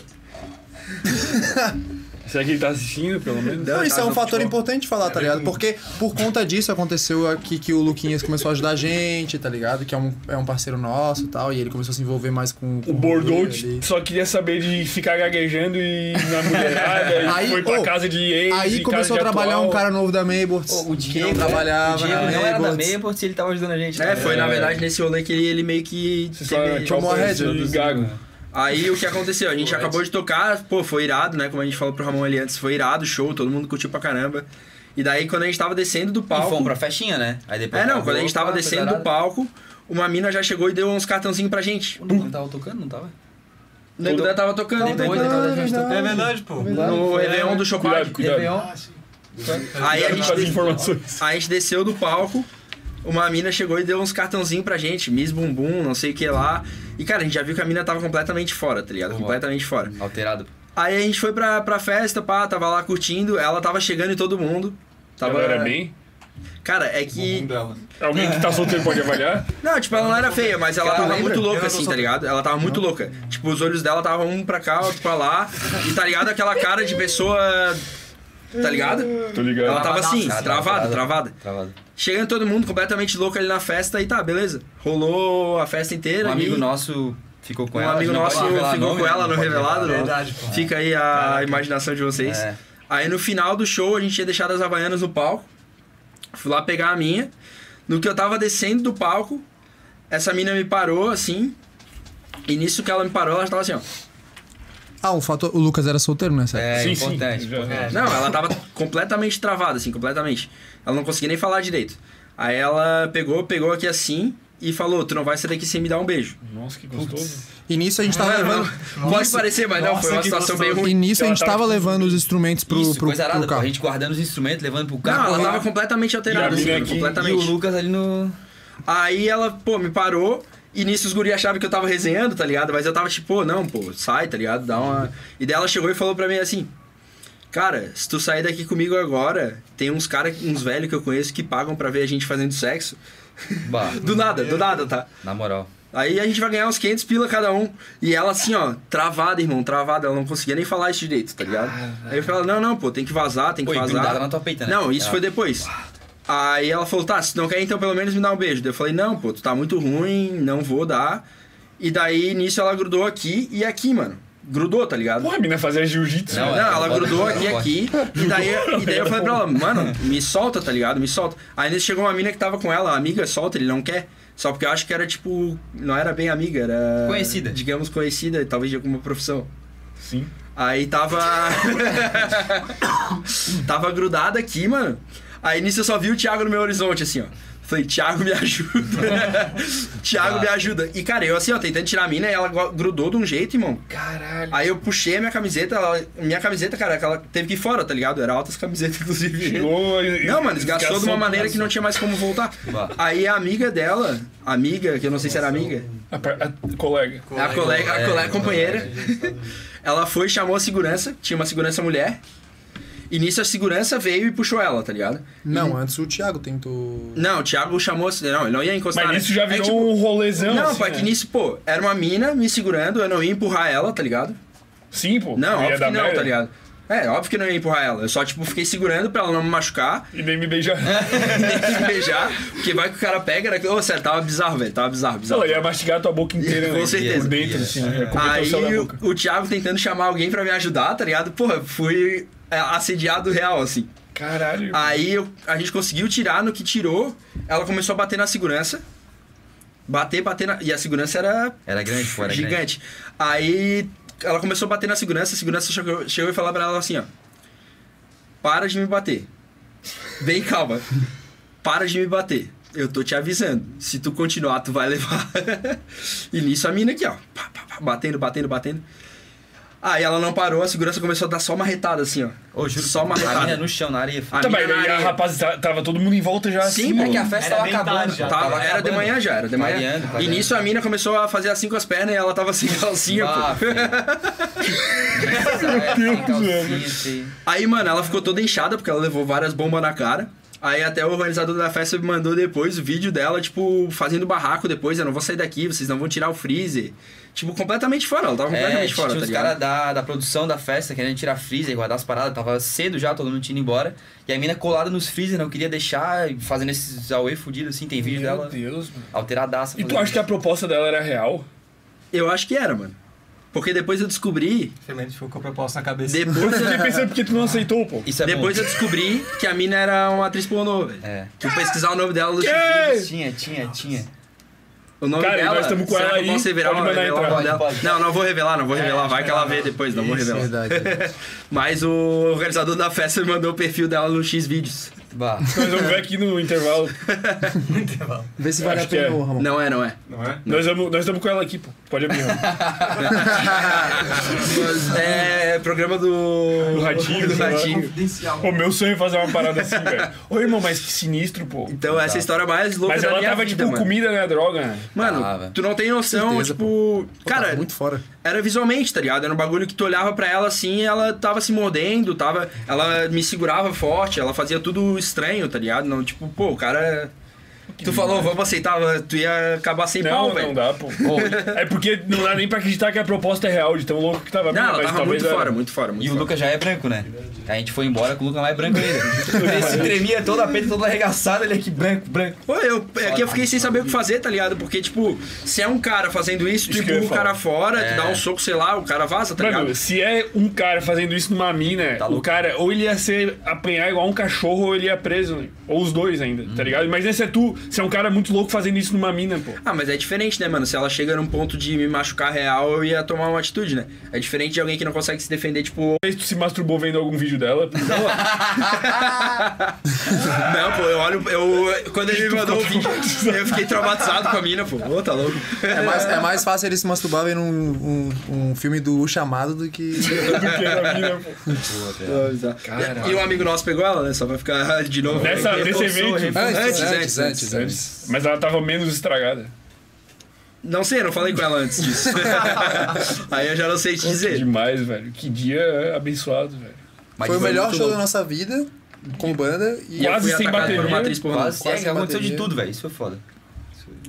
Speaker 1: Será que ele tá assistindo, pelo menos?
Speaker 5: Não, isso é um fator importante de falar, tá ligado? Porque por conta disso aconteceu aqui que o Luquinhas começou a ajudar a gente, tá ligado? Que é um, é um parceiro nosso e tal, e ele começou a se envolver mais com. com
Speaker 1: O Bordeaux só queria saber de ficar gaguejando e na mulherada. e
Speaker 5: Aí,
Speaker 1: foi pra
Speaker 5: ô,
Speaker 1: casa de ex.
Speaker 5: Aí
Speaker 1: e
Speaker 5: começou a
Speaker 1: casa de
Speaker 5: trabalhar
Speaker 1: atual.
Speaker 5: um cara novo da Maybords.
Speaker 9: O
Speaker 5: que
Speaker 9: Diego,
Speaker 5: não trabalhava
Speaker 9: o Diego
Speaker 5: na
Speaker 9: não era da
Speaker 5: Maybords.
Speaker 9: Maybords, ele tava ajudando a
Speaker 5: né?
Speaker 9: gente.
Speaker 3: É, foi na verdade nesse rolê que ele, ele meio que. teve- né?
Speaker 5: tomou a rédea do
Speaker 1: Gago.
Speaker 3: Aí o que aconteceu? A gente acabou de tocar, pô, foi irado, né? Como a gente falou pro Ramon ali antes, foi irado, o show, todo mundo curtiu pra caramba. E daí quando a gente tava descendo do palco.
Speaker 9: fomos pra festinha, né? Aí depois
Speaker 3: É, não,
Speaker 9: acabou,
Speaker 3: quando a gente tava
Speaker 9: pá,
Speaker 3: descendo
Speaker 9: coisa
Speaker 3: do palco, uma mina já chegou e deu uns cartãozinhos pra gente.
Speaker 9: Não tava tocando, não tava?
Speaker 3: O Nego Dan tava tocando.
Speaker 9: Depois,
Speaker 3: Nego Dan
Speaker 9: depois
Speaker 3: tava
Speaker 9: da gente tocou. né?
Speaker 3: tocando. No Réveillon do Chocolate. Aí a,
Speaker 1: Cuidado
Speaker 3: gente
Speaker 1: com as
Speaker 3: des-
Speaker 1: informações.
Speaker 3: aí a gente desceu do palco, uma mina chegou e deu uns cartãozinhos pra gente, Miss Bumbum, não sei o que lá. E cara, a gente já viu que a mina tava completamente fora, tá ligado? completamente fora.
Speaker 9: Alterado.
Speaker 3: Aí a gente foi pra, pra festa, pá, tava lá curtindo, ela tava chegando em todo mundo. Tava...
Speaker 1: Ela era bem?
Speaker 3: Cara, é que.
Speaker 1: Alguém que tá solteiro pode avaliar?
Speaker 3: Não, tipo, ela não era feia, mas ela
Speaker 1: Cara,
Speaker 3: tava
Speaker 1: lembra?
Speaker 3: muito
Speaker 1: Eu
Speaker 3: louca,
Speaker 1: não
Speaker 3: assim,
Speaker 1: sou-
Speaker 3: tá ligado? Ela tava muito louca. Tipo, os olhos dela estavam um pra cá, outro pra lá. E tá ligado aquela cara de pessoa. Tá ligado?
Speaker 1: Tô ligado.
Speaker 3: Ela tava assim,
Speaker 9: Travadaça,
Speaker 3: travada, travada.
Speaker 9: Travado.
Speaker 3: Chegando todo mundo completamente louco ali na festa e tá, beleza. Rolou a festa inteira.
Speaker 9: Um
Speaker 3: ali.
Speaker 9: amigo nosso ficou com
Speaker 3: um
Speaker 9: ela.
Speaker 3: amigo
Speaker 9: a gente não
Speaker 3: nosso
Speaker 9: pode revelar
Speaker 3: ficou
Speaker 9: nome,
Speaker 3: com
Speaker 9: né?
Speaker 3: ela
Speaker 9: Não
Speaker 3: no
Speaker 9: pode revelar
Speaker 3: revelado.
Speaker 9: nome.
Speaker 3: né? Fica aí a imaginação de vocês.
Speaker 9: É.
Speaker 3: Aí no final do show a gente tinha deixado as Havaianas no palco. Fui lá pegar a minha. No que eu tava descendo do palco, essa mina me parou assim. E nisso que ela me parou, ela tava assim, ó.
Speaker 5: Ah, um fator. O Lucas era solteiro, né?
Speaker 9: É,
Speaker 3: É,
Speaker 5: certo?
Speaker 3: Não, ela tava completamente travada, assim, completamente. Ela não conseguia nem falar direito. Aí ela pegou, pegou aqui assim e falou: Tu não vai sair daqui sem me dar um beijo.
Speaker 1: Nossa, que gostoso.
Speaker 5: E nisso a gente
Speaker 9: É,
Speaker 5: tava levando.
Speaker 3: Pode parecer, mas não, foi uma situação bem ruim.
Speaker 5: E nisso a gente
Speaker 3: Ela
Speaker 5: tava levando os instrumentos pro,
Speaker 9: Isso,
Speaker 5: pro,
Speaker 9: coisa
Speaker 5: pro
Speaker 9: arada, pô,
Speaker 5: carro.
Speaker 9: a gente guardando os instrumentos, levando pro
Speaker 3: Não,
Speaker 9: carro.
Speaker 3: ela
Speaker 9: correndo.
Speaker 3: tava completamente alterada, assim, completamente.
Speaker 9: E o Lucas ali no.
Speaker 3: Aí ela, pô, me parou. E nisso os guri achavam que eu tava resenhando, tá ligado? Mas eu tava tipo, pô, não, pô, sai, tá ligado? Dá uma. E daí ela chegou e falou pra mim assim: Cara, se tu sair daqui comigo agora, tem uns caras, uns velhos que eu conheço que pagam pra ver a gente fazendo sexo.
Speaker 9: Bah.
Speaker 3: do nada, do nada, tá?
Speaker 9: Na moral.
Speaker 3: Aí a gente vai ganhar uns 500 pila cada um. E ela assim, ó, travada, irmão, travada. Ela não conseguia nem falar isso direito, tá ligado? Aí eu falei, não, não, pô, tem que vazar, tem que
Speaker 9: Ah, Pô, e
Speaker 3: vazar.
Speaker 9: grudada na tua peita, né?
Speaker 3: Não, isso
Speaker 9: Ela-
Speaker 3: foi depois. Aí ela falou, tá, se tu não quer então pelo menos me dá um beijo. Daí eu falei, não, pô, tu tá muito ruim, não vou dar. E daí nisso ela grudou aqui e aqui, mano. grudou, tá ligado? Porra,
Speaker 1: a mina fazia jiu-jitsu.
Speaker 3: Não,
Speaker 1: né?
Speaker 3: ela
Speaker 1: Ela
Speaker 3: grudou
Speaker 1: pode-
Speaker 3: aqui
Speaker 1: ela
Speaker 3: aqui. E daí, e daí eu falei pra ela, mano, me solta, tá ligado? Me solta. Aí nisso chegou uma mina que tava com ela, amiga, solta, ele não quer. Só porque eu acho que era tipo. Não era bem amiga, era.
Speaker 9: Conhecida.
Speaker 3: Digamos conhecida, talvez de alguma profissão.
Speaker 1: Sim.
Speaker 3: Aí tava. tava grudada aqui, mano. Aí nisso eu só vi o Thiago no meu horizonte, assim, ó. Falei, Thiago, me ajuda. Thiago, me ajuda. E, cara, eu assim, ó, tentando tirar a mina e ela go- grudou de um jeito, irmão. Caralho. Aí eu puxei a minha camiseta, ela- minha camiseta, cara, que ela teve que ir fora, tá ligado? Era altas camisetas, inclusive.
Speaker 1: Chegou e-
Speaker 3: Não, mano, desgastou de uma
Speaker 1: desgastou.
Speaker 3: maneira que não tinha mais como voltar.
Speaker 1: Bah.
Speaker 3: Aí a amiga dela, amiga, que eu não sei se era amiga.
Speaker 1: A, par- a colega.
Speaker 3: A colega, a colega companheira. ela foi, chamou a segurança, tinha uma segurança mulher. E nisso a segurança veio e puxou ela, tá ligado?
Speaker 5: Não, antes o Thiago tentou.
Speaker 3: Não, o Thiago chamou. Não, ele não ia encostar.
Speaker 5: Mas
Speaker 3: né?
Speaker 5: nisso já virou
Speaker 1: um rolezão,
Speaker 3: Não,
Speaker 1: assim,
Speaker 3: pai,
Speaker 1: né?
Speaker 3: que nisso, pô, era uma mina me segurando, eu não ia empurrar ela, tá ligado?
Speaker 1: Sim, pô.
Speaker 3: Não,
Speaker 1: ia
Speaker 3: óbvio
Speaker 1: dar
Speaker 3: que não,
Speaker 1: merda.
Speaker 3: tá ligado? É, óbvio que eu não ia empurrar ela. Eu só, tipo, fiquei segurando pra ela não me machucar.
Speaker 1: E nem me beijar.
Speaker 3: nem me beijar. Porque vai que o cara pega, né? Ô, sério, tava bizarro, velho. Tava bizarro, bizarro.
Speaker 1: Ela ia mastigar a tua boca inteira, né?
Speaker 3: Com certeza.
Speaker 1: Por dentro, assim, né? Ia comer teu
Speaker 3: Aí
Speaker 1: céu da
Speaker 3: o, o Thiago tentando chamar alguém pra me ajudar, tá ligado? Porra, fui é, assediado real, assim.
Speaker 1: Caralho.
Speaker 3: Aí eu- a gente conseguiu tirar no que tirou, ela começou a bater na segurança. Bater, bater na. E a segurança era.
Speaker 9: Era grande, pô, era
Speaker 3: Gigante. Aí ela começou a bater na segurança, a segurança chegou, chegou e falou pra ela assim, ó. Para de me bater. Bem calma. Para de me bater. Eu tô te avisando. Se tu continuar, tu vai levar. e nisso a mina aqui, ó. pá, pá, pá, batendo, batendo, batendo. Aí ela não parou, a segurança começou a dar só uma retada assim, ó. Ô, juro, só uma
Speaker 9: A
Speaker 3: retada.
Speaker 9: mina no chão, na areia.
Speaker 3: A
Speaker 1: Tá,
Speaker 3: mina
Speaker 1: mas
Speaker 3: na
Speaker 1: aí a
Speaker 3: areia.
Speaker 1: rapaz tá- tava todo mundo em volta já.
Speaker 3: Sim,
Speaker 1: assim,
Speaker 3: porque
Speaker 1: mano.
Speaker 3: a festa tava acabando. Tava- era de manhã já, era de manhã.
Speaker 1: Clareando,
Speaker 3: E
Speaker 1: clareando.
Speaker 3: nisso a mina começou a fazer assim com as pernas e ela tava sem calcinha,
Speaker 9: Ah,
Speaker 3: pô.
Speaker 12: É,
Speaker 3: Aí, mano, ela ficou toda inchada porque ela levou várias bombas na cara. Aí até o organizador da festa me mandou depois o vídeo dela, tipo, fazendo barraco depois, eu não vou sair daqui, vocês não vão tirar o freezer. Tipo, completamente fora, ela tava
Speaker 9: É,
Speaker 3: completamente
Speaker 9: tinha
Speaker 3: fora, tá
Speaker 9: os
Speaker 3: ligado?
Speaker 9: caras da, da produção da festa querendo tirar freezer, guardar as paradas, tava cedo já, todo mundo tinha ido embora. E a mina colada nos freezer, não queria deixar, fazendo esses Aue fudido assim, tem vídeo dela. Meu
Speaker 1: Deus, mano.
Speaker 9: Alteradaça.
Speaker 1: E tu acha que a proposta dela era real?
Speaker 3: Eu acho que era, mano. Porque depois eu descobri.
Speaker 4: Fernando ficou com a proposta na cabeça.
Speaker 3: Depois é-
Speaker 1: Eu fiquei pensando porque tu não aceitou, pô.
Speaker 9: Isso é
Speaker 3: Depois
Speaker 1: bom.
Speaker 3: eu descobri que a mina era uma atriz pornô, velho.
Speaker 9: É.
Speaker 3: Que eu pesquisar o nome dela nos vídeos.
Speaker 9: Tinha, tinha, tinha.
Speaker 3: O nome
Speaker 9: Cara,
Speaker 3: dela.
Speaker 9: nós tamo com
Speaker 3: será
Speaker 9: ela
Speaker 3: que eu posso
Speaker 9: aí,
Speaker 3: revelar,
Speaker 9: pode mandar
Speaker 3: revelar o
Speaker 9: entrar.
Speaker 3: nome dela?
Speaker 9: Pode, pode.
Speaker 3: Não, não vou revelar, não vou
Speaker 9: É,
Speaker 3: revelar.
Speaker 9: acho
Speaker 3: Vai que
Speaker 9: melhor
Speaker 3: ela vê
Speaker 9: não.
Speaker 3: depois, não vou
Speaker 9: Isso,
Speaker 3: revelar.
Speaker 9: verdade.
Speaker 3: Mas o organizador da festa me mandou o perfil dela no X vídeos.
Speaker 9: Bah.
Speaker 1: Nós vamos ver aqui no intervalo.
Speaker 5: Vê se
Speaker 1: Eu
Speaker 5: vale a
Speaker 1: acho que
Speaker 5: pena,
Speaker 1: é.
Speaker 5: ô, Ramon.
Speaker 3: Não é, não é.
Speaker 1: Não é? Nós estamos nós tamo com ela aqui, pô. Pode abrir, Ramon.
Speaker 3: é programa do.
Speaker 1: Do Ratinho.
Speaker 3: Do
Speaker 1: sei lá.
Speaker 3: Ratinho.
Speaker 1: Pô, meu sonho é fazer uma parada assim, velho. Ô, irmão, mas que sinistro, pô. Tá.
Speaker 3: Então, essa é a história mais louca
Speaker 1: Mas
Speaker 3: da
Speaker 1: ela
Speaker 3: minha
Speaker 1: tava,
Speaker 3: vida,
Speaker 1: tipo,
Speaker 3: mano.
Speaker 1: comida, né? Droga, né?
Speaker 3: Mano,
Speaker 1: Tava.
Speaker 3: tu não tem noção,
Speaker 1: Certeza,
Speaker 3: tipo. cara, muito
Speaker 5: fora.
Speaker 3: Era visualmente, tá ligado? Era um bagulho que tu olhava pra ela assim, ela tava se mordendo, tava. Ela me segurava forte, ela fazia tudo estranho, tá ligado? Não, tipo, pô, o cara. tu falou, vamos aceitar, tu ia acabar sem
Speaker 1: não,
Speaker 3: pau,
Speaker 1: não
Speaker 3: velho.
Speaker 1: dá, pô. é porque não dá nem pra acreditar que a proposta é real, de tão louco que tava. a
Speaker 3: Não,
Speaker 1: mina,
Speaker 3: ela
Speaker 1: mas
Speaker 3: tava
Speaker 1: talvez
Speaker 3: muito
Speaker 1: era.
Speaker 3: fora, muito fora. Muito
Speaker 9: E o
Speaker 3: fora.
Speaker 9: Lucas já é branco, né? A gente foi embora com o Lucas mais branco ainda. Ele se tremia todo a peito, todo arregaçado, ele aqui branco, branco.
Speaker 3: Pô, eu, é que eu fiquei sem saber o que fazer, tá ligado? Porque, tipo, se é um cara fazendo isso, tu
Speaker 1: Isso que eu ia
Speaker 3: empurra o cara
Speaker 1: falar.
Speaker 3: fora,
Speaker 1: É.
Speaker 3: tu dá um soco, sei lá, o cara vaza, tá
Speaker 1: Mano,
Speaker 3: ligado? Tá
Speaker 1: se é um cara fazendo isso numa mina, o cara ou ele ia ser apanhar igual um cachorro ou ele ia preso, né? ou os dois ainda, tá ligado? Imagina se é tu, se é um cara muito louco fazendo isso numa mina, pô.
Speaker 3: Ah, mas é diferente, né, mano? Se ela chega num ponto de me machucar real, eu ia tomar uma atitude, né? É diferente de alguém que não consegue se defender, tipo.
Speaker 1: Talvez tu se masturbou vendo algum vídeo dela.
Speaker 3: Não, pô, eu olho. Eu, quando ele
Speaker 1: tá
Speaker 3: me mandou o vídeo, eu fiquei traumatizado com a mina, pô. Ô, tá louco.
Speaker 5: É mais, é mais fácil ele se masturbar vendo um, um, um filme do O Chamado do que.
Speaker 3: Ah, bizarro.
Speaker 5: Caralho.
Speaker 3: E um amigo nosso pegou ela, né? Só vai ficar de novo.
Speaker 1: Nessa,
Speaker 3: Reforçou,
Speaker 1: nesse evento.
Speaker 3: reforçou. Antes, antes, antes, antes.
Speaker 1: antes. Mas ela tava menos estragada.
Speaker 3: Não sei, eu não falei com ela antes disso. Aí eu já não sei te dizer.
Speaker 1: Demais, velho. Que dia abençoado, velho.
Speaker 5: Foi o melhor show da nossa vida, com banda. E
Speaker 1: Quase sem bateria.
Speaker 5: Quase
Speaker 9: Quase, é,
Speaker 5: sem
Speaker 9: aconteceu de
Speaker 5: bateria.
Speaker 9: tudo, velho. Isso foi foda.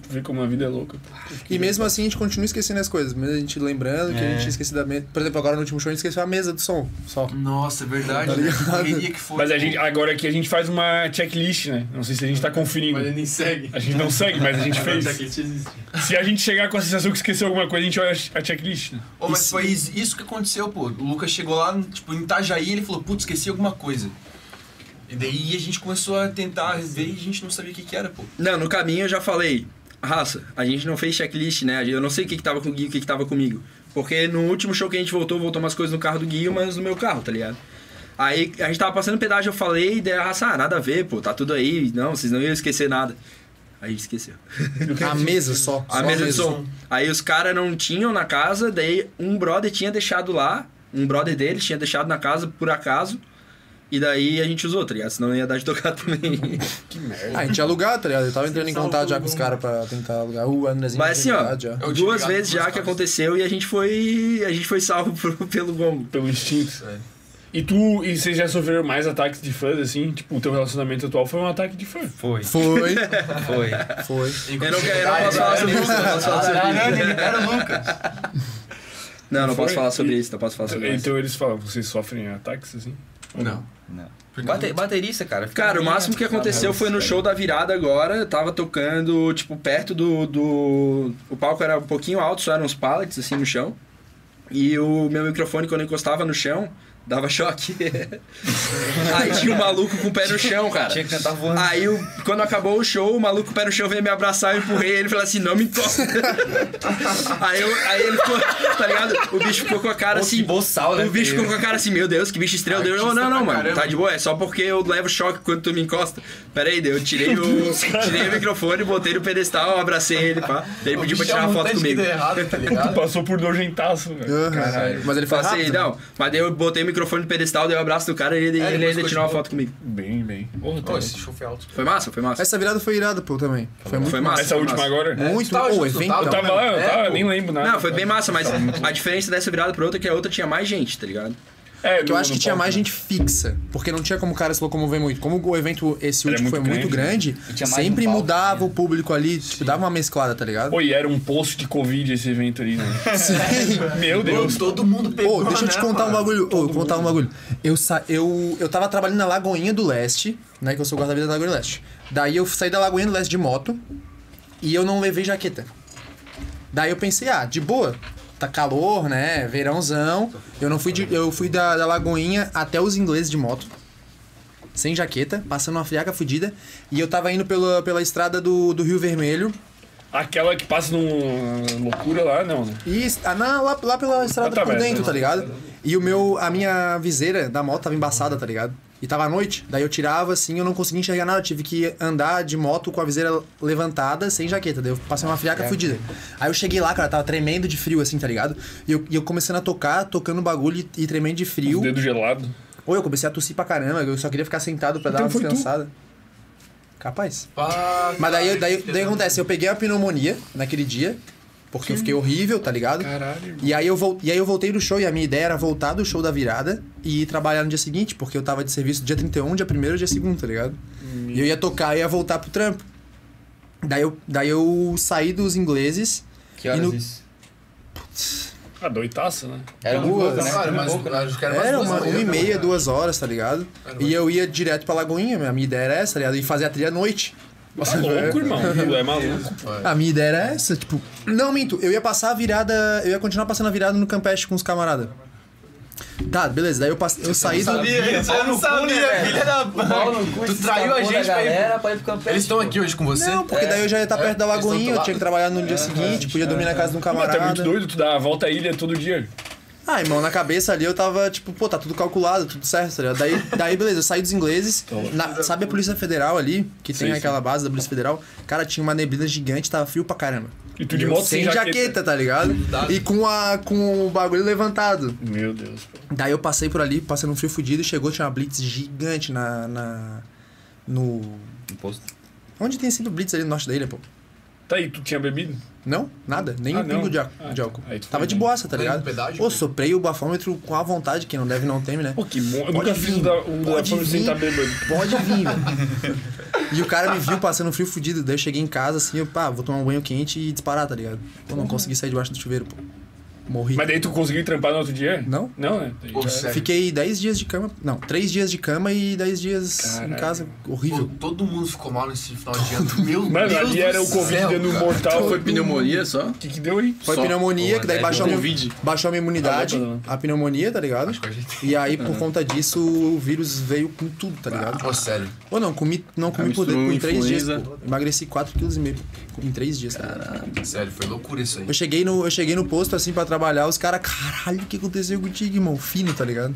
Speaker 1: Vê como a vida é louca.
Speaker 5: E mesmo assim a gente continua esquecendo as coisas, mesmo a gente lembrando que a gente
Speaker 1: É.
Speaker 5: tinha esquecido a mesa. Por exemplo, agora no último show a gente esqueceu a mesa do som, só.
Speaker 1: Nossa, é verdade.
Speaker 5: Tá né? ligado? Correria
Speaker 1: que foi. Mas a gente, agora aqui a gente faz uma checklist, né? Não sei se a gente tá conferindo. Mas
Speaker 2: nem segue.
Speaker 1: A gente não segue, mas a gente
Speaker 2: tá
Speaker 1: fez. Se a gente chegar com a sensação que esqueceu alguma coisa, a gente olha a checklist. né?
Speaker 13: Ô, mas foi is- isso que aconteceu, pô. O Lucas chegou lá, tipo, em Itajaí, ele falou, putz, esqueci alguma coisa. E daí a gente começou a tentar ver e a gente não sabia o que que era, pô.
Speaker 3: Não, no caminho eu já falei, raça, a gente não fez checklist, né? Eu não sei o que, que tava com o Gui, o que, que tava comigo. Porque no último show que a gente voltou, voltou umas coisas no carro do Gui, umas no meu carro, tá ligado? Aí a gente tava passando pedágio, eu falei, e daí a raça, ah, nada a ver, pô, tá tudo aí, não, vocês não iam esquecer nada. Aí a gente esqueceu.
Speaker 5: A mesa só.
Speaker 3: A mesa de som. Aí os caras não tinham na casa, daí um brother tinha deixado lá, um brother dele tinha deixado na casa por acaso, e daí a gente usou, tá ligado? Senão ia dar de tocar também. que merda.
Speaker 5: Ah, a gente ia alugar, tá ligado? Eu tava entrando em contato já com os caras pra tentar alugar. O Andrezinho
Speaker 3: Mas assim,
Speaker 5: tinha
Speaker 3: ó,
Speaker 5: alugado
Speaker 9: é.
Speaker 5: já.
Speaker 3: duas vezes já que aconteceu e a gente foi. A gente foi salvo por- pelo gombo.
Speaker 1: Pelo instinto. E tu, e vocês já sofreram mais ataques de fãs, assim? Tipo, o teu relacionamento atual foi um ataque de fã.
Speaker 9: Foi.
Speaker 5: Foi.
Speaker 9: Foi.
Speaker 5: Foi.
Speaker 3: Eu não quero, eu não posso falar sobre isso, né? eu não posso falar sobre isso.
Speaker 1: Caralho, libera
Speaker 3: o Lucas. Não, não
Speaker 1: Foi?
Speaker 3: posso falar sobre isso, não posso falar sobre
Speaker 1: então,
Speaker 3: isso.
Speaker 1: Então eles falam, vocês sofrem ataques, assim?
Speaker 13: Não.
Speaker 9: Não. Bate, É baterista, cara. fica
Speaker 3: Cara, o
Speaker 9: bem-
Speaker 3: máximo que aconteceu foi no
Speaker 9: Cara,
Speaker 3: show da virada agora, eu tava tocando, tipo, perto do, do. O palco era um pouquinho alto, só eram uns pallets assim no chão. E o meu microfone, quando eu encostava no chão, dava choque. Aí tinha um maluco com o pé no chão, cara.
Speaker 9: Tinha que cantar voando.
Speaker 3: Aí, o- quando acabou o show, o maluco com o pé no chão veio me abraçar, eu empurrei ele e falei assim: não me encosta. aí, eu- aí ele ficou, tá ligado? O bicho ficou com a cara assim.
Speaker 9: boçal,
Speaker 5: né,
Speaker 3: O bicho ficou com a cara assim: meu Deus, que bicho estrela. Deu, eu, não, não, mano,
Speaker 13: caramba.
Speaker 3: tá de boa, é só porque eu levo choque quando tu me encosta. Pera aí, daí eu tirei o, tirei o microfone, botei no pedestal, abracei ele, pá. Daí ele
Speaker 5: é
Speaker 3: pediu pra tirar uma foto comigo.
Speaker 5: tá
Speaker 1: tu passou por nojentaço, velho.
Speaker 3: tá Caralho. Passei, assim, não. Mas daí eu botei o microfone no pedestal, dei o abraço do cara e ele,
Speaker 5: É,
Speaker 3: ele
Speaker 5: depois
Speaker 3: ainda tirou uma foto comigo.
Speaker 1: Bem, bem.
Speaker 5: tá esse
Speaker 13: show foi alto.
Speaker 3: Foi massa, foi massa.
Speaker 5: Essa virada foi irada, pô, também. Foi muito
Speaker 3: Foi massa.
Speaker 5: foi massa. É,
Speaker 3: É,
Speaker 5: tá Muito, ô, evento. É,
Speaker 3: Não,
Speaker 5: né?
Speaker 3: foi bem massa,
Speaker 5: Tá
Speaker 3: mas a diferença dessa virada pra outra é que a outra tinha mais gente, tá ligado?
Speaker 1: É,
Speaker 5: que eu acho que tinha mais gente fixa, porque não tinha como o cara se locomover muito. Como o evento, esse último, foi muito grande,
Speaker 1: E tinha mais
Speaker 5: sempre
Speaker 1: um palco,
Speaker 5: mudava o público ali, tipo, dava uma mesclada, tá ligado?
Speaker 1: Pô, e era um poço de Covid esse evento ali, né? Meu Deus.
Speaker 13: todo mundo né,
Speaker 5: pegou. deixa eu te contar um bagulho. Ô, contar um bagulho. Eu, sa eu, eu tava trabalhando na Lagoinha do Leste, né? Que eu sou guarda-vida da Lagoinha do Leste. Daí eu saí da Lagoinha do Leste de moto e eu não levei jaqueta. Daí eu pensei, ah, de boa. Tá calor, né? Verãozão. Eu não fui de- eu fui da, da Lagoinha até os ingleses de moto. Sem jaqueta, passando uma friaca fudida. E eu tava indo pela, pela estrada do, do Rio Vermelho.
Speaker 1: Aquela que passa numa loucura lá, não, né?
Speaker 5: E est- ah, não, lá, lá pela estrada
Speaker 1: Ah, tá,
Speaker 5: por
Speaker 1: mas-
Speaker 5: dentro, tá ligado? E o meu, a minha viseira da moto tava embaçada, tá ligado? E tava à noite, daí eu tirava assim, eu não conseguia enxergar nada, eu tive que andar de moto com a viseira levantada, sem jaqueta, daí eu passei uma
Speaker 1: É.
Speaker 5: friaca fudida. Aí eu cheguei lá, cara, tava tremendo de frio assim, tá ligado? E eu, e eu começando a tocar, tocando bagulho e, e tremendo de frio.
Speaker 1: Dedo gelado.
Speaker 5: Pô, eu comecei a tossir pra caramba, eu só queria ficar sentado pra
Speaker 1: Então
Speaker 5: dar uma
Speaker 1: foi tu?
Speaker 5: descansada. Capaz. Mas daí, daí, daí acontece, eu peguei a pneumonia naquele dia, porque eu fiquei horrível, tá ligado? Caralho. E aí, eu vol- e aí eu voltei do show e a minha ideia era voltar do show da virada e ir trabalhar no dia seguinte, porque eu tava de serviço dia 31, dia 1 dia 2, tá ligado? E eu ia tocar e ia voltar pro trampo. Daí eu, daí eu saí dos ingleses.
Speaker 9: Que
Speaker 1: horas
Speaker 9: isso?
Speaker 1: Ah, doitaça, né?
Speaker 5: Era duas, né? Era um pouco, né? Era uma, uma e meia, duas horas, tá ligado? E eu ia direto pra Lagoinha, a minha ideia era essa, tá ligado? E fazer a trilha à noite.
Speaker 1: Tá louco, irmão. Tu é maluco.
Speaker 5: A minha ideia era essa, tipo. Não, minto, eu ia passar a virada. Eu ia continuar passando a virada no Campeste com os camaradas. Tá, beleza, daí eu, passe- eu saí do.
Speaker 13: Tu traiu a gente pra ir.
Speaker 9: pra ir pro
Speaker 13: Eles estão aqui hoje com você? É.
Speaker 5: Não, porque daí eu já ia estar perto da Lagoinha, eu tinha que trabalhar no dia seguinte, podia dormir na casa de um
Speaker 1: Mas
Speaker 5: camarada.
Speaker 1: tá muito doido, tu dá a volta à ilha todo dia.
Speaker 5: Ah, irmão, na cabeça ali eu tava, tipo, pô, tá tudo calculado, tudo certo, tá ligado? Daí, daí beleza, eu saí dos ingleses,
Speaker 1: Então,
Speaker 5: na- sabe a Polícia Federal ali, que tem
Speaker 1: é, Sim, sim.
Speaker 5: aquela base da Polícia Federal? Cara, tinha uma neblina gigante, tava frio pra caramba.
Speaker 1: E tu de moto sem
Speaker 5: sem jaqueta,
Speaker 1: jaqueta.
Speaker 5: tá ligado? E com, a, com o bagulho levantado.
Speaker 1: Meu Deus, pô.
Speaker 5: Daí eu passei por ali, passei num frio fudido, e chegou, tinha uma blitz gigante na... na no...
Speaker 9: Imposto.
Speaker 5: Onde tem sido blitz ali no norte da ilha, pô?
Speaker 1: Tá aí, tu tinha bebido?
Speaker 5: Não, nada, nem
Speaker 1: Ah,
Speaker 5: um pingo
Speaker 1: não.
Speaker 5: de, á-
Speaker 1: Ah,
Speaker 5: de álcool.
Speaker 1: aí tu
Speaker 5: Tava
Speaker 1: foi
Speaker 5: de
Speaker 1: bem.
Speaker 5: boassa, tá
Speaker 1: Foi
Speaker 5: ligado?
Speaker 1: no pedágio,
Speaker 5: Pô, soprei o bafômetro com a vontade, quem não deve não teme, né? Pô,
Speaker 1: que bom. Eu nunca fiz um da- um bafômetro sem tá bêbado.
Speaker 5: Pode vir, velho. E o cara me viu passando frio fudido, daí eu cheguei em casa assim, eu, pá, vou tomar um banho quente e disparar, tá ligado? Pô, não consegui sair debaixo do chuveiro, pô. Morri.
Speaker 1: Mas daí tu conseguiu trampar no outro dia?
Speaker 5: Não.
Speaker 1: Não, né?
Speaker 5: Pô, Fiquei 10 dias de cama. Não, 3 dias de cama e 10 dias em
Speaker 8: Caralho.
Speaker 5: casa. Horrível.
Speaker 8: Todo mundo ficou mal nesse final de ano. Meu
Speaker 5: Mano,
Speaker 8: Deus
Speaker 5: ali
Speaker 8: do
Speaker 5: era o Covid
Speaker 8: céu,
Speaker 5: dando um
Speaker 8: cara.
Speaker 5: mortal,
Speaker 8: Todo
Speaker 5: foi pneumonia
Speaker 8: mundo-
Speaker 1: só? O que, que deu aí?
Speaker 5: Foi pneumonia, que daí baixou a, minha, baixou a minha imunidade,
Speaker 1: Ah, não, não.
Speaker 5: a pneumonia, tá ligado? E aí, por
Speaker 8: Uhum.
Speaker 1: Aham.
Speaker 5: conta disso, o vírus veio com tudo, tá ligado? Pô,
Speaker 8: sério.
Speaker 5: Ou não, comi, não comi por
Speaker 8: misturou
Speaker 5: dentro em 3 dias,
Speaker 8: influenza.
Speaker 5: pô. Emagreci 4,5 kg em 3 dias. tá
Speaker 8: Caralho. Sério, foi loucura isso aí.
Speaker 5: Eu cheguei, no, eu cheguei no posto assim pra trabalhar, os caras, caralho, o que aconteceu contigo, irmão? Fino, tá ligado?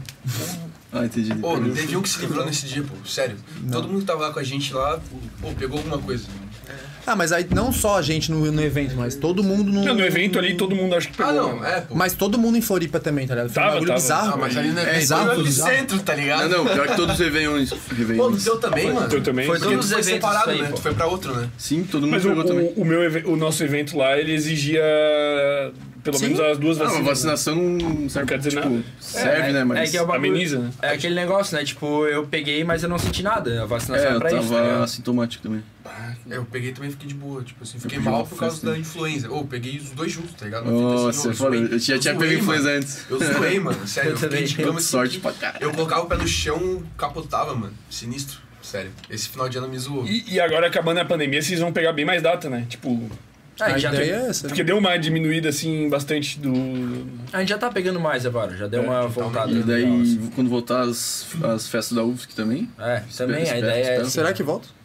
Speaker 8: Ah, entendi. Pô, teve um que se livrou nesse dia, pô. Sério. Todo mundo que tava lá com a gente lá, pô, pegou alguma coisa.
Speaker 5: Ah, mas aí não só a gente no, no evento, mas todo mundo no.
Speaker 8: Não, no
Speaker 1: evento ali todo mundo acho que
Speaker 8: pegou, Ah, não, né? é, pô.
Speaker 5: Mas todo mundo em Floripa também, tá ligado? Foi um
Speaker 8: Tava,
Speaker 5: bagulho
Speaker 8: tava.
Speaker 5: bizarro.
Speaker 8: Ah, mas ali não é
Speaker 5: é
Speaker 8: bem-
Speaker 5: bizarro,
Speaker 8: foi
Speaker 5: bizarro.
Speaker 8: no centro, tá ligado?
Speaker 5: Não, não, pior que todos os
Speaker 2: Réveillons. um
Speaker 8: Pô, no teu também,
Speaker 1: Foi,
Speaker 8: mano.
Speaker 1: teu também.
Speaker 8: Foi
Speaker 1: Porque tu
Speaker 8: todos os
Speaker 1: foi
Speaker 8: eventos
Speaker 1: separado,
Speaker 8: separado,
Speaker 1: né?
Speaker 8: né?
Speaker 1: Tu
Speaker 8: Tu foi pra outro, né?
Speaker 2: Sim, todo
Speaker 1: Mas o, o, o meu, eve- o nosso evento lá, ele exigia pelo
Speaker 2: Sim.
Speaker 1: menos as duas
Speaker 2: Ah, mas
Speaker 1: vacinas. né?
Speaker 2: vacinação não serve,
Speaker 1: quer dizer
Speaker 2: tipo,
Speaker 1: nada.
Speaker 2: serve, né, mas
Speaker 1: É que é o bagulho- ameniza, né?
Speaker 3: É aquele negócio, né? Tipo, eu peguei, mas eu não senti nada. A vacinação
Speaker 2: É,
Speaker 3: é,
Speaker 2: eu
Speaker 3: pra isso, tá
Speaker 2: tava
Speaker 3: ligado?
Speaker 2: assintomático também.
Speaker 8: Eu peguei também fiquei de boa, tipo assim, fiquei
Speaker 2: peguei
Speaker 8: mal
Speaker 2: uma
Speaker 8: por causa
Speaker 2: festa,
Speaker 8: da
Speaker 2: né?
Speaker 8: influenza. Ou peguei os dois juntos, tá ligado?
Speaker 2: Nossa,
Speaker 8: eu
Speaker 2: é foda. Eu tinha- tinha pego
Speaker 8: zoei,
Speaker 2: influenza
Speaker 8: mano.
Speaker 2: antes.
Speaker 8: Eu zoei, mano, sério.
Speaker 2: Eu
Speaker 8: Eu fiquei
Speaker 2: também.
Speaker 8: de cama assim
Speaker 2: Sorte
Speaker 8: que
Speaker 2: pra caralho.
Speaker 8: Eu colocava o pé no chão, capotava, mano. Sinistro, sério. Esse final de ano me zoou.
Speaker 1: E, e agora, acabando a pandemia, vocês vão pegar bem mais data, né? Tipo.
Speaker 8: Ah, a
Speaker 1: porque-
Speaker 8: ideia é essa, né?
Speaker 1: Porque deu uma diminuída, assim, bastante do.
Speaker 3: A gente já tá pegando mais agora, já
Speaker 2: É,
Speaker 3: deu
Speaker 2: então,
Speaker 3: uma voltada.
Speaker 2: E daí, quando voltar as, as festas da UFSC também?
Speaker 3: É, também, a
Speaker 2: espero
Speaker 3: ideia é
Speaker 2: que
Speaker 3: essa.
Speaker 5: Será que volta?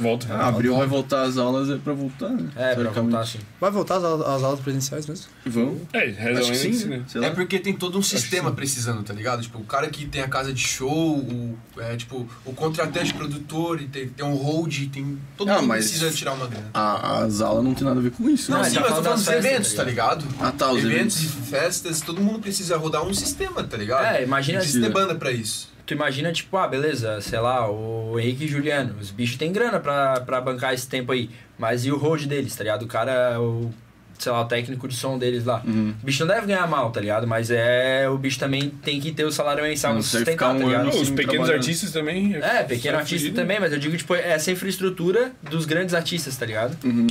Speaker 1: Volta.
Speaker 2: Ah, abril vai voltar as aulas, é pra voltar, né?
Speaker 3: É, pra
Speaker 2: Teoricamente.
Speaker 3: voltar, sim.
Speaker 5: Vai voltar as, au- as aulas presenciais mesmo?
Speaker 2: Vão.
Speaker 8: É, Acho que sim,
Speaker 2: né?
Speaker 1: né?
Speaker 8: É porque tem todo um sistema precisando, tá ligado? Tipo, o cara que tem a casa de show, o, é, tipo, o contratante produtor, e tem, tem um hold, tem. Todo
Speaker 2: Ah,
Speaker 8: mundo
Speaker 2: mas-
Speaker 8: precisa tirar uma grana.
Speaker 2: A- as aulas não tem nada a ver com isso,
Speaker 8: Não,
Speaker 2: né?
Speaker 8: sim, mas eu tô falando dos eventos, tá ligado?
Speaker 2: Ah, tá, os
Speaker 8: eventos. e festas, todo mundo precisa rodar um sistema, tá ligado?
Speaker 3: É, imagina.
Speaker 8: Precisa ter banda pra isso.
Speaker 3: Tu imagina, tipo, ah, beleza, sei lá, o Henrique e Juliano, os bichos têm grana pra, pra bancar esse tempo aí. Mas e o road deles, tá ligado? O cara, o, sei lá, o técnico de som deles lá.
Speaker 5: Hum.
Speaker 3: O bicho não deve ganhar mal, tá ligado? Mas é. O bicho também tem que ter o salário mensal
Speaker 1: Não,
Speaker 3: pra
Speaker 1: deve ficar
Speaker 3: sustentar,
Speaker 1: um
Speaker 3: tá ligado?
Speaker 1: ano Não, os sem pequenos trabalhar. artistas também.
Speaker 3: É, pequeno
Speaker 1: sai
Speaker 3: artista
Speaker 1: fudido.
Speaker 3: também, mas eu digo, tipo, essa infraestrutura dos grandes artistas, tá ligado?
Speaker 1: Uhum.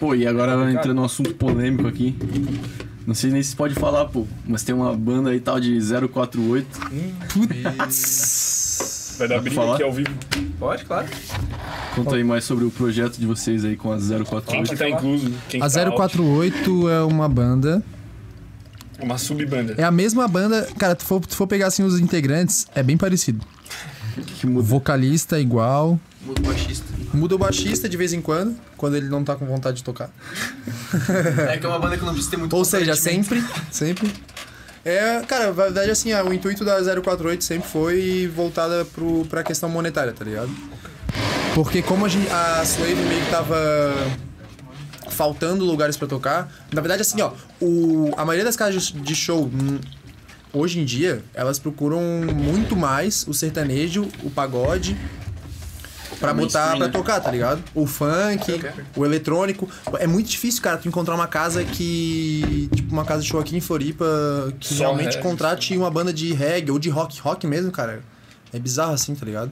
Speaker 2: Pô, e agora
Speaker 3: Tá Complicado.
Speaker 2: entrando num assunto polêmico aqui. Não sei nem se pode falar, pô, mas tem uma banda aí tal de 048.
Speaker 3: Hum.
Speaker 2: Putz!
Speaker 1: Vai
Speaker 2: Dá
Speaker 1: dar
Speaker 2: pra
Speaker 1: briga
Speaker 2: falar?
Speaker 1: aqui ao vivo.
Speaker 3: Pode, claro.
Speaker 2: Conta aí mais sobre o projeto de vocês aí com a 048.
Speaker 1: Quem que tá incluso? Quem
Speaker 5: A
Speaker 1: que tá
Speaker 5: 048 é uma banda.
Speaker 1: out? Uma subbanda.
Speaker 5: É a mesma banda. Cara, tu for, tu for pegar assim os integrantes, é bem parecido. O vocalista é igual.
Speaker 8: Muda o baixista.
Speaker 5: Muda o baixista de vez em quando, quando ele não tá com vontade de tocar.
Speaker 8: É que é uma banda que não precisa ter muito
Speaker 5: Ou seja, sempre, sempre. É, cara, na verdade, assim, ah, o intuito da 048 sempre foi voltada pro, pra questão monetária, tá ligado? Porque como a, gente, a Slave meio que tava faltando lugares pra tocar, na verdade, assim, ó, o, a maioria das casas de show, hum, hoje em dia, elas procuram muito mais o sertanejo, o pagode, Pra
Speaker 2: É
Speaker 5: botar
Speaker 2: mainstream,
Speaker 5: pra
Speaker 2: né?
Speaker 5: tocar, tá ligado? O funk, o eletrônico. É muito difícil, cara, tu encontrar uma casa que. Tipo, uma casa de show aqui em Floripa que
Speaker 1: Só
Speaker 5: realmente
Speaker 1: reggae,
Speaker 5: contrate uma banda de reggae ou de rock, rock mesmo, cara. É bizarro assim, tá ligado?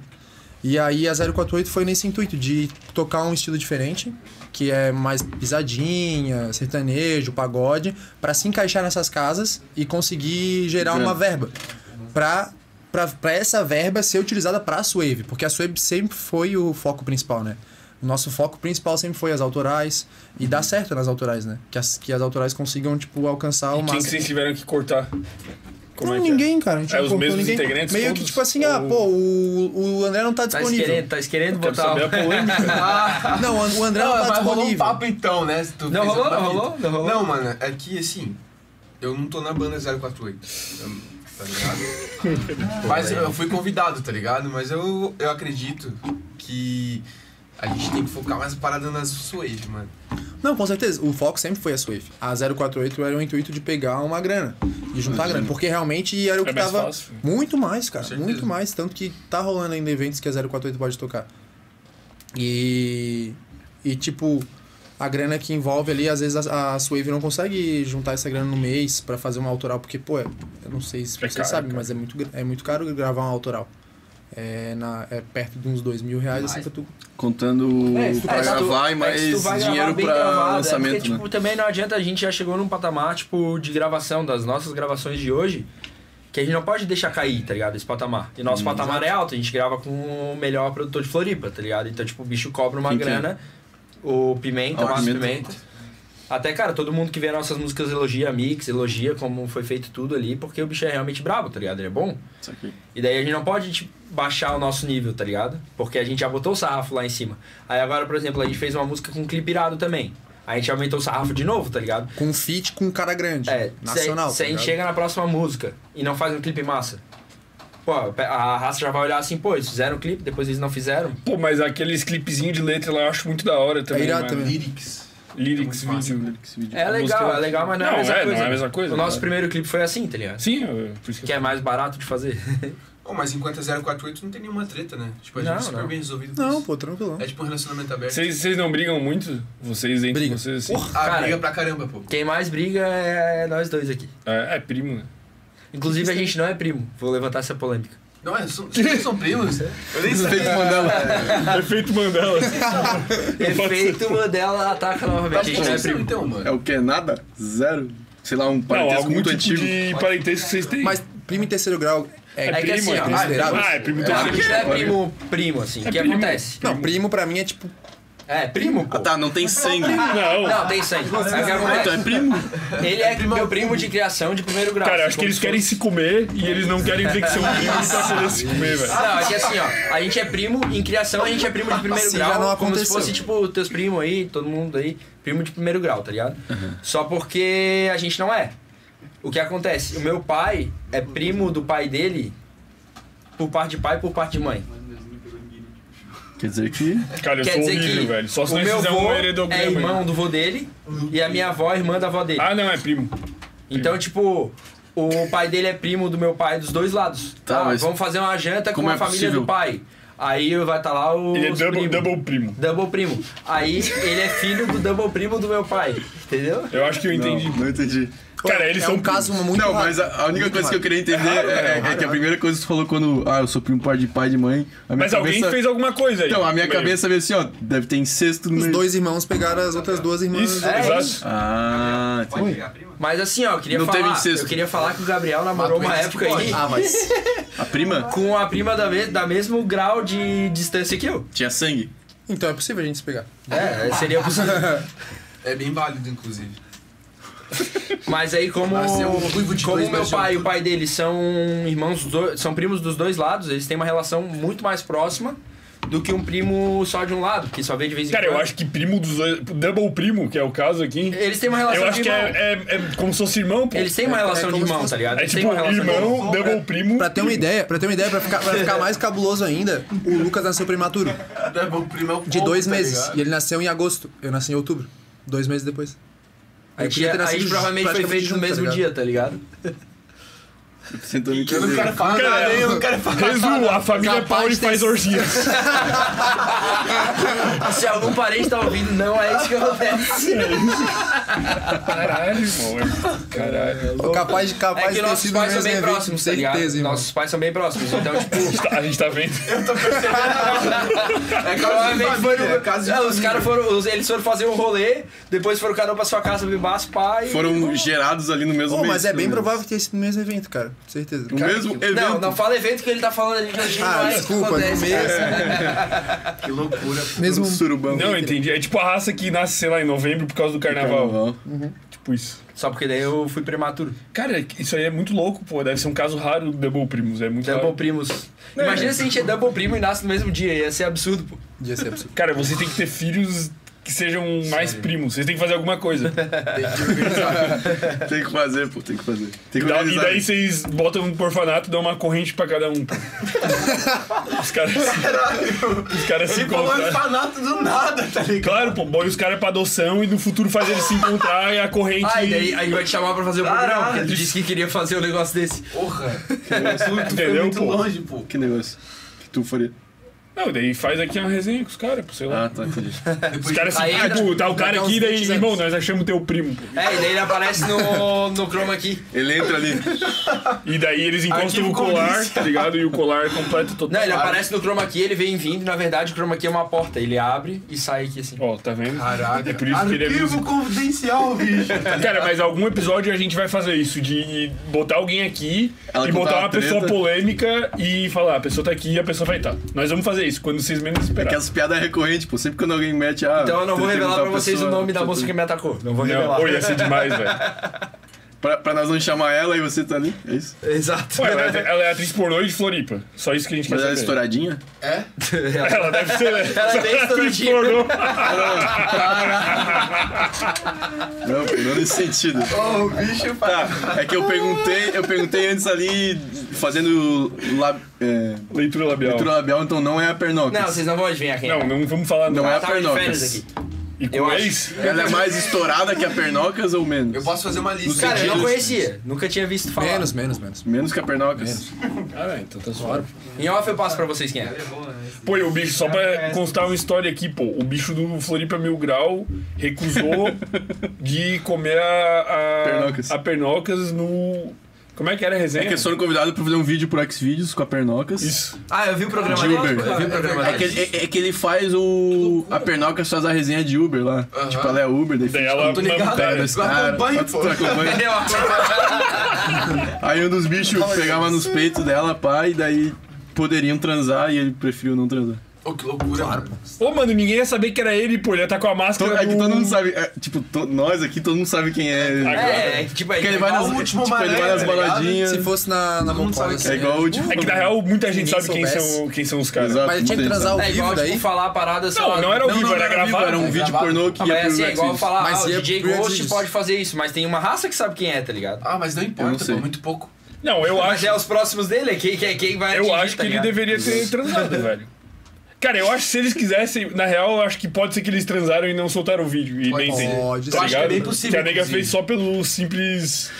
Speaker 5: E aí a 048 foi nesse intuito de tocar um estilo diferente, que é mais pisadinha, sertanejo, pagode, pra se encaixar nessas casas e conseguir gerar
Speaker 2: Grana.
Speaker 5: uma verba pra, pra, pra essa verba ser utilizada pra Swave, porque a Swave sempre foi o foco principal, né? O nosso foco principal sempre foi as autorais e dá certo nas autorais, né? Que as, que as autorais consigam, tipo, alcançar o
Speaker 1: Quem que
Speaker 5: máximo.
Speaker 1: vocês tiveram que cortar? Como
Speaker 5: Não,
Speaker 1: é que é?
Speaker 5: ninguém, cara. A gente
Speaker 1: É,
Speaker 5: não
Speaker 1: os
Speaker 5: cortou
Speaker 1: mesmos
Speaker 5: ninguém.
Speaker 1: integrantes
Speaker 5: Meio que
Speaker 1: todos?
Speaker 5: tipo assim, ah, pô, o, o André não tá
Speaker 3: Tá
Speaker 5: disponível.
Speaker 3: querendo, tá querendo
Speaker 5: Quero
Speaker 3: botar
Speaker 5: saber
Speaker 3: um-
Speaker 5: a polêmica.
Speaker 8: Ah.
Speaker 5: Não, o And- o André não tá
Speaker 8: mas rolou um
Speaker 5: disponível.
Speaker 8: papo então, né? Se tu
Speaker 5: Não
Speaker 8: fez
Speaker 5: rolou,
Speaker 8: a
Speaker 5: não
Speaker 8: bonita.
Speaker 5: rolou, não rolou.
Speaker 8: Não, mano, é que assim, eu não tô na banda 048, tá ligado? mas eu eu fui convidado, tá ligado? Mas eu, eu acredito que a gente tem que focar mais a parada nas suas, mano.
Speaker 5: Não, com certeza. O foco sempre foi a Swift. A 048 era o intuito de pegar uma grana e juntar grana. Porque realmente era o
Speaker 1: É
Speaker 5: que
Speaker 1: mais
Speaker 5: tava.
Speaker 1: fácil.
Speaker 5: Muito mais, cara. Muito mais. Tanto que tá rolando ainda eventos que a 048 pode tocar. E. E tipo. a grana que envolve ali, às vezes a, a Swave não consegue juntar essa grana no mês pra fazer uma autoral, porque, pô, é- eu não sei se
Speaker 1: É
Speaker 5: vocês
Speaker 1: caro,
Speaker 5: sabem,
Speaker 1: cara.
Speaker 5: mas é muito, gra- é muito caro gravar uma autoral. É, na, é perto de uns dois mil reais, assim, pra tu
Speaker 2: Contando
Speaker 5: É, se tu
Speaker 2: pra
Speaker 5: faz-
Speaker 2: gravar e
Speaker 3: É que se tu
Speaker 2: mais
Speaker 3: vai gravar
Speaker 2: dinheiro
Speaker 3: bem
Speaker 2: pra
Speaker 3: gravado, É
Speaker 2: lançamento,
Speaker 3: porque, tipo,
Speaker 2: né?
Speaker 3: também não adianta, a gente já chegou num patamar, tipo, de gravação, das nossas gravações de hoje, que a gente não pode deixar cair, tá ligado? Esse patamar. E nosso
Speaker 9: Hum,
Speaker 3: patamar
Speaker 9: exato.
Speaker 3: é alto, a gente grava com o melhor produtor de Floripa, tá ligado? Então, tipo, o bicho cobra uma
Speaker 9: Quem que é?
Speaker 3: grana, o Pimenta,
Speaker 9: Ah,
Speaker 3: o
Speaker 9: o
Speaker 3: Márcio
Speaker 9: Pimenta.
Speaker 3: Pimenta. Até, cara, todo mundo que vê nossas músicas elogia a mix, elogia como foi feito tudo ali, porque o bicho é realmente brabo, tá ligado? Ele é bom. E daí a gente não pode tipo, baixar o nosso nível, tá ligado? Porque a gente já botou o sarrafo lá em cima. Aí agora, por exemplo, a gente fez uma música com um clipe irado também. A gente aumentou o sarrafo de novo, tá ligado?
Speaker 5: com um feat com um cara grande,
Speaker 3: É,
Speaker 5: nacional. tá
Speaker 3: Se, se a gente chega na próxima música e não faz um clipe massa. Pô, a raça já vai olhar assim, pô, eles fizeram o clipe, depois eles não fizeram.
Speaker 1: Pô, mas aqueles clipezinhos de letra lá eu acho muito da hora também.
Speaker 3: É irado
Speaker 1: mano.
Speaker 3: também.
Speaker 1: Lyrics. Lyrics, vídeo, É lyrics, vídeo.
Speaker 3: É
Speaker 1: A
Speaker 3: legal,
Speaker 1: música-
Speaker 3: é legal, mas não, é, a
Speaker 1: não,
Speaker 3: mesma
Speaker 1: é,
Speaker 3: coisa.
Speaker 1: não é a mesma coisa.
Speaker 3: O nosso
Speaker 1: cara.
Speaker 3: primeiro clipe foi assim, tá ligado?
Speaker 1: Sim, que,
Speaker 3: é mais barato de fazer.
Speaker 13: Bom, mas enquanto é 048 não tem nenhuma treta, né? Tipo, a gente
Speaker 1: Não,
Speaker 13: é super
Speaker 1: não.
Speaker 13: bem resolvido.
Speaker 5: Não, pô, tranquilão.
Speaker 13: É tipo um relacionamento aberto.
Speaker 1: Vocês vocês não brigam muito? Vocês entre vocês assim?
Speaker 13: Ah,
Speaker 3: é
Speaker 13: briga pra caramba, pô.
Speaker 3: Quem mais briga é nós dois aqui.
Speaker 1: É, é primo, né?
Speaker 3: Inclusive, a gente não é primo. Vou levantar essa polêmica.
Speaker 13: Não, é, são, vocês são primos? Eu nem É, sabia.
Speaker 3: Efeito Mandela.
Speaker 1: Efeito Mandela.
Speaker 3: Efeito Mandela ataca novamente. A gente não é primo.
Speaker 13: Então, mano.
Speaker 2: É o que? Nada? Zero? Sei lá, um parentesco muito
Speaker 1: tipo
Speaker 2: antigo.
Speaker 1: parentesco que vocês têm.
Speaker 5: Mas primo em terceiro grau é,
Speaker 3: É que
Speaker 5: primo,
Speaker 3: assim,
Speaker 5: é
Speaker 3: ó,
Speaker 5: considerado?
Speaker 3: ah, é primo em terceiro grau.
Speaker 1: né?
Speaker 3: É primo, primo, assim, É que primo. acontece.
Speaker 5: Não, primo pra mim é tipo...
Speaker 3: É, primo, pô.
Speaker 5: Ah, tá,
Speaker 2: não tem sangue.
Speaker 1: Não.
Speaker 3: Não, tem sangue. Sabe o que acontece?
Speaker 1: Então é primo?
Speaker 3: Ele é meu primo de criação de primeiro grau.
Speaker 1: Cara,
Speaker 3: assim,
Speaker 1: acho que
Speaker 3: como
Speaker 1: eles
Speaker 3: se
Speaker 1: querem
Speaker 3: fosse-
Speaker 1: se comer e eles não querem ver que são primos pra poder se comer, velho.
Speaker 3: Não, é que assim, ó, a gente é primo, em criação a gente é primo de primeiro
Speaker 5: Assim já
Speaker 3: grau,
Speaker 5: não
Speaker 3: como se
Speaker 5: aconteceu.
Speaker 3: fosse, tipo, teus primos aí, todo mundo aí, primo de primeiro grau, tá ligado? Só porque a gente não é. O que acontece? O meu pai é primo do pai dele por parte de pai e por parte de mãe.
Speaker 2: Quer dizer que.
Speaker 1: Cara, eu
Speaker 3: Quer
Speaker 1: sou
Speaker 3: dizer
Speaker 1: horrível,
Speaker 3: que
Speaker 1: velho. Só se
Speaker 3: o
Speaker 1: nós
Speaker 3: meu
Speaker 1: fizermos um
Speaker 3: vô
Speaker 1: heredograma.
Speaker 3: é
Speaker 1: aí.
Speaker 3: irmão do vô dele e a minha avó é irmã da avó dele.
Speaker 1: Ah, não, é primo.
Speaker 3: Então, tipo, o pai dele é primo do meu pai dos dois lados.
Speaker 2: Tá,
Speaker 3: Ah,
Speaker 2: mas
Speaker 3: vamos fazer uma janta com
Speaker 2: como
Speaker 3: a
Speaker 2: é
Speaker 3: família
Speaker 2: possível?
Speaker 3: do pai. Aí vai estar lá o.
Speaker 1: Ele é
Speaker 3: os
Speaker 1: double, double primo.
Speaker 3: Double primo. Aí ele é filho do double primo do meu pai. Entendeu? um
Speaker 1: Eu acho que eu entendi.
Speaker 2: Não, não entendi.
Speaker 1: Cara,
Speaker 3: É
Speaker 1: eles são primos.
Speaker 2: Não, mas a, a única coisa que eu queria entender é, é- é que a primeira coisa que tu falou quando. Ah, eu sou primo par de pai e de mãe. a minha
Speaker 1: Mas alguém
Speaker 2: cabeça-
Speaker 1: fez alguma coisa aí.
Speaker 2: Então, a minha
Speaker 1: também.
Speaker 2: cabeça veio assim, ó. Deve ter incesto no
Speaker 5: Os
Speaker 2: meio.
Speaker 5: dois irmãos pegaram as outras duas irmãs.
Speaker 3: Isso, É exato. isso.
Speaker 2: Ah, entendi.
Speaker 3: Mas assim, ó, eu queria
Speaker 2: Não
Speaker 3: falar.
Speaker 2: teve incesto.
Speaker 3: Eu queria falar que o Gabriel namorou
Speaker 2: Mas tu
Speaker 3: uma
Speaker 2: disse que
Speaker 3: época aí.
Speaker 2: pode. Ah, mas- A prima
Speaker 3: Com a prima da, me da mesmo grau de distância que eu.
Speaker 2: tinha sangue.
Speaker 5: Então é possível a gente se pegar.
Speaker 3: É, seria possível.
Speaker 13: É bem válido, inclusive.
Speaker 3: Mas aí, como,
Speaker 13: Nasceu um ruivo de
Speaker 3: como
Speaker 13: dois
Speaker 3: meu
Speaker 13: metros de
Speaker 3: pai e o pai dele são irmãos, dos dois- são primos dos dois lados, eles têm uma relação muito mais próxima do que um primo só de um lado, que só vê de vez em
Speaker 1: Cara,
Speaker 3: quando.
Speaker 1: eu acho que primo dos dois. Double primo, que é o caso aqui.
Speaker 3: Eles têm uma relação
Speaker 1: Eu acho
Speaker 3: de
Speaker 1: que é, é, é como se fosse irmão, pô.
Speaker 3: Eles têm
Speaker 5: É,
Speaker 3: uma relação de irmão, tá ligado?
Speaker 1: É
Speaker 3: Eles
Speaker 1: tipo
Speaker 3: têm uma relação de
Speaker 1: irmão,
Speaker 3: irmão.
Speaker 1: double primo.
Speaker 5: Pra ter uma ideia, pra ter uma ideia, pra ficar, pra ficar mais cabuloso ainda, o Lucas nasceu prematuro. é De
Speaker 12: tá
Speaker 5: dois meses. E ele nasceu em agosto. Eu nasci em outubro. Dois meses depois.
Speaker 3: A
Speaker 5: Eu
Speaker 3: gente,
Speaker 5: queria ter
Speaker 3: a
Speaker 5: nascido
Speaker 3: gente provavelmente foi
Speaker 5: praticamente
Speaker 3: feito no
Speaker 5: junto,
Speaker 3: mesmo
Speaker 5: tá ligado?
Speaker 3: dia, tá ligado?
Speaker 2: Sentou me
Speaker 3: não quero falar
Speaker 1: Cara,
Speaker 3: nada, hein? Eu não quero falar nada.
Speaker 1: Resumo, a família
Speaker 3: Capaz
Speaker 1: Pauli
Speaker 3: de ter-
Speaker 1: faz orgias.
Speaker 3: Se algum parente tá ouvindo, não é isso que acontece.
Speaker 1: Caralho, irmão. é- Caralho.
Speaker 5: Ô, capaz de capaz
Speaker 3: É
Speaker 5: de
Speaker 3: que
Speaker 5: ter
Speaker 3: nossos
Speaker 5: sido
Speaker 3: pais
Speaker 5: no
Speaker 3: são
Speaker 5: mesmo
Speaker 3: bem
Speaker 5: evento,
Speaker 3: próximos, tá ligado?
Speaker 5: certeza, irmão.
Speaker 3: Nossos pais são bem próximos, então, tipo.
Speaker 1: A gente tá vendo.
Speaker 13: É
Speaker 5: um
Speaker 13: caso de
Speaker 3: Provavelmente
Speaker 13: família,
Speaker 3: foram-
Speaker 13: é caso de
Speaker 3: Não, os
Speaker 13: família.
Speaker 3: caras foram. os- Eles foram fazer um rolê, depois foram cada um pra sua casa bebaço, pai.
Speaker 2: Foram gerados ali no mesmo
Speaker 5: Pô,
Speaker 2: mês.
Speaker 5: mas é bem
Speaker 1: né?
Speaker 2: pelo menos.
Speaker 5: provável que tenha sido no mesmo evento, cara. Com certeza.
Speaker 2: No mesmo evento.
Speaker 3: Não, não fala evento que ele tá falando ali que a gente
Speaker 5: Ah,
Speaker 3: não é
Speaker 5: desculpa,
Speaker 3: isso que
Speaker 5: no
Speaker 3: acontece,
Speaker 5: mesmo.
Speaker 13: Que loucura.
Speaker 5: Mesmo
Speaker 2: surubão.
Speaker 1: Não, entendi. É tipo a raça que nasce, sei lá, em novembro por causa do carnaval. Tipo isso.
Speaker 3: Só porque daí eu fui prematuro.
Speaker 1: Cara, isso aí é muito louco, pô. Deve ser um caso raro do Double Primos. É muito
Speaker 3: Double
Speaker 1: raro. né?
Speaker 3: primos. Imagina se a gente é double primo e nasce no mesmo dia, ia ser absurdo, pô.
Speaker 5: Ia ser absurdo.
Speaker 1: Cara, você tem que ter filhos que sejam mais primos. Vocês têm que fazer alguma coisa.
Speaker 2: Tem que fazer, pô, tem que fazer. Tem
Speaker 1: E
Speaker 2: que
Speaker 1: da- um e
Speaker 2: organizar.
Speaker 1: daí vocês botam pro orfanato e dão uma corrente pra cada um. pô. os caras se, os caras se
Speaker 13: Ele
Speaker 3: um
Speaker 13: falou
Speaker 1: encontram.
Speaker 13: orfanato do nada, tá ligado?
Speaker 1: Claro, pô, boy os caras é pra adoção e no futuro faz eles se encontrar e a corrente.
Speaker 3: Ah, e daí aí vai te chamar pra fazer o
Speaker 13: Caralho.
Speaker 3: programa, porque tu disse que queria fazer um negócio desse.
Speaker 13: Porra. O assunto foi
Speaker 1: Entendeu,
Speaker 13: muito
Speaker 1: pô?
Speaker 13: longe, pô.
Speaker 2: Que negócio que tu faria?
Speaker 1: Não, daí faz aqui uma resenha com os caras, pô, sei lá. Ah,
Speaker 2: tá, entendi.
Speaker 1: Os caras assim,
Speaker 3: Aí
Speaker 1: ah,
Speaker 3: entra-
Speaker 1: tipo, tá o
Speaker 3: daqui
Speaker 1: cara
Speaker 3: a uns
Speaker 1: aqui, daí,
Speaker 3: 20 anos.
Speaker 1: irmão, nós achamos teu primo, pô.
Speaker 3: É, e daí ele aparece no, no chroma aqui.
Speaker 2: Ele entra ali.
Speaker 1: E daí eles encostam
Speaker 3: Arquivo
Speaker 1: o colar,
Speaker 3: comunista.
Speaker 1: tá ligado? E o colar é completo total.
Speaker 3: Não, ele aparece no chroma key, ele vem vindo, na verdade o chroma key é uma porta, ele abre e sai aqui assim.
Speaker 1: Ó, tá vendo?
Speaker 3: Caraca.
Speaker 1: É por isso que ele é músico.
Speaker 13: confidencial, bicho.
Speaker 1: Cara, mas algum episódio a gente vai fazer isso, de botar alguém aqui e
Speaker 2: Ela contar
Speaker 1: botar
Speaker 2: uma
Speaker 1: uma pessoa
Speaker 2: treta.
Speaker 1: polêmica e falar, a pessoa tá aqui e a pessoa vai estar. Nós vamos fazer isso, quando vocês menos
Speaker 2: É que
Speaker 1: esperarem.
Speaker 2: essas piadas é recorrente, pô. Sempre quando alguém mete ah, a.
Speaker 1: Então eu não vou revelar pra vocês o nome da moça que
Speaker 3: me atacou. Não
Speaker 1: vou Não, revelar. pô, ia ser demais, velho.
Speaker 2: Pra, pra nós não chamar ela e você tá ali, é isso?
Speaker 3: Exato.
Speaker 1: Ué, ela, é- ela é atriz pornô e de Floripa. Só isso que a gente
Speaker 2: Mas
Speaker 1: quer
Speaker 2: ela é
Speaker 1: saber.
Speaker 2: estouradinha?
Speaker 3: É?
Speaker 1: Ela deve ser, né?
Speaker 3: Ela é bem
Speaker 1: atriz
Speaker 3: estouradinha.
Speaker 1: pornô.
Speaker 2: Não, pô, não nesse sentido.
Speaker 13: Ô, o bicho
Speaker 2: Tá, é que eu perguntei, eu perguntei antes ali, fazendo lab, é,
Speaker 1: leitura labial.
Speaker 2: Leitura labial, então não é a pernocas.
Speaker 3: Não, vocês não vão adivinhar quem é.
Speaker 1: Não, não vamos falar
Speaker 2: Não é a
Speaker 3: Tava de férias
Speaker 2: pernocas.
Speaker 3: aqui.
Speaker 1: E
Speaker 3: Eu
Speaker 2: é
Speaker 3: acho.
Speaker 2: isso? Ela é mais estourada que a pernocas ou menos? Eu
Speaker 13: posso fazer uma lista.
Speaker 3: Cara, eu não conhecia, nunca tinha visto falar.
Speaker 5: Menos, menos, menos.
Speaker 2: Menos que a pernocas.
Speaker 1: Cara, então tá suave.
Speaker 3: Em off eu passo pra vocês quem é.
Speaker 5: né?
Speaker 1: Pô, e o bicho, só pra constar uma história aqui, pô. O bicho do Floripa Mil Grau recusou de comer a, a,
Speaker 2: Pernocas.
Speaker 1: a pernocas no... Como é que era a resenha?
Speaker 2: É que eles foram convidados pra fazer um vídeo pro Xvideos com a pernocas.
Speaker 1: Isso.
Speaker 3: Ah, eu vi o programa
Speaker 2: De
Speaker 3: dele,
Speaker 2: Uber.
Speaker 3: eu vi o programa
Speaker 2: É que,
Speaker 3: dele.
Speaker 2: é- é que ele faz o. A Pernocas faz a resenha de Uber lá. Tipo, ela é Uber, daí fica
Speaker 1: ela
Speaker 2: tipo, cara, dos caras. Tu tá acompanha?
Speaker 3: Eu
Speaker 2: Aí um dos bichos pegava nos peitos dela, pá, e daí poderiam transar e ele preferiu não transar.
Speaker 13: Ô, que loucura, mano.
Speaker 1: Ô, mano, ninguém ia saber que era ele, pô. Ele ia tá com a
Speaker 2: To-
Speaker 1: máscara
Speaker 2: é que
Speaker 1: do-
Speaker 2: todo mundo sabe. é, tipo, to- nós aqui, todo mundo sabe quem é.
Speaker 1: Agora.
Speaker 3: É, é que tipo, aí
Speaker 2: Porque ele vai nas,
Speaker 13: o né? um último
Speaker 2: tipo, ele vai
Speaker 13: Maranhão,
Speaker 2: nas
Speaker 13: tá ligado?
Speaker 2: baladinhas.
Speaker 5: Se fosse na, na
Speaker 13: mundo
Speaker 5: Mocola,
Speaker 13: sabe quem
Speaker 5: assim,
Speaker 2: É igual o último.
Speaker 1: É que na real muita gente
Speaker 5: Ninguém
Speaker 1: sabe quem
Speaker 5: soubesse.
Speaker 1: são, quem são os caras.
Speaker 2: Exato,
Speaker 5: Mas ele tinha que
Speaker 2: muita gente
Speaker 5: transar ao
Speaker 3: É
Speaker 5: vivo
Speaker 3: igual,
Speaker 5: daí.
Speaker 3: tipo, falar a parada só...
Speaker 1: Não, não era ao
Speaker 2: Não,
Speaker 1: vivo,
Speaker 2: não,
Speaker 1: era
Speaker 2: não era ao vivo,
Speaker 1: gravado.
Speaker 2: era um vídeo
Speaker 13: gravado.
Speaker 2: pornô que
Speaker 3: Ah,
Speaker 2: ia
Speaker 3: mas
Speaker 2: pro
Speaker 3: assim, é igual
Speaker 1: tipo,
Speaker 2: Xvideos.
Speaker 3: falar,
Speaker 5: Mas
Speaker 3: ah, o
Speaker 5: ia
Speaker 3: DJ
Speaker 5: pro
Speaker 3: Ghost
Speaker 5: Xvideos.
Speaker 3: pode fazer isso, mas tem uma raça que sabe quem é, tá ligado?
Speaker 13: Ah, mas não
Speaker 2: Eu não
Speaker 13: importa,
Speaker 2: sei.
Speaker 13: pô, muito pouco.
Speaker 1: Não, eu
Speaker 3: Mas
Speaker 1: acho.
Speaker 3: é os próximos dele, é quem, quem, quem vai
Speaker 1: Eu
Speaker 3: atingir,
Speaker 1: acho
Speaker 3: tá
Speaker 1: que ele
Speaker 3: ligado?
Speaker 1: deveria
Speaker 2: Uhum.
Speaker 1: ter transado, velho. Cara, eu acho que se eles quisessem, na real, eu acho que pode ser que eles transaram e não soltaram o vídeo. E nem tem.
Speaker 5: Pode
Speaker 1: Tá
Speaker 5: ser.
Speaker 1: ligado?
Speaker 13: é bem possível,
Speaker 1: Que a nega
Speaker 13: inclusive.
Speaker 1: fez só pelo simples.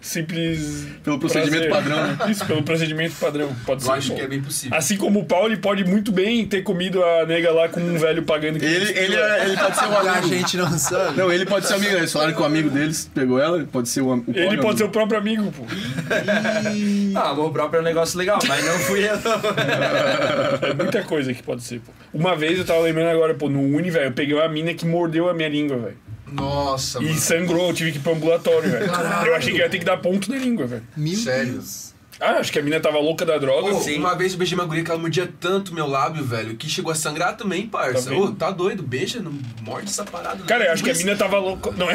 Speaker 1: Simples.
Speaker 2: Pelo procedimento
Speaker 1: prazer.
Speaker 2: padrão, né?
Speaker 1: Isso, pelo procedimento padrão. Pode
Speaker 13: Eu
Speaker 1: ser.
Speaker 13: acho
Speaker 1: pô.
Speaker 13: que é bem possível.
Speaker 1: Assim como o Paulo ele pode muito bem ter comido a nega lá com um velho pagando. que-
Speaker 2: Ele, ele, é- ele pode ser o
Speaker 5: A
Speaker 2: amigo.
Speaker 5: gente não sabe.
Speaker 2: Não, ele pode ser o amigo. Eles falaram que o amigo deles pegou ela, pode ser o am- o
Speaker 1: Ele
Speaker 2: próprio
Speaker 1: pode ser o
Speaker 2: amigo.
Speaker 1: próprio amigo, pô.
Speaker 3: Ah, amor próprio é um negócio legal, mas não fui eu.
Speaker 1: É muita coisa que pode ser, pô. Uma vez eu tava lembrando agora, pô, no Uni, velho, eu peguei uma mina que mordeu a minha língua, velho.
Speaker 13: Nossa,
Speaker 1: E
Speaker 13: mano.
Speaker 1: sangrou, eu tive que ir pro ambulatório, velho. Eu achei que ia ter que dar ponto na língua, velho.
Speaker 13: Sério.
Speaker 1: Ah, acho que a mina tava louca da droga.
Speaker 13: Ô,
Speaker 1: sim.
Speaker 13: uma vez eu beijei uma guria que ela mordia tanto meu lábio, velho, que chegou a sangrar também, parça.
Speaker 1: Tá
Speaker 13: Ô,
Speaker 1: vendo?
Speaker 13: tá doido, beija, não morde essa parada.
Speaker 1: Cara,
Speaker 13: não.
Speaker 1: eu acho que a mina tava louca. Não é.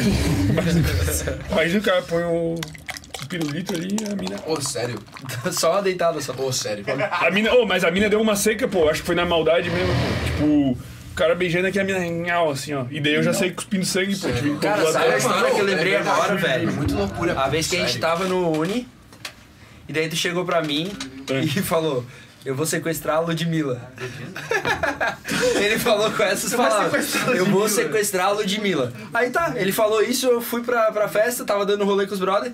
Speaker 1: Mas, mas o cara põe o, o pirulito ali e a mina.
Speaker 13: Ô, sério.
Speaker 3: só uma deitada, só.
Speaker 13: Ô, sério.
Speaker 1: A mina. Ô, mas a mina deu uma seca, pô. Acho que foi na maldade mesmo, pô. Tipo. O cara beijando aqui a mina, nhau, assim, ó. E daí eu já saí cuspindo sangue, pô. Tipo, Tive que ir pro
Speaker 3: Cara, sabe a
Speaker 1: ambulatório.
Speaker 3: história que eu lembrei
Speaker 13: É verdade,
Speaker 3: agora, velho?
Speaker 13: Muito loucura.
Speaker 3: A vez que a gente tava no Uni, e daí tu chegou pra mim e falou, eu vou sequestrar a Ludmilla. ele falou com essas palavras, eu vou sequestrar a Ludmilla. Aí tá, ele falou isso, eu fui pra, pra festa, tava dando rolê com os brothers,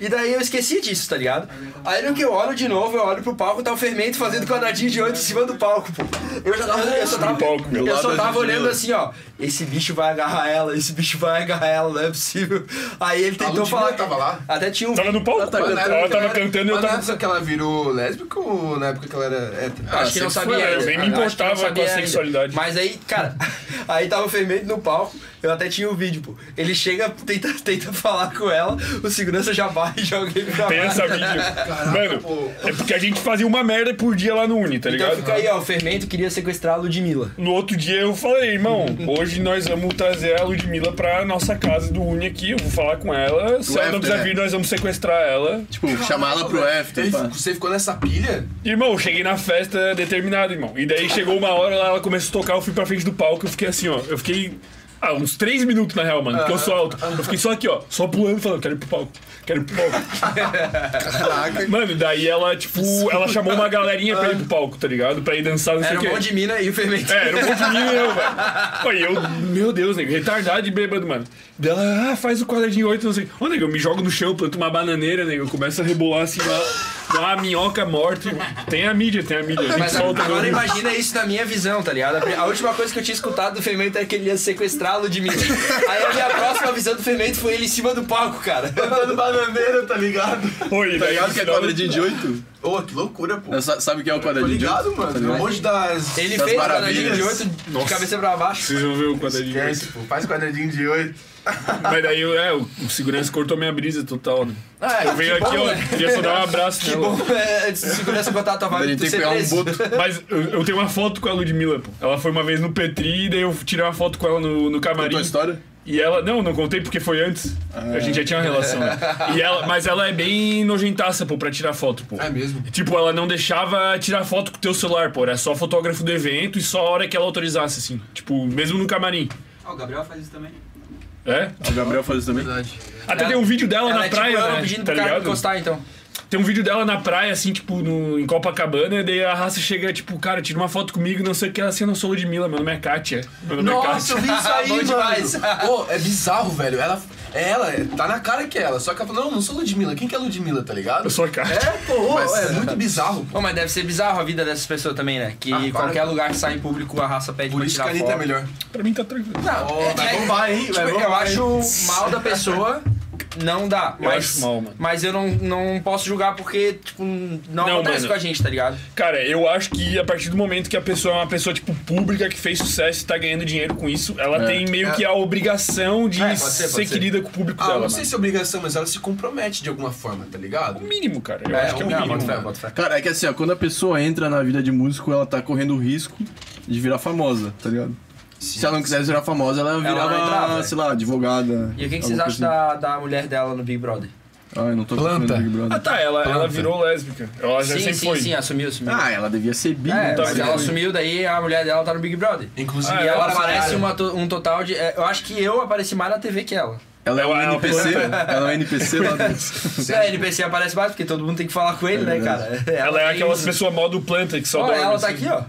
Speaker 3: e daí eu esqueci disso, tá ligado? Aí no que eu olho de novo, eu olho pro palco, tá o Fermento fazendo quadradinho de oito em cima do palco, pô. Eu já tava, eu só tava,
Speaker 1: palco, meu.
Speaker 3: eu só
Speaker 2: Lado da
Speaker 3: tava olhando
Speaker 2: Ludmilla.
Speaker 3: assim, ó, esse bicho vai agarrar ela, esse bicho vai agarrar ela, não é possível. Aí ele tentou
Speaker 13: Ludmilla
Speaker 3: falar.
Speaker 13: tava lá?
Speaker 3: Até tinha um.
Speaker 1: Tava no palco,
Speaker 13: Mas na época
Speaker 1: Ela
Speaker 13: que ela
Speaker 1: tava
Speaker 13: era-
Speaker 1: Tá cantando e eu
Speaker 13: mas na
Speaker 1: tava.
Speaker 13: época que ela virou lésbica ou na época que ela era hétero? Ah,
Speaker 3: Acho que não
Speaker 1: Ah, sempre
Speaker 3: sabia.
Speaker 1: foi, né?
Speaker 3: ainda.
Speaker 1: eu nem me
Speaker 3: Acho que não
Speaker 1: importava com a
Speaker 3: sabia ainda.
Speaker 1: sexualidade.
Speaker 3: Mas aí, cara, aí tava o fermento no palco, eu até tinha o vídeo, pô. Ele chega, tenta, tenta falar com ela, o segurança já vai e joga ele pra baixo.
Speaker 1: Pensa, vídeo. Mano, é porque a gente fazia uma merda por dia lá no Uni, tá
Speaker 3: Então
Speaker 1: ligado?
Speaker 3: fica aí, ó, o fermento queria sequestrar a Ludmilla.
Speaker 1: No outro dia eu falei, irmão, hoje nós vamos trazer a Ludmilla pra nossa casa do Uni aqui, eu vou falar com ela. Se ela não
Speaker 2: after,
Speaker 8: é.
Speaker 1: quiser
Speaker 2: né?
Speaker 1: vir, nós vamos sequestrar ela.
Speaker 2: Tipo, chamar ela pro tá after, pá.
Speaker 13: Você ficou nessa pilha?
Speaker 1: Irmão, eu cheguei na festa determinado, irmão. E daí chegou uma hora lá, ela começou a tocar, eu fui pra frente do palco, eu fiquei assim, ó, eu fiquei. Ah, uns três minutos na real, mano, porque eu sou alto. Eu fiquei só aqui, ó, só pulando, falando, quero ir pro palco, quero ir pro palco.
Speaker 5: Caraca.
Speaker 1: Mano, daí ela, tipo, ela chamou uma galerinha pra ir pro palco, tá ligado? Pra ir dançar, não sei
Speaker 3: Era
Speaker 1: o
Speaker 3: um
Speaker 1: quê.
Speaker 3: monte de mina e o fermento.
Speaker 1: É, era um monte de mim e eu, velho. Pô, e eu, meu Deus, nego, retardado de bêbado, mano. Dela, ah, faz o quadradinho 8, não sei. Ô, nego, eu me jogo no chão, planto uma bananeira, nego, eu começo a rebolar assim lá. Dá uma minhoca morta. Tem a mídia, tem a mídia. A gente
Speaker 3: Mas
Speaker 1: solta
Speaker 3: agora
Speaker 1: no-
Speaker 3: imagina isso na minha visão, tá ligado? A pri- A última coisa que eu tinha escutado do Fermento é que ele ia sequestrá-lo de mim. Aí a minha próxima visão do Fermento foi ele em cima do palco, cara.
Speaker 13: Cantando bananeira, tá ligado?
Speaker 1: um Oi, né?
Speaker 13: tá
Speaker 2: daí
Speaker 13: ligado
Speaker 2: no
Speaker 13: que é
Speaker 2: final-
Speaker 13: quadradinho de 8? Ô, que loucura, pô.
Speaker 2: Eu sa- Sabe o que é o
Speaker 13: Tô
Speaker 2: quadradinho de
Speaker 13: ligado,
Speaker 2: oito?
Speaker 13: mano.
Speaker 2: Tá
Speaker 13: É um
Speaker 2: ligado?
Speaker 13: monte das.
Speaker 3: Ele
Speaker 13: das
Speaker 3: fez o
Speaker 13: maravilhas.
Speaker 3: quadradinho de 8 de cabeça pra baixo.
Speaker 1: Vocês vão ver o quadradinho de
Speaker 13: Esquece, pô. Faz quadradinho de 8.
Speaker 1: Mas daí é, o o segurança cortou minha brisa total, né?
Speaker 3: Ah,
Speaker 1: eu venho
Speaker 3: que
Speaker 1: aqui,
Speaker 3: bom,
Speaker 1: ó,
Speaker 3: né?
Speaker 1: queria só dar um abraço
Speaker 3: Que
Speaker 1: nela.
Speaker 3: bom, é, se segurança botar a tua vibe, tu
Speaker 1: um
Speaker 3: é ser preso.
Speaker 1: Mas eu, eu tenho uma foto com a Ludmilla, pô. Ela foi uma vez no Petri e daí eu tirei uma foto com ela no, no camarim.
Speaker 2: Contou a história?
Speaker 1: E ela. Não, não contei porque foi antes. A gente já tinha uma relação. né? E ela, mas ela é bem nojentaça, pô, pra tirar foto, pô.
Speaker 13: É mesmo.
Speaker 1: Tipo, ela não deixava tirar foto com o teu celular, pô. Era só fotógrafo do evento e só a hora que ela autorizasse, assim. Tipo, mesmo no camarim.
Speaker 4: Ó, o Gabriel faz isso também.
Speaker 1: É?
Speaker 2: O Gabriel faz isso também.
Speaker 1: Até tem um vídeo dela
Speaker 3: Ela
Speaker 1: na
Speaker 3: é tipo
Speaker 1: praia,
Speaker 3: ela
Speaker 1: né?
Speaker 3: pedindo
Speaker 1: tá
Speaker 3: pro cara
Speaker 1: ligado?
Speaker 3: encostar, então.
Speaker 1: Tem um vídeo dela na praia, assim, tipo, no, em Copacabana, e daí a raça chega, tipo, cara, tira uma foto comigo, não sei o que, ela assim, eu não sou Ludmilla, meu nome é Kátia. Meu nome
Speaker 13: Nossa,
Speaker 1: é Kátia.
Speaker 13: eu vi isso aí,
Speaker 3: Bom
Speaker 13: mano.
Speaker 3: demais.
Speaker 13: Pô, é bizarro, velho. Ela, é ela, é- tá na cara que é ela. Só que ela falou, não, não sou Ludmilla. Quem que é Ludmilla, tá ligado?
Speaker 1: Eu sou a Kátia.
Speaker 13: É, pô, é muito bizarro.
Speaker 3: Pô, mas deve ser bizarro a vida dessas pessoas também, né? Que
Speaker 13: Ah, claro.
Speaker 3: qualquer lugar que sai em público a raça pede
Speaker 13: Por
Speaker 3: pra
Speaker 13: isso que
Speaker 3: tirar
Speaker 13: a Anitta é
Speaker 3: foto.
Speaker 13: melhor.
Speaker 1: Pra mim tá tranquilo.
Speaker 3: Não, é,
Speaker 13: vai
Speaker 3: é-
Speaker 13: bombar, hein?
Speaker 3: tipo,
Speaker 13: Vai
Speaker 3: eu
Speaker 13: bombar,
Speaker 3: acho mal da pessoa, não dá.
Speaker 1: Eu
Speaker 3: mas,
Speaker 1: acho mal, mano.
Speaker 3: Mas eu não, não posso julgar porque, tipo, não,
Speaker 1: Não,
Speaker 3: acontece
Speaker 1: mano.
Speaker 3: com a gente, tá ligado?
Speaker 1: Cara, eu acho que a partir do momento que a pessoa é uma pessoa, tipo, pública, que fez sucesso e tá ganhando dinheiro com isso, ela tem meio
Speaker 13: É.
Speaker 1: que a obrigação de
Speaker 13: É, pode ser,
Speaker 1: ser,
Speaker 13: pode ser.
Speaker 1: querida com o público
Speaker 13: Ah,
Speaker 1: dela,
Speaker 13: não
Speaker 1: mano.
Speaker 13: sei se é obrigação, mas ela se compromete de alguma forma, tá ligado?
Speaker 1: O mínimo, cara. Eu
Speaker 13: É,
Speaker 1: acho que é o
Speaker 13: não,
Speaker 1: mínimo.
Speaker 13: bota fé,
Speaker 1: mano.
Speaker 13: bota fé.
Speaker 2: Cara, é que assim, ó, quando a pessoa entra na vida de músico, ela tá correndo o risco de virar famosa, tá ligado? Se ela não quisesse virar famosa, ela virava,
Speaker 3: não entrava,
Speaker 2: sei lá, advogada.
Speaker 3: E o que,
Speaker 2: alguma
Speaker 3: que vocês
Speaker 2: coisa
Speaker 3: acham da, da mulher dela no Big Brother?
Speaker 2: assim. Ah, eu não tô
Speaker 13: Planta.
Speaker 2: vendo Big Brother.
Speaker 1: Ah, tá, ela, ela
Speaker 13: Planta.
Speaker 1: virou lésbica. Ela já
Speaker 3: sim,
Speaker 1: sempre
Speaker 3: sim,
Speaker 1: foi.
Speaker 3: sim, assumiu, assumiu.
Speaker 2: Ah, ela devia ser bi,
Speaker 3: é,
Speaker 2: não
Speaker 1: então,
Speaker 2: tá
Speaker 3: mas
Speaker 2: vendo?
Speaker 3: ela assumiu, daí a mulher dela tá no Big Brother.
Speaker 13: Inclusive,
Speaker 1: Ah,
Speaker 3: E ela
Speaker 1: ela
Speaker 3: aparece uma to- um total de. é, Eu acho que eu apareci mais na TV que ela.
Speaker 2: Ela é um
Speaker 1: Ela é uma
Speaker 2: NPC?
Speaker 1: planta.
Speaker 2: Ela é um NPC lá dentro.
Speaker 3: Se a NPC aparece mais, porque todo mundo tem que falar com ele, né, cara?
Speaker 1: Ela é
Speaker 3: tem
Speaker 1: aquelas
Speaker 3: isso.
Speaker 1: pessoas modo planta que só
Speaker 3: Ó,
Speaker 1: dorme,
Speaker 3: ela tá
Speaker 1: assim.
Speaker 3: aqui, ó.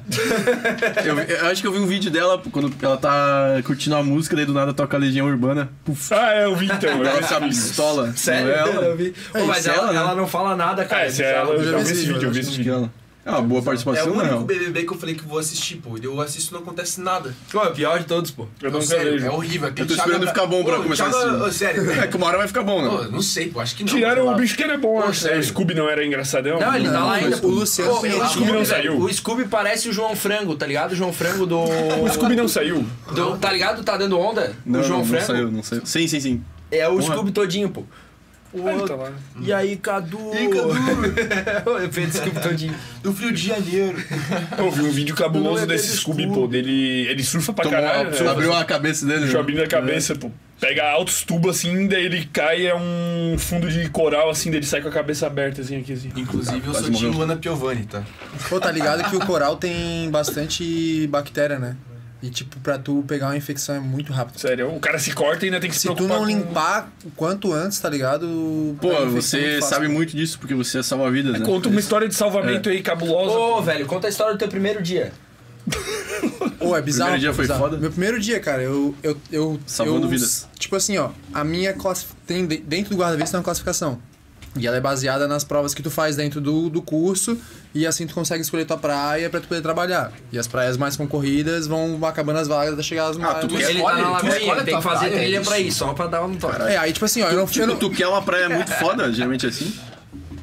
Speaker 2: Eu, vi- eu acho que eu vi um vídeo dela pô, quando ela tá curtindo a música, daí do nada toca a Legião Urbana. Puf,
Speaker 1: Ah, é, eu vi então. Eu
Speaker 2: ela
Speaker 1: vi
Speaker 2: com a
Speaker 1: esse vídeo.
Speaker 2: pistola.
Speaker 3: Sério?
Speaker 2: Não é ela?
Speaker 3: Eu vi. Pô,
Speaker 2: É,
Speaker 3: mas
Speaker 2: isso é
Speaker 3: ela,
Speaker 2: ela, né?
Speaker 3: ela não fala nada, cara.
Speaker 1: É, se é ela, eu já vi esse vídeo, eu vi esse
Speaker 2: Acho que
Speaker 1: vídeo.
Speaker 2: ela. É uma boa
Speaker 13: É o
Speaker 2: participação, na
Speaker 13: único
Speaker 2: real.
Speaker 13: BBB que eu falei que vou assistir, pô. Eu assisto e não acontece nada.
Speaker 3: Pô, é o pior de todos, pô.
Speaker 1: Eu
Speaker 13: Não,
Speaker 1: nunca
Speaker 13: sério,
Speaker 1: vejo.
Speaker 13: é horrível. Aquele
Speaker 2: Eu tô
Speaker 13: Thiago
Speaker 2: esperando
Speaker 13: Abra-
Speaker 2: ficar bom pra
Speaker 13: Ô,
Speaker 2: começar
Speaker 13: Thiago-
Speaker 2: assim.
Speaker 13: ô,
Speaker 2: É
Speaker 13: sério.
Speaker 2: que uma hora vai ficar bom,
Speaker 13: Ô,
Speaker 2: né?
Speaker 13: não sei, pô. Acho que não.
Speaker 1: Tiraram
Speaker 13: sei lá. é.
Speaker 1: o bicho que era bom,
Speaker 13: Pô,
Speaker 1: acho. né?
Speaker 13: sério.
Speaker 1: O Scooby não era engraçadão.
Speaker 3: Não, ele tá lá ainda.
Speaker 5: O Luciano
Speaker 3: Pô,
Speaker 5: Huck.
Speaker 3: o Scooby
Speaker 1: não
Speaker 3: velho,
Speaker 1: saiu.
Speaker 3: O Scooby parece o João Frango, tá ligado? O João Frango do.
Speaker 1: O Scooby não saiu.
Speaker 3: do- tá ligado? Tá dando onda? o João
Speaker 2: não,
Speaker 3: Frango?
Speaker 2: saiu, não saiu. Sim, sim, sim.
Speaker 3: É o
Speaker 2: Porra.
Speaker 3: Scooby todinho, pô.
Speaker 1: tá
Speaker 3: E aí, Cadu?
Speaker 13: Ih, Cadu,
Speaker 3: Eu fiz o Scooby todinho.
Speaker 13: Do Rio de Janeiro. é
Speaker 1: Eu vi um vídeo cabuloso desse Scooby, pô. Dele, ele surfa pra
Speaker 2: Tomou,
Speaker 1: caralho. né?
Speaker 2: abriu a cabeça dele.
Speaker 1: Deixa eu
Speaker 2: né?
Speaker 13: É.
Speaker 1: abrir na cabeça, pô. Pega altos tubos assim, daí ele cai, é um fundo de coral assim, daí ele sai com a cabeça aberta assim, aqui assim.
Speaker 13: Inclusive, eu
Speaker 2: quase
Speaker 13: sou time
Speaker 2: morreu.
Speaker 13: Luana Piovani, tá?
Speaker 5: Pô, tá ligado que o coral tem bastante bactéria, né? E tipo, pra tu pegar uma infecção é muito rápido.
Speaker 1: Sério, o cara se corta e ainda tem que se
Speaker 5: Se tu
Speaker 1: preocupar
Speaker 5: não
Speaker 1: com-
Speaker 5: limpar o quanto antes, tá ligado?
Speaker 2: Pô,
Speaker 5: pega a infecção é
Speaker 2: você
Speaker 5: muito fácil.
Speaker 2: sabe muito disso porque você é salva-vidas, né?
Speaker 1: Conta uma história de salvamento aí cabulosa.
Speaker 3: Ô, velho, conta a história do teu primeiro dia.
Speaker 5: Pô, é bizarro.
Speaker 2: Primeiro dia
Speaker 5: pô,
Speaker 2: foi
Speaker 5: bizarro.
Speaker 2: foda?
Speaker 5: Meu primeiro dia, cara, eu. eu, eu
Speaker 2: Salvando
Speaker 5: eu-
Speaker 2: vidas.
Speaker 5: Tipo assim, ó, a minha classe. Tem, de- dentro do guarda-vista tem uma classificação. E ela é baseada nas provas que tu faz dentro do, do curso, e assim tu consegue escolher tua praia pra tu poder trabalhar. E as praias mais concorridas vão acabando as vagas até chegar às mais.
Speaker 2: tu quer-
Speaker 3: Ele
Speaker 13: Escolhe,
Speaker 3: tá na
Speaker 13: Ah, tu escolhe
Speaker 3: lagoinha,
Speaker 13: a
Speaker 3: tem
Speaker 13: tua
Speaker 3: que fazer
Speaker 13: praia,
Speaker 3: trilha
Speaker 13: é
Speaker 3: pra
Speaker 13: isso?
Speaker 3: ir, só pra dar um toque.
Speaker 5: É, aí tipo assim, ó, eu não, eu
Speaker 2: Tipo,
Speaker 5: não-
Speaker 2: tu quer uma praia muito foda, geralmente assim.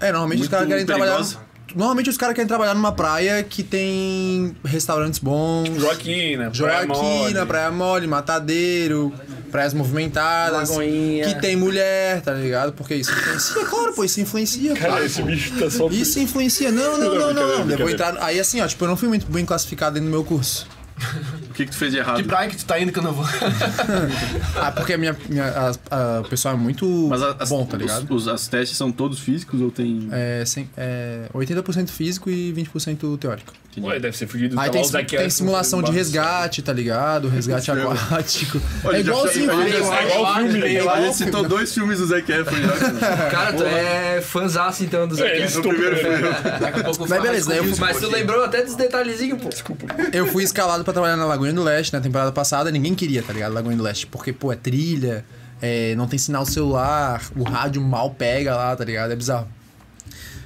Speaker 5: É, normalmente os
Speaker 2: Muito
Speaker 5: caras querem
Speaker 2: perigosa.
Speaker 5: trabalhar. Normalmente os caras querem trabalhar numa praia que tem restaurantes bons.
Speaker 13: Tipo,
Speaker 2: Né?
Speaker 1: Joaquina, Praia Mole.
Speaker 5: Joaquina,
Speaker 13: tá
Speaker 5: Praia Mole, Matadeiro, praias movimentadas.
Speaker 3: Lagoinha.
Speaker 5: Que tem mulher, tá ligado? Porque isso influencia. Claro, pô, isso influencia. pô.
Speaker 1: Cara, esse bicho tá só.
Speaker 5: Isso influencia. Não, não, não, não. não. Eu vou
Speaker 1: brincadeira.
Speaker 5: entrar. Aí assim, ó, tipo, eu não fui muito bem classificado dentro do meu curso.
Speaker 2: O que, que tu fez de errado?
Speaker 13: Que praia que tu tá indo que eu não vou?
Speaker 5: Ah, porque a minha. minha a- a- o pessoal é muito
Speaker 2: Mas a- as,
Speaker 5: bom, tá ligado?
Speaker 2: Os, os- as testes são todos físicos ou tem.
Speaker 5: É, sem- é 80% físico e 20% teórico.
Speaker 1: Ué, deve ser fudido.
Speaker 5: Aí
Speaker 1: tá
Speaker 5: tem,
Speaker 1: lá o Zac
Speaker 5: tem
Speaker 1: Efron
Speaker 5: simulação de
Speaker 1: fazendo
Speaker 5: resgate, tá ligado? Resgate aquático.
Speaker 2: Olha,
Speaker 5: é
Speaker 2: já-
Speaker 5: igualzinho.
Speaker 2: já- já-
Speaker 5: filme.
Speaker 1: É igual o filme. né?
Speaker 2: A gente citou dois filmes do Zac Efron já. cara.
Speaker 3: Cara, tu é fãzaço então dos
Speaker 1: É, eles
Speaker 3: Zac
Speaker 1: estão
Speaker 3: Efron.
Speaker 1: primeiro filme.
Speaker 13: Daqui a pouco eu
Speaker 5: Mas
Speaker 13: falo
Speaker 5: beleza, daí
Speaker 13: com
Speaker 5: eu fui-
Speaker 13: isso,
Speaker 3: Mas tu
Speaker 13: porque-
Speaker 3: lembrou até dos detalhezinhos, pô. Desculpa.
Speaker 5: Eu fui escalado pra trabalhar na Lagoinha do Leste na temporada passada, ninguém queria, tá ligado? Lagoinha do Leste. Porque, pô, é trilha, é, não tem sinal celular, o rádio mal pega lá, tá ligado? É bizarro.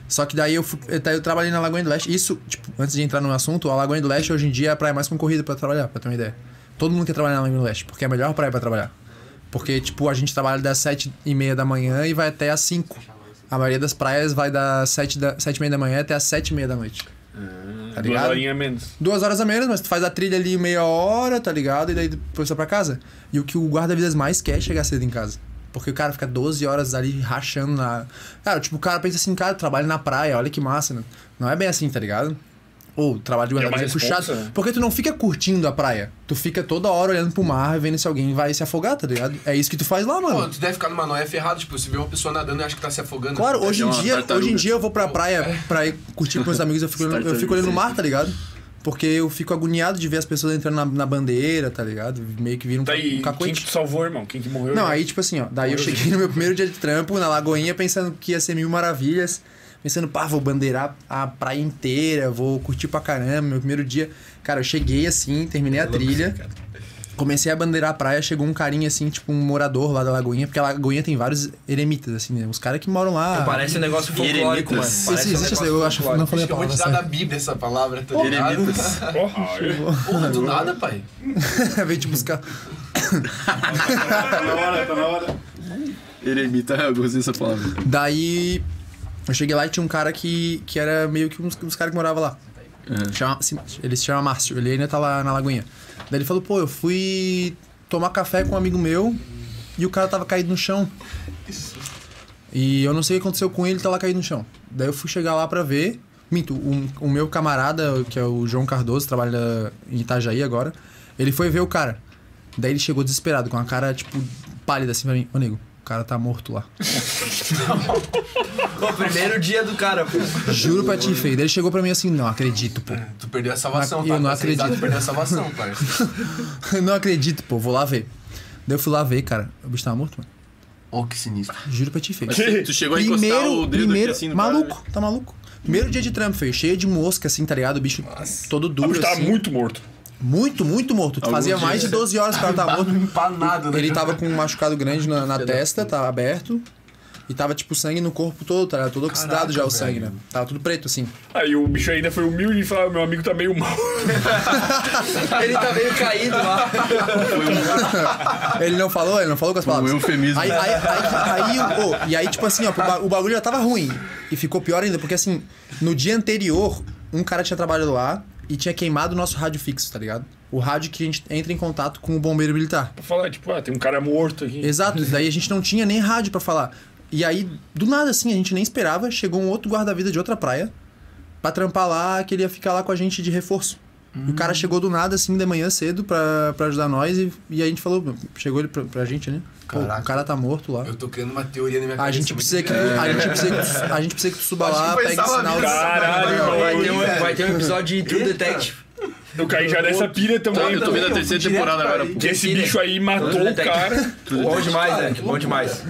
Speaker 5: Só que daí eu, fui, eu, eu trabalhei na Lagoinha do Leste. Isso, tipo, antes de entrar no assunto, a Lagoinha do Leste hoje em dia é a praia mais concorrida pra trabalhar, pra ter uma ideia. Todo mundo quer trabalhar na Lagoinha do Leste, porque é a melhor praia pra trabalhar. Porque, tipo, a gente trabalha das sete e meia da manhã e vai até às 5. A maioria das praias vai das sete, da, sete e meia da manhã até às sete e meia da noite.
Speaker 1: Ah,
Speaker 5: Tá
Speaker 1: duas
Speaker 5: ligado?
Speaker 1: horinhas a menos.
Speaker 5: Duas horas a menos, mas tu faz a trilha ali meia hora, tá ligado? E daí depois tá pra casa. E o que o guarda-vidas mais quer é chegar cedo em casa. Porque o cara fica 12 horas ali rachando na. Cara, tipo, o cara pensa assim, cara, trabalho na praia, olha que massa, né? Não é bem assim, tá ligado? Ou o trabalho de
Speaker 1: É uma
Speaker 5: guarda-vidas é
Speaker 1: responsa,
Speaker 5: puxado.
Speaker 1: né?
Speaker 5: Porque tu não fica curtindo a praia. Tu fica toda hora olhando pro mar, vendo se alguém vai se afogar, tá ligado? É isso que tu faz lá,
Speaker 7: Pô,
Speaker 5: mano.
Speaker 7: tu deve ficar numa noia ferrado, tipo, se vê uma pessoa nadando e acha que tá se afogando.
Speaker 5: Claro,
Speaker 8: É
Speaker 7: Deve
Speaker 5: hoje
Speaker 7: dar
Speaker 5: em,
Speaker 7: uma
Speaker 5: dia,
Speaker 7: tartaruga.
Speaker 5: hoje em dia eu vou pra praia pra ir curtir com meus amigos, eu fico, olhando- eu fico olhando o mar, tá ligado? Porque eu fico agoniado de ver as pessoas entrando na, na bandeira, tá ligado? Meio que viram um,
Speaker 1: Tá aí,
Speaker 5: um
Speaker 1: quem
Speaker 5: cacoete.
Speaker 1: que tu salvou, irmão? Quem que morreu? né?
Speaker 5: Não, aí tipo assim, ó. Daí eu
Speaker 1: Morreu,
Speaker 5: cheguei no meu primeiro dia de trampo, na Lagoinha, pensando que ia ser mil maravilhas. Pensando, pá, vou bandeirar a praia inteira, vou curtir pra caramba, meu primeiro dia. Cara, eu cheguei assim, terminei a trilha. Comecei a bandeirar a praia, chegou um carinha assim, tipo um morador lá da Lagoinha, porque a Lagoinha tem vários eremitas, assim, né? Os caras que moram lá.
Speaker 3: Parece um negócio folclórico, mano.
Speaker 5: Esse-
Speaker 3: Parece um
Speaker 5: existe essa-
Speaker 3: negócio
Speaker 5: eu acho que não falei a
Speaker 7: Eu vou
Speaker 5: palavra
Speaker 7: te dar da
Speaker 5: certa.
Speaker 7: Bíblia essa palavra, tá ligado?
Speaker 5: Eremitas.
Speaker 7: Porra, do nada, pai.
Speaker 5: Vem te buscar.
Speaker 13: Tá na hora, tá na hora.
Speaker 8: Eremita, eu gostei dessa palavra.
Speaker 5: Daí eu cheguei lá e tinha um cara que, que era meio que uns, uns caras que moravam lá. Chama- se- ele se chama Márcio, ele ainda tá lá na Lagoinha. Daí ele falou, pô, eu fui tomar café com um amigo meu e o cara tava caído no chão. E eu não sei o que aconteceu com ele, ele tava caído no chão. Daí eu fui chegar lá pra ver. Minto, um- o meu camarada, que é o João Cardoso, trabalha em Itajaí agora, ele foi ver o cara. Daí ele chegou desesperado, com a cara, tipo, pálida assim pra mim. Ô, nego, o cara tá morto lá.
Speaker 3: Pô, primeiro dia do cara, pô.
Speaker 5: Juro pra ti, feio. Daí ele chegou pra mim assim, não acredito, pô.
Speaker 7: Tu perdeu a salvação,
Speaker 5: Eu
Speaker 7: tá?
Speaker 5: não
Speaker 7: Essa risada,
Speaker 5: acredito.
Speaker 7: Tu perdeu a salvação, parceiro.
Speaker 5: Eu não acredito, pô, vou lá ver. Daí eu fui lá ver, cara. O bicho tava morto, mano.
Speaker 7: Ô, que sinistro.
Speaker 5: Juro pra ti, feio.
Speaker 7: Mas tu- tu chegou a encostar o dedo aqui
Speaker 5: primeiro,
Speaker 7: assim no cara,
Speaker 5: Maluco, tá maluco. Primeiro dia de trampo, feio. Cheio de mosca, assim, tá ligado? O bicho todo duro,
Speaker 1: bicho tava
Speaker 5: assim.
Speaker 1: muito morto.
Speaker 5: Muito, muito morto. Tu
Speaker 1: Algum
Speaker 5: fazia
Speaker 1: dia.
Speaker 7: né?
Speaker 5: mais de 12 horas que o cara tava morto.
Speaker 7: Empanado,
Speaker 5: né? Ele tava com um machucado grande na, na testa, tava aberto. E tava, tipo, sangue no corpo todo, tá ligado? Todo oxidado já o sangue, né? Tava tudo preto, assim.
Speaker 1: Aí o bicho ainda foi humilde e falou: meu amigo tá meio mal.
Speaker 3: Ele tá meio caído lá.
Speaker 5: Ele não falou, ele não falou com as palavras. Aí, aí, aí, aí, ô, e aí, tipo assim, ó, o ba- o bagulho já tava ruim. E ficou pior ainda, porque assim, no dia anterior, um cara tinha trabalhado lá e tinha queimado o nosso rádio fixo, tá ligado? O rádio que a gente entra em contato com o bombeiro militar.
Speaker 1: Pra falar, tipo, ah, tem um cara morto aqui.
Speaker 5: Exato, daí a gente não tinha nem rádio pra falar. E aí, do nada, assim, a gente nem esperava, chegou um outro guarda-vida de outra praia pra trampar lá, que ele ia ficar lá com a gente de reforço. E o cara chegou do nada, assim, de manhã cedo pra, pra ajudar nós e, e a gente falou, chegou ele pra, pra gente, né? Pô, o cara tá morto lá.
Speaker 7: Eu tô criando uma teoria na minha
Speaker 5: A
Speaker 7: cabeça.
Speaker 5: gente
Speaker 7: muito
Speaker 5: precisa que,
Speaker 7: grande.
Speaker 5: a gente precisa que, tu- a gente precisa que tu suba
Speaker 7: Acho que
Speaker 5: lá,
Speaker 7: foi
Speaker 5: pegue
Speaker 7: salva
Speaker 5: sinal
Speaker 7: vidas, Caralho, irmão.
Speaker 3: Vai ter, um, vai ter um episódio de True Detective.
Speaker 1: Eu caí já nessa pilha também.
Speaker 3: Tá, eu tô vendo a terceira temporada agora, pô.
Speaker 1: Que esse
Speaker 3: Pilha.
Speaker 1: bicho aí matou
Speaker 3: True
Speaker 1: o
Speaker 3: Detective.
Speaker 1: cara.
Speaker 3: Bom demais, né? Bom demais.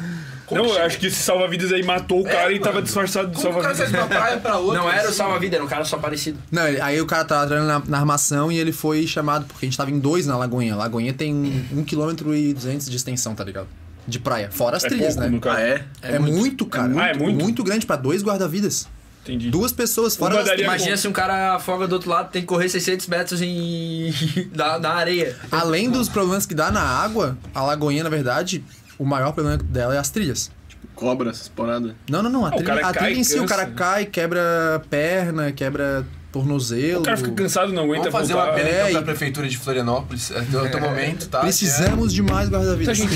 Speaker 3: É,
Speaker 1: Não, eu acho que esse salva-vidas aí matou o cara e tava disfarçado de salva-vidas.
Speaker 3: Não era o salva-vida, era um cara só parecido.
Speaker 5: Não, ele- aí o cara tava trabalhando na, na armação e ele foi chamado, porque a gente tava em dois na Lagoinha. Lagoinha tem um quilômetro e duzentos de extensão, tá ligado? De praia. Fora as
Speaker 1: É
Speaker 5: trilhas,
Speaker 1: pouco,
Speaker 5: né?
Speaker 1: no caso. Ah, é?
Speaker 5: É, muito, cara.
Speaker 1: Ah, é muito?
Speaker 5: grande pra dois guarda-vidas.
Speaker 1: Entendi. é
Speaker 5: Duas pessoas fora as trilhas.
Speaker 3: Imagina se um cara afoga do outro lado, tem que correr 600 metros em... da, na areia.
Speaker 5: Além dos problemas que dá na água, a Lagoinha, na verdade, o maior problema dela é as trilhas.
Speaker 8: Cobra, essas paradas.
Speaker 5: Não, não, não. A
Speaker 8: Ah, o
Speaker 5: trilha,
Speaker 8: cara
Speaker 5: a
Speaker 8: cai,
Speaker 5: trilha em si, o
Speaker 8: cansa,
Speaker 5: cara
Speaker 8: né?
Speaker 5: cai, quebra perna, quebra tornozelo.
Speaker 1: O cara fica cansado, não aguenta
Speaker 7: Vamos fazer
Speaker 1: voltar.
Speaker 7: uma pena então,
Speaker 5: É,
Speaker 7: pra prefeitura de Florianópolis. Até o teu momento, tá?
Speaker 8: É.
Speaker 5: Precisamos de mais guarda-vidas.
Speaker 1: E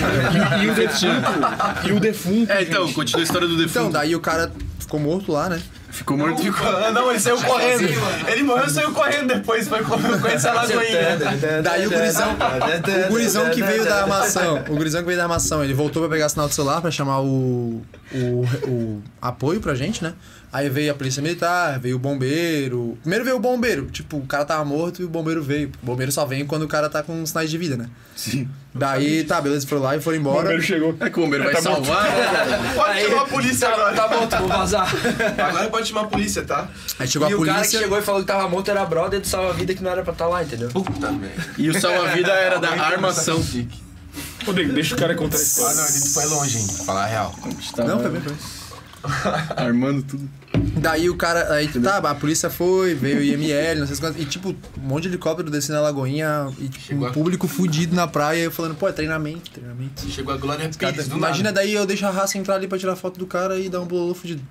Speaker 1: o defunto? E o defunto?
Speaker 8: É, então, continua a história do defunto.
Speaker 5: Então, daí o cara ficou morto lá, né?
Speaker 8: Ficou morto.
Speaker 7: Ficou- Não, ele saiu correndo. Ele morreu e saiu correndo depois. Foi com com essa lagoinha.
Speaker 5: Daí o gurizão, o gurizão que veio da armação, o gurizão que veio da armação, ele voltou pra pegar sinal do celular pra chamar o, o, o apoio pra gente, né? Aí veio a polícia militar, veio o bombeiro. Primeiro veio o bombeiro, tipo, o cara tava morto e o bombeiro veio. O bombeiro só vem quando o cara tá com sinais de vida, né? Sim. Daí, tá, beleza, foram lá e foram embora.
Speaker 1: O bombeiro chegou.
Speaker 8: É que o bombeiro vai salvar.
Speaker 7: Tá
Speaker 8: né?
Speaker 7: Pode
Speaker 3: Aí-
Speaker 7: chamar a polícia agora.
Speaker 3: Tá bom, tu vou vazar.
Speaker 7: Agora pode chamar a polícia, tá?
Speaker 5: Aí chegou
Speaker 3: e
Speaker 5: a
Speaker 3: o cara que
Speaker 5: polícia.
Speaker 3: chegou e falou que tava morto era brother do salva-vida que não era pra estar lá, entendeu?
Speaker 7: Puta merda.
Speaker 8: E o salva-vida era da armação.
Speaker 1: Ô, Diego, deixa o cara contar
Speaker 7: Ah,
Speaker 1: a
Speaker 7: não,
Speaker 1: história. Tá
Speaker 7: ele foi longe, hein? Falar a real.
Speaker 5: Não, foi bem, foi bem.
Speaker 8: Armando tudo.
Speaker 5: Daí o cara. Aí, tá, a polícia foi, veio o IML, não sei quantas. E tipo, um monte de helicóptero descendo a lagoinha e tipo, um público fudido na praia eu falando, pô, é treinamento, treinamento.
Speaker 13: Chegou a Glória
Speaker 5: Cara,
Speaker 13: Pires do
Speaker 5: imagina
Speaker 13: nada.
Speaker 5: daí eu deixo a raça entrar ali pra tirar foto do cara e dar um bololô fudido.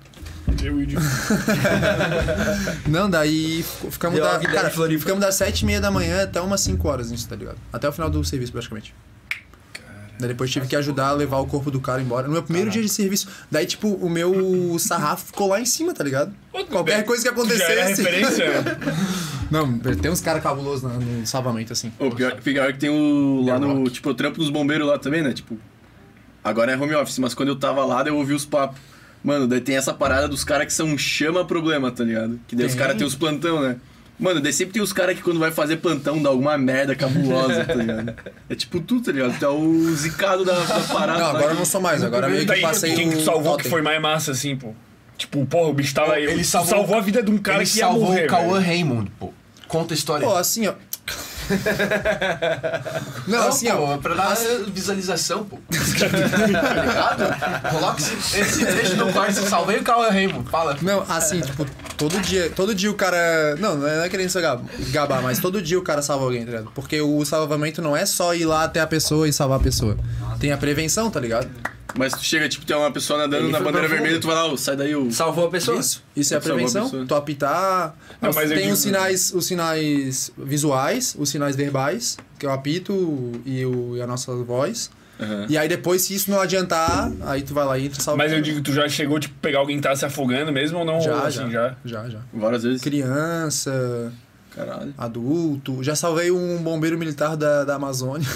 Speaker 1: Eu e
Speaker 5: Não, daí fico- ficamos
Speaker 3: Deu
Speaker 5: da,
Speaker 3: uma vida
Speaker 5: cara,
Speaker 3: em Floripa.
Speaker 5: ficamos das sete e meia da manhã até umas 5 horas nisso, tá ligado? Até o final do serviço, praticamente. Daí depois tive que ajudar a levar o corpo do cara embora. No meu primeiro dia de serviço. Daí, tipo, o meu sarrafo ficou lá em cima, tá ligado? Qualquer coisa que
Speaker 1: Já era
Speaker 5: acontecesse.
Speaker 1: referência?
Speaker 5: Não, tem uns caras cabulosos na- no salvamento, assim.
Speaker 2: O pior, pior que tem o. Lá no. Tipo, eu trampo nos bombeiros lá também, né? Tipo. Agora é home office, mas quando eu tava lá, daí eu ouvi os papos. Mano, daí tem essa parada dos caras que são um chama problema, tá ligado? Que daí os
Speaker 8: Tem.
Speaker 2: caras têm os plantão, né? Mano, daí sempre tem os caras que quando vai fazer plantão dá alguma merda cabulosa, tá ligado? É tipo tu, tá ligado? Tu é o zicado da, da parada.
Speaker 5: Não,
Speaker 2: tá
Speaker 5: agora
Speaker 2: ligado?
Speaker 5: eu não sou mais, agora meio que
Speaker 1: Daí, tipo,
Speaker 5: passei
Speaker 1: quem que
Speaker 5: o
Speaker 1: tu salvou
Speaker 5: totem.
Speaker 1: que foi mais massa, assim, pô? Tipo, porra, o bicho tava...
Speaker 13: Ele
Speaker 1: tu
Speaker 13: salvou-
Speaker 1: salvou a vida de um cara
Speaker 13: ele
Speaker 1: que ia
Speaker 13: salvou
Speaker 1: morrer,
Speaker 13: o Cauã
Speaker 1: velho.
Speaker 13: Raymond, pô. Conta a história.
Speaker 5: Pô, assim, ó.
Speaker 13: Não, assim, ó. Pra dar visualização, pô. tá ligado? Coloca esse, esse trecho do quarto. Salvei o Cauã Raymond. Fala.
Speaker 5: Não, assim, tipo, todo dia, todo dia o cara. Não, não é não é querendo se gab- gabar, mas todo dia o cara salva alguém, tá ligado? Porque o salvamento não é só ir lá até a pessoa e salvar a pessoa. Tem a prevenção, tá ligado?
Speaker 2: Mas tu chega, tipo, tem uma pessoa nadando
Speaker 5: Ele
Speaker 2: na
Speaker 5: foi
Speaker 2: bandeira
Speaker 5: profundo.
Speaker 2: vermelha, tu vai lá, ô, sai daí, o.
Speaker 3: Salvou a pessoa?
Speaker 5: Isso, isso é a
Speaker 2: Salvou a
Speaker 5: prevenção.
Speaker 2: pessoa.
Speaker 5: Tu apitar.
Speaker 2: um Não,
Speaker 5: Nossa,
Speaker 2: mas eu
Speaker 5: tem
Speaker 2: digo-
Speaker 5: os sinais, os sinais visuais, os sinais verbais, que é o apito e, o- e a nossa voz.
Speaker 1: Aham.
Speaker 5: E aí depois, se isso não adiantar, aí tu vai lá e entra e salva.
Speaker 1: Mas eu digo, tu já chegou, tipo, pegar alguém que tava se afogando mesmo ou não?
Speaker 5: Já,
Speaker 1: Ou, assim,
Speaker 5: já.
Speaker 1: já.
Speaker 5: Já, já.
Speaker 2: Várias vezes.
Speaker 5: Criança.
Speaker 2: Caralho.
Speaker 5: Adulto. Já salvei um bombeiro militar da, da Amazônia.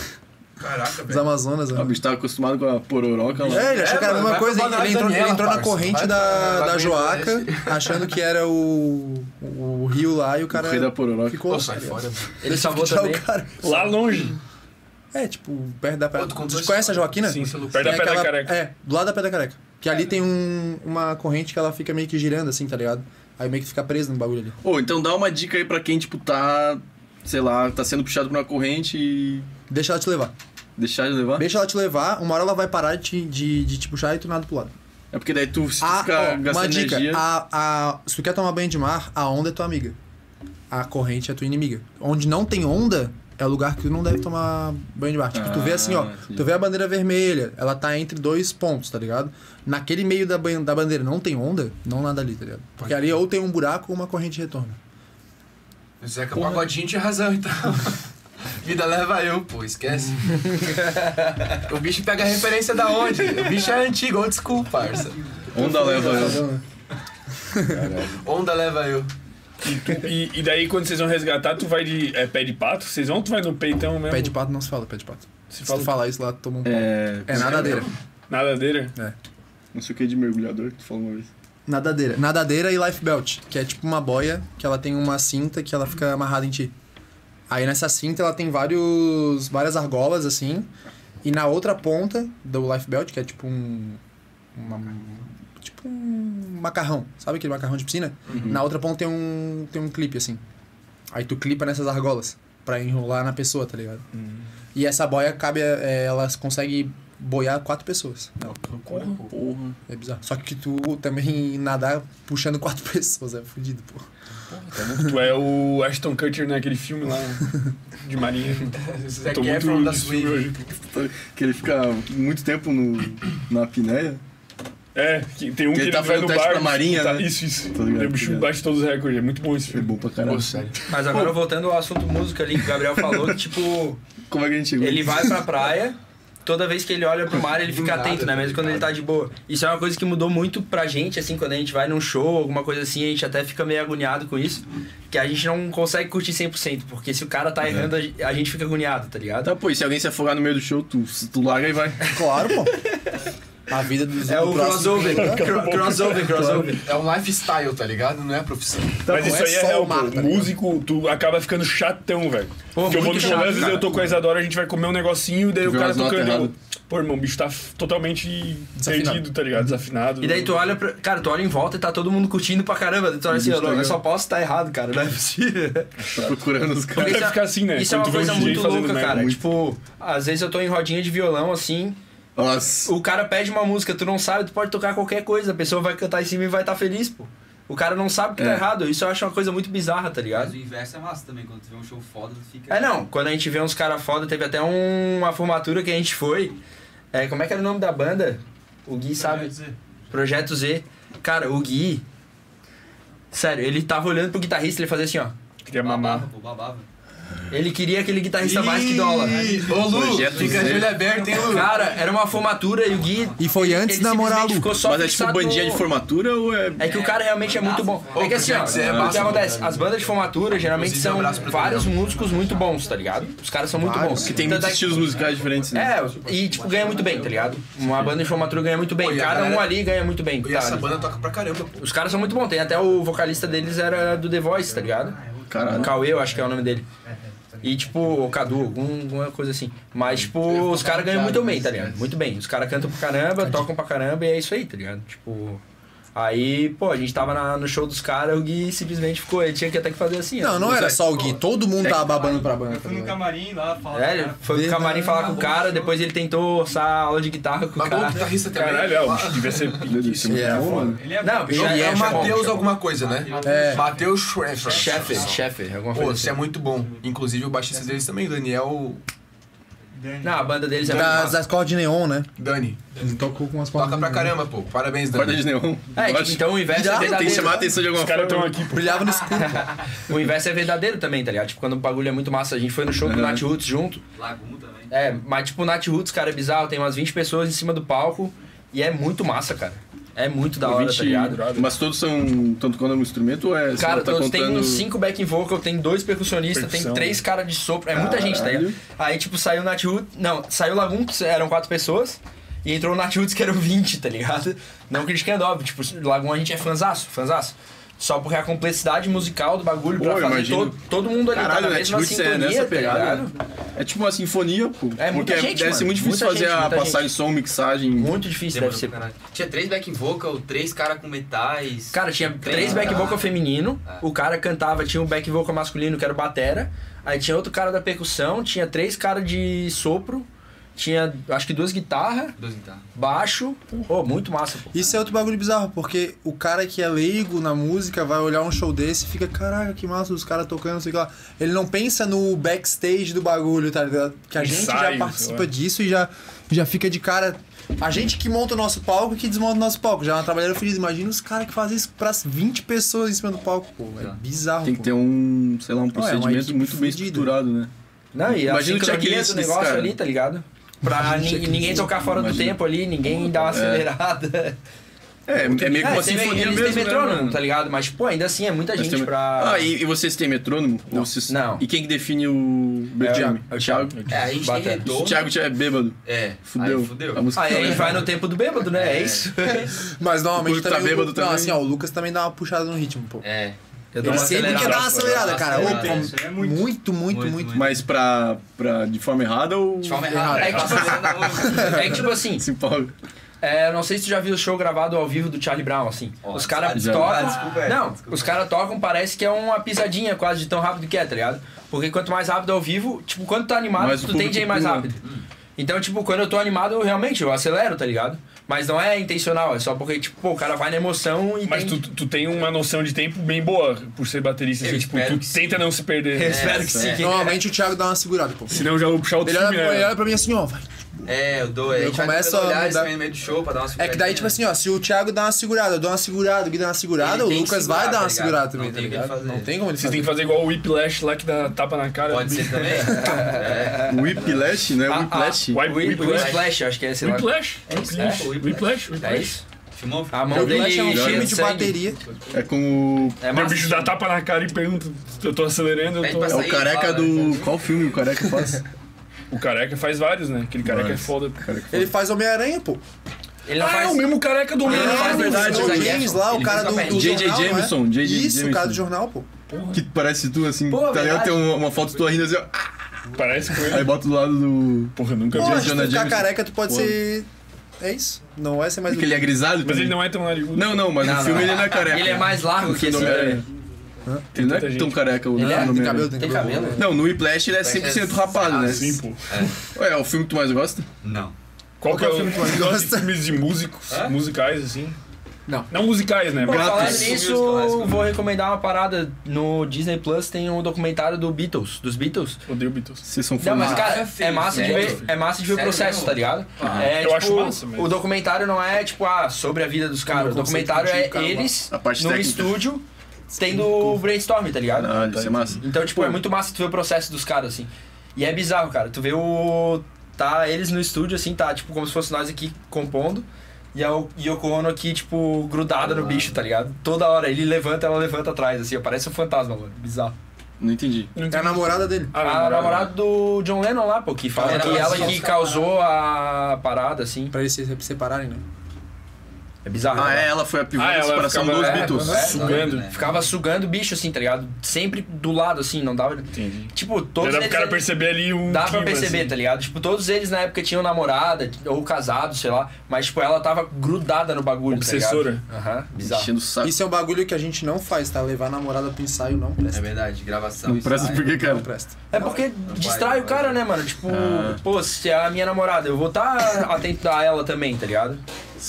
Speaker 13: Caraca,
Speaker 5: Dos Amazonas,
Speaker 2: Ah, O
Speaker 5: né?
Speaker 2: bicho tava acostumado com a pororoca lá.
Speaker 5: É, ele achou que era a mesma
Speaker 13: vai pra
Speaker 5: coisa. Ele,
Speaker 13: Balneário
Speaker 5: entrou, ele
Speaker 13: Daniela,
Speaker 5: entrou na
Speaker 13: parça.
Speaker 5: corrente
Speaker 13: Vai pra
Speaker 5: da, da
Speaker 13: Lagoinha
Speaker 5: Joaca, achando que era o, o rio lá e o cara.
Speaker 2: O rei da pororoca.
Speaker 5: Ficou.
Speaker 13: Pô, sai fora.
Speaker 5: Ele salvou
Speaker 13: também?
Speaker 1: Lá longe.
Speaker 5: É, tipo, perto da Pedra.
Speaker 13: tu contou
Speaker 5: Você
Speaker 13: isso?
Speaker 5: conhece a Joaquina?
Speaker 1: Sim, sim. Perto
Speaker 5: Tem
Speaker 1: da Pedra
Speaker 5: aquela-
Speaker 1: Careca.
Speaker 5: É, do lado da Pedra Careca. Que
Speaker 13: É.
Speaker 5: ali tem um, uma corrente que ela fica meio que girando assim, tá ligado? Aí meio que fica presa no bagulho ali.
Speaker 2: Ô, então dá uma dica aí pra quem, tipo, tá, sei lá, tá sendo puxado por uma corrente e
Speaker 5: Deixa ela te levar.
Speaker 2: deixar de levar.
Speaker 5: Deixa ela te levar, uma hora ela vai parar de, te- de, tipo, de te puxar e tu nada pro lado.
Speaker 2: É porque daí tu, se tu
Speaker 5: Ah,
Speaker 2: ficar
Speaker 5: ó, uma
Speaker 2: gastando
Speaker 5: dica.
Speaker 2: energia...
Speaker 5: A, a- se tu quer tomar banho de mar, a onda é tua amiga. A corrente é tua inimiga. Onde não tem onda, é o lugar que tu não deve tomar banho de mar. Tipo, tu vê
Speaker 2: Ah,
Speaker 5: assim, ó.
Speaker 2: entendi.
Speaker 5: Tu vê a bandeira vermelha, ela tá entre dois pontos, tá ligado? Naquele meio da, ban- da bandeira não tem onda, não nada ali, tá ligado? Porque ali ou tem um buraco ou uma corrente retorna.
Speaker 13: Zeca Pagodinho tinha razão, então. Vida leva eu, pô, esquece. o bicho pega a referência da onde? O bicho é antigo, old school, parça.
Speaker 2: Onda leva eu.
Speaker 13: Onda leva eu.
Speaker 1: E, e daí, quando vocês vão resgatar, tu vai de é, pé de pato? Vocês vão ou tu vai no peitão mesmo?
Speaker 5: Pé de pato não se fala, pé de pato. Se,
Speaker 1: fala-
Speaker 5: tu falar isso lá, tu toma um pau.
Speaker 2: É...
Speaker 5: É nadadeira. É.
Speaker 1: Nadadeira?
Speaker 2: Não sei o que de mergulhador que tu falou uma vez.
Speaker 5: Nadadeira. Nadadeira e life belt, que é tipo uma boia que ela tem uma cinta que ela fica amarrada em ti. Aí nessa cinta ela tem vários várias argolas assim, e na outra ponta do life belt, que é tipo um uma- tipo um macarrão, sabe aquele macarrão de piscina?
Speaker 13: Uhum.
Speaker 5: Na outra ponta tem um tem um clipe assim. Aí tu clipa nessas argolas pra enrolar na pessoa, tá ligado?
Speaker 13: Hum.
Speaker 5: E essa boia cabe, é, ela consegue boiar quatro pessoas.
Speaker 2: Porra.
Speaker 5: É bizarro. Só que tu também nadar puxando quatro pessoas, é fudido, pô.
Speaker 1: Tu é o Ashton Kutcher naquele filme lá né? de marinha.
Speaker 13: Zac
Speaker 3: É
Speaker 1: Tô muito
Speaker 13: Efron da
Speaker 1: desse
Speaker 13: Swing.
Speaker 1: filme hoje.
Speaker 2: Que ele fica muito tempo no, na apneia.
Speaker 1: É, que tem um
Speaker 2: Que
Speaker 1: que,
Speaker 2: ele
Speaker 1: ele,
Speaker 2: tá
Speaker 1: vai
Speaker 2: fazendo
Speaker 1: no
Speaker 2: teste
Speaker 1: barco.
Speaker 2: pra marinha,
Speaker 1: tá-
Speaker 2: né?
Speaker 1: Isso, isso.
Speaker 2: Tô ligado,
Speaker 1: o bicho
Speaker 2: tô ligado.
Speaker 1: bate todos os recordes. É muito bom esse
Speaker 2: É
Speaker 1: filme.
Speaker 2: bom pra caralho.
Speaker 13: Pô, sério.
Speaker 3: Mas agora voltando ao assunto música ali que o Gabriel falou, que tipo,
Speaker 2: Como é que a gente chegou?
Speaker 3: ele vai pra praia, toda vez que ele olha pro mar, ele
Speaker 13: Do
Speaker 3: fica
Speaker 13: nada,
Speaker 3: atento, né?
Speaker 13: do
Speaker 3: Mesmo quando ele
Speaker 13: nada.
Speaker 3: tá de boa. Isso é uma coisa que mudou muito pra gente, assim, quando a gente vai num show, alguma coisa assim, a gente até fica meio agoniado com isso, que a gente não consegue curtir 100%, porque se o cara
Speaker 2: Uhum.
Speaker 3: tá errando, a gente- a gente fica agoniado, tá ligado?
Speaker 2: Tá, pô, e se alguém se afogar no meio do show, tu, tu larga e vai.
Speaker 5: Claro, pô. A vida dos
Speaker 3: É o
Speaker 5: do próximo-
Speaker 3: crossover, cro- crossover, crossover.
Speaker 13: É um lifestyle, tá ligado? Não é a profissão.
Speaker 1: Mas
Speaker 5: não
Speaker 1: isso
Speaker 5: é
Speaker 1: aí é
Speaker 5: só
Speaker 1: real,
Speaker 5: o mar,
Speaker 1: pô.
Speaker 5: tá ligado?
Speaker 1: Músico, tu acaba ficando chatão, velho. Porque eu vou no rolê,
Speaker 3: muito chato,
Speaker 1: às vezes
Speaker 3: cara.
Speaker 1: eu tô com a Isadora, a gente vai comer um negocinho, daí
Speaker 2: Tu
Speaker 1: o
Speaker 2: vê
Speaker 1: cara
Speaker 2: umas notas
Speaker 1: tocando.
Speaker 2: erradas.
Speaker 1: eu- Pô, irmão, o bicho tá totalmente
Speaker 5: Desafinado.
Speaker 1: perdido, tá ligado? Desafinado.
Speaker 3: E daí tu olha pra. Cara, tu olha em volta e tá todo mundo curtindo pra caramba. Tu olha assim, eu, não, eu só posso estar errado, cara. Não é possível.
Speaker 2: Tá procurando os caras.
Speaker 1: Deve ficar assim, né?
Speaker 3: Isso é
Speaker 1: Quando tu
Speaker 3: uma
Speaker 1: vê um
Speaker 3: coisa
Speaker 1: DJ
Speaker 3: muito
Speaker 1: fazendo
Speaker 3: louca,
Speaker 1: merda,
Speaker 3: cara.
Speaker 1: muito.
Speaker 3: Tipo, às vezes eu tô em rodinha de violão assim,
Speaker 2: Nossa.
Speaker 3: o cara pede uma música, tu não sabe, tu pode tocar qualquer coisa, a pessoa vai cantar em cima e vai estar tá feliz, pô. O cara não sabe que tá
Speaker 9: É.
Speaker 3: errado. Isso eu acho uma coisa muito bizarra, tá ligado?
Speaker 9: Mas o inverso é massa também, quando tu vê um show foda, tu fica.
Speaker 3: É, não. Quando a gente vê uns caras foda, teve até um- uma formatura que a gente foi. É, como é que era o nome da banda? O Gui sabe. Projeto Z. Cara, o Gui. Sério, ele tava olhando pro guitarrista, ele fazia assim, ó. Queria mamar.
Speaker 9: Pô, babava.
Speaker 3: Ele queria aquele guitarrista mais que dólar.
Speaker 13: ô, Lu, fica de olho
Speaker 3: aberto, hein, Lu? Cara, era uma formatura e o Gui.
Speaker 5: E foi
Speaker 3: antes da moral, Lu. Ficou só
Speaker 2: Mas é tipo
Speaker 3: fixado
Speaker 2: bandinha
Speaker 3: no-
Speaker 2: de formatura ou é.
Speaker 3: É que o cara realmente é muito bom.
Speaker 2: Ô,
Speaker 3: É que assim, ó,
Speaker 2: Projeto Z é
Speaker 3: o que
Speaker 2: massa,
Speaker 3: acontece?
Speaker 2: cara.
Speaker 3: As bandas de formatura geralmente
Speaker 2: Inclusive, um
Speaker 3: são
Speaker 2: abraço pra
Speaker 3: vários
Speaker 2: Daniel.
Speaker 3: músicos muito bons, tá ligado? Os caras são muito
Speaker 2: Vários,
Speaker 3: bons.
Speaker 2: que tem
Speaker 3: Tanto
Speaker 2: muitos
Speaker 3: é
Speaker 2: estilos musicais diferentes, né?
Speaker 3: É, e tipo, ganha muito bem, tá ligado? Uma banda de formatura ganha muito bem.
Speaker 13: Pô, e a
Speaker 3: Cada um
Speaker 13: galera-
Speaker 3: ali ganha muito bem.
Speaker 13: E essa
Speaker 3: tá?
Speaker 13: banda toca pra caramba, pô.
Speaker 3: Os caras são muito bons, tem até o vocalista deles era do The Voice, tá ligado? Caralho. Cauê, eu acho que é o nome dele. E tipo, o Cadu, algum- alguma coisa assim. Mas, tipo, os caras ganham muito bem, tá ligado? Muito bem. Os caras cantam pra caramba, tocam pra caramba e é isso aí, tá ligado? Tipo. Aí, pô, a gente tava na- no show dos caras, o Gui simplesmente ficou, ele tinha que até que fazer assim. ó.
Speaker 5: Não, não era
Speaker 13: é
Speaker 5: só o Gui, todo mundo tava babando pra banda. tá
Speaker 4: Fui no camarim lá, falando.
Speaker 3: É, ele foi no camarim falar com o cara, depois ele tentou orçar a aula de guitarra com o cara.
Speaker 1: Caralho,
Speaker 13: um
Speaker 1: é, o bicho devia ser
Speaker 3: Isso
Speaker 1: pilhadíssimo.
Speaker 3: é
Speaker 2: né?
Speaker 3: foda. Não, bicho,
Speaker 13: é,
Speaker 3: é
Speaker 13: Matheus
Speaker 3: bom.
Speaker 13: alguma coisa, né?
Speaker 3: É.
Speaker 13: Matheus Schaffer.
Speaker 3: Schaffer, Schaffer, alguma
Speaker 13: Pô,
Speaker 3: coisa assim.
Speaker 13: isso é muito bom. Inclusive o baixista deles também, o Daniel...
Speaker 3: Não, a banda deles é
Speaker 5: Das, das cordas de neon, né?
Speaker 13: Dani.
Speaker 5: Ele tocou com as cordas
Speaker 13: Toca pra caramba, pô. Parabéns, Dani.
Speaker 5: Corda de neon.
Speaker 3: É, que então o inverso é verdadeiro.
Speaker 13: Tem que chamar a atenção de alguma forma.
Speaker 5: Brilhava no escuro.
Speaker 3: o inverso é verdadeiro também, tá ligado? Tipo, quando o bagulho é muito massa. A gente foi no show
Speaker 13: Uhum.
Speaker 3: do Nat Roots junto.
Speaker 9: Lagoon também.
Speaker 3: É, mas tipo, o Nat Roots, cara, é bizarro. Tem umas 20 pessoas em cima do palco. E é muito massa, cara. É muito da hora, tá ligado?
Speaker 2: Mas todos são. Tanto quanto é um instrumento ou é. você
Speaker 3: Cara,
Speaker 2: não tá
Speaker 3: todos
Speaker 2: contando...
Speaker 3: tem uns cinco back vocal, tem dois percussionistas, tem
Speaker 2: Percussão.
Speaker 3: três caras de sopro. É muita gente, tá ligado?
Speaker 2: Caralho.
Speaker 3: Aí, tipo, saiu o Nat Roots. Não, saiu o Lagoon, que eram quatro pessoas. E entrou o Nat Roots, que eram 20, tá ligado? Não criticando, óbvio. Tipo, o Lagoon a gente é fanzaço, fanzaço. Só porque a complexidade musical do bagulho pra
Speaker 2: Pô, eu
Speaker 3: fazer
Speaker 2: imagino.
Speaker 3: todo, todo mundo ali tá
Speaker 2: Caralho,
Speaker 3: na mesma
Speaker 2: Netflix
Speaker 3: sintonia,
Speaker 2: é nessa
Speaker 3: tá
Speaker 2: pegada.
Speaker 3: ligado?
Speaker 2: é tipo uma sinfonia, pô.
Speaker 3: É, muita
Speaker 2: Porque
Speaker 3: gente,
Speaker 2: deve ser
Speaker 3: mano.
Speaker 2: muito difícil
Speaker 3: Muita
Speaker 2: fazer
Speaker 3: gente,
Speaker 2: a
Speaker 3: muita
Speaker 2: passagem som, mixagem.
Speaker 3: Muito difícil deve ser.
Speaker 9: Tinha três back vocal, três caras com metais.
Speaker 3: Cara, tinha três back vocal feminino, o cara cantava, tinha um back vocal masculino que era o batera, aí tinha outro cara da percussão, tinha três caras de sopro, tinha acho que duas guitarras,
Speaker 9: Dois guitarras.
Speaker 3: baixo, pô, muito massa, pô.
Speaker 5: Isso é outro bagulho bizarro, porque o cara que é leigo na música vai olhar um show desse e fica, caraca, que massa os caras tocando, não sei o que lá. Ele não pensa no backstage do bagulho, tá ligado? Que a gente
Speaker 1: Ensaio,
Speaker 5: já participa
Speaker 1: sei lá.
Speaker 5: disso e já, já fica de cara. A gente que monta o nosso palco e que desmonta o nosso palco. Já é uma trabalheira feliz. Imagina os caras que fazem isso pra 20 pessoas em cima do palco, pô. É bizarro.
Speaker 2: Tem que ter um, sei lá, um
Speaker 5: Não, é uma
Speaker 2: procedimento
Speaker 5: equipe
Speaker 2: muito bem estruturado, né?
Speaker 3: Não, e
Speaker 2: Imagina
Speaker 3: a
Speaker 2: o
Speaker 3: sincronia
Speaker 2: checklist né? desse
Speaker 3: do negócio
Speaker 2: cara.
Speaker 3: ali, tá ligado? Pra
Speaker 2: Imagina o
Speaker 3: ni-
Speaker 2: checklist.
Speaker 3: ninguém tocar fora do
Speaker 2: Imagina.
Speaker 3: tempo ali, ninguém dar uma
Speaker 2: É.
Speaker 3: acelerada.
Speaker 2: É, é meio que uma
Speaker 3: tem-
Speaker 2: sinfonia
Speaker 3: eles
Speaker 2: mesmo,
Speaker 3: Tem
Speaker 2: né,
Speaker 3: metrônomo,
Speaker 2: mano?
Speaker 3: tá ligado? Mas, pô, ainda assim é muita
Speaker 2: Mas
Speaker 3: gente
Speaker 2: tem-
Speaker 3: pra.
Speaker 2: Ah, e, e vocês têm metrônomo? Não. não. E quem que define o Bertiame? É, o Thiago.
Speaker 9: É, a gente tem Batera. retorno.
Speaker 2: O Thiago é bêbado.
Speaker 9: É.
Speaker 2: Fudeu.
Speaker 9: Aí fudeu.
Speaker 2: A música
Speaker 3: Aí ele
Speaker 2: tá
Speaker 3: vai no tempo do bêbado, né? É, isso.
Speaker 5: Mas normalmente
Speaker 2: Quando tá
Speaker 5: também, o,
Speaker 2: bêbado
Speaker 5: não,
Speaker 2: também.
Speaker 5: assim, ó, o Lucas também dá uma puxada no ritmo, pô.
Speaker 9: É.
Speaker 5: Eu dou uma acelerada. Ele sempre quer dar uma acelerada, cara. Ô,
Speaker 2: Acelerada.
Speaker 5: pô,
Speaker 1: é
Speaker 5: muito, muito, muito,
Speaker 2: Mas pra, pra, de forma Hum, errada ou. De
Speaker 3: forma errada. É que, tipo, É que, tipo assim.
Speaker 2: Se empolga.
Speaker 3: É, não sei se tu já viu o show gravado ao vivo do Charlie Brown, assim. os caras
Speaker 2: já.
Speaker 3: tocam.
Speaker 2: Ah, desculpa, é,
Speaker 3: não, os caras tocam, parece que é uma pisadinha quase de tão rápido que é, tá ligado? Porque quanto mais rápido ao vivo, tipo, quando tá animado,
Speaker 2: Mas o
Speaker 3: tu tende a ir
Speaker 2: público
Speaker 3: mais
Speaker 2: pula.
Speaker 3: rápido. Então, tipo, quando eu tô animado, eu realmente eu acelero, tá ligado? Mas não é intencional, é só porque, tipo, pô, o cara vai na emoção e.
Speaker 1: Mas tu, tu tem uma noção de tempo bem boa por ser baterista. Assim, tipo, tu tenta não se
Speaker 2: É,
Speaker 1: perder.
Speaker 5: É, Normalmente o Thiago dá uma segurada, pô.
Speaker 1: Senão já vou puxar o
Speaker 5: Ele olha,
Speaker 1: time,
Speaker 5: pra-
Speaker 1: né?
Speaker 5: ele olha pra mim assim, ó, vai.
Speaker 9: É, eu dou. é,
Speaker 5: Eu
Speaker 9: a gente vai
Speaker 5: começo
Speaker 9: trocando
Speaker 5: a
Speaker 9: olhares
Speaker 5: mudar-
Speaker 9: também no meio do show pra dar uma
Speaker 5: É que daí, tipo assim, ó, se o Thiago dá uma segurada, eu dou uma segurada, o Gui dá uma segurada,
Speaker 9: Ele
Speaker 5: o
Speaker 9: tem que
Speaker 5: Lucas
Speaker 9: segurar,
Speaker 5: vai dar
Speaker 9: tá
Speaker 5: uma
Speaker 9: ligado?
Speaker 5: segurada
Speaker 9: Não
Speaker 5: também, tá
Speaker 9: tem o que
Speaker 5: ligado?
Speaker 9: ele fazer.
Speaker 5: Não tem como ele
Speaker 1: Vocês têm que fazer igual o Whiplash lá que dá tapa na cara. Pode
Speaker 9: ser também.
Speaker 2: Whiplash,
Speaker 5: Ah,
Speaker 2: né? Whiplash.
Speaker 3: Whiplash. Whiplash, acho que é esse lá.
Speaker 1: Whiplash?
Speaker 3: É isso,
Speaker 1: Whiplash.
Speaker 3: é.
Speaker 1: Whiplash.
Speaker 3: É isso?
Speaker 9: Filmou?
Speaker 3: A mão dele
Speaker 1: um
Speaker 3: cheia de sangue.
Speaker 2: É com o.
Speaker 1: É o bicho dá tapa na cara e pergunta: eu tô acelerando, eu
Speaker 2: É
Speaker 1: tô.
Speaker 2: o careca do. Qual filme o careca faz?
Speaker 1: O careca faz vários, né? Aquele careca
Speaker 2: Vários.
Speaker 1: é foda.
Speaker 5: Ele faz Homem-Aranha, pô.
Speaker 3: Ele
Speaker 1: ah,
Speaker 5: faz-
Speaker 1: é o mesmo careca do Homem-Aranha.
Speaker 5: Ah,
Speaker 2: verdade,
Speaker 5: o
Speaker 2: o
Speaker 5: James lá, o
Speaker 2: Ele
Speaker 5: cara
Speaker 2: fez
Speaker 5: do,
Speaker 2: uma
Speaker 5: do
Speaker 2: J.J.
Speaker 5: jornal, né?
Speaker 2: Jameson, J.J.
Speaker 5: Isso, o cara do
Speaker 2: Jameson.
Speaker 5: jornal, pô.
Speaker 2: Que parece tu assim,
Speaker 5: Pô,
Speaker 2: tá ligado?
Speaker 5: verdade.
Speaker 2: Tem uma, uma foto tua rindo assim, ó.
Speaker 1: Parece com ele.
Speaker 2: Aí bota um do lado do.
Speaker 1: Porra, nunca
Speaker 5: Pô, se tu ficar careca, tu pode ser... É isso. Não vai ser mais...
Speaker 2: Porque ele é grisalho Mas também. ele não
Speaker 1: é tão narigudo.
Speaker 2: Não, não, mas no filme ele não é careca.
Speaker 3: Ele é mais largo
Speaker 2: No
Speaker 3: que
Speaker 2: filme é.
Speaker 3: esse.
Speaker 2: do Homem-Aranha. Ele não é
Speaker 3: tanta
Speaker 2: tão
Speaker 3: gente.
Speaker 2: careca o
Speaker 3: Ele é?
Speaker 2: nome
Speaker 3: Tem
Speaker 2: dele.
Speaker 3: cabelo, tem Tem cabelo?
Speaker 5: né?
Speaker 3: cabelo?
Speaker 2: Não, no Whiplash ele é 100% rapado, né?
Speaker 1: Ah, Sim, pô.
Speaker 2: Ué, é o filme que tu mais gosta?
Speaker 9: Não.
Speaker 1: Qual que é o
Speaker 2: filme que tu mais gosta?
Speaker 1: filmes de músicos, musicais, assim?
Speaker 3: Não.
Speaker 1: Não
Speaker 8: é
Speaker 1: musicais, né?
Speaker 3: Pô, falando
Speaker 1: Gatos.
Speaker 3: nisso, vou recomendar uma parada. No Disney Plus tem um documentário do Beatles, dos Beatles.
Speaker 1: Odeio Beatles.
Speaker 4: Vocês são
Speaker 3: Não, mas cara, é massa de ver, é massa de ver o
Speaker 8: Ah, né? Sério
Speaker 3: processo,
Speaker 8: mesmo?
Speaker 3: tá ligado?
Speaker 8: Ah, eu
Speaker 3: é, tipo,
Speaker 8: acho massa mesmo.
Speaker 3: O documentário não é tipo, ah, sobre a vida dos caras. O
Speaker 8: conceito
Speaker 3: documentário é
Speaker 8: antigo, cara,
Speaker 3: eles
Speaker 8: lá. A parte
Speaker 3: num
Speaker 8: técnica.
Speaker 3: estúdio tendo o brainstorm, tá ligado?
Speaker 4: Ah, isso é massa.
Speaker 3: Então, tipo, é muito massa tu ver o processo dos caras, assim. E é bizarro, cara. Tu vê o. Tá eles no estúdio, assim, tá, tipo, como se fosse nós aqui compondo. E a o- Yoko Ono aqui, tipo, grudada no bicho, tá ligado? Toda hora. Ele levanta, ela levanta atrás, assim. ó, Parece um fantasma, mano. Bizarro. Ah,
Speaker 4: Não entendi.
Speaker 5: É
Speaker 4: Ah,
Speaker 5: a namorada dele.
Speaker 3: A namorada, do John Lennon lá, pô, que fala
Speaker 5: Ela
Speaker 4: tá,
Speaker 3: que ela
Speaker 5: causou
Speaker 3: que
Speaker 5: essa
Speaker 3: causou a parada, assim.
Speaker 5: Pra eles se separarem, né?
Speaker 3: É bizarro.
Speaker 5: Ah,
Speaker 3: né?
Speaker 5: é, ela foi a pivô
Speaker 4: da separação dos
Speaker 3: é,
Speaker 4: Beatles.
Speaker 3: é,
Speaker 4: Sugando.
Speaker 3: né? Ficava sugando o bicho, assim, tá ligado? Sempre do lado, assim, não dava. Entendi. Tipo, todos.
Speaker 1: Já dá pro
Speaker 3: eles-
Speaker 1: cara perceber ali um
Speaker 3: Dá pra
Speaker 1: clima,
Speaker 3: perceber,
Speaker 1: assim.
Speaker 3: tá ligado? Tipo, todos eles na época tinham namorada ou casado, sei lá. Mas, tipo, ela tava grudada no
Speaker 2: Um
Speaker 3: bagulho,
Speaker 5: Obsessora.
Speaker 3: tá ligado? Aham, bizarro.
Speaker 5: Isso é um bagulho que a gente não faz, tá? Levar a namorada pro ensaio não presta. É
Speaker 8: verdade, gravação.
Speaker 5: Não presta
Speaker 8: ensaio. por quê,
Speaker 5: cara? Não presta.
Speaker 3: É porque distrai o cara, né, mano? Tipo,
Speaker 5: Ah.
Speaker 3: pô, se é a minha namorada, eu vou estar atento a ela também, tá ligado?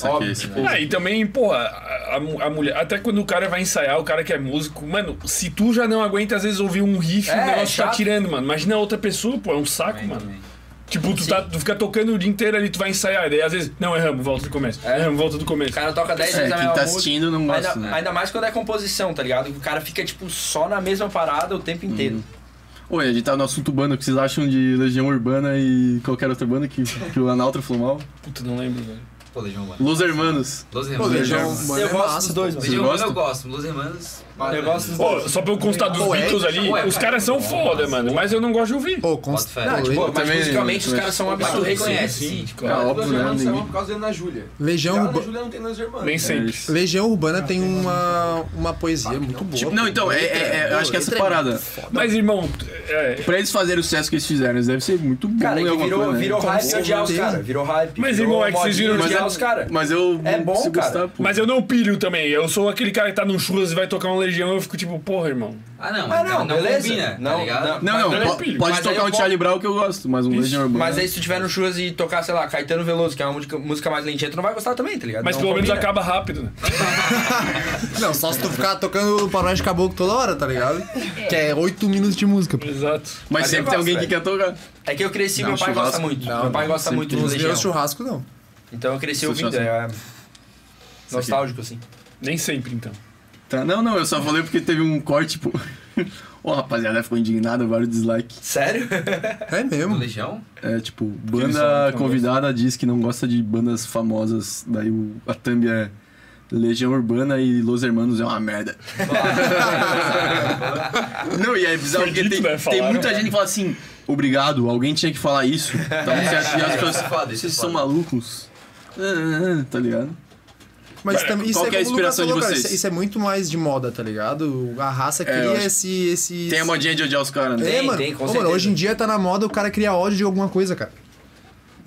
Speaker 3: Óbvio, tipo,
Speaker 1: Ah, e também, porra, a, a- a mulher. Até quando o cara vai ensaiar, o cara que é músico, mano, se tu já não aguenta, às vezes, ouvir um riff,
Speaker 3: É,
Speaker 1: o
Speaker 3: é
Speaker 1: negócio tá
Speaker 3: chato.
Speaker 1: tirando, mano. Imagina a outra pessoa, pô, é um saco, mano. Tipo, tu, tá, tu fica tocando o dia inteiro ali, tu vai ensaiar, daí às vezes, não, erramos, volta do começo. Erramos, volta do começo. O
Speaker 3: É. cara toca
Speaker 5: É,
Speaker 3: 10 vezes a mesma
Speaker 5: tá
Speaker 3: música. ainda,
Speaker 1: né?
Speaker 3: ainda mais quando é composição, tá ligado? O cara fica, tipo, só na mesma parada o tempo inteiro.
Speaker 2: Oi, a gente tá no assunto urbano, o que vocês acham de Legião Urbana e qualquer outra banda que, que o Analtra falou mal?
Speaker 1: Puta, não lembro, velho.
Speaker 8: Pô, Legião Urbana.
Speaker 2: Los Hermanos.
Speaker 8: Los
Speaker 2: Pô,
Speaker 8: Hermanos.
Speaker 2: Legião
Speaker 8: Eu
Speaker 2: Urbana é
Speaker 8: gosto
Speaker 2: massa,
Speaker 8: dos dois, mano.
Speaker 2: Vocês
Speaker 8: Legião Urbana eu
Speaker 2: gostam?
Speaker 8: gosto. Los Hermanos.
Speaker 3: Eu gosto dos
Speaker 1: Pô, só pra eu constar dos
Speaker 8: Ou é,
Speaker 1: Beatles ali,
Speaker 8: ou é,
Speaker 1: os
Speaker 8: cara.
Speaker 1: caras são foda, mano, mas eu não gosto de ouvir.
Speaker 5: Pô,
Speaker 13: É.
Speaker 8: consta.
Speaker 3: Não, tipo, mas musicalmente os caras são um absurdo.
Speaker 8: reconhece,
Speaker 1: sim,
Speaker 8: sim,
Speaker 1: claro.
Speaker 8: óbvio, né?
Speaker 5: Ninguém-
Speaker 8: por causa da Ana Júlia.
Speaker 5: Legião
Speaker 8: Ela,
Speaker 5: Urba-
Speaker 8: Ana Júlia não tem Los Hermanos.
Speaker 3: É
Speaker 1: Nem sempre.
Speaker 5: Legião Urbana tem uma, uma poesia
Speaker 3: um
Speaker 5: muito boa.
Speaker 2: Tipo, não, então, é- é- é- eu acho que é essa parada.
Speaker 1: Mas, irmão, É,
Speaker 2: Pra eles fazerem o sucesso que eles fizeram, eles devem ser muito bom
Speaker 3: Cara, é
Speaker 2: em
Speaker 3: que
Speaker 2: alguma
Speaker 3: virou,
Speaker 2: coisa, né?
Speaker 3: virou hype e odiar os
Speaker 2: certeza.
Speaker 3: caras. Virou hype.
Speaker 1: Mas,
Speaker 3: virou
Speaker 1: irmão, é que vocês
Speaker 3: modinha
Speaker 1: viram
Speaker 3: odiar
Speaker 1: que-
Speaker 3: os caras.
Speaker 2: Mas eu.
Speaker 3: É bom,
Speaker 2: se
Speaker 3: cara.
Speaker 2: gostar, pô.
Speaker 1: Mas eu não pilho também. Eu sou aquele cara que tá num churras e vai tocar um Legião e eu fico tipo, porra, irmão.
Speaker 8: Ah,
Speaker 9: é
Speaker 8: não.
Speaker 3: Ah, não, beleza.
Speaker 2: tá
Speaker 3: não, não,
Speaker 2: Não, não, po- pode
Speaker 1: é
Speaker 2: tocar um Charlie Brown que eu gosto, mas um Legião Urbana.
Speaker 3: Mas aí se tu tiver no Churras e tocar, sei lá, Caetano Veloso, que é uma música, música mais lentinha, tu não vai gostar também, tá ligado?
Speaker 1: Mas
Speaker 3: Não
Speaker 1: pelo menos
Speaker 3: combina.
Speaker 1: acaba rápido, né?
Speaker 5: Não, só se tu ficar tocando paródia de caboclo toda hora, tá ligado? Que é 8 minutos de música. pô.
Speaker 1: Exato.
Speaker 2: Mas
Speaker 3: eu
Speaker 2: sempre tem
Speaker 3: gosto,
Speaker 2: alguém que
Speaker 3: velho.
Speaker 2: quer tocar.
Speaker 3: É que eu cresci, meu
Speaker 2: Não,
Speaker 3: pai gosta
Speaker 2: churrasco.
Speaker 3: muito.
Speaker 2: Não,
Speaker 3: meu pai
Speaker 2: não,
Speaker 3: gosta
Speaker 2: sempre
Speaker 3: muito
Speaker 2: tem
Speaker 3: do
Speaker 2: os
Speaker 5: Os meus
Speaker 3: Legião.
Speaker 5: churrasco não.
Speaker 3: Então eu cresci
Speaker 2: Seu
Speaker 3: ouvindo, é
Speaker 2: churrasco.
Speaker 3: nostálgico, assim.
Speaker 1: Nem sempre, então.
Speaker 2: Tá, não, não, eu só falei porque teve um corte, pô. Ô, rapaziada, ficou indignada, vários dislike.
Speaker 3: Sério?
Speaker 5: É mesmo.
Speaker 8: Legião?
Speaker 2: É, tipo,
Speaker 8: eles são muito
Speaker 1: um
Speaker 2: banda
Speaker 8: famosos.
Speaker 2: convidada diz que não gosta de bandas famosas, daí o, a thumb é Legião Urbana e Los Hermanos é uma merda. não, e é bizarro porque tem, tem
Speaker 8: Falaram.
Speaker 2: muita gente que fala assim, obrigado, alguém tinha que falar isso. Tá muito certo. E as pessoas,
Speaker 8: Isso é foda, isso é
Speaker 2: vocês são
Speaker 8: foda.
Speaker 2: malucos. Ah, tá ligado?
Speaker 5: Mas
Speaker 2: Cara,
Speaker 5: também, isso
Speaker 2: qual
Speaker 5: é
Speaker 2: que é a
Speaker 5: como o Lucas
Speaker 2: inspiração de
Speaker 5: falou, cara,
Speaker 2: vocês?
Speaker 5: isso- Isso é muito mais de moda, tá ligado? A raça
Speaker 2: É, eu
Speaker 5: cria
Speaker 2: acho-
Speaker 5: esse, esse.
Speaker 2: Tem a modinha de odiar os caras, né?
Speaker 5: é, mano. Ô, mano, hoje em dia tá na moda o cara criar ódio de alguma coisa, cara.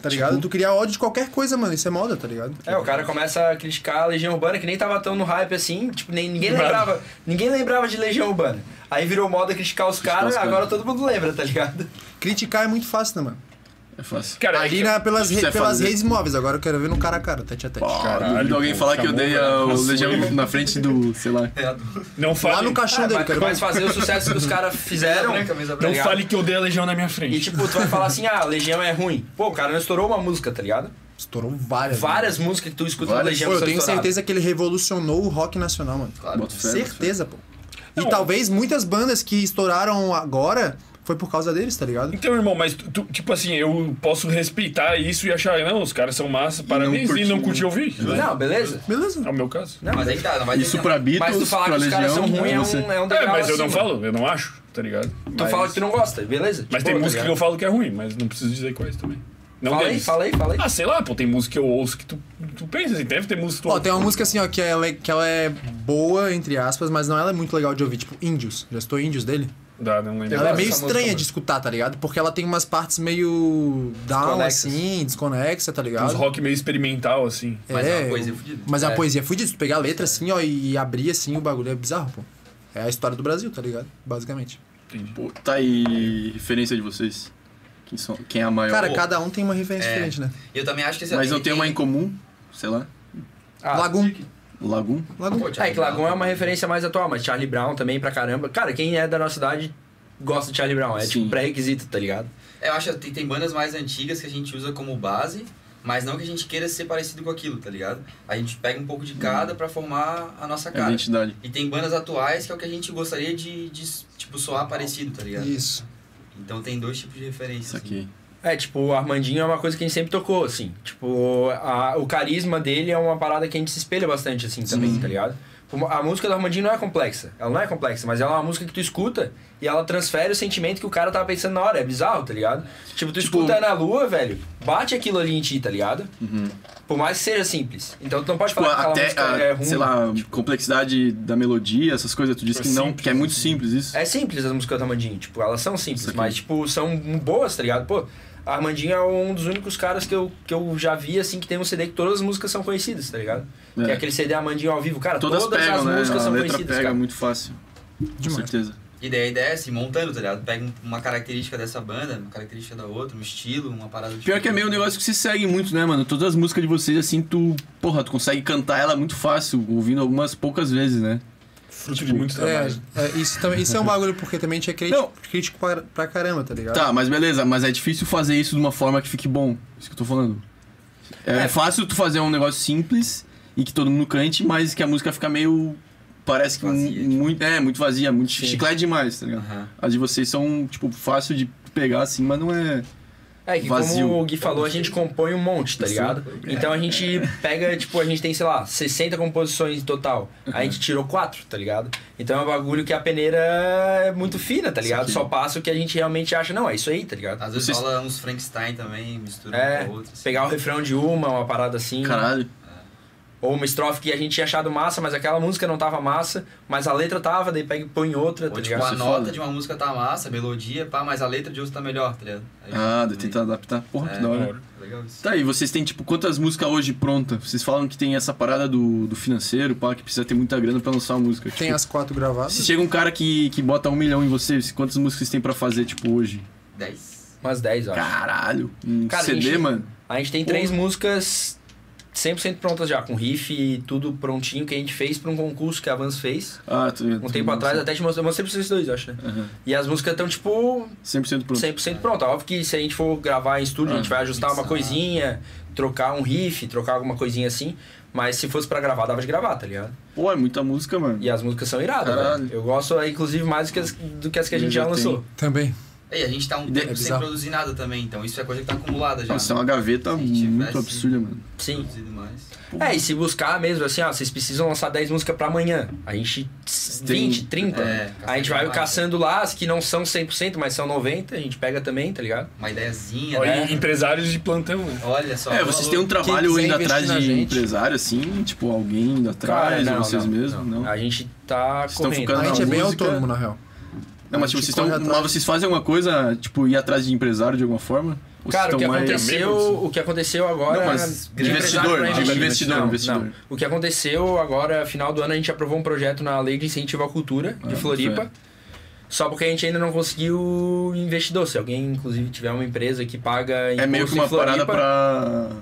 Speaker 5: Tá ligado?
Speaker 3: Tipo?
Speaker 5: Tu criar ódio de qualquer coisa, mano. Isso é moda, tá ligado?
Speaker 3: É, o cara começa a criticar a Legião Urbana, que nem tava tão no hype assim, tipo, nem, ninguém
Speaker 5: Nada.
Speaker 3: lembrava. Ninguém lembrava de Legião Urbana. Aí virou moda criticar os caras,
Speaker 5: os caras.
Speaker 3: agora todo mundo lembra, tá ligado?
Speaker 5: Criticar é muito fácil, né, mano?
Speaker 2: É fácil. é
Speaker 5: Ali na- pelas, re- pelas redes móveis, agora eu quero ver no cara a cara, tete a tete.
Speaker 2: Duvido alguém falar que eu dei a- o Legião na frente do, sei lá.
Speaker 3: É
Speaker 1: Não fale.
Speaker 5: Lá no caixão
Speaker 3: Ah,
Speaker 5: dele,
Speaker 3: mas
Speaker 5: cara.
Speaker 3: tu vai fazer o sucesso que os caras fizeram. tá
Speaker 1: Não
Speaker 3: ligado?
Speaker 1: fale que eu dei a Legião na minha frente.
Speaker 3: E tipo, tu vai falar assim, ah, Legião é ruim. Pô, o cara não estourou uma música, tá ligado?
Speaker 5: Estourou várias.
Speaker 3: Várias músicas que tu escuta no Legião
Speaker 5: Pô, eu
Speaker 3: são
Speaker 5: tenho
Speaker 3: estouradas.
Speaker 5: certeza que ele revolucionou o rock nacional, mano.
Speaker 2: boto fé,
Speaker 5: certeza, pô. E talvez muitas bandas que estouraram agora foi por causa deles, tá ligado?
Speaker 1: Então, irmão, mas tu- tu- tipo assim, eu posso respeitar isso e achar, não, os caras são massa, parabéns, e
Speaker 2: curtir,
Speaker 1: não curti
Speaker 2: né?
Speaker 1: ouvir.
Speaker 3: Não, beleza.
Speaker 5: Beleza.
Speaker 1: É o meu caso.
Speaker 3: Não, mas aí tá, não vai
Speaker 2: Isso pra Beatles,
Speaker 3: Mas tu falar
Speaker 2: pra
Speaker 3: que os caras são
Speaker 2: Legião,
Speaker 3: ruins é
Speaker 2: você-
Speaker 3: um, é um
Speaker 1: É,
Speaker 3: degrau
Speaker 1: mas eu não
Speaker 3: acima.
Speaker 1: falo, eu não acho, tá ligado?
Speaker 3: Tu fala que tu não gosta, beleza?
Speaker 1: Mas
Speaker 3: De
Speaker 1: tem
Speaker 3: boa, tá
Speaker 1: música que eu
Speaker 3: ligado?
Speaker 1: falo que é ruim, mas não preciso dizer quais também. Não
Speaker 3: Fala aí,
Speaker 1: deles.
Speaker 3: fala aí, fala aí.
Speaker 1: Ah, sei lá, pô, tem música que eu ouço que tu, tu pensa assim, deve ter música que tu
Speaker 5: Ó,
Speaker 1: ouve.
Speaker 5: tem uma música assim, ó, que ela, é, que ela é boa, entre aspas, mas não ela é muito legal de ouvir, tipo Índios. Já estou Índios dele?
Speaker 1: Dá, né, um não lembro.
Speaker 5: Ela é meio estranha de escutar, tá ligado? Porque ela tem umas partes meio down,
Speaker 1: Desconexas.
Speaker 5: assim, desconexa, tá ligado? É,
Speaker 1: Uns rock meio experimental, assim.
Speaker 3: é
Speaker 5: Mas é uma poesia fudida. Tu pegar a
Speaker 1: É.
Speaker 5: letra assim, ó, e abrir assim, o bagulho é bizarro, pô. É a história do Brasil, tá ligado? Basicamente.
Speaker 2: Pô, tá aí referência de vocês. Quem, são, quem é a maior?
Speaker 5: Cara, cada um tem uma referência
Speaker 8: É.
Speaker 5: diferente, né?
Speaker 8: Eu também acho que...
Speaker 3: Ah,
Speaker 2: Mas não tem uma em comum, sei lá.
Speaker 5: Ah, Lagum.
Speaker 2: Lagum?
Speaker 3: Lagoon. É que Lagoon é uma referência mais atual, mas Charlie Brown também pra caramba. Cara, quem é da nossa idade gosta de Charlie Brown. É tipo pré-requisito, tá ligado?
Speaker 14: É, Eu acho que tem, tem bandas mais antigas que a gente usa como base, mas não que a gente queira ser parecido com aquilo, tá ligado? A gente pega um pouco de cada pra formar a nossa cara.
Speaker 2: Uhum. identidade.
Speaker 14: E tem bandas atuais que é o que a gente gostaria de, de, tipo, soar parecido, tá ligado?
Speaker 3: Isso.
Speaker 14: Então tem dois tipos de referência. assim. Isso aqui.
Speaker 3: É, tipo, o Armandinho é uma coisa que a gente sempre tocou, assim. Tipo, a- o carisma dele é uma parada que a gente se espelha bastante, assim, também, tá ligado? Como A música do Armandinho não é complexa. Ela não é complexa, mas ela é uma música que tu escuta e ela transfere o sentimento que o cara tava pensando na hora. É bizarro, tá ligado? Tipo, tu escuta na lua, velho, bate aquilo ali em ti, tá ligado?
Speaker 2: Uhum.
Speaker 3: Por mais que seja simples. Então tu não pode
Speaker 2: Tipo,
Speaker 3: falar que aquela
Speaker 2: até,
Speaker 3: música
Speaker 2: a,
Speaker 3: é ruim.
Speaker 2: sei lá, complexidade da melodia, essas coisas, tu disse
Speaker 3: É
Speaker 2: que não,
Speaker 3: simples,
Speaker 2: que é muito simples isso.
Speaker 3: É simples as músicas do Armandinho, tipo, elas são simples, mas tipo, são boas, tá ligado? Pô, Armandinho é um dos únicos caras que eu, que eu já vi, assim, que tem um CD que todas as músicas são conhecidas, tá ligado?
Speaker 2: É.
Speaker 3: Que é aquele CD Armandinho ao vivo, cara, todas,
Speaker 2: Todas, pegam,
Speaker 3: as
Speaker 2: né?
Speaker 3: músicas
Speaker 2: a
Speaker 3: são
Speaker 2: letra
Speaker 3: conhecidas,
Speaker 2: pega
Speaker 3: cara.
Speaker 2: muito fácil. Com certeza.
Speaker 14: E daí a ideia é assim, montando, tá ligado? Pega um- uma característica dessa banda, uma característica da outra, um estilo, uma parada de.
Speaker 2: Pior que é meio um negócio que se segue muito, né, mano? Todas as músicas de vocês, assim, tu, porra, tu consegue cantar ela muito fácil, ouvindo algumas poucas vezes, né?
Speaker 1: Fruto
Speaker 5: Tipo, É, é, isso, também, isso é um bagulho porque também tinha crítico, crítico pra, pra caramba, tá ligado?
Speaker 2: Tá, mas beleza, mas é difícil fazer isso de uma forma que fique bom. Isso que eu tô falando. É, fácil tu fazer um negócio simples e que todo mundo cante, mas que a música fica meio. Parece que mu- muito. É, muito vazia, muito chiclete demais, tá ligado? As de vocês são, tipo, fácil de pegar assim, mas não é.
Speaker 3: É que
Speaker 2: vazio.
Speaker 3: como o Gui falou, a gente compõe um monte, tá
Speaker 2: Sim. É.
Speaker 3: ligado? Então a gente pega, tipo, a gente tem, sei lá, 60 composições em total. A gente tirou 4, tá ligado? Então é um bagulho que a peneira é muito fina, tá ligado? Só passa o que a gente realmente acha, não, é isso aí, tá ligado?
Speaker 14: Às vezes rola uns Frankenstein também, mistura
Speaker 3: É,
Speaker 14: um com a outra.
Speaker 3: pegar o refrão de uma, uma parada assim.
Speaker 2: Caralho.
Speaker 3: Ou uma estrofe que a gente tinha achado massa, mas aquela música não tava massa, mas a letra tava, daí pega e põe outra, tá
Speaker 14: Ou,
Speaker 3: ligado?
Speaker 14: tipo, a
Speaker 2: é
Speaker 14: nota de uma música tá massa, a melodia, pá, mas a letra de outra tá melhor, tá ligado? Aí-
Speaker 2: Ah, de tentar adaptar. Porra,
Speaker 14: É,
Speaker 2: que da hora.
Speaker 14: Legal isso.
Speaker 2: Tá, e vocês têm, tipo, quantas músicas hoje pronta? Vocês falam que tem essa parada do, do financeiro, pá, é que precisa ter muita grana pra lançar uma música.
Speaker 5: Tem
Speaker 2: tipo,
Speaker 5: as quatro gravadas.
Speaker 2: Se chega um cara que, que bota um milhão em vocês, quantas músicas vocês têm pra fazer, tipo, hoje?
Speaker 14: 10.
Speaker 3: Umas 10, ó.
Speaker 2: Caralho. Um CD,
Speaker 3: a gente,
Speaker 2: mano.
Speaker 3: A gente tem
Speaker 2: Porra.
Speaker 3: três músicas 100% prontas já, com riff e tudo prontinho que a gente fez pra um concurso que a Vans fez.
Speaker 2: Ah, tô,
Speaker 3: Um tempo atrás, até te mostrei, eu mostrei pra vocês dois, eu acho, né?
Speaker 2: Aham.
Speaker 3: E as músicas estão, tipo,
Speaker 2: 100% pronto.
Speaker 3: 100% pronta. Óbvio que se a gente for gravar em estúdio, a
Speaker 2: Ah,
Speaker 3: gente vai ajustar uma coisinha, trocar um riff, trocar alguma coisinha assim. Mas se fosse pra gravar, dava de gravar, tá ligado?
Speaker 2: Pô, é muita música, mano.
Speaker 3: E as músicas são iradas,
Speaker 2: Caralho.
Speaker 3: velho. Eu gosto, é, inclusive, mais do que as, do que, as que a
Speaker 2: Eu
Speaker 3: gente
Speaker 2: já
Speaker 3: já lançou.
Speaker 2: tenho.
Speaker 5: Também.
Speaker 14: E a gente tá um
Speaker 2: de-
Speaker 14: tempo
Speaker 2: é
Speaker 14: sem
Speaker 2: bizarro.
Speaker 14: produzir nada também, então isso é coisa que tá acumulada já.
Speaker 2: Nossa,
Speaker 3: né?
Speaker 2: é uma gaveta muito absurda, mano.
Speaker 3: Sim.
Speaker 14: Produzido mais.
Speaker 3: É, e se buscar mesmo, assim, ó, vocês precisam lançar 10 músicas pra amanhã. A gente, 20, 30.
Speaker 14: É,
Speaker 3: a gente vai
Speaker 14: caçar
Speaker 3: caçando lá as que não são 100%, mas são 90%, a gente pega também, tá ligado?
Speaker 14: Uma ideiazinha, né?
Speaker 1: Olha, Empresários de plantão, né?
Speaker 14: Olha só.
Speaker 2: É, vocês têm um trabalho ainda atrás de empresário, assim? Tipo, alguém ainda
Speaker 3: Cara,
Speaker 2: atrás,
Speaker 3: não,
Speaker 2: vocês
Speaker 3: não,
Speaker 2: mesmos? Não.
Speaker 3: A gente tá
Speaker 2: Vocês estão
Speaker 3: correndo.
Speaker 2: focando na música?
Speaker 5: é na real.
Speaker 2: Não, mas,
Speaker 5: né? A
Speaker 2: tipo,
Speaker 5: gente
Speaker 2: vocês
Speaker 5: corre
Speaker 2: estão,
Speaker 5: atrás.
Speaker 2: mas vocês fazem alguma coisa, tipo, ir atrás de empresário de alguma forma? Ou vocês
Speaker 3: Cara, o que,
Speaker 2: estão mais- É
Speaker 3: aconteceu, o que aconteceu agora.
Speaker 2: Não, mas
Speaker 3: de empresário
Speaker 2: investidor,
Speaker 3: pra
Speaker 2: digo,
Speaker 3: investir.
Speaker 2: investidor,
Speaker 3: Não,
Speaker 2: investidor.
Speaker 3: não. O que aconteceu agora, final do ano, a gente aprovou um projeto na Lei de Incentivo à Cultura de
Speaker 2: Ah,
Speaker 3: Floripa.
Speaker 2: fé.
Speaker 3: Só porque a gente ainda não conseguiu investidor. Se alguém, inclusive, tiver uma empresa que paga
Speaker 2: É meio que
Speaker 3: imposto em
Speaker 2: uma parada
Speaker 3: Floripa-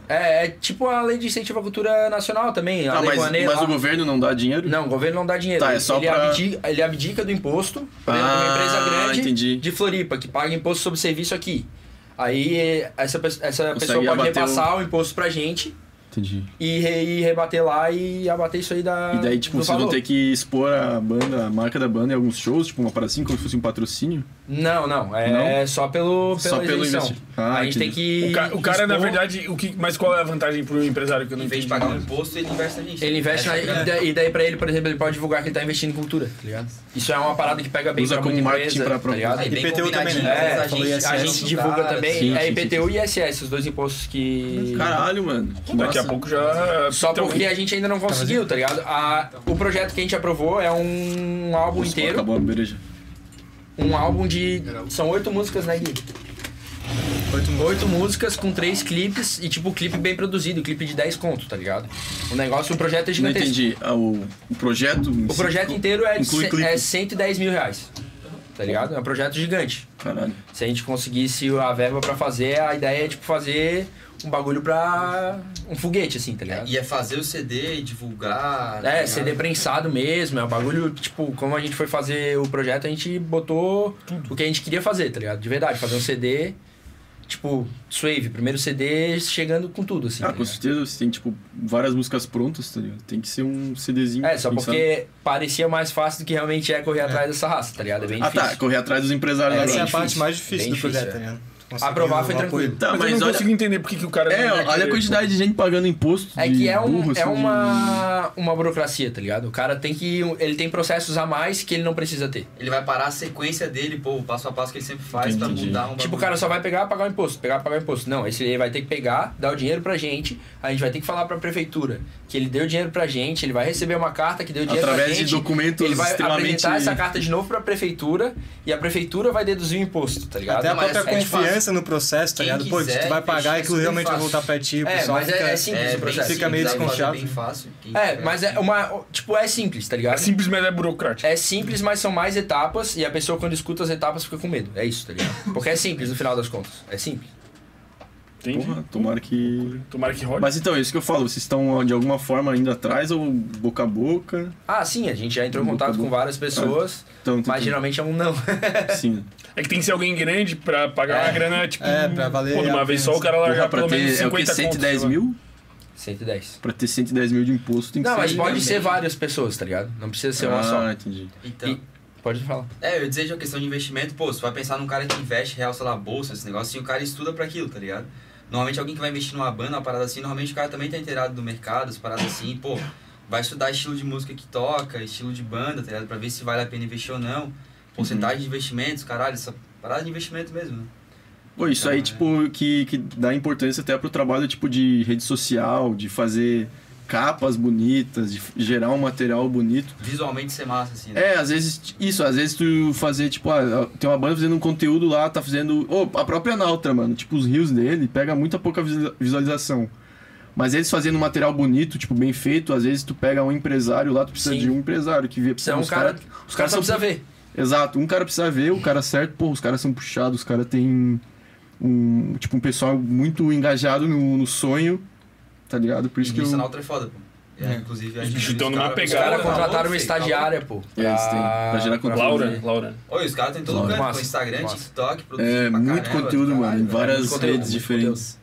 Speaker 2: pra...
Speaker 3: um É, é tipo a Lei de Incentivo à Cultura Nacional também. A
Speaker 2: Ah,
Speaker 3: Lei
Speaker 2: mas,
Speaker 3: Rouanet
Speaker 2: mas
Speaker 3: lá.
Speaker 2: o governo não dá dinheiro?
Speaker 3: Não, o governo não dá dinheiro.
Speaker 2: Tá, é só
Speaker 3: ele,
Speaker 2: pra-
Speaker 3: abdica, ele abdica do imposto por exemplo, uma
Speaker 2: Ah,
Speaker 3: empresa grande
Speaker 2: entendi.
Speaker 3: de Floripa, que paga imposto sobre serviço aqui. Aí eh, essa, pe- essa pessoa pode
Speaker 2: abater
Speaker 3: repassar o... imposto pra gente
Speaker 2: Entendi.
Speaker 3: e, re- e rebater lá e abater isso aí da.
Speaker 2: E daí, tipo,
Speaker 3: do
Speaker 2: vocês vão
Speaker 3: valor.
Speaker 2: ter que expor a banda, a marca da banda em alguns shows, tipo, uma parada assim, como se fosse um patrocínio?
Speaker 3: Não, não. É
Speaker 2: Não?
Speaker 3: só pelo, pela
Speaker 2: Só pelo
Speaker 3: isenção.
Speaker 2: investi- Ah,
Speaker 3: a gente tem que.
Speaker 1: O, ca- o cara, na
Speaker 3: expor-
Speaker 1: verdade, o que, mas qual é a vantagem pro empresário que eu não entendi? Em vez de pagar
Speaker 14: um imposto, ele investe na gente.
Speaker 3: Ele investe na,
Speaker 2: é
Speaker 3: e da- e daí pra ele, por exemplo, ele pode divulgar que ele tá investindo em cultura, tá ligado? Isso é uma parada que pega bem
Speaker 2: Usa
Speaker 3: pra
Speaker 2: como
Speaker 3: muita
Speaker 2: marketing
Speaker 3: empresa,
Speaker 2: pra
Speaker 3: tá
Speaker 2: própria-
Speaker 3: ligado?
Speaker 2: Ah, e bem IPTU também, né?
Speaker 3: É,
Speaker 2: Falou
Speaker 3: a gente,
Speaker 2: ISS
Speaker 3: a gente
Speaker 2: do
Speaker 3: divulga
Speaker 2: cara,
Speaker 3: também.
Speaker 2: sim,
Speaker 3: é
Speaker 2: sim,
Speaker 3: IPTU e ISS, os dois impostos que...
Speaker 2: Caralho, mano. que
Speaker 3: Daqui
Speaker 2: massa.
Speaker 3: a pouco Só
Speaker 2: Então,
Speaker 3: porque a gente ainda não conseguiu, tá ligado? A- o projeto que a gente aprovou é um álbum
Speaker 2: Nossa,
Speaker 3: inteiro.
Speaker 2: Acabou a bereja.
Speaker 3: Um álbum de... São oito músicas, né, Gui? Oito, músicas com três clipes e tipo clipe bem produzido, clipe de 10 conto, tá ligado? O negócio, o projeto é
Speaker 2: Não
Speaker 3: gigantesco.
Speaker 2: entendi. Ah, o, o projeto...
Speaker 3: O projeto inteiro é, de
Speaker 2: Inclui
Speaker 3: ce-
Speaker 2: clipe.
Speaker 3: é 110 mil reais. Tá ligado? É um projeto gigante.
Speaker 2: Caralho.
Speaker 3: Se a gente conseguisse a verba pra fazer, a ideia é tipo fazer um bagulho pra. um foguete, assim, tá ligado?
Speaker 14: E é fazer o CD e divulgar.
Speaker 3: É,
Speaker 14: tá
Speaker 3: CD prensado mesmo, é o bagulho, tipo, como a gente foi fazer o projeto, a gente botou o que a gente queria fazer, tá ligado? De verdade, fazer um CD, tipo, Swave, primeiro CD chegando com tudo, assim.
Speaker 2: Ah, com certeza você tem, tipo, várias músicas prontas, tá ligado? Tem que ser um CDzinho.
Speaker 3: É, só porque parecia mais fácil do que realmente é correr atrás dessa raça, tá ligado? É bem
Speaker 2: Ah,
Speaker 3: difícil.
Speaker 2: tá, correr atrás dos empresários
Speaker 3: É
Speaker 2: da
Speaker 3: bem
Speaker 2: banda.
Speaker 3: difícil, bem difícil,
Speaker 1: né?
Speaker 3: é. Aprovar foi tranquilo.
Speaker 2: Tá, mas, olha,
Speaker 1: entender por que, o cara.
Speaker 2: É, olha a
Speaker 1: tipo,
Speaker 2: quantidade de gente pagando imposto.
Speaker 3: É
Speaker 2: de
Speaker 3: que é, um,
Speaker 2: burro,
Speaker 3: é
Speaker 2: assim, de-
Speaker 3: uma, uma burocracia, tá ligado? O cara tem que. Ele tem processos a mais que ele não precisa ter.
Speaker 14: Ele vai parar a sequência dele, pô, o passo a passo que ele sempre faz pra
Speaker 3: Entendi.
Speaker 14: mudar um
Speaker 3: Tipo, o
Speaker 14: bagulho.
Speaker 3: cara só vai pegar pagar o imposto, pegar pagar o imposto. Não, esse ele vai ter que pegar, dar o dinheiro pra gente, a gente vai ter que falar pra prefeitura que ele deu dinheiro pra gente, ele vai receber uma carta que deu dinheiro pra
Speaker 2: Através de
Speaker 3: gente.
Speaker 2: documentos
Speaker 3: ele vai
Speaker 2: extremamente-
Speaker 3: apresentar essa carta de novo pra prefeitura e a prefeitura vai deduzir o imposto, tá ligado?
Speaker 12: Até a
Speaker 3: Mas
Speaker 12: própria
Speaker 3: é
Speaker 12: confiança
Speaker 3: fácil.
Speaker 12: no processo, tá
Speaker 3: Quem
Speaker 12: ligado? Pô,
Speaker 3: quiser
Speaker 12: tu vai pagar e aquilo
Speaker 3: investir,
Speaker 12: realmente vai
Speaker 3: fácil.
Speaker 12: voltar pra ti, o
Speaker 3: É,
Speaker 12: pessoal
Speaker 3: mas é-
Speaker 12: fica,
Speaker 3: é simples o processo.
Speaker 12: fica meio desconfiado.
Speaker 3: É, mas é uma. Tipo, é simples, tá ligado? É simples, mas é burocrático. É simples, mas são mais etapas e a pessoa, quando escuta as etapas, fica com medo. É isso, tá ligado? Porque é simples no final das contas. É simples.
Speaker 2: Porra, tomara que.
Speaker 1: Tomara que rode.
Speaker 2: Mas então, é isso que eu falo, vocês estão de alguma forma indo atrás ou boca a boca?
Speaker 3: Ah, sim, a gente já entrou em
Speaker 2: Boca a
Speaker 3: contato com
Speaker 2: boca.
Speaker 3: várias pessoas,
Speaker 2: Ah, então, então,
Speaker 3: mas geralmente é um não.
Speaker 2: Sim.
Speaker 1: É que tem que ser alguém grande pra pagar
Speaker 3: É.
Speaker 1: uma grana, tipo.
Speaker 3: É, pra valer
Speaker 1: Pô, de uma
Speaker 3: a
Speaker 1: vez
Speaker 3: pena.
Speaker 1: só o cara largar
Speaker 2: Porra, pra
Speaker 1: pelo menos
Speaker 2: ter é o
Speaker 1: 50
Speaker 2: que? 110
Speaker 1: conto, sei lá.
Speaker 2: mil?
Speaker 3: 110.
Speaker 2: Pra ter 110 mil de imposto tem que
Speaker 3: Não,
Speaker 2: ser.
Speaker 3: mas pode
Speaker 2: também.
Speaker 3: ser várias pessoas, tá ligado? Não precisa ser
Speaker 2: Ah,
Speaker 3: uma só.
Speaker 2: entendi.
Speaker 14: Então.
Speaker 3: Pode falar.
Speaker 14: É, eu ia dizer de uma questão de investimento, pô, você vai pensar num cara que investe real, sei lá, bolsa, esse negócio, assim, o cara estuda pra aquilo, tá ligado? Normalmente alguém que vai investir numa banda, uma parada assim, normalmente o cara também tá inteirado do mercado, as paradas assim, pô, vai estudar estilo de música que toca, estilo de banda, tá ligado? Pra ver se vale a pena investir ou não, porcentagem de investimentos, caralho, essa parada de investimento mesmo, né?
Speaker 2: Pô, isso
Speaker 1: Ah.
Speaker 2: aí, tipo, que, que dá importância até pro trabalho, tipo, de rede social, de fazer capas bonitas, de f- gerar um material bonito.
Speaker 14: Visualmente ser massa, assim, né?
Speaker 2: É, às vezes, t- isso, às vezes tu fazer, tipo, ah, tem uma banda fazendo um conteúdo lá, tá fazendo. Ô, a própria Nautra, mano, tipo, os rios dele pega muita pouca visual- visualização. Mas eles fazendo um material bonito, tipo, bem feito, às vezes tu pega um empresário lá, tu precisa
Speaker 3: Sim.
Speaker 2: de um empresário que vê.
Speaker 3: Precisa
Speaker 2: pô,
Speaker 3: um cara- os caras só
Speaker 2: são-
Speaker 3: precisa ver.
Speaker 2: Exato, um cara precisa ver, o cara certo, pô, os caras são puxados, os caras têm um. Tipo, um pessoal muito engajado no, no sonho, tá ligado? Por isso que eu.
Speaker 14: Isso na outra é foda, pô. É, inclusive, a gente viu os cara-
Speaker 1: numa
Speaker 14: os
Speaker 1: pegada.
Speaker 14: cara
Speaker 1: Os caras
Speaker 3: contrataram
Speaker 14: falou,
Speaker 3: uma
Speaker 14: feio, tá bom.
Speaker 3: estagiária, pô.
Speaker 2: É, eles têm. Pra gerar conteúdo.
Speaker 1: Laura, Laura.
Speaker 14: Oi, os caras têm todo
Speaker 2: Massa.
Speaker 14: canto, pô, Instagram,
Speaker 2: Massa.
Speaker 14: TikTok, produzindo
Speaker 2: É,
Speaker 14: pra
Speaker 2: muito
Speaker 14: caramba,
Speaker 2: conteúdo, mano, em
Speaker 14: caralho, tá
Speaker 2: várias
Speaker 14: muito conteúdo,
Speaker 2: redes
Speaker 14: muito
Speaker 2: diferentes.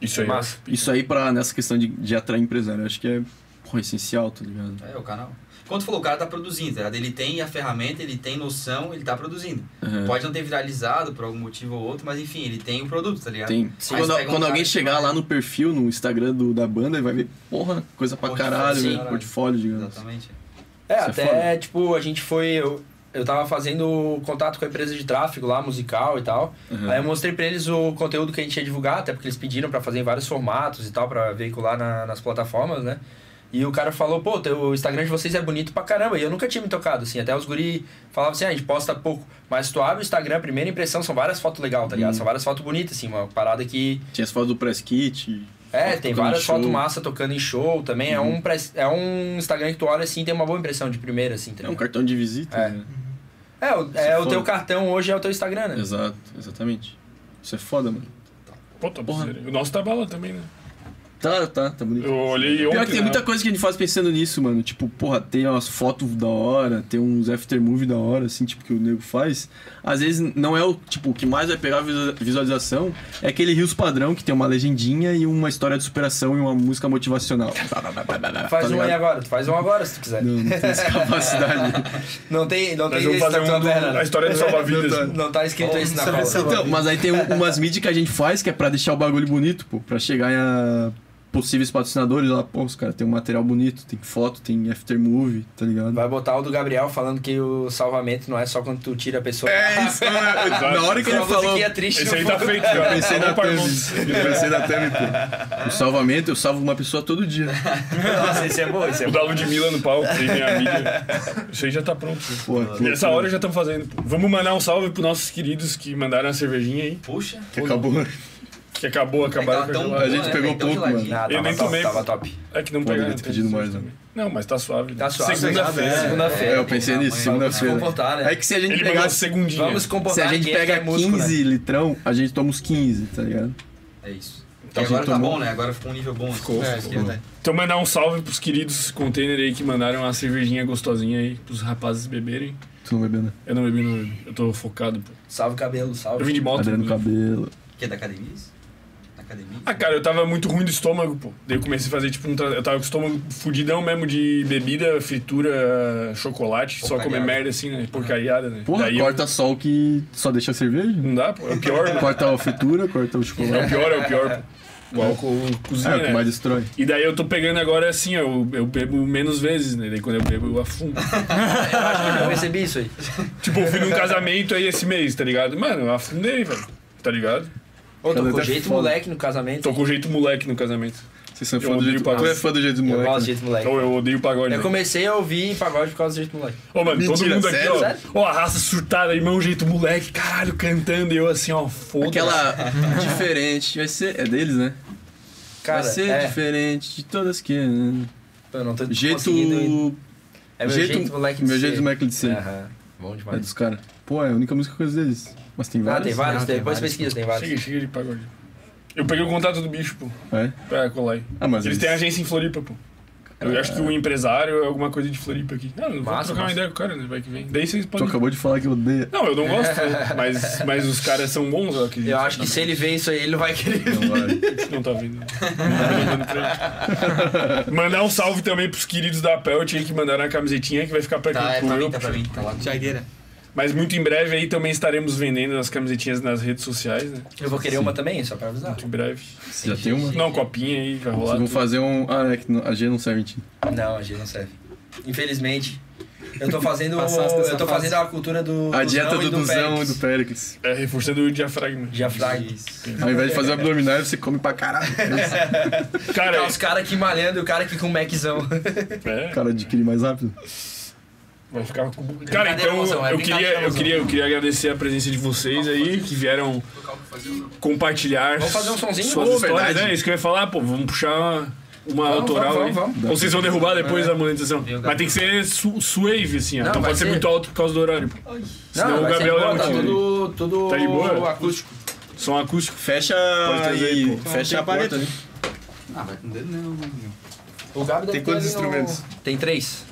Speaker 1: Isso aí.
Speaker 3: Massa.
Speaker 2: Isso aí pra, nessa questão de, de atrair empresário, eu acho que é porra, essencial, tá ligado?
Speaker 14: É, o canal. Quando tu falou, o cara tá produzindo, tá ligado? Ele tem a ferramenta, ele tem noção, ele tá produzindo.
Speaker 2: Uhum.
Speaker 14: Pode não ter viralizado por algum motivo ou outro, mas enfim, ele tem o produto, tá ligado?
Speaker 2: Tem.
Speaker 14: Aí
Speaker 2: Quando,
Speaker 14: tu pega um
Speaker 2: quando
Speaker 14: cara
Speaker 2: alguém
Speaker 14: que
Speaker 2: chegar lá no perfil, no Instagram do, da banda, ele vai ver, porra, coisa pra
Speaker 14: Portfólio,
Speaker 2: caralho,
Speaker 14: sim.
Speaker 2: né? portfólio, digamos.
Speaker 14: Exatamente.
Speaker 3: É,
Speaker 2: Isso é
Speaker 3: até, tipo, a gente foi. Eu, eu tava fazendo contato com a empresa de tráfego lá, musical e tal.
Speaker 2: Uhum.
Speaker 3: Aí eu mostrei pra eles o conteúdo que a gente ia divulgar, até porque eles pediram pra fazer em vários formatos e tal, pra veicular na- nas plataformas, né? E o cara falou, pô, teu- o Instagram de vocês é bonito pra caramba. E eu nunca tinha me tocado, assim. Até os guri falavam assim, ah, a gente posta pouco. Mas tu abre o Instagram, a primeira impressão são várias fotos legais, tá ligado? São várias fotos bonitas, assim. Uma parada que
Speaker 2: Uhum. Tinha as fotos do press kit.
Speaker 3: é,
Speaker 2: foto
Speaker 3: tem
Speaker 2: tocando
Speaker 3: várias
Speaker 2: show. Uhum.
Speaker 3: fotos massa tocando em show também. É, um, pres- é um Instagram que tu olha assim e tem uma boa impressão de primeira, assim, tá
Speaker 2: É um
Speaker 3: ligado?
Speaker 2: cartão de visita,
Speaker 3: É.
Speaker 2: né?
Speaker 3: É, o,
Speaker 2: Isso
Speaker 3: é,
Speaker 2: é
Speaker 3: o teu
Speaker 2: foda.
Speaker 3: cartão hoje é o teu Instagram, né?
Speaker 2: Exato, exatamente. Isso é foda, mano.
Speaker 1: Pô, tá O nosso tá bala também, né?
Speaker 2: Tá, tá, tá bonito.
Speaker 1: Eu olhei
Speaker 2: Pior
Speaker 1: ontem,
Speaker 2: que tem
Speaker 1: né?
Speaker 2: muita coisa que a gente faz pensando nisso, mano. Tipo, porra, tem umas fotos da hora, tem uns aftermovie da hora, assim, tipo, que o nego faz. Às vezes não é o, tipo, o que mais vai pegar a visu- visualização, é aquele rios padrão que tem uma legendinha e uma história de superação e uma música motivacional.
Speaker 3: Faz
Speaker 2: Tá
Speaker 3: um aí
Speaker 2: ligado?
Speaker 3: agora, tu faz um agora se tu quiser.
Speaker 2: Não, não tem essa capacidade.
Speaker 3: Não tem, não
Speaker 1: Nós vamos
Speaker 3: tem esse
Speaker 1: fazer
Speaker 3: na
Speaker 1: um
Speaker 3: tua
Speaker 1: do-
Speaker 3: perna, né?
Speaker 1: a história do salva-vidas.
Speaker 3: Não, tá- não tá escrito isso na cola.
Speaker 2: Então, mas aí tem um- umas mídias que a gente faz que é pra deixar o bagulho bonito, pô, pra chegar em a possíveis patrocinadores lá, pô, os caras tem um material bonito, tem foto, tem aftermovie, tá ligado?
Speaker 3: Vai botar o do Gabriel falando que o salvamento não é só quando tu tira a pessoa. É
Speaker 2: isso, Na hora que ele falou.
Speaker 3: triste
Speaker 1: Esse
Speaker 3: no
Speaker 1: aí tá
Speaker 3: fundo.
Speaker 1: feito,
Speaker 2: Eu
Speaker 1: cara.
Speaker 2: pensei na
Speaker 1: Alô,
Speaker 2: Thumb.
Speaker 1: Parmontes.
Speaker 2: Eu pensei na Thumb, pô. O salvamento, eu salvo uma pessoa todo dia.
Speaker 3: Nossa, esse é bom, esse é
Speaker 1: O
Speaker 3: bom.
Speaker 1: da Ludmilla no palco, tem minha mídia. Isso aí já tá pronto. né?
Speaker 2: Pô, que
Speaker 1: e essa
Speaker 2: loucura.
Speaker 1: hora já estamos fazendo. pô. Vamos mandar um salve pros nossos queridos que mandaram a cervejinha aí.
Speaker 14: Puxa.
Speaker 2: Que acabou.
Speaker 1: Que acabou, acabaram.
Speaker 14: tava tão
Speaker 1: com
Speaker 14: boa,
Speaker 1: gelada.
Speaker 14: A gente né? pegou Tava tão pouco, mano. geladinha.
Speaker 3: Ah,
Speaker 1: Tá Eu
Speaker 3: tava
Speaker 1: nem
Speaker 3: top,
Speaker 1: tomei.
Speaker 3: tava
Speaker 1: pô.
Speaker 3: top.
Speaker 1: É que não
Speaker 2: Pô,
Speaker 1: pegaram.
Speaker 2: devia ter pedido mais, né?
Speaker 1: Não, mas tá suave. né?
Speaker 3: Tá suave.
Speaker 1: Segunda-feira.
Speaker 3: É, segunda-feira.
Speaker 2: É, eu pensei nisso, segunda-feira.
Speaker 3: Vamos comportar, né?
Speaker 2: É que se a gente
Speaker 1: Ele
Speaker 2: pegar.
Speaker 1: mandou segundinha. Vamos
Speaker 2: Se a
Speaker 3: comportar
Speaker 2: gente
Speaker 1: né?
Speaker 3: quem é que
Speaker 2: pega
Speaker 3: é músico,
Speaker 2: 15 litrão, a gente toma uns 15, tá ligado?
Speaker 14: É isso.
Speaker 1: Tá,
Speaker 14: e agora tá
Speaker 1: tomou.
Speaker 14: bom, né? Agora ficou um nível bom. assim.
Speaker 1: Ficou,
Speaker 14: É,
Speaker 1: ficou.
Speaker 14: ficou bom.
Speaker 1: Então mandar um salve pros queridos container aí que mandaram uma cervejinha gostosinha aí pros rapazes beberem.
Speaker 8: Tu não bebeu, né?
Speaker 1: Eu não bebi, não bebi. Eu tô focado, pô.
Speaker 3: Salve cabelo, salve.
Speaker 1: Eu vim de moto.
Speaker 8: Adriano
Speaker 1: inclusive.
Speaker 8: Cabelo.
Speaker 14: Que é da academia isso? Da academia?
Speaker 1: Ah, cara, eu tava muito ruim do estômago, pô. Daí eu comecei a fazer, tipo, um... tra- Eu tava com o estômago fudidão mesmo de bebida, fritura, chocolate. Só comer
Speaker 8: Porcariada.
Speaker 1: merda, assim, né? Porcariada, né?
Speaker 8: Porra,
Speaker 1: Daí eu-
Speaker 8: corta só o que só deixa a cerveja?
Speaker 1: Não dá, pô. É o pior, né?
Speaker 8: Corta a fritura, corta o chocolate.
Speaker 1: É o pior, é o pior, pô. O álcool cozinha,
Speaker 8: É, o que
Speaker 1: né?
Speaker 8: mais destrói.
Speaker 1: E daí eu tô pegando agora assim, ó, eu, eu bebo menos vezes, né? Daí quando eu bebo, eu afundo.
Speaker 3: Eu percebi isso aí.
Speaker 1: Tipo, eu fui num casamento aí esse mês, tá ligado? Mano, eu afundei, velho. Tá ligado?
Speaker 3: Ô, tô
Speaker 1: tá
Speaker 8: tá
Speaker 3: com jeito moleque no casamento.
Speaker 1: Tô com jeito moleque no casamento.
Speaker 8: Vocês são
Speaker 1: Eu
Speaker 8: fã do
Speaker 1: odeio
Speaker 8: jeito-
Speaker 1: pagode.
Speaker 8: Tu é fã do jeito
Speaker 3: Eu
Speaker 8: moleque,
Speaker 3: gosto
Speaker 8: né?
Speaker 3: de jeito moleque.
Speaker 1: Então eu odeio pagode.
Speaker 3: Eu
Speaker 1: né?
Speaker 3: comecei a ouvir pagode por causa do jeito moleque.
Speaker 1: Ô, mano, todo
Speaker 3: Mentira,
Speaker 1: mundo aqui,
Speaker 3: sério?
Speaker 1: ó.
Speaker 3: Sério?
Speaker 1: Ó, a raça surtada, irmão, jeito moleque, caralho, cantando. E eu assim, ó, foda-se.
Speaker 8: Aquela diferente, vai ser. É deles, né?
Speaker 3: Cara,
Speaker 8: vai ser
Speaker 3: é.
Speaker 8: diferente de todas que. né?
Speaker 3: Eu não tô
Speaker 8: Jeito.
Speaker 3: conseguindo- É meu jeito moleque de
Speaker 8: meu
Speaker 3: ser.
Speaker 8: jeito moleque de ser.
Speaker 3: Aham. Bom demais.
Speaker 8: É dos caras. Pô, é a única música que eu conheço deles. Mas tem
Speaker 3: Ah,
Speaker 8: várias.
Speaker 3: tem vários, tem- depois pesquisa, tem vários.
Speaker 1: Chega, chega de pagode. Eu peguei o contato do bicho, pô,
Speaker 8: É?
Speaker 1: pra colar aí.
Speaker 8: Ah, mas
Speaker 1: Eles
Speaker 8: eles-
Speaker 1: têm agência em Floripa, pô. Eu acho que o empresário é alguma coisa de Floripa aqui. Não, eu vou
Speaker 8: Massa,
Speaker 1: trocar uma
Speaker 8: massa.
Speaker 1: ideia com o cara, né? Vai que vem. Daí vocês
Speaker 8: Tu
Speaker 1: podem.
Speaker 8: acabou de falar que eu odeio.
Speaker 1: Não, eu não gosto, mas, mas os caras são bons, eu acredito. Eu acho
Speaker 3: que se ele vê isso aí, ele não vai querer
Speaker 1: vir. Não tá vindo. Mandar um salve também pros queridos da Pelt aí que mandaram a camisetinha que vai ficar pra
Speaker 14: Tá,
Speaker 1: quem
Speaker 14: é pra
Speaker 1: comeu,
Speaker 14: mim, tá pra
Speaker 1: puxa.
Speaker 14: mim, tá lá.
Speaker 1: Mas muito em breve aí também estaremos vendendo as camisetinhas nas redes sociais, né?
Speaker 3: Eu vou querer uma também, só pra avisar.
Speaker 1: Muito em breve.
Speaker 8: Já tem uma?
Speaker 1: Não, copinha aí, vai rolar.
Speaker 8: Vocês vão
Speaker 1: tudo.
Speaker 8: fazer um. Ah, é que não- a G não serve em ti.
Speaker 3: Não, a G não serve. Infelizmente. Eu tô fazendo.
Speaker 8: Passaste dessa
Speaker 3: eu tô
Speaker 8: fase.
Speaker 3: fazendo a cultura do.
Speaker 8: A
Speaker 3: do
Speaker 8: dieta
Speaker 3: Zão
Speaker 8: do Duzão e
Speaker 3: Pérez.
Speaker 8: do Péricles.
Speaker 1: É, reforçando o diafragma.
Speaker 3: Diafragma.
Speaker 8: Ao invés de fazer abdominais, você come pra caralho.
Speaker 1: Cara,
Speaker 3: os caras aqui malhando e o cara aqui com Maczão.
Speaker 8: O cara adquire mais rápido.
Speaker 1: É. Vai ficar com Cara,
Speaker 3: Brincadeira,
Speaker 1: então
Speaker 3: mozão, é
Speaker 1: eu,
Speaker 3: brincadeira,
Speaker 1: queria, eu,
Speaker 3: mozão.
Speaker 1: queria, eu queria agradecer a presença de vocês aí, que vieram compartilhar
Speaker 3: Vamos fazer um sonzinho?
Speaker 1: suas
Speaker 3: Pô,
Speaker 1: histórias,
Speaker 3: verdade.
Speaker 1: né? Isso que eu ia falar, pô, vamos puxar uma, uma
Speaker 3: Vamos,
Speaker 1: autoral
Speaker 3: vamos,
Speaker 1: aí.
Speaker 3: vamos, vamos.
Speaker 1: Ou vocês vão derrubar depois
Speaker 3: É.
Speaker 1: da monetização. Mas tem que ser su suave, assim, ó.
Speaker 3: Não,
Speaker 1: não
Speaker 3: vai
Speaker 1: pode ser
Speaker 3: ser.
Speaker 1: muito alto por causa do horário, pô. Senão
Speaker 3: Não,
Speaker 1: o
Speaker 3: vai ser de
Speaker 1: Gabriel
Speaker 3: boa,
Speaker 1: leva
Speaker 3: tá
Speaker 1: um tiro.
Speaker 3: tudo, tudo
Speaker 1: Tá de boa?
Speaker 3: acústico.
Speaker 1: Som acústico.
Speaker 8: Fecha
Speaker 1: Pode trazer aí, pô.
Speaker 8: Fecha a parede. ali.
Speaker 14: Ah, vai com o dedo não, não.
Speaker 3: O Gabi deve
Speaker 8: Tem quantos
Speaker 3: ter ali um- no-
Speaker 8: instrumentos?
Speaker 3: Tem três.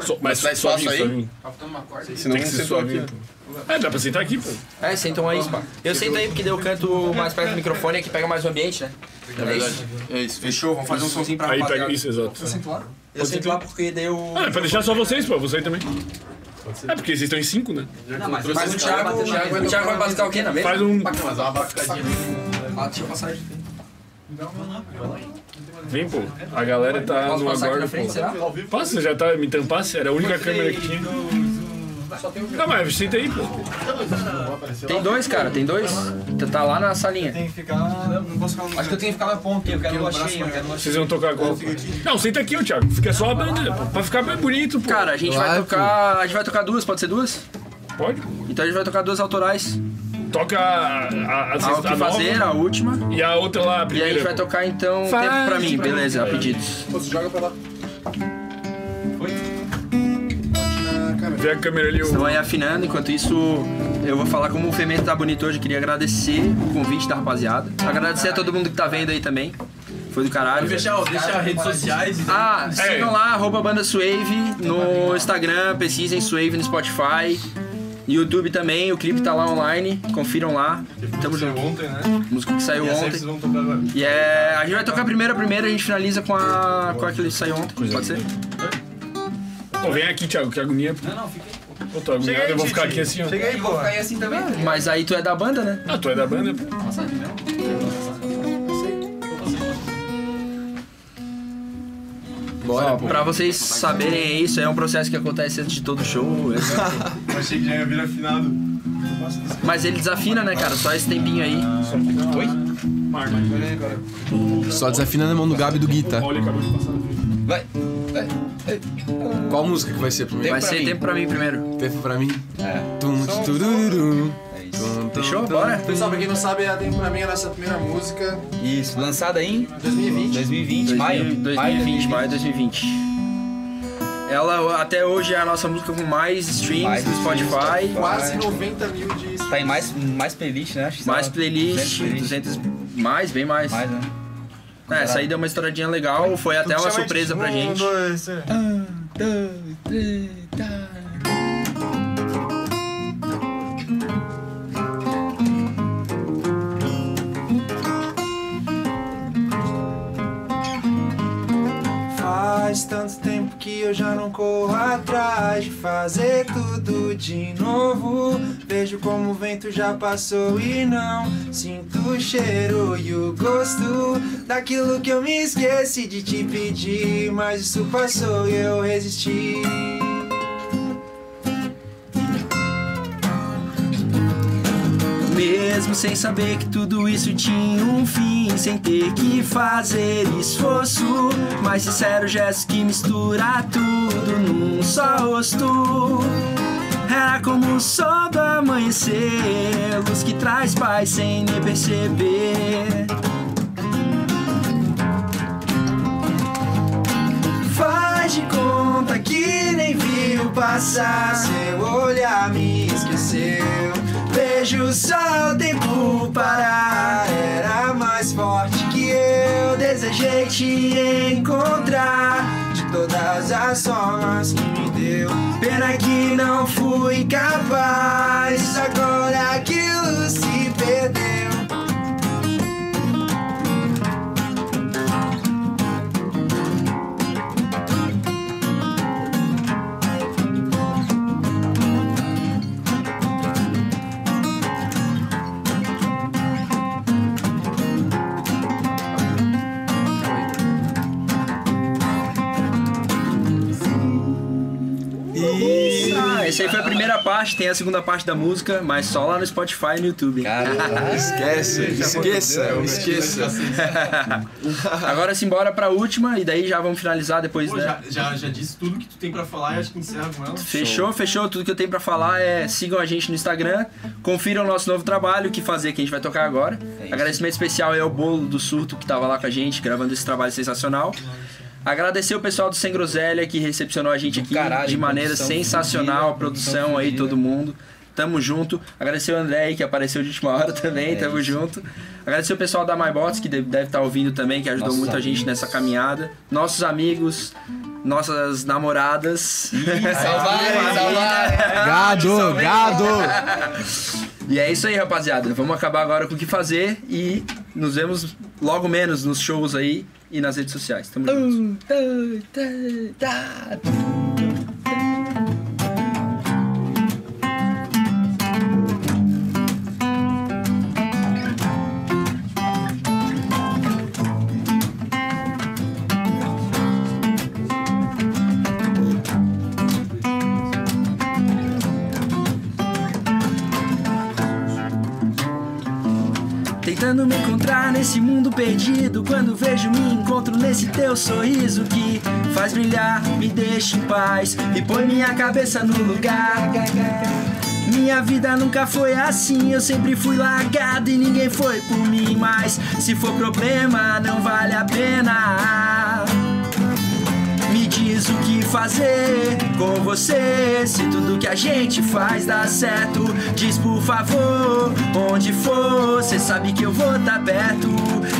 Speaker 1: So- mas
Speaker 8: Mas
Speaker 1: só
Speaker 8: faz espaço aí? Senão
Speaker 1: Tem que
Speaker 8: não
Speaker 1: ser
Speaker 8: sentou
Speaker 1: suave.
Speaker 8: aqui,
Speaker 1: pô. É, dá pra sentar aqui, pô.
Speaker 3: É, sentam aí, Spa. Eu sento aí porque daí eu canto mais perto do microfone aqui pega mais o ambiente, né?
Speaker 8: É verdade. É isso.
Speaker 3: Fechou, vamos fazer um sonzinho pra
Speaker 1: Aí
Speaker 3: rapaziada.
Speaker 1: pega isso, exato.
Speaker 3: Eu sento lá? Eu sento lá porque daí eu.
Speaker 1: Ah, é pra deixar só vocês, pô. Você aí também. É porque vocês estão em cinco, né?
Speaker 3: Não, mas, mas o Thiago, o Thiago, o Thiago vai basicar o quê na mesa?
Speaker 1: Faz um.
Speaker 8: é
Speaker 3: Mas uma abacadinha. Ah, deixa eu passar aqui.
Speaker 5: Então,
Speaker 1: Vem, pô. A galera tá
Speaker 3: Posso
Speaker 1: no
Speaker 3: passar aqui
Speaker 1: aguardo,
Speaker 3: na frente,
Speaker 1: pô.
Speaker 3: será?
Speaker 1: Passa, já tá me tampasse? Era a única câmera que tinha.
Speaker 3: um
Speaker 1: Tá, mas senta aí, pô.
Speaker 3: Tem dois, cara, tem dois. Tá- Tá lá na salinha. Tem que ficar. Não posso ficar Acho que eu tenho que ficar na ponta, eu quero um baixinho, eu quero
Speaker 1: Vocês vão tocar qual? pô? Não, senta aqui, ô Thiago. Fica só a banda, pô. Pra ficar mais bonito, pô.
Speaker 3: Cara, a gente vai tocar. A gente vai tocar duas, pode ser duas?
Speaker 1: Pode.
Speaker 3: Então a gente vai tocar duas autorais.
Speaker 1: Toca a. A, a,
Speaker 3: Ah, o que fazer, a última.
Speaker 1: E a outra lá, a
Speaker 3: E aí a
Speaker 1: primeira.
Speaker 3: gente vai
Speaker 1: pô.
Speaker 3: tocar então
Speaker 1: Faz
Speaker 3: tempo pra mim,
Speaker 1: pra mim.
Speaker 3: beleza, a pedidos.
Speaker 11: Pô, você joga pra lá.
Speaker 1: Vê a câmera ali,
Speaker 3: Vocês
Speaker 1: ô.
Speaker 3: vão aí afinando, enquanto isso eu vou falar como o Fermento tá bonito hoje, queria agradecer o convite da rapaziada. Agradecer a todo mundo que tá vendo aí também. Foi do caralho.
Speaker 7: Fechar, deixar redes sociais. e-
Speaker 3: Ah,
Speaker 1: É.
Speaker 3: sigam lá, arroba banda Suave no Instagram, pesquisem Suave no Spotify, YouTube também, o clipe tá lá online, confiram lá. Tamo junto.
Speaker 7: Ontem, né?
Speaker 3: Música que saiu
Speaker 7: E essa aí
Speaker 3: ontem.
Speaker 7: vocês vão tocar agora.
Speaker 3: E é. A gente vai tocar a primeira, a primeira, a gente finaliza com a. com a que saiu ontem. Pode ser?
Speaker 1: Pô, vem aqui, Thiago, que agonia. Não, não, fica aí. Pô, tô agoniado, eu vou ficar aqui assim, ó.
Speaker 7: Chega aí, pô.
Speaker 3: Aí assim também? Mas aí tu é da banda, né?
Speaker 1: Ah, tu é da banda, pô.
Speaker 3: Bora, pra vocês saberem é isso, é um processo que acontece antes de todo show. é isso aí.
Speaker 7: Achei que já ia vir afinado.
Speaker 3: Mas ele desafina, né, cara? Só esse tempinho aí. Oi?
Speaker 8: Só desafina na mão do Gabi e do Gui, tá?
Speaker 7: Vai. Vai.
Speaker 8: Qual música que vai ser primeiro?
Speaker 3: Vai ser tempo pra mim primeiro. um
Speaker 8: Tempo pra mim?
Speaker 7: É.
Speaker 8: Tum,
Speaker 11: Som,
Speaker 8: turururum.
Speaker 3: É
Speaker 8: Tum, tum,
Speaker 3: Fechou?
Speaker 8: tum.
Speaker 5: então,
Speaker 3: Bora?
Speaker 11: Pessoal, pra quem não sabe, a Tempo Pra Mim é a nossa primeira música.
Speaker 14: Isso, lançada em
Speaker 11: 2020.
Speaker 14: 2020, maio.
Speaker 3: 2020, maio de 2020. Ela até hoje é a nossa música com mais streams
Speaker 14: Mais
Speaker 3: no Spotify.
Speaker 14: streams,
Speaker 11: Quase 90 mil de...
Speaker 14: Tá em mais, mais playlist, né? Acho que
Speaker 3: Mais
Speaker 14: tá-
Speaker 3: playlist,
Speaker 14: 200
Speaker 3: 200 Mais, bem mais. Mais, né? É, essa aí deu uma estouradinha legal, foi até uma surpresa pra gente.
Speaker 2: Um, dois, três,
Speaker 12: Faz tanto tempo que eu já não corro atrás de fazer tudo de novo. Vejo como o vento já passou e não sinto o cheiro e o gosto daquilo que eu me esqueci de te pedir. Mas isso passou e eu resisti.
Speaker 6: Mesmo sem saber que tudo isso tinha um fim, sem ter que fazer esforço. Mais sincero gesto que mistura tudo num só rosto. Era como o sol do amanhecer, luz que traz paz sem nem perceber.
Speaker 12: Faz de conta que nem viu passar. Seu olhar me esqueceu. Vejo só o tempo parar. Era mais forte que eu. Desejei te encontrar. De todas as formas que me deu. Pena que não fui capaz. Agora aquilo se perdeu.
Speaker 3: Ah, essa aí foi a primeira parte, tem a segunda parte da música, mas só lá no Spotify e no YouTube.
Speaker 15: Ah, Esquece, esqueça, esqueça.
Speaker 2: né?
Speaker 3: Agora simbora pra última e daí já vamos finalizar depois,
Speaker 2: Pô,
Speaker 3: né?
Speaker 2: já, já, já disse tudo que tu tem pra falar e acho que encerra com ela.
Speaker 3: Fechou, fechou. Tudo que eu tenho pra falar é sigam a gente no Instagram, confiram o nosso novo trabalho, o que fazer, que a gente vai tocar agora. Agradecimento especial é ao Bolo do Surto, que tava lá com a gente, gravando esse trabalho sensacional. Agradecer o pessoal do Sem Groselha, que recepcionou a gente aqui de maneira
Speaker 9: produção
Speaker 3: sensacional, a produção aí, todo mundo. Tamo junto. Agradecer o André aí, que apareceu de última hora também, tamo junto. Agradecer o pessoal da MyBots, que deve estar ouvindo também, que ajudou
Speaker 9: Nossos
Speaker 3: muito a gente
Speaker 9: amigos.
Speaker 3: nessa caminhada. Nossos amigos, nossas namoradas.
Speaker 9: salvaram, salvaram.
Speaker 16: Gado, gado.
Speaker 3: E é isso aí, rapaziada. Vamos acabar agora com o que fazer e nos vemos logo menos nos shows aí e nas redes sociais. Tamo junto.
Speaker 2: Um, dois, três, tá.
Speaker 6: Tentando me encontrar nesse mundo perdido. Quando vejo, me encontro nesse teu sorriso que faz brilhar, me deixa em paz e põe minha cabeça no lugar. Minha vida nunca foi assim, eu sempre fui largado e ninguém foi por mim. Mas se for problema, não vale a pena. Me diz o que fazer com você. Se tudo que a gente faz dá certo, diz por favor, onde for, cê sabe que eu vou tá perto.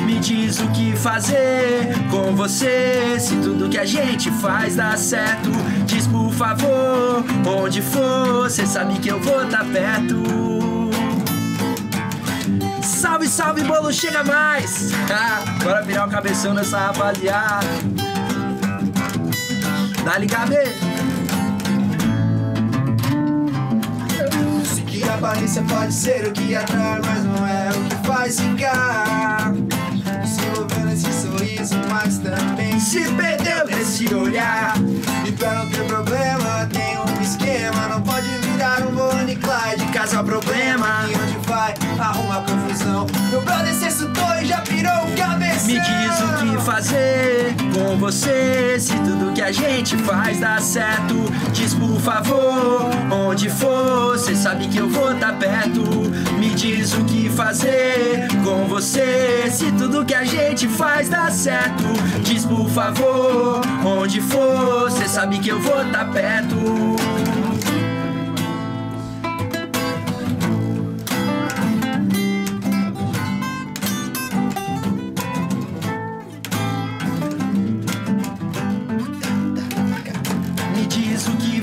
Speaker 6: Me diz o que fazer com você. Se tudo que a gente faz dá certo, diz por favor, onde for, cê sabe que eu vou tá perto. Salve, salve, bolo, chega mais! Ah, bora virar o cabeção nessa rapaziada. Dá-lhe cabelo.
Speaker 12: Sei que a aparência pode ser o que atrai, mas não é o que faz ficar. Se envolveu nesse sorriso, mas também se perdeu nesse olhar. E pra não ter problema, tem um esquema. Não pode virar um Bonnie e Clyde, caso há problema. E onde vai, arruma confusão. Meu brother se assustou e já pirou o cabeção.
Speaker 6: Me diz o que fazer com você. Se tudo que a gente faz dá certo, diz por favor, onde for, cê sabe que eu vou tá perto. Me diz o que fazer com você. Se tudo que a gente faz dá certo, diz por favor, onde for, cê sabe que eu vou tá perto.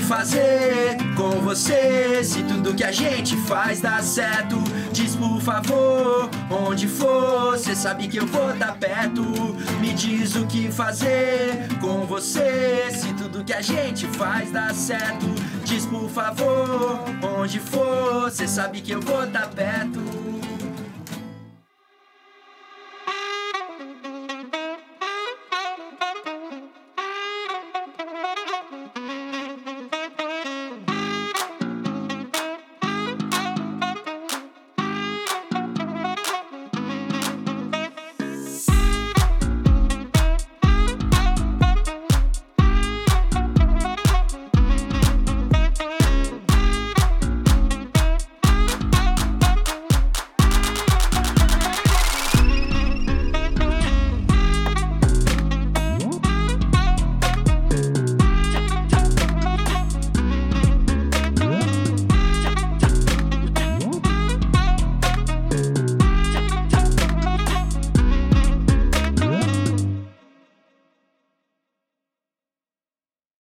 Speaker 6: fazer com você se tudo que a gente faz dá certo? Diz por favor, onde for, cê sabe que eu vou tá perto. Me diz o que fazer com você se tudo que a gente faz dá certo. Diz por favor, onde for, cê sabe que eu vou tá perto.